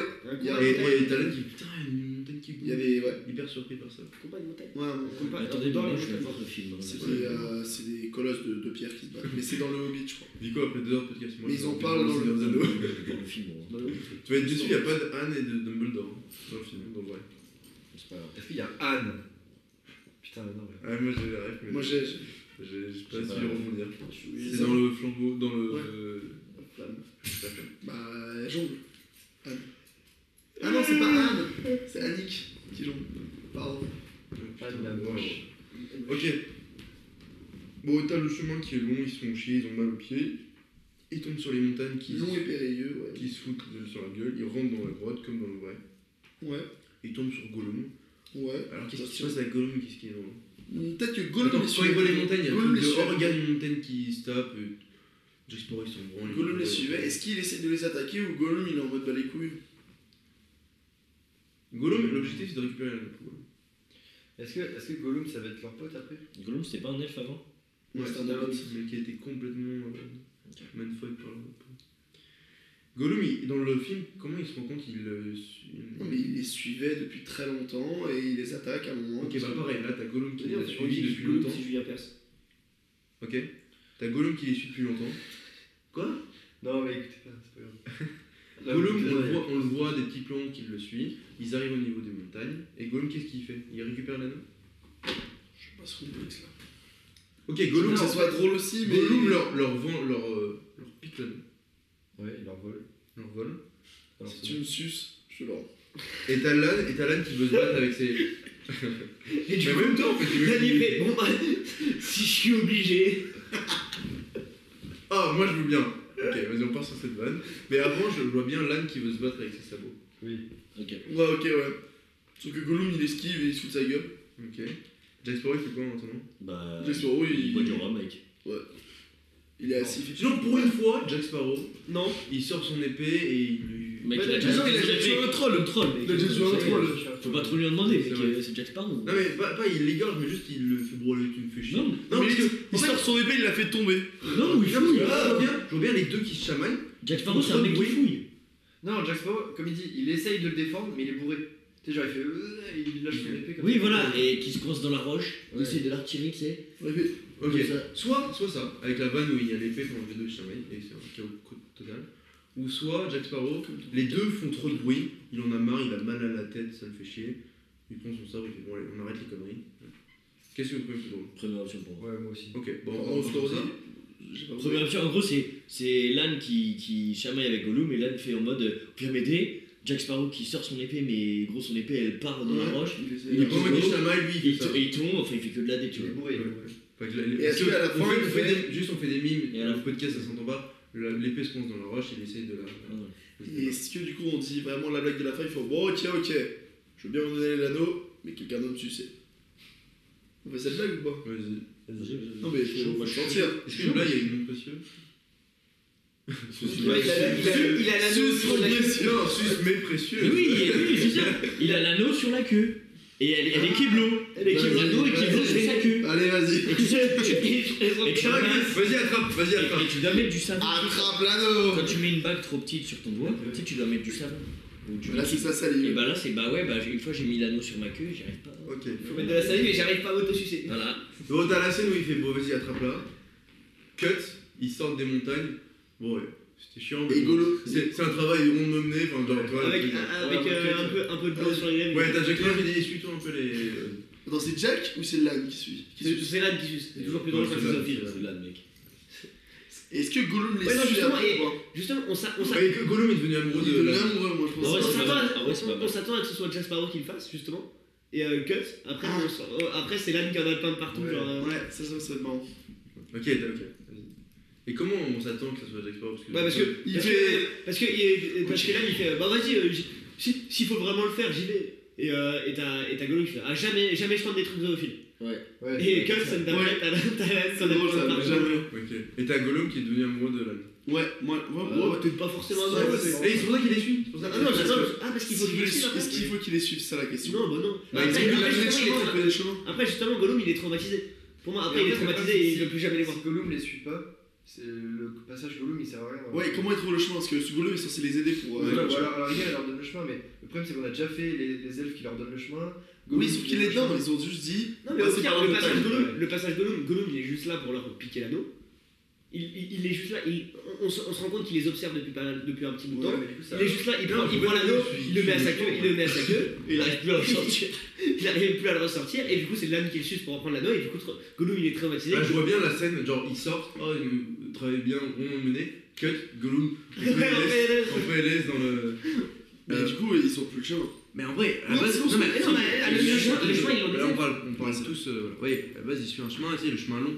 S5: y a-
S4: Et et t'as Lan qui dit putain, une montagne qui
S5: Il y avait. Ouais.
S4: bouge. Hyper surpris par ça.
S2: Combat de montagne.
S5: Ouais, ouais.
S2: Combat
S3: Attendez,
S2: dans
S3: mais
S2: les
S3: moi je vais
S2: montagnes.
S3: voir le film. hein,
S5: C'est
S3: parce
S5: des,
S3: que-
S5: euh, c'est des colosses de, de pierre qui se battent. Mais c'est dans le Hobbit, je crois.
S4: Dis quoi après deux heures de podcast moi,
S5: Mais
S4: je
S5: ils en
S4: vais
S5: parlent dans le-
S4: dans un autre.
S3: Dans le film, hein. bon,
S4: Tu vas être déçu, il n'y a pas de Anne et de Dumbledore hein, dans le film, dans le vrai.
S3: c'est pas grave.
S1: Est-ce qu'il y a Anne Putain, mais non, mais.
S4: Ah, moi j'ai la ref, mais
S5: Moi, j'ai. j'ai-
S4: j'ai j'ai pas
S3: Je
S4: su
S3: sais pas.
S4: rebondir.
S5: j'ai-
S4: C'est dans le flambeau, dans le.
S5: Ouais. Bah, elle jongle. Anne. Ah non, c'est pas Anne. C'est Annick qui jongle. Pardon.
S1: Anne, la moche.
S4: Ok. Bon, t'as le chemin qui est long, ils sont chiés, ils ont mal aux pieds. Ils tombent sur les montagnes qui,
S5: Long et périlleux, ouais.
S4: qui se foutent de- sur la gueule. Ils rentrent dans la grotte comme dans le vrai.
S5: Ouais.
S4: Ils tombent sur Gollum.
S5: Ouais.
S4: Alors qu'est-ce qui se passe avec Gollum Qu'est-ce qui est drôle
S5: Hmm, Peut-être que
S4: Attends,
S5: Gollum les
S4: quand ils
S5: suivait.
S4: voient les montagnes, il y a un
S5: Gollum
S4: truc
S5: les
S4: de oh,
S5: suivait.
S4: regarde une montagne qui se tape. euh, Jack Sparrow, ils sont branlés.
S5: Gollum les suivait. Est-ce qu'il essaie de les attaquer ou Gollum il est en mode bas les couilles
S4: Gollum, l'objectif c'est de récupérer la nappe.
S1: Est-ce que, est-ce que Gollum, ça va être leur pote après
S3: Gollum, c'était pas un elfe avant
S4: Ouais,
S5: Ouais,
S4: c'est
S5: c'est
S4: un
S5: un homme.
S4: mais qui a été complètement euh, manfuck par le groupe. Gollum, il- dans le film, comment il se rend compte il, euh, su-
S5: Non, mais il les suivait depuis très longtemps et il les attaque à un moment.
S4: Ok, bah pareil, là t'as Gollum qui
S2: Tenez,
S4: l'a
S2: on dit
S4: suivi
S2: que
S4: depuis
S2: Gollum,
S4: longtemps.
S2: C'est Julien Perse.
S4: Ok T'as Gollum qui les suit depuis longtemps. Quoi
S1: Non, mais écoutez pas, c'est pas grave.
S4: Gollum, on le, voit, on le voit, des petits plans qui le suivent. Ils arrivent au niveau des montagnes. Et Gollum, qu'est-ce qu'il fait Il récupère l'anneau
S26: Je sais pas ce qu'on peut dire, là.
S4: Ok, Gollum,
S26: que ça soit drôle aussi, mais.
S4: Gollum leur, leur, vend, leur, euh, leur pique l'anneau.
S1: Ouais, il leur vole.
S4: Leur vole.
S26: Si tu me suces, je te le rends.
S4: Et t'as Lan, et t'as Lan qui veut se battre avec ses.
S2: Et du
S4: Mais en
S2: coup,
S4: même temps, en fait, tu veux-
S2: Dany fait, bon bah, si je suis obligé.
S4: Ah, moi je veux bien. Ok, vas-y, on part sur cette vanne. Mais avant, je vois bien Lan qui veut se battre avec ses sabots.
S3: Ok.
S5: Ouais, ok, ouais. Sauf que Gollum il esquive et il se fout de sa gueule.
S4: Ok. Jack Sparrow, il fait quoi maintenant
S3: Bah.
S5: Jack Sparrow, il-
S3: il boit du rhum, mec.
S5: Il est assis.
S4: Sinon, pour une fois, Jack Sparrow,
S2: Non.
S4: il sort son épée et il lui.
S3: Mec,
S26: Mais
S3: il a
S26: déjà, il a
S3: déjà
S26: tué
S3: fait-
S26: un troll,
S3: le troll. mec.
S26: Il a déjà tué un
S3: C'est-
S26: troll.
S3: Faut pas trop lui en demander,
S4: C'est
S3: mec.
S4: vrai.
S3: euh, C'est Jack Sparrow.
S4: Non, mais pas, pas il l'égorge, mais juste il le fait brûler, tu me fais chier.
S3: Non,
S4: Non,
S5: mais
S4: parce que.
S5: Il sort son épée, il la fait tomber.
S3: non, il
S4: Non, parce
S3: fouille.
S4: que là, je vois bien, je vois bien les deux qui se chamaillent.
S3: Jack Sparrow, c'est un mec qui fouille.
S1: Non, Jack Sparrow, comme il dit, il essaye de le défendre, mais il est bourré. Tu sais, genre, il fait. euh, Il lâche son épée comme
S3: Oui,
S1: ça.
S3: voilà, et qui se coince dans la roche. Il
S1: Ouais.
S3: essaie de la retirer, tu sais.
S5: Ouais, mais-
S4: Ok.
S3: Comme ça.
S4: Soit, soit ça, avec la vanne où il y a l'épée pendant les deux qui chamaillent, et c'est un chaos total. Ou soit Jack Sparrow, les deux font trop de bruit, il en a marre, il a mal à la tête, ça le fait chier. Il prend son sabre, il fait bon, allez, on arrête les conneries. Qu'est-ce que vous pouvez me faire drôle
S3: Première option pour moi.
S1: Ouais, moi aussi.
S4: Ok, bon,
S5: Oh,
S4: on fait comme ça.
S5: j'ai pas
S3: Première option, en gros, c'est, c'est Lan qui, qui chamaille avec Gollum et Lan fait en mode euh, Viens m'aider. Jack Sparrow qui sort son épée, mais gros, son épée elle part dans la
S5: Ouais.
S3: roche.
S5: Il essaie-
S4: Et pendant qu'il
S3: gros,
S4: chamaille, lui,
S3: Et
S4: il
S3: il,
S4: fait ça.
S3: to- et il tombe, enfin, il fait que de la dé, tu
S1: Il est
S3: vois.
S1: bourré.
S4: Ouais. Fait que la- la-
S26: Et est-ce
S4: parce
S26: qu'à la
S4: que
S26: fin,
S4: on fait,
S26: il
S4: on fait
S26: fait-
S4: des- juste on fait des mimes,
S3: Et
S4: et
S3: à
S4: à
S3: la
S4: le podcast ça s'entend pas, le- l'épée se coince dans la roche, il essaye de la.
S5: Et est-ce que du coup on dit vraiment la blague de la fin, il faut bon ok ok, je veux bien vous donner l'anneau, mais quelqu'un doit me sucer. On fait cette blague ou pas
S4: Vas-y.
S5: Non mais faut
S3: Chaud,
S5: faut
S3: moi,
S5: se sentir.
S4: Est-ce que là il y a une montre précieuse
S2: Tu vois, il a- il a- il a l'anneau
S5: Suce
S2: sur la
S5: progressif.
S4: Non, sus mais
S3: Mais
S4: précieux
S3: oui, oui, oui, c'est ça. Il a l'anneau sur la queue. Et elle, elle est Keblo. Elle est Keblo, l'anneau est Keblo sur sa queue.
S5: Allez vas-y.
S3: Et tu dois mettre-
S4: Vas-y, attrape, vas-y, attrape.
S3: et tu dois mettre du savon.
S5: Attrape l'anneau
S3: Quand tu mets une bague trop petite sur ton doigt, tu sais, tu dois mettre du savon. Ou du
S5: Là c'est sa
S3: Et
S5: salive.
S3: bah là, c'est bah ouais, bah j'ai- une fois j'ai mis l'anneau sur ma queue, j'y arrive pas.
S4: Ok.
S2: Faut mettre de la salive et j'arrive pas à m'auto-sucer.
S3: Voilà.
S4: Bon, t'as la scène où il fait bon, vas-y, attrape là. Cut, ils sortent des montagnes. Bon, ouais, c'était chiant. mais
S5: Et
S4: bon.
S5: Gollum.
S4: C'est c'est un travail non mené. Enfin, genre, tu vois,
S2: Avec,
S4: le truc.
S2: avec euh, un, peu, un peu de blanc sur les lèvres.
S4: Ouais, t'as Jack Lang qui dit essuie-toi un peu les. euh.
S5: Attends c'est Jack ou c'est Lan qui suit Qui
S2: C'est
S5: suce
S2: c'est Lan qui suce. C'est toujours plus drôle quand
S4: Ouais,
S2: c'est
S4: c'est
S2: Sophie.
S3: C'est là, mec.
S5: Est-ce que Gollum les
S2: Ouais, non,
S5: suit
S2: justement,
S5: après
S2: et-
S5: ou pas
S2: Justement, on s'a- on s'a-
S4: Ouais, et que Gollum est devenu amoureux
S5: Il
S4: de.
S5: est
S4: la-
S5: amoureux moi je
S3: Ah
S2: on
S3: ouais,
S5: pense.
S3: c'est
S2: s'attend
S3: pas mal.
S2: à-
S3: Ah ouais, c'est pas
S2: on
S3: mal.
S2: s'attend à que ce soit Jack Sparrow qui le fasse, justement. Et euh, cut, après, on s'en- euh, après c'est Lan qui en a plein de partout.
S4: Ouais.
S2: Genre, euh,
S5: Ouais, ça ça c'est marrant.
S4: Ok, t'as ok. vas-y. Et comment on s'attend que ça soit Jack Sparrow
S2: Ouais, Bah, parce que,
S5: Il
S2: parce
S5: fait-
S2: que, parce que, il- parce que là, il fait, bah vas-y, euh, j'y- si- s'il faut vraiment le faire, j'y vais. Et euh, et t'as et t'as Gollum qui fait, ah jamais, jamais je tente des trucs zoophiles.
S3: Ouais.
S1: Ouais.
S2: Et Cut, ça me permet,
S5: Ouais.
S2: t'as la- t'as la- t'en as
S5: C'est drôle
S2: plein de
S5: ça,
S2: partout.
S5: jamais.
S4: Ok. Et t'as Gollum qui est devenu amoureux de la.
S5: Ah Ouais, moi, moi,
S2: Ah, Ouais,
S5: moi.
S2: T'es pas forcément
S5: Ouais,
S2: amoureux.
S5: c'est-
S4: Et c'est pour ça qu'il essuie.
S2: Ah non, j'attends, ah parce qu'il faut qu'il
S5: S'il veut
S2: le suive
S5: les suivre, Est-ce
S2: après.
S5: qu'il faut qu'il les suive C'est ça la question.
S2: Non, bah non.
S4: Bah, il
S2: Après, après,
S4: faut qu'il
S2: justement, il est tra-
S5: des chemins.
S2: après, justement, Gollum, il est traumatisé. Pour moi, après, il est traumatisé et il veut plus jamais les voir.
S1: Si Gollum les suit pas, c'est le passage Gollum il sert à rien.
S5: Ouais, comment ils trouvent le chemin Parce que ce Gollum est censé les aider pour. euh,
S1: Ouais,
S5: le
S1: ou
S5: chemin.
S1: alors, alors les gars, ils leur donnent le chemin, mais le problème c'est qu'on a déjà fait les, les elfes qui leur donnent le chemin.
S5: Oui, sauf qu'il est dedans,
S1: dedans
S5: ils ont juste dit. Ah,
S2: Non, mais au
S5: Passer
S2: pire,
S5: par la
S2: le passage,
S5: montagne.
S2: Gollum, le passage Gollum, Gollum, il est juste là pour leur piquer l'anneau. Il, il, il est juste là, il- on, on se, on se rend compte qu'il les observe depuis, pas mal- depuis un petit bout de temps.
S1: Ouais, mais du coup, ça.
S2: Il est juste là, il
S4: Non,
S2: prend, il
S4: je
S2: prend
S4: vois
S2: l'anneau,
S4: l'anneau,
S2: il le
S4: je-
S2: met à
S4: je
S2: sa
S4: le
S2: queue,
S4: prends,
S2: il le met à sa queue,
S3: Et il arrive plus à le sortir.
S2: il arrive plus à le ressortir, et du coup c'est l'âne qui le suce pour reprendre l'anneau, et du coup tr- Gollum il est traumatisé.
S4: Ah, je vois bien la scène, genre ils sortent, oh, ils travaillent bien, on mené, cut, Gollum, en
S2: Ouais, en
S4: PLS,
S2: fait,
S4: en PLS dans le.
S5: Mais
S4: Euh,
S5: du coup, ils sont plus le chemin.
S4: Mais en vrai, à la
S2: Non,
S4: base,
S2: c'est bon, c'est bon. Non, mais le- le chemin- le chemin, ils l'ont
S4: Là,
S2: laissé.
S4: on parle, on parle
S5: Ouais,
S4: tous. euh, voilà. ouais, à la base, ils suivent un chemin, tu sais, le chemin long.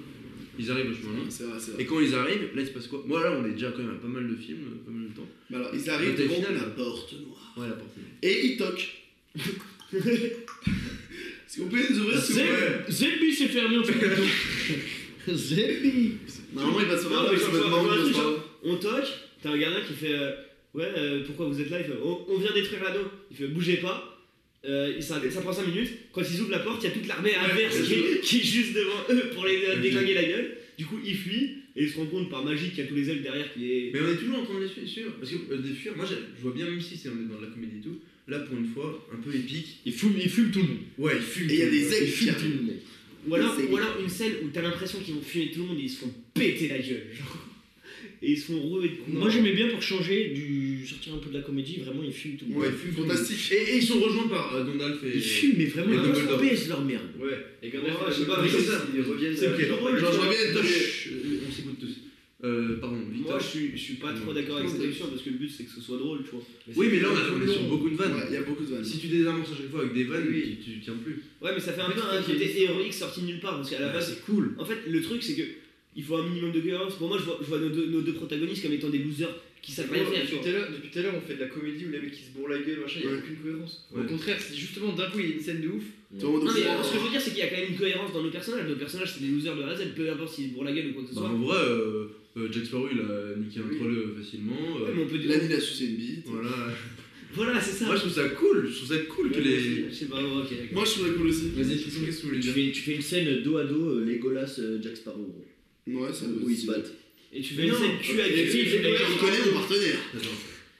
S4: Ils arrivent au chemin long.
S5: C'est vrai, c'est vrai.
S4: Et quand ils arrivent, là, il se passe quoi Moi, là, on est déjà quand même à pas mal de films, euh, pas mal de temps.
S5: Mais alors, ils arrivent
S4: Côté
S5: devant
S4: final,
S5: la
S4: là.
S5: porte noire.
S4: Ouais, la porte.
S5: Et ils toquent. Est-ce qu'on peut les ouvrir s'il vous plaît
S4: Ouais.
S3: Zebi s'est fermé en fait. Zebi
S5: Normalement, ils passent
S2: Non,
S5: par là,
S2: mais
S5: ils sont
S2: genre,
S5: maintenant
S2: genre,
S5: ils passent
S2: genre,
S5: par là.
S2: On toque, t'as un gardien qui fait euh, Ouais, euh, pourquoi vous êtes là Il fait On, on vient détruire l'anneau. Il fait Bougez pas. Euh, il- ça, ça prend 5 minutes. Quand ils ouvrent la porte, il y a toute l'armée adverse qui, est- qui est juste devant eux pour les euh, déglinguer la gueule. Du coup, ils fuient et ils se rendent compte par magie qu'il y a tous les elfes derrière qui est.
S4: Mais on est toujours en train de les su- suivre. Parce que euh, des fuir, moi, j'ai- je vois bien, même si c'est on est dans de la comédie et tout, là, pour une fois, un peu épique.
S3: Il fume, il fume tout le monde.
S4: Ouais, ils fument.
S5: Et il y a
S4: tout,
S5: des
S4: ouais.
S5: ailes.
S3: Il fume tout le monde, mec.
S2: Ou alors,
S5: C'est-
S2: ou alors une scène où t'as l'impression qu'ils vont fumer tout le monde et ils se font péter la gueule. genre. et ils se font rouer.
S3: Moi j'aimais bien pour changer, du... sortir un peu de la comédie, vraiment ils fument tout le monde.
S4: Ouais, fantastique. Et, et ils sont rejoints par euh, Gandalf et.
S3: Ils fument, mais vraiment
S4: Et
S3: ils
S4: Dumbledore.
S3: pèsent leur merde.
S1: Ouais, et Gandalf,
S2: Ouais,
S1: il a
S2: je sais
S1: même
S2: pas,
S1: pas
S2: mais
S1: fait
S2: c'est
S1: ça,
S2: ça.
S1: ils reviennent.
S4: C'est ok.
S1: euh,
S4: Genre, je reviens. attends, chut, On s'écoute tous. Euh, pardon,
S2: Moi
S4: Victor.
S2: je suis, je suis pas trop d'accord avec cette émission parce que le but c'est que ce soit drôle, tu vois.
S4: Oui, mais là on a- on est sur beaucoup de vannes.
S5: Il y a beaucoup de vannes.
S4: Si tu désamorces à chaque fois avec des vannes, tu, tu tiens plus.
S2: Ouais, mais ça fait un peu un côté héroïque sorti de nulle part parce qu'à la base c'est cool. En fait, le truc c'est que il faut un minimum de cohérence. Pour moi, je vois, je vois nos, deux, nos deux protagonistes comme étant des losers qui savent rien faire, tu
S1: Depuis
S2: vois.
S1: tout à l'heure- depuis tout à l'heure, on fait de la comédie où les mecs qui se bourrent la gueule, machin, il n'y a aucune cohérence. Au
S4: Ouais.
S1: contraire, si justement d'un coup il y a une scène de ouf,
S5: Tout le monde
S2: Non, mais
S5: aussi.
S2: euh, ce que je veux dire, c'est qu'il y a quand même une cohérence dans nos personnages. Nos personnages, c'est des losers de la Z, peu importe s'ils se bourrent la gueule ou quoi que ce
S4: Bah,
S2: soit.
S4: en vrai, euh, euh, Jack Sparrow il a niqué un
S1: Oui.
S4: troll euh, facilement. euh,
S2: Ouais, mais on peut dire-
S5: L'année, il a sucé une bite.
S4: Voilà.
S2: Voilà, c'est ça.
S4: Moi je trouve ça cool, je trouve ça cool que les.
S2: Je sais pas, ouais, ok, d'accord.
S5: Moi, je trouve ça cool aussi.
S4: Vas-y, Tristan, qu'est-ce que tu voulais
S3: Tu
S4: dire
S3: fais, tu fais une scène dos à dos, euh, Legolas, euh, Jack Sparrow, gros.
S5: Ouais, ça
S3: où ils se battent.
S2: Et tu
S4: Mais
S2: fais une
S4: non.
S2: scène cul à
S5: Et
S2: cul.
S5: puis,
S2: tu fais-
S5: on connaît nos partenaires.
S4: Attends.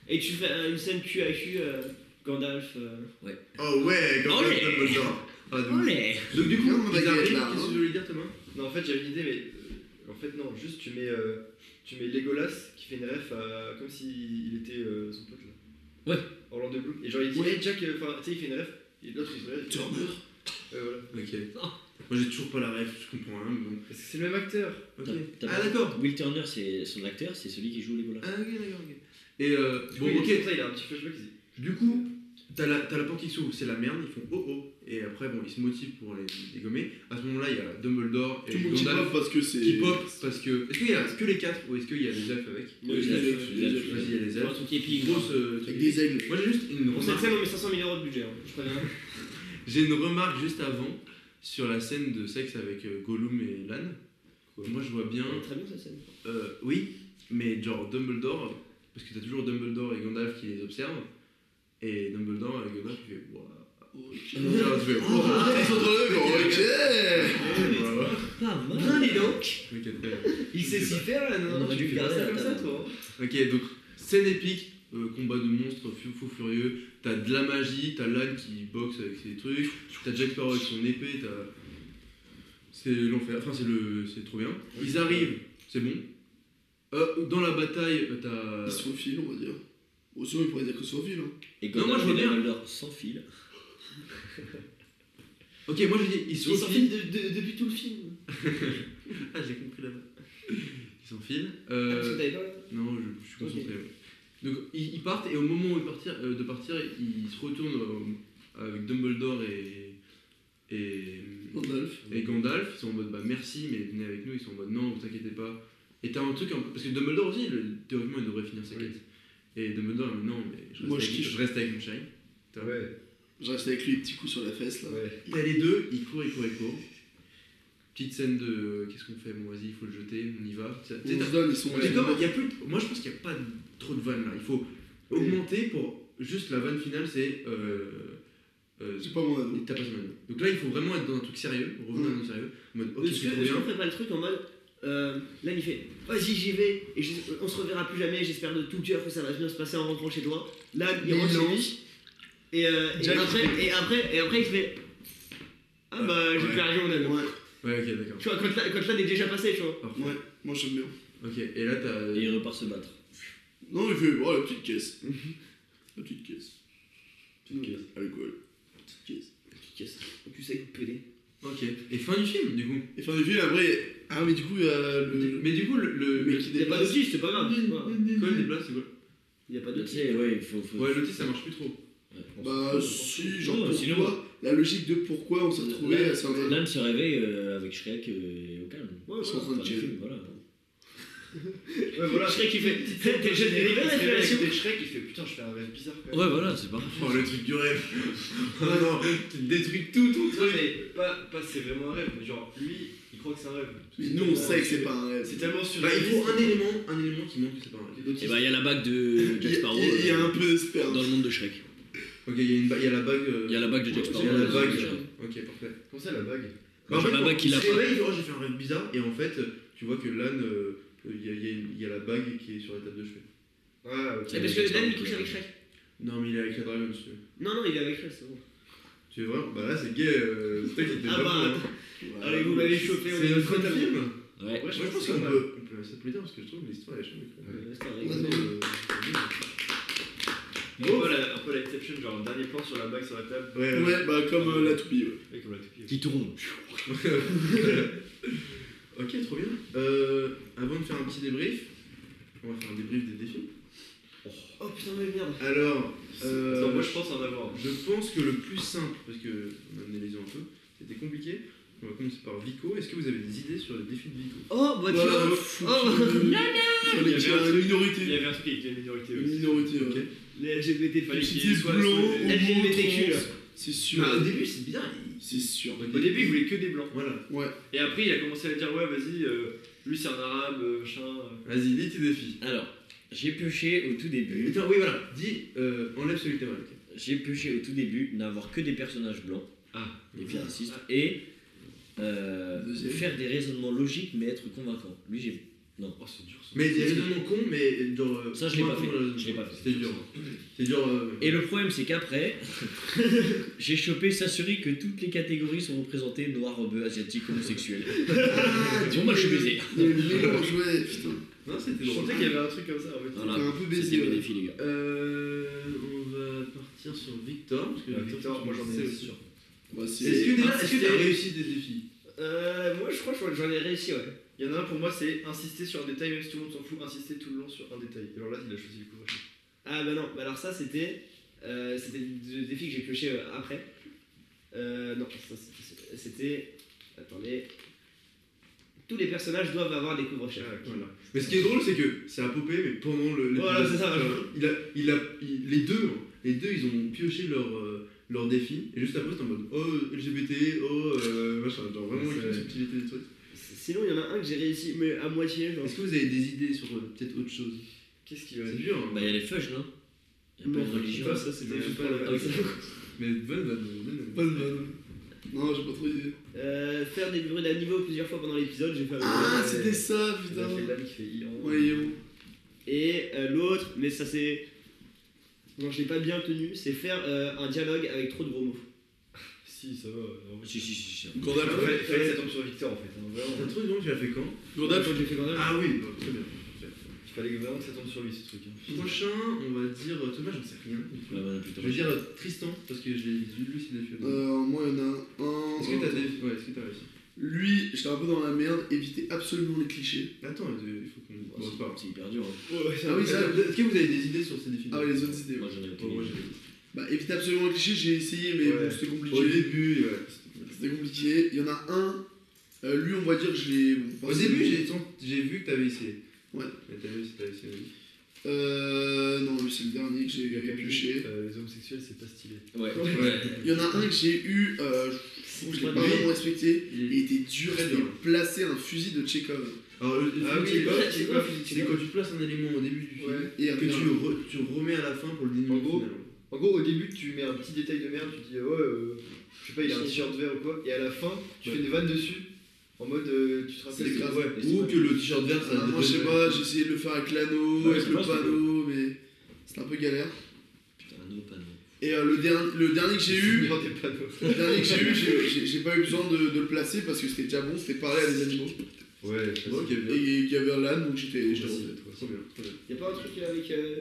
S2: Et tu fais euh, une scène cul à cul, euh, Gandalf. euh,
S4: Oh ouais, comme
S3: Oh
S4: ça,
S3: ouais.
S4: c'est le genre. Ah, de ouf.
S3: Allez
S4: Donc du coup,
S5: Regarde ma
S4: ils
S5: baguette,
S4: arrivent,
S5: là,
S4: qu'est-ce que
S5: hein.
S4: je voulais dire Thomas
S1: non, en fait j'avais une idée, mais euh, en fait non, juste tu mets, euh, tu mets Legolas qui fait une ref à, comme s'il il était euh, son pote là.
S3: Ouais.
S1: Orlando Bloom. Et genre il dit, hey, Jack, euh, enfin, tu sais, il fait une ref, et l'autre il se relève. Turner Ouais, voilà.
S4: Ok. Moi j'ai toujours pas la ref, je comprends rien, mais bon.
S1: Parce que c'est le même acteur.
S4: Ok.
S3: T'as- t'as
S4: Ah
S3: pas-
S4: d'accord.
S3: Oh, Will Turner, c'est son acteur, c'est celui qui joue Legolas.
S4: Ah ok, d'accord, ok. Et euh,
S1: Du coup,
S4: bon,
S1: il-
S4: ok.
S1: c'est pour ça, il a un petit flashback, il dit,
S4: Du coup, t'as la, t'as la porte qui s'ouvre, c'est la merde, ils font oh oh. Et après, bon, ils se motivent pour les dégommer. À ce moment-là, il y a Dumbledore et
S5: Tout le monde qui
S4: Gandalf
S5: pop parce que c'est.
S4: qui pop parce que. Est-ce qu'il y a que les quatre ou est-ce qu'il y a les elfes avec
S2: le-
S5: les
S2: le-
S5: elfes, les elfes.
S4: Vas-y, il y a les
S2: le- Un
S4: elfes.
S2: truc épique.
S4: Grosse, euh,
S5: Avec des aigles.
S4: Moi j'ai juste une
S2: Pour cette
S4: remarque.
S2: scène, on met 500 000 euros de budget, hein, je préviens.
S4: J'ai une remarque juste avant sur la scène de sexe avec euh, Gollum et Lan. Moi je vois
S3: Ah.
S4: bien.
S2: Elle est Très bien cette scène.
S4: euh, oui, mais genre Dumbledore, parce que t'as toujours Dumbledore et Gandalf qui les observent. Et Dumbledore et Gandalf qui fait Waouh. Genre, tu fais,
S5: Oh,
S4: Waouh.
S5: ils Oh, sont dans le mur, ok.
S4: Voilà.
S3: Pas mal
S2: Bien dis donc
S4: Ok, très bien.
S2: Il sait s'y faire là, non
S3: On aurait
S2: Tu
S3: dû
S2: fais pas
S3: garder
S2: ça
S3: la
S2: comme ça
S3: table.
S2: toi hein.
S4: Ok, donc scène épique, euh, combat de monstres, fou, fou furieux, t'as de la magie, t'as Lan qui boxe avec ses trucs, t'as Jack Sparrow avec son épée, t'as... C'est l'enfer, enfin c'est le... c'est trop bien. Ils arrivent, c'est bon. Euh, dans la bataille, euh,
S5: Ils
S4: t'as...
S5: sont au fil, on va dire. Au sommet, il pourrait dire que c'est au fil. hein.
S3: Et
S4: Non, moi, je
S3: Gandalf
S4: vois
S3: et
S4: bien.
S3: Dumbledore sans fil.
S4: Ok, moi je dis, ils
S2: Ils
S4: s'enfilent.
S2: s'enfilent de- de- depuis tout le film.
S4: Ah, j'ai compris là-bas. Ils s'enfilent.
S2: Ah,
S4: Euh,
S2: Parce que t'avais pas.
S4: Non, je, je suis
S2: Ok.
S4: concentré. ouais. Donc ils, ils partent et au moment où ils partir, euh, de partir, ils se retournent euh, avec Dumbledore et et,
S5: Gandalf.
S4: et Gandalf. Ils sont en mode bah merci, mais venez avec nous. Ils sont en mode non, vous inquiétez pas. Et t'as un truc un peu- parce que Dumbledore aussi, le- théoriquement, il devrait finir sa
S1: Oui.
S4: quête. Et Dumbledore, mais non, mais je reste,
S5: Moi, je
S4: avec,
S5: kiffe.
S4: je reste avec mon chéri.
S1: Ouais,
S5: Je reste avec lui, petit coup sur la fesse là.
S1: ouais.
S4: T'as les deux, ils courent, ils courent, ils courent. Petite scène de euh, qu'est-ce qu'on fait Bon, vas-y, il faut le jeter, on y va. T'sais,
S5: On
S4: t'as-
S5: se donne, ils sont.
S4: C'est comme- il y a plus de- Moi je pense qu'il n'y a pas de- trop de vannes là. Il faut augmenter pour. Juste la vanne finale, c'est. Euh, euh,
S5: C'est pas mon avis.
S4: t'as pas ce même. Donc là, il faut vraiment être dans un truc sérieux, revenir dans un truc sérieux. En mode, ok,
S2: Est-ce
S4: c'est
S2: que
S4: trop
S2: est-ce qu'on
S4: bien.
S2: ferait pas le truc en mode. Euh, là, il fait Vas-y, j'y vais, et je- on se reverra plus jamais, j'espère de tout cœur que ça va bien se passer en rentrant chez toi. Là, il
S5: Mais
S2: rentre chez
S5: non.
S2: lui, et, euh, et,
S5: Jack-
S2: après, et, après, et après, il fait Ah bah, j'ai
S4: Ouais.
S2: perdu mon ami.
S5: Ouais,
S4: Ouais, ok, d'accord.
S2: Tu vois, quand là, quand là, il est déjà passé, tu vois.
S4: Parfait.
S5: ouais, moi j'aime bien.
S4: Ok, et là, t'as.
S3: Et il repart se battre.
S5: Non, il fait, oh la petite caisse. la petite caisse. Petite caisse. Alcool. Petite caisse.
S2: Qu'est-ce que- En plus, avec pédé.
S4: Ok. Et fin du film, du coup.
S5: Et fin du film, après. Ah, mais du coup, il y a le.
S4: Euh, Mais du coup, le. le
S5: Mais
S4: le-
S5: qui
S2: Il y a pas
S5: déplace.
S2: d'autiste, c'est pas grave. c'est pas grave.
S4: Quoi, le déplace, c'est quoi
S2: Il y a pas
S3: Tu
S2: d'autiste.
S3: sais, ouais, il faut. faut...
S4: Ouais, l'outil, ça marche plus trop.
S3: Ouais, on
S5: Bah, si, genre
S3: Non,
S5: pourquoi
S3: sinon-
S5: La logique de pourquoi on s'est retrouvé à
S3: se
S5: saint
S3: L'un se réveille euh, avec Shrek euh, et au calme.
S2: Ouais, ouais.
S5: Ils sont en train de
S3: Enfin, le
S5: chill.
S3: film, voilà.
S1: Ouais, voilà.
S2: Shrek, il fait,
S1: Petite-
S2: t'es jeune, t'es
S1: Il se réveille
S2: révélation.
S1: avec des Shrek, il fait putain, je fais un rêve bizarre quand même.
S3: Ouais, voilà, c'est pas.
S4: Oh, le truc du rêve. oh non, tu détruis tout ton
S1: Non,
S4: truc.
S1: mais pas, pas c'est vraiment un rêve, mais genre lui, il croit que c'est un rêve.
S5: Mais nous, on sait que c'est pas un rêve.
S1: C'est tellement sur
S4: Bah, il faut un élément, un élément qui manque, c'est pas un rêve.
S2: Eh
S3: Et
S2: ben,
S3: bah, il y a la bague de
S5: Il
S3: Jack
S5: y,
S3: Sparrow
S5: a- il y a un
S3: euh,
S5: peu d'espère.
S3: dans le monde de Shrek.
S4: Ok, il y a une ba- il y a la bague. euh,
S3: Il y a la bague de Jack Sparrow.
S4: Il y a la
S3: euh,
S4: bague.
S3: déjà.
S4: Ok, parfait.
S1: Comment ça la bague
S4: Bah, en
S3: Genre
S4: fait,
S3: la bague qu'il a
S4: c'est
S3: pas.
S4: vrai, il dit, oh, j'ai fait un rêve bizarre, et en fait, euh, tu vois que l'âne, euh, il y, a- il y a une- il y a la bague qui est sur la table de chevet.
S1: Ah, ok.
S2: C'est Eh, parce que Dan, il couche avec Shrek.
S4: Non, mais il est avec la dragon, si tu veux.
S2: Non, non, il est avec Shrek, c'est bon.
S4: Tu veux vraiment Bah là, c'est gay, euh, c'est toi qui t'es
S2: Ah
S4: pas
S2: bah,
S4: pour, hein.
S2: Allez, vous m'avez chopé, on
S4: C'est
S2: est
S4: notre
S2: dans le
S4: film Moi,
S3: Ouais.
S1: Ouais,
S4: je pense
S1: que
S4: qu'on
S1: c'est
S4: peut, me plaît- ça me plaît bien parce que je trouve l'histoire est chouette.
S1: Un peu la- un peu la exception, genre dernier plan sur la bague sur la table.
S4: Ouais, ouais.
S5: Ouais, bah comme euh, la toupie. ouais.
S1: Et comme la toupie.
S3: Qui tourne.
S4: Ok, trop bien. Euh, avant de faire un petit débrief, on va faire un débrief des défis.
S2: Oh putain, mais merde.
S4: Alors, euh,
S1: Attends, moi je pense en avoir.
S4: je pense que le plus simple, parce que on a analysé un peu, c'était compliqué. On va commencer par Vico. Est-ce que vous avez des idées sur les défis de Vico
S2: Oh, bah tu
S5: Ouais,
S2: vois.
S5: ouais, fou-
S2: Oh,
S5: Fallait qu'il y ait une
S1: Il
S5: minorité.
S1: y avait un truc avec les minorités
S5: Une
S1: aussi.
S5: minorité,
S4: Ok.
S5: ouais.
S2: Les LGBT
S1: Fallait
S2: fallait
S1: qu'il
S5: Petite
S1: y ait
S5: île
S1: soit-
S5: blanc,
S1: soit-
S5: au moins
S2: LGBTQ, là.
S5: 30. C'est sûr.
S4: Bah, Au début, c'est bien.
S5: C'est sûr. Bah,
S1: Au début, ils voulaient que des blancs.
S4: Voilà.
S1: Et après, il a commencé à dire Ouais, vas-y, euh, lui c'est un arabe, euh, machin. euh.
S4: Vas-y, dis tes défis.
S3: Alors, j'ai pioché au tout début.
S4: Attends, oui, voilà. Dis, euh, enlève celui que t'as mal. ok.
S3: J'ai pioché au tout début n'avoir que des personnages blancs.
S1: Ah.
S3: Et puis racistes. Et euh,
S5: Deuxième.
S3: faire des raisonnements logiques mais être convaincant. Lui, j'ai.
S1: Oh, c'est dur ça.
S4: Mais des raisonnements cons, mais genre. euh,
S3: Ça, je l'ai pas
S4: convaincants
S3: fait.
S4: dans le raisonnement.
S3: Je l'ai pas fait.
S4: C'était dur. C'est dur. euh,
S3: Et le problème, c'est qu'après, j'ai chopé s'assurer que toutes les catégories sont représentées noir, rebeu, asiatique, homosexuel.
S4: Ah,
S3: Bon, moi, je suis baisé.
S5: Il y a eu le mélange, ouais, putain.
S4: Non, c'était
S1: Je
S4: drôle.
S1: sentais qu'il y avait un truc comme ça en fait.
S5: T'es
S3: Voilà.
S5: un peu
S13: C'était
S5: baisé.
S13: mes
S5: ouais.
S13: défis, les gars.
S4: Euh, on va partir sur Victor. Parce que
S1: Ah, Victor, moi j'en ai
S4: Est-ce
S1: sûr.
S5: Bah, c'est-
S4: que déjà, est-ce que
S2: Insister.
S4: t'as réussi des défis
S1: Euh, moi je crois que j'en ai réussi, ouais. Il y en a un pour moi, c'est insister sur un détail, même si tout le monde s'en fout, insister tout le long sur un détail. Alors là, il a choisi le coup.
S2: Ah bah non, bah alors ça c'était euh, c'était le défi que j'ai pioché euh, après. Euh, non, ça, c'était- c'était. Attendez. Tous les personnages doivent avoir des couvre-chefs.
S4: Voilà. Mais ce qui est drôle, c'est que c'est à popper, mais pendant le.
S2: Voilà,
S4: l'épisode,
S2: c'est ça,
S4: genre, il a, il a, il- les deux, hein, les deux, ils ont pioché leur, euh, leur défi. Et juste après, c'était en mode oh LGBT, oh euh, machin. Genre vraiment,
S1: Ouais,
S4: il y a
S1: c'est-
S4: une subtilité des trucs.
S2: Sinon, il y en a un que j'ai réussi, mais à moitié. genre.
S4: Est-ce que vous avez des idées sur euh, peut-être autre chose
S1: Qu'est-ce qu'il va
S4: C'est dur. hein.
S3: Bah, il y a les fudges, non Il y a pas
S2: Non,
S3: de religion.
S2: pas ça, c'était
S4: Mais
S2: juste
S4: pas
S2: pour
S4: la-
S2: le-
S4: Mais bonne, bonne, bonne.
S5: Bonne vanne. Non, j'ai pas trop d'idées.
S2: Euh, Faire des bruits d'un niveau plusieurs fois pendant l'épisode, j'ai fait un
S5: Ah,
S2: bruit.
S5: c'était ça,
S1: Il a
S5: putain.
S1: fait l'ami qui fait Iran.
S5: Voyons.
S2: Et euh, l'autre, mais ça c'est. Non, je l'ai pas bien tenu, c'est faire euh, un dialogue avec trop de gros mots.
S1: Si, ça va. en vrai.
S3: Si, si, si, si.
S1: Ah
S5: Gandalf.
S1: ouais, il fallait que ça tombe sur Victor en fait. hein,
S4: C'est un
S1: vraiment.
S4: truc, non Tu l'as fait quand
S5: Gandalf.
S2: Quand j'ai fait Gandalf,
S4: Ah oui, bah, très bien.
S1: Il fallait vraiment que ça tombe sur lui ce truc. hein.
S4: Prochain, on va dire Thomas, j'en sais rien.
S3: Ouais, bah, putain.
S4: Je vais dire euh, Tristan parce que je l'ai lu ces défis.
S5: Euh, moi, il y en a un.
S4: Est-ce que t'as des... ouais, est-ce que t'as réussi
S5: Lui, j'étais un peu dans la merde, évitez absolument les clichés.
S4: Attends, il faut qu'on. Bon, c'est pas grave.
S3: Bah, C'est hyper dur. hein.
S5: Ah oui, ça.
S4: Est-ce que vous avez des idées sur ces défis
S5: Ah ouais, les autres idées.
S3: Moi,
S5: ouais.
S3: j'en ai
S4: Bon, moi,
S3: aucune.
S4: j'ai-
S5: Bah, évitez absolument les clichés, j'ai essayé, mais
S4: Ouais.
S5: bon, c'était compliqué.
S4: Au début, ouais.
S5: C'était compliqué. Il y en a un. euh, lui, on va dire, je l'ai. bon,
S4: Au
S5: forcément-
S4: début, j'ai tent- j'ai vu que t'avais essayé.
S5: Ouais.
S4: Mais t'as vu si t'avais essayé. oui.
S5: Euh. Non, lui, c'est le dernier que
S1: Il y a quand
S5: j'ai
S1: même
S5: pioché.
S1: dit, euh, les homosexuels, c'est pas stylé.
S3: Ouais.
S5: Il y en a un que j'ai eu. euh, je trouve que je l'ai pas
S4: Oui.
S5: vraiment respecté. Il était dur
S4: Très
S5: de
S4: dur.
S5: placer un fusil de Chekhov.
S4: Alors, le
S1: Ah
S4: le
S1: oui,
S4: Tchekhov,
S1: le
S4: c'est
S1: Tchekhov,
S4: quoi
S1: le
S4: C'est
S1: Tchekhov.
S4: quand tu places un élément au début du film
S5: Et
S4: que tu, re- tu remets à la fin pour le dénouer.
S1: En gros,
S4: finalement.
S1: En gros, au début, tu mets un petit détail de merde, tu dis ouais, euh, je sais pas, il a un t-shirt vert ou quoi, et à la fin, tu
S4: Ouais.
S1: fais une vanne dessus, en mode euh, tu te
S5: C'est
S1: rappelles.
S5: grave.
S1: Ouais.
S4: Ou que le t-shirt vert, ça
S5: Ah, moi, je sais pas, j'ai essayé de le faire avec l'anneau,
S3: Ouais,
S5: avec
S3: c'est
S5: le
S3: pas, c'est
S5: panneau, mais c'était un peu galère.
S3: Putain, un autre panneau.
S5: Et euh, le, dernier, le dernier que j'ai eu,
S1: Prends des panneaux.
S5: le dernier que j'ai eu, j'ai- j'ai- j'ai pas eu besoin de, de le placer parce que c'était déjà bon, c'était parler à des animaux.
S1: Ouais,
S4: Bon, ok,
S5: Et
S4: bien.
S5: il y avait un LAN, donc j'étais j'étais refait.
S4: Trop bien, trop bien.
S2: Y'a pas un truc euh, avec. Euh,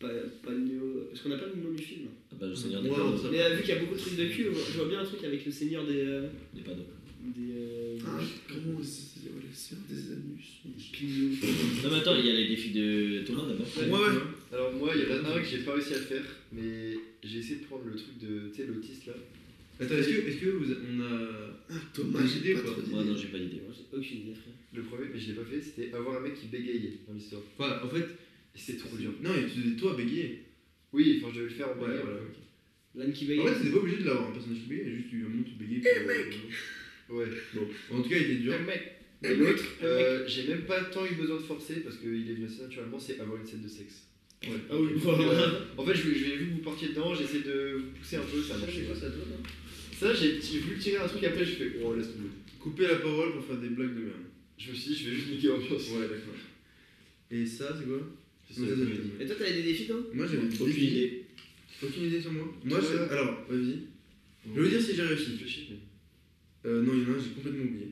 S2: pas, pas le nom- Parce qu'on a pas le nom du film.
S3: Ah, bah, le Seigneur des
S4: Ouais,
S3: Panneaux.
S4: on s'en-
S2: Mais euh, vu qu'il y a beaucoup de trucs de cul, je vois- je vois bien un truc avec le seigneur des. euh,
S3: Des panneaux.
S2: des. Euh,
S5: Ah, comment c'est ouais, la sœur des anus
S3: Non, mais attends, il y a les défis de Thomas d'abord.
S1: Ouais, ouais. Alors, moi, il y en a un que j'ai pas réussi à faire, mais j'ai essayé de prendre le truc de, tu sais, l'autiste là.
S4: Attends, est-ce que, est-ce que vous, on a.
S5: Ah, Thomas, j'ai pas trop
S3: Ouais,
S5: d'idées.
S3: non, j'ai pas d'idée.
S2: Moi, j'ai aucune idée, frère.
S1: Le premier, mais je l'ai pas fait, c'était avoir un mec qui bégayait dans l'histoire.
S4: Enfin, en fait,
S1: Et c'était trop dur.
S4: Non, et tu devais toi bégayer.
S1: Oui, enfin, je devais le faire en
S4: Ouais,
S1: bégayant.
S4: voilà,
S2: L'âne qui
S4: En
S2: veille.
S4: fait, t'étais pas obligé de l'avoir un personnage qui bégayait, juste tu un moment tu bégayais. Eh mec
S1: Ouais.
S4: En tout cas, il était dur.
S1: Le mec. Et l'autre, euh, j'ai même pas tant eu besoin de forcer parce qu'il est venu assez naturellement, c'est avoir une scène de sexe.
S4: Ouais.
S2: Ah oui,
S1: Euh, en fait, je l'ai je l'ai vu que vous partiez dedans, j'essaie de vous pousser un peu, ça a marché. Ça, j'ai j'ai voulu tirer un truc, après j'ai fait, oh, laisse tomber.
S4: Couper la parole pour faire des blagues de merde.
S1: Je me suis dit, je vais juste niquer l'ambiance.
S4: Ouais, d'accord. Et ça, c'est quoi
S1: C'est
S4: Non, ça,
S1: la
S4: c'est
S1: comédie.
S4: le thème.
S2: Et toi, t'avais des défis, toi
S4: Moi, j'avais
S5: Aucune idée.
S4: Aucune idée sur moi Moi,
S5: Ouais.
S4: c'est- alors, vas-y. Je vais vous dire si j'ai réussi.
S1: Réfléchis, mais-
S4: Euh, non, il y en a un, j'ai complètement oublié.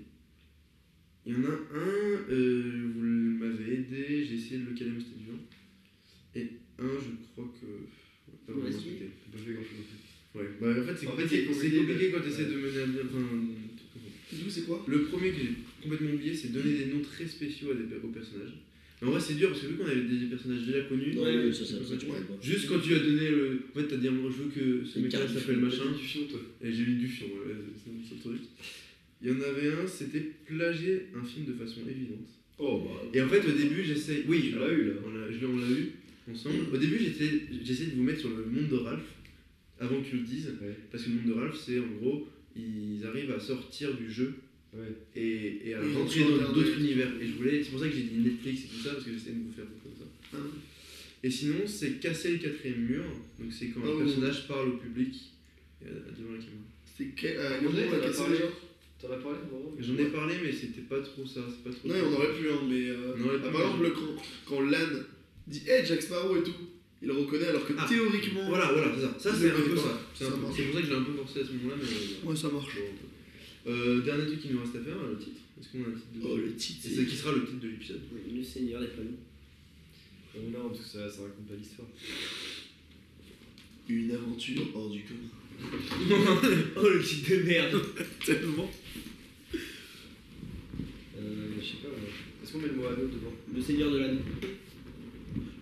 S4: Il y en a un, euh, vous m'avez aidé, j'ai essayé de le caler, mais c'était dur. Et un, je crois que. ouais, pas vraiment
S2: Vas-y.
S4: pété.
S1: Pas fait grand chose.
S4: Ouais, bah en fait, c'est
S1: En fait,
S4: compliqué,
S1: c'est
S4: c'est
S1: compliqué de-
S4: compliqué quand tu essaies de mener à bien. Enfin,
S5: Dis-nous, c'est quoi
S4: le premier que j'ai complètement oublié, c'est donner des noms très spéciaux à des, aux personnages. Mais en vrai, c'est dur parce que vu qu'on avait des personnages déjà connus,
S3: Non,
S4: euh,
S3: mais ça, ça, ça, tu pourrais pas.
S4: juste quand tu as donné le. En fait, t'as dit à mon je veux que ce
S3: Une
S4: mec-là
S3: carte du
S4: s'appelle
S3: fion.
S4: machin.
S1: Du fion, toi.
S4: Et j'ai mis du fion, ouais, ouais, c'est un seul truc. Il y en avait un, c'était plagier un film de façon évidente.
S1: Oh, bah.
S4: Et en fait, au début, j'essaye. Oui,
S1: Tu
S4: alors,
S1: l'as eu, là.
S4: On l'a je l'ai- on l'a eu ensemble. Au début, j'étais- j'essayais de vous mettre sur le monde de Ralph avant que tu le dises.
S1: Ouais.
S4: Parce que le monde de Ralph, c'est en gros, ils arrivent à sortir du jeu
S1: Ouais.
S4: et, et à
S5: Oui,
S4: rentrer
S5: sur
S4: dans
S5: Internet.
S4: d'autres univers. Et je voulais, c'est pour ça que j'ai dit Netflix et tout ça, parce que j'essaie de vous faire comprendre ça.
S5: Ah.
S4: Et sinon, c'est casser le quatrième mur, donc c'est quand
S5: Oh.
S4: un personnage parle au public et à- devant la caméra.
S5: C'est quel.
S1: À un
S5: Euh,
S1: moment donné,
S5: on a
S1: t'en as
S5: cassé
S1: parlé.
S5: le genre.
S1: T'en as parlé à un moment mais-
S4: J'en ai parlé, mais c'était pas trop ça, c'est pas trop.
S5: Non,
S4: ça.
S5: on aurait pu, hein, mais. euh,
S4: On aurait pu,
S5: ah,
S4: mais-
S5: par exemple, le- quand, quand Lan dit Hey Jack Sparrow et tout, il le reconnaît alors que
S4: Ah.
S5: théoriquement.
S4: Voilà, voilà, c'est ça. Ça,
S5: Je
S4: c'est un
S5: connais
S4: peu
S5: pas.
S4: ça. C'est un
S5: Ça
S4: peu-
S5: marche.
S4: c'est pour ça que je l'ai un peu forcé à ce moment-là, mais. euh,
S27: Ouais, ça marche.
S4: bon, un peu. Euh, dernier truc qui nous reste à faire, le titre. Est-ce qu'on a un titre de
S5: Oh, le titre.
S4: Et c'est qui sera le titre de l'épisode
S2: Le Seigneur des familles.
S1: Euh, Non, parce que ça, ça raconte pas l'histoire.
S5: Une aventure hors du commun.
S2: Oh le titre de merde
S27: Tellement.
S1: Euh, je sais pas. ouais. Est-ce qu'on met le mot anneau devant
S2: Le Seigneur de l'anneau.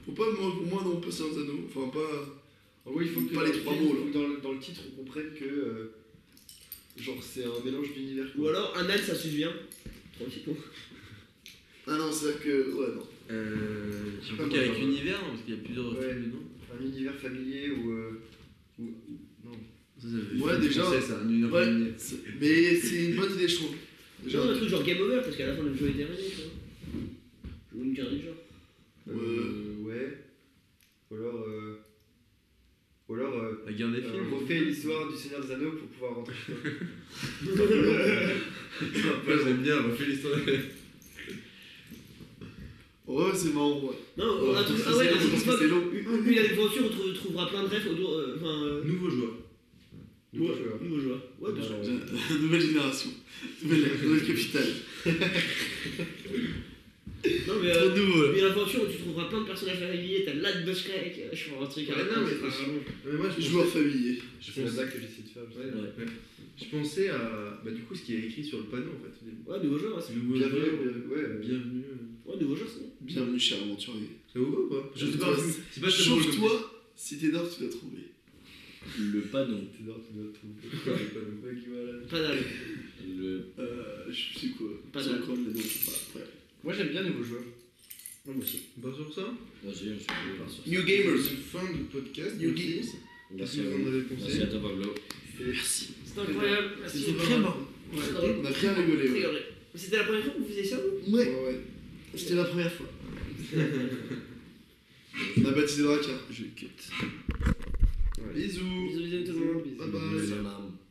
S5: Faut pas, moi, pour moi, non, pas Seigneur des Anneaux. Enfin, pas.
S1: En gros, il faut que
S5: Pas
S1: dans
S5: les
S1: le
S5: trois
S1: film,
S5: mots,
S1: il
S5: là.
S1: faut que dans le, dans le titre, on comprenne que. euh, genre, c'est un mélange d'univers.
S2: Ou alors un âne ça suffit bien. Tranquillement.
S5: Ah non, c'est vrai que. Ouais, non.
S4: Euh.
S1: Je sais
S4: J'ai
S1: pas
S4: un
S1: moi,
S4: qu'avec
S1: genre,
S4: univers, non, parce qu'il y a plusieurs
S1: Ouais.
S4: films dedans.
S1: Un univers familier ou. euh, ou... Non.
S4: Ça, ça fait
S5: Ouais,
S4: film
S5: déjà.
S4: français, ça, un univers
S5: Ouais.
S4: familier.
S5: C'est- Mais c'est une bonne idée, je trouve. Déjà,
S2: Genre un truc genre game over parce qu'à la fin le jeu est terminé tu vois. Je vous me dire du genre.
S1: Euh, ouais. Ou alors. euh, Ou alors. euh,
S4: La guerre des
S1: euh,
S4: films.
S1: refait l'histoire du Seigneur des Anneaux pour pouvoir rentrer chez toi.
S4: Moi j'aime bien, on refait l'histoire de
S5: Ouais, c'est marrant, ouais.
S2: Non, on a
S5: Ouais,
S2: trouvé.
S5: ça,
S2: Ah ouais,
S5: c'est-
S2: on
S5: je pense que c'est
S2: trouve
S5: long.
S2: pas. Une aventure, on trou- trouvera plein de rêves autour. euh, Enfin. euh,
S4: Nouveau joueur.
S1: Nouveau
S2: ouais,
S1: joueur.
S2: Nouveau joueur. Ouais, bien sûr.
S1: Euh,
S5: Nouvelle génération. Nouvelle, nouvelle capitale.
S2: Non, mais.
S5: Trop
S2: euh,
S5: nouveau, là.
S2: Une aventure où tu trouveras plein de personnages familiers, t'as l'âne de Shrek, euh, je prends un truc à
S4: Ouais,
S2: la
S4: non,
S2: con,
S4: mais
S2: c'est pas
S4: c'est-
S2: vraiment-
S4: Mais moi je
S5: Joueur familier.
S4: Je
S1: C'est la
S4: pensais,
S1: blague que j'essaie de faire. je sais pas.
S4: je pensais à. Bah, du coup, ce qui est écrit sur le panneau en fait. au début.
S2: Ouais, nouveau joueur, ouais, c'est-
S4: Nouveau
S1: Bienvenue,
S4: joueur,
S1: bienvenue, ouais. euh,
S4: bienvenue. euh.
S2: Ouais, nouveau joueur, c'est bon.
S5: Bienvenue, cher aventurier.
S4: Ça vous va ou pas
S5: Je sais pas,
S4: c'est- c'est pas très drôle comme
S5: Chauffe-toi, si t'es d'or, tu l'as trouvé.
S3: Le panneau.
S1: t'es dans- t'es dans tout.
S4: titre, le panneau.
S1: Ouais, qui va là.
S2: Pas d'âne.
S3: Le...
S5: Euh, je sais quoi.
S2: Pas
S5: C'est
S2: mal.
S5: encore les noms, je sais pas. Ouais.
S1: Moi j'aime bien Nouveau Joueur.
S3: Moi aussi.
S4: On part sur ça
S3: Vas-y, on se fait pas sur ça.
S5: New Gamers.
S4: C'est Fin de podcast.
S5: New
S4: merci.
S5: Games.
S4: Qu'est-ce
S3: Merci
S4: que
S3: à
S4: vous en
S3: vous.
S4: avez
S3: Merci
S4: pensé
S3: à toi, Pablo.
S5: Merci.
S2: Ah, C'est incroyable. Merci
S5: C'était
S2: beaucoup.
S5: très marrant.
S2: Très drôle.
S5: On a bien rigolé, ouais.
S2: Rigolé. C'était la première fois que vous faisiez ça, vous
S5: Ouais,
S1: Ouais, ouais.
S5: c'était la première fois. On a baptisé Dracar.
S3: Je quitte.
S5: Bisous.
S2: Bisous, bisous tout le monde.
S5: Bye bye.
S3: Salam.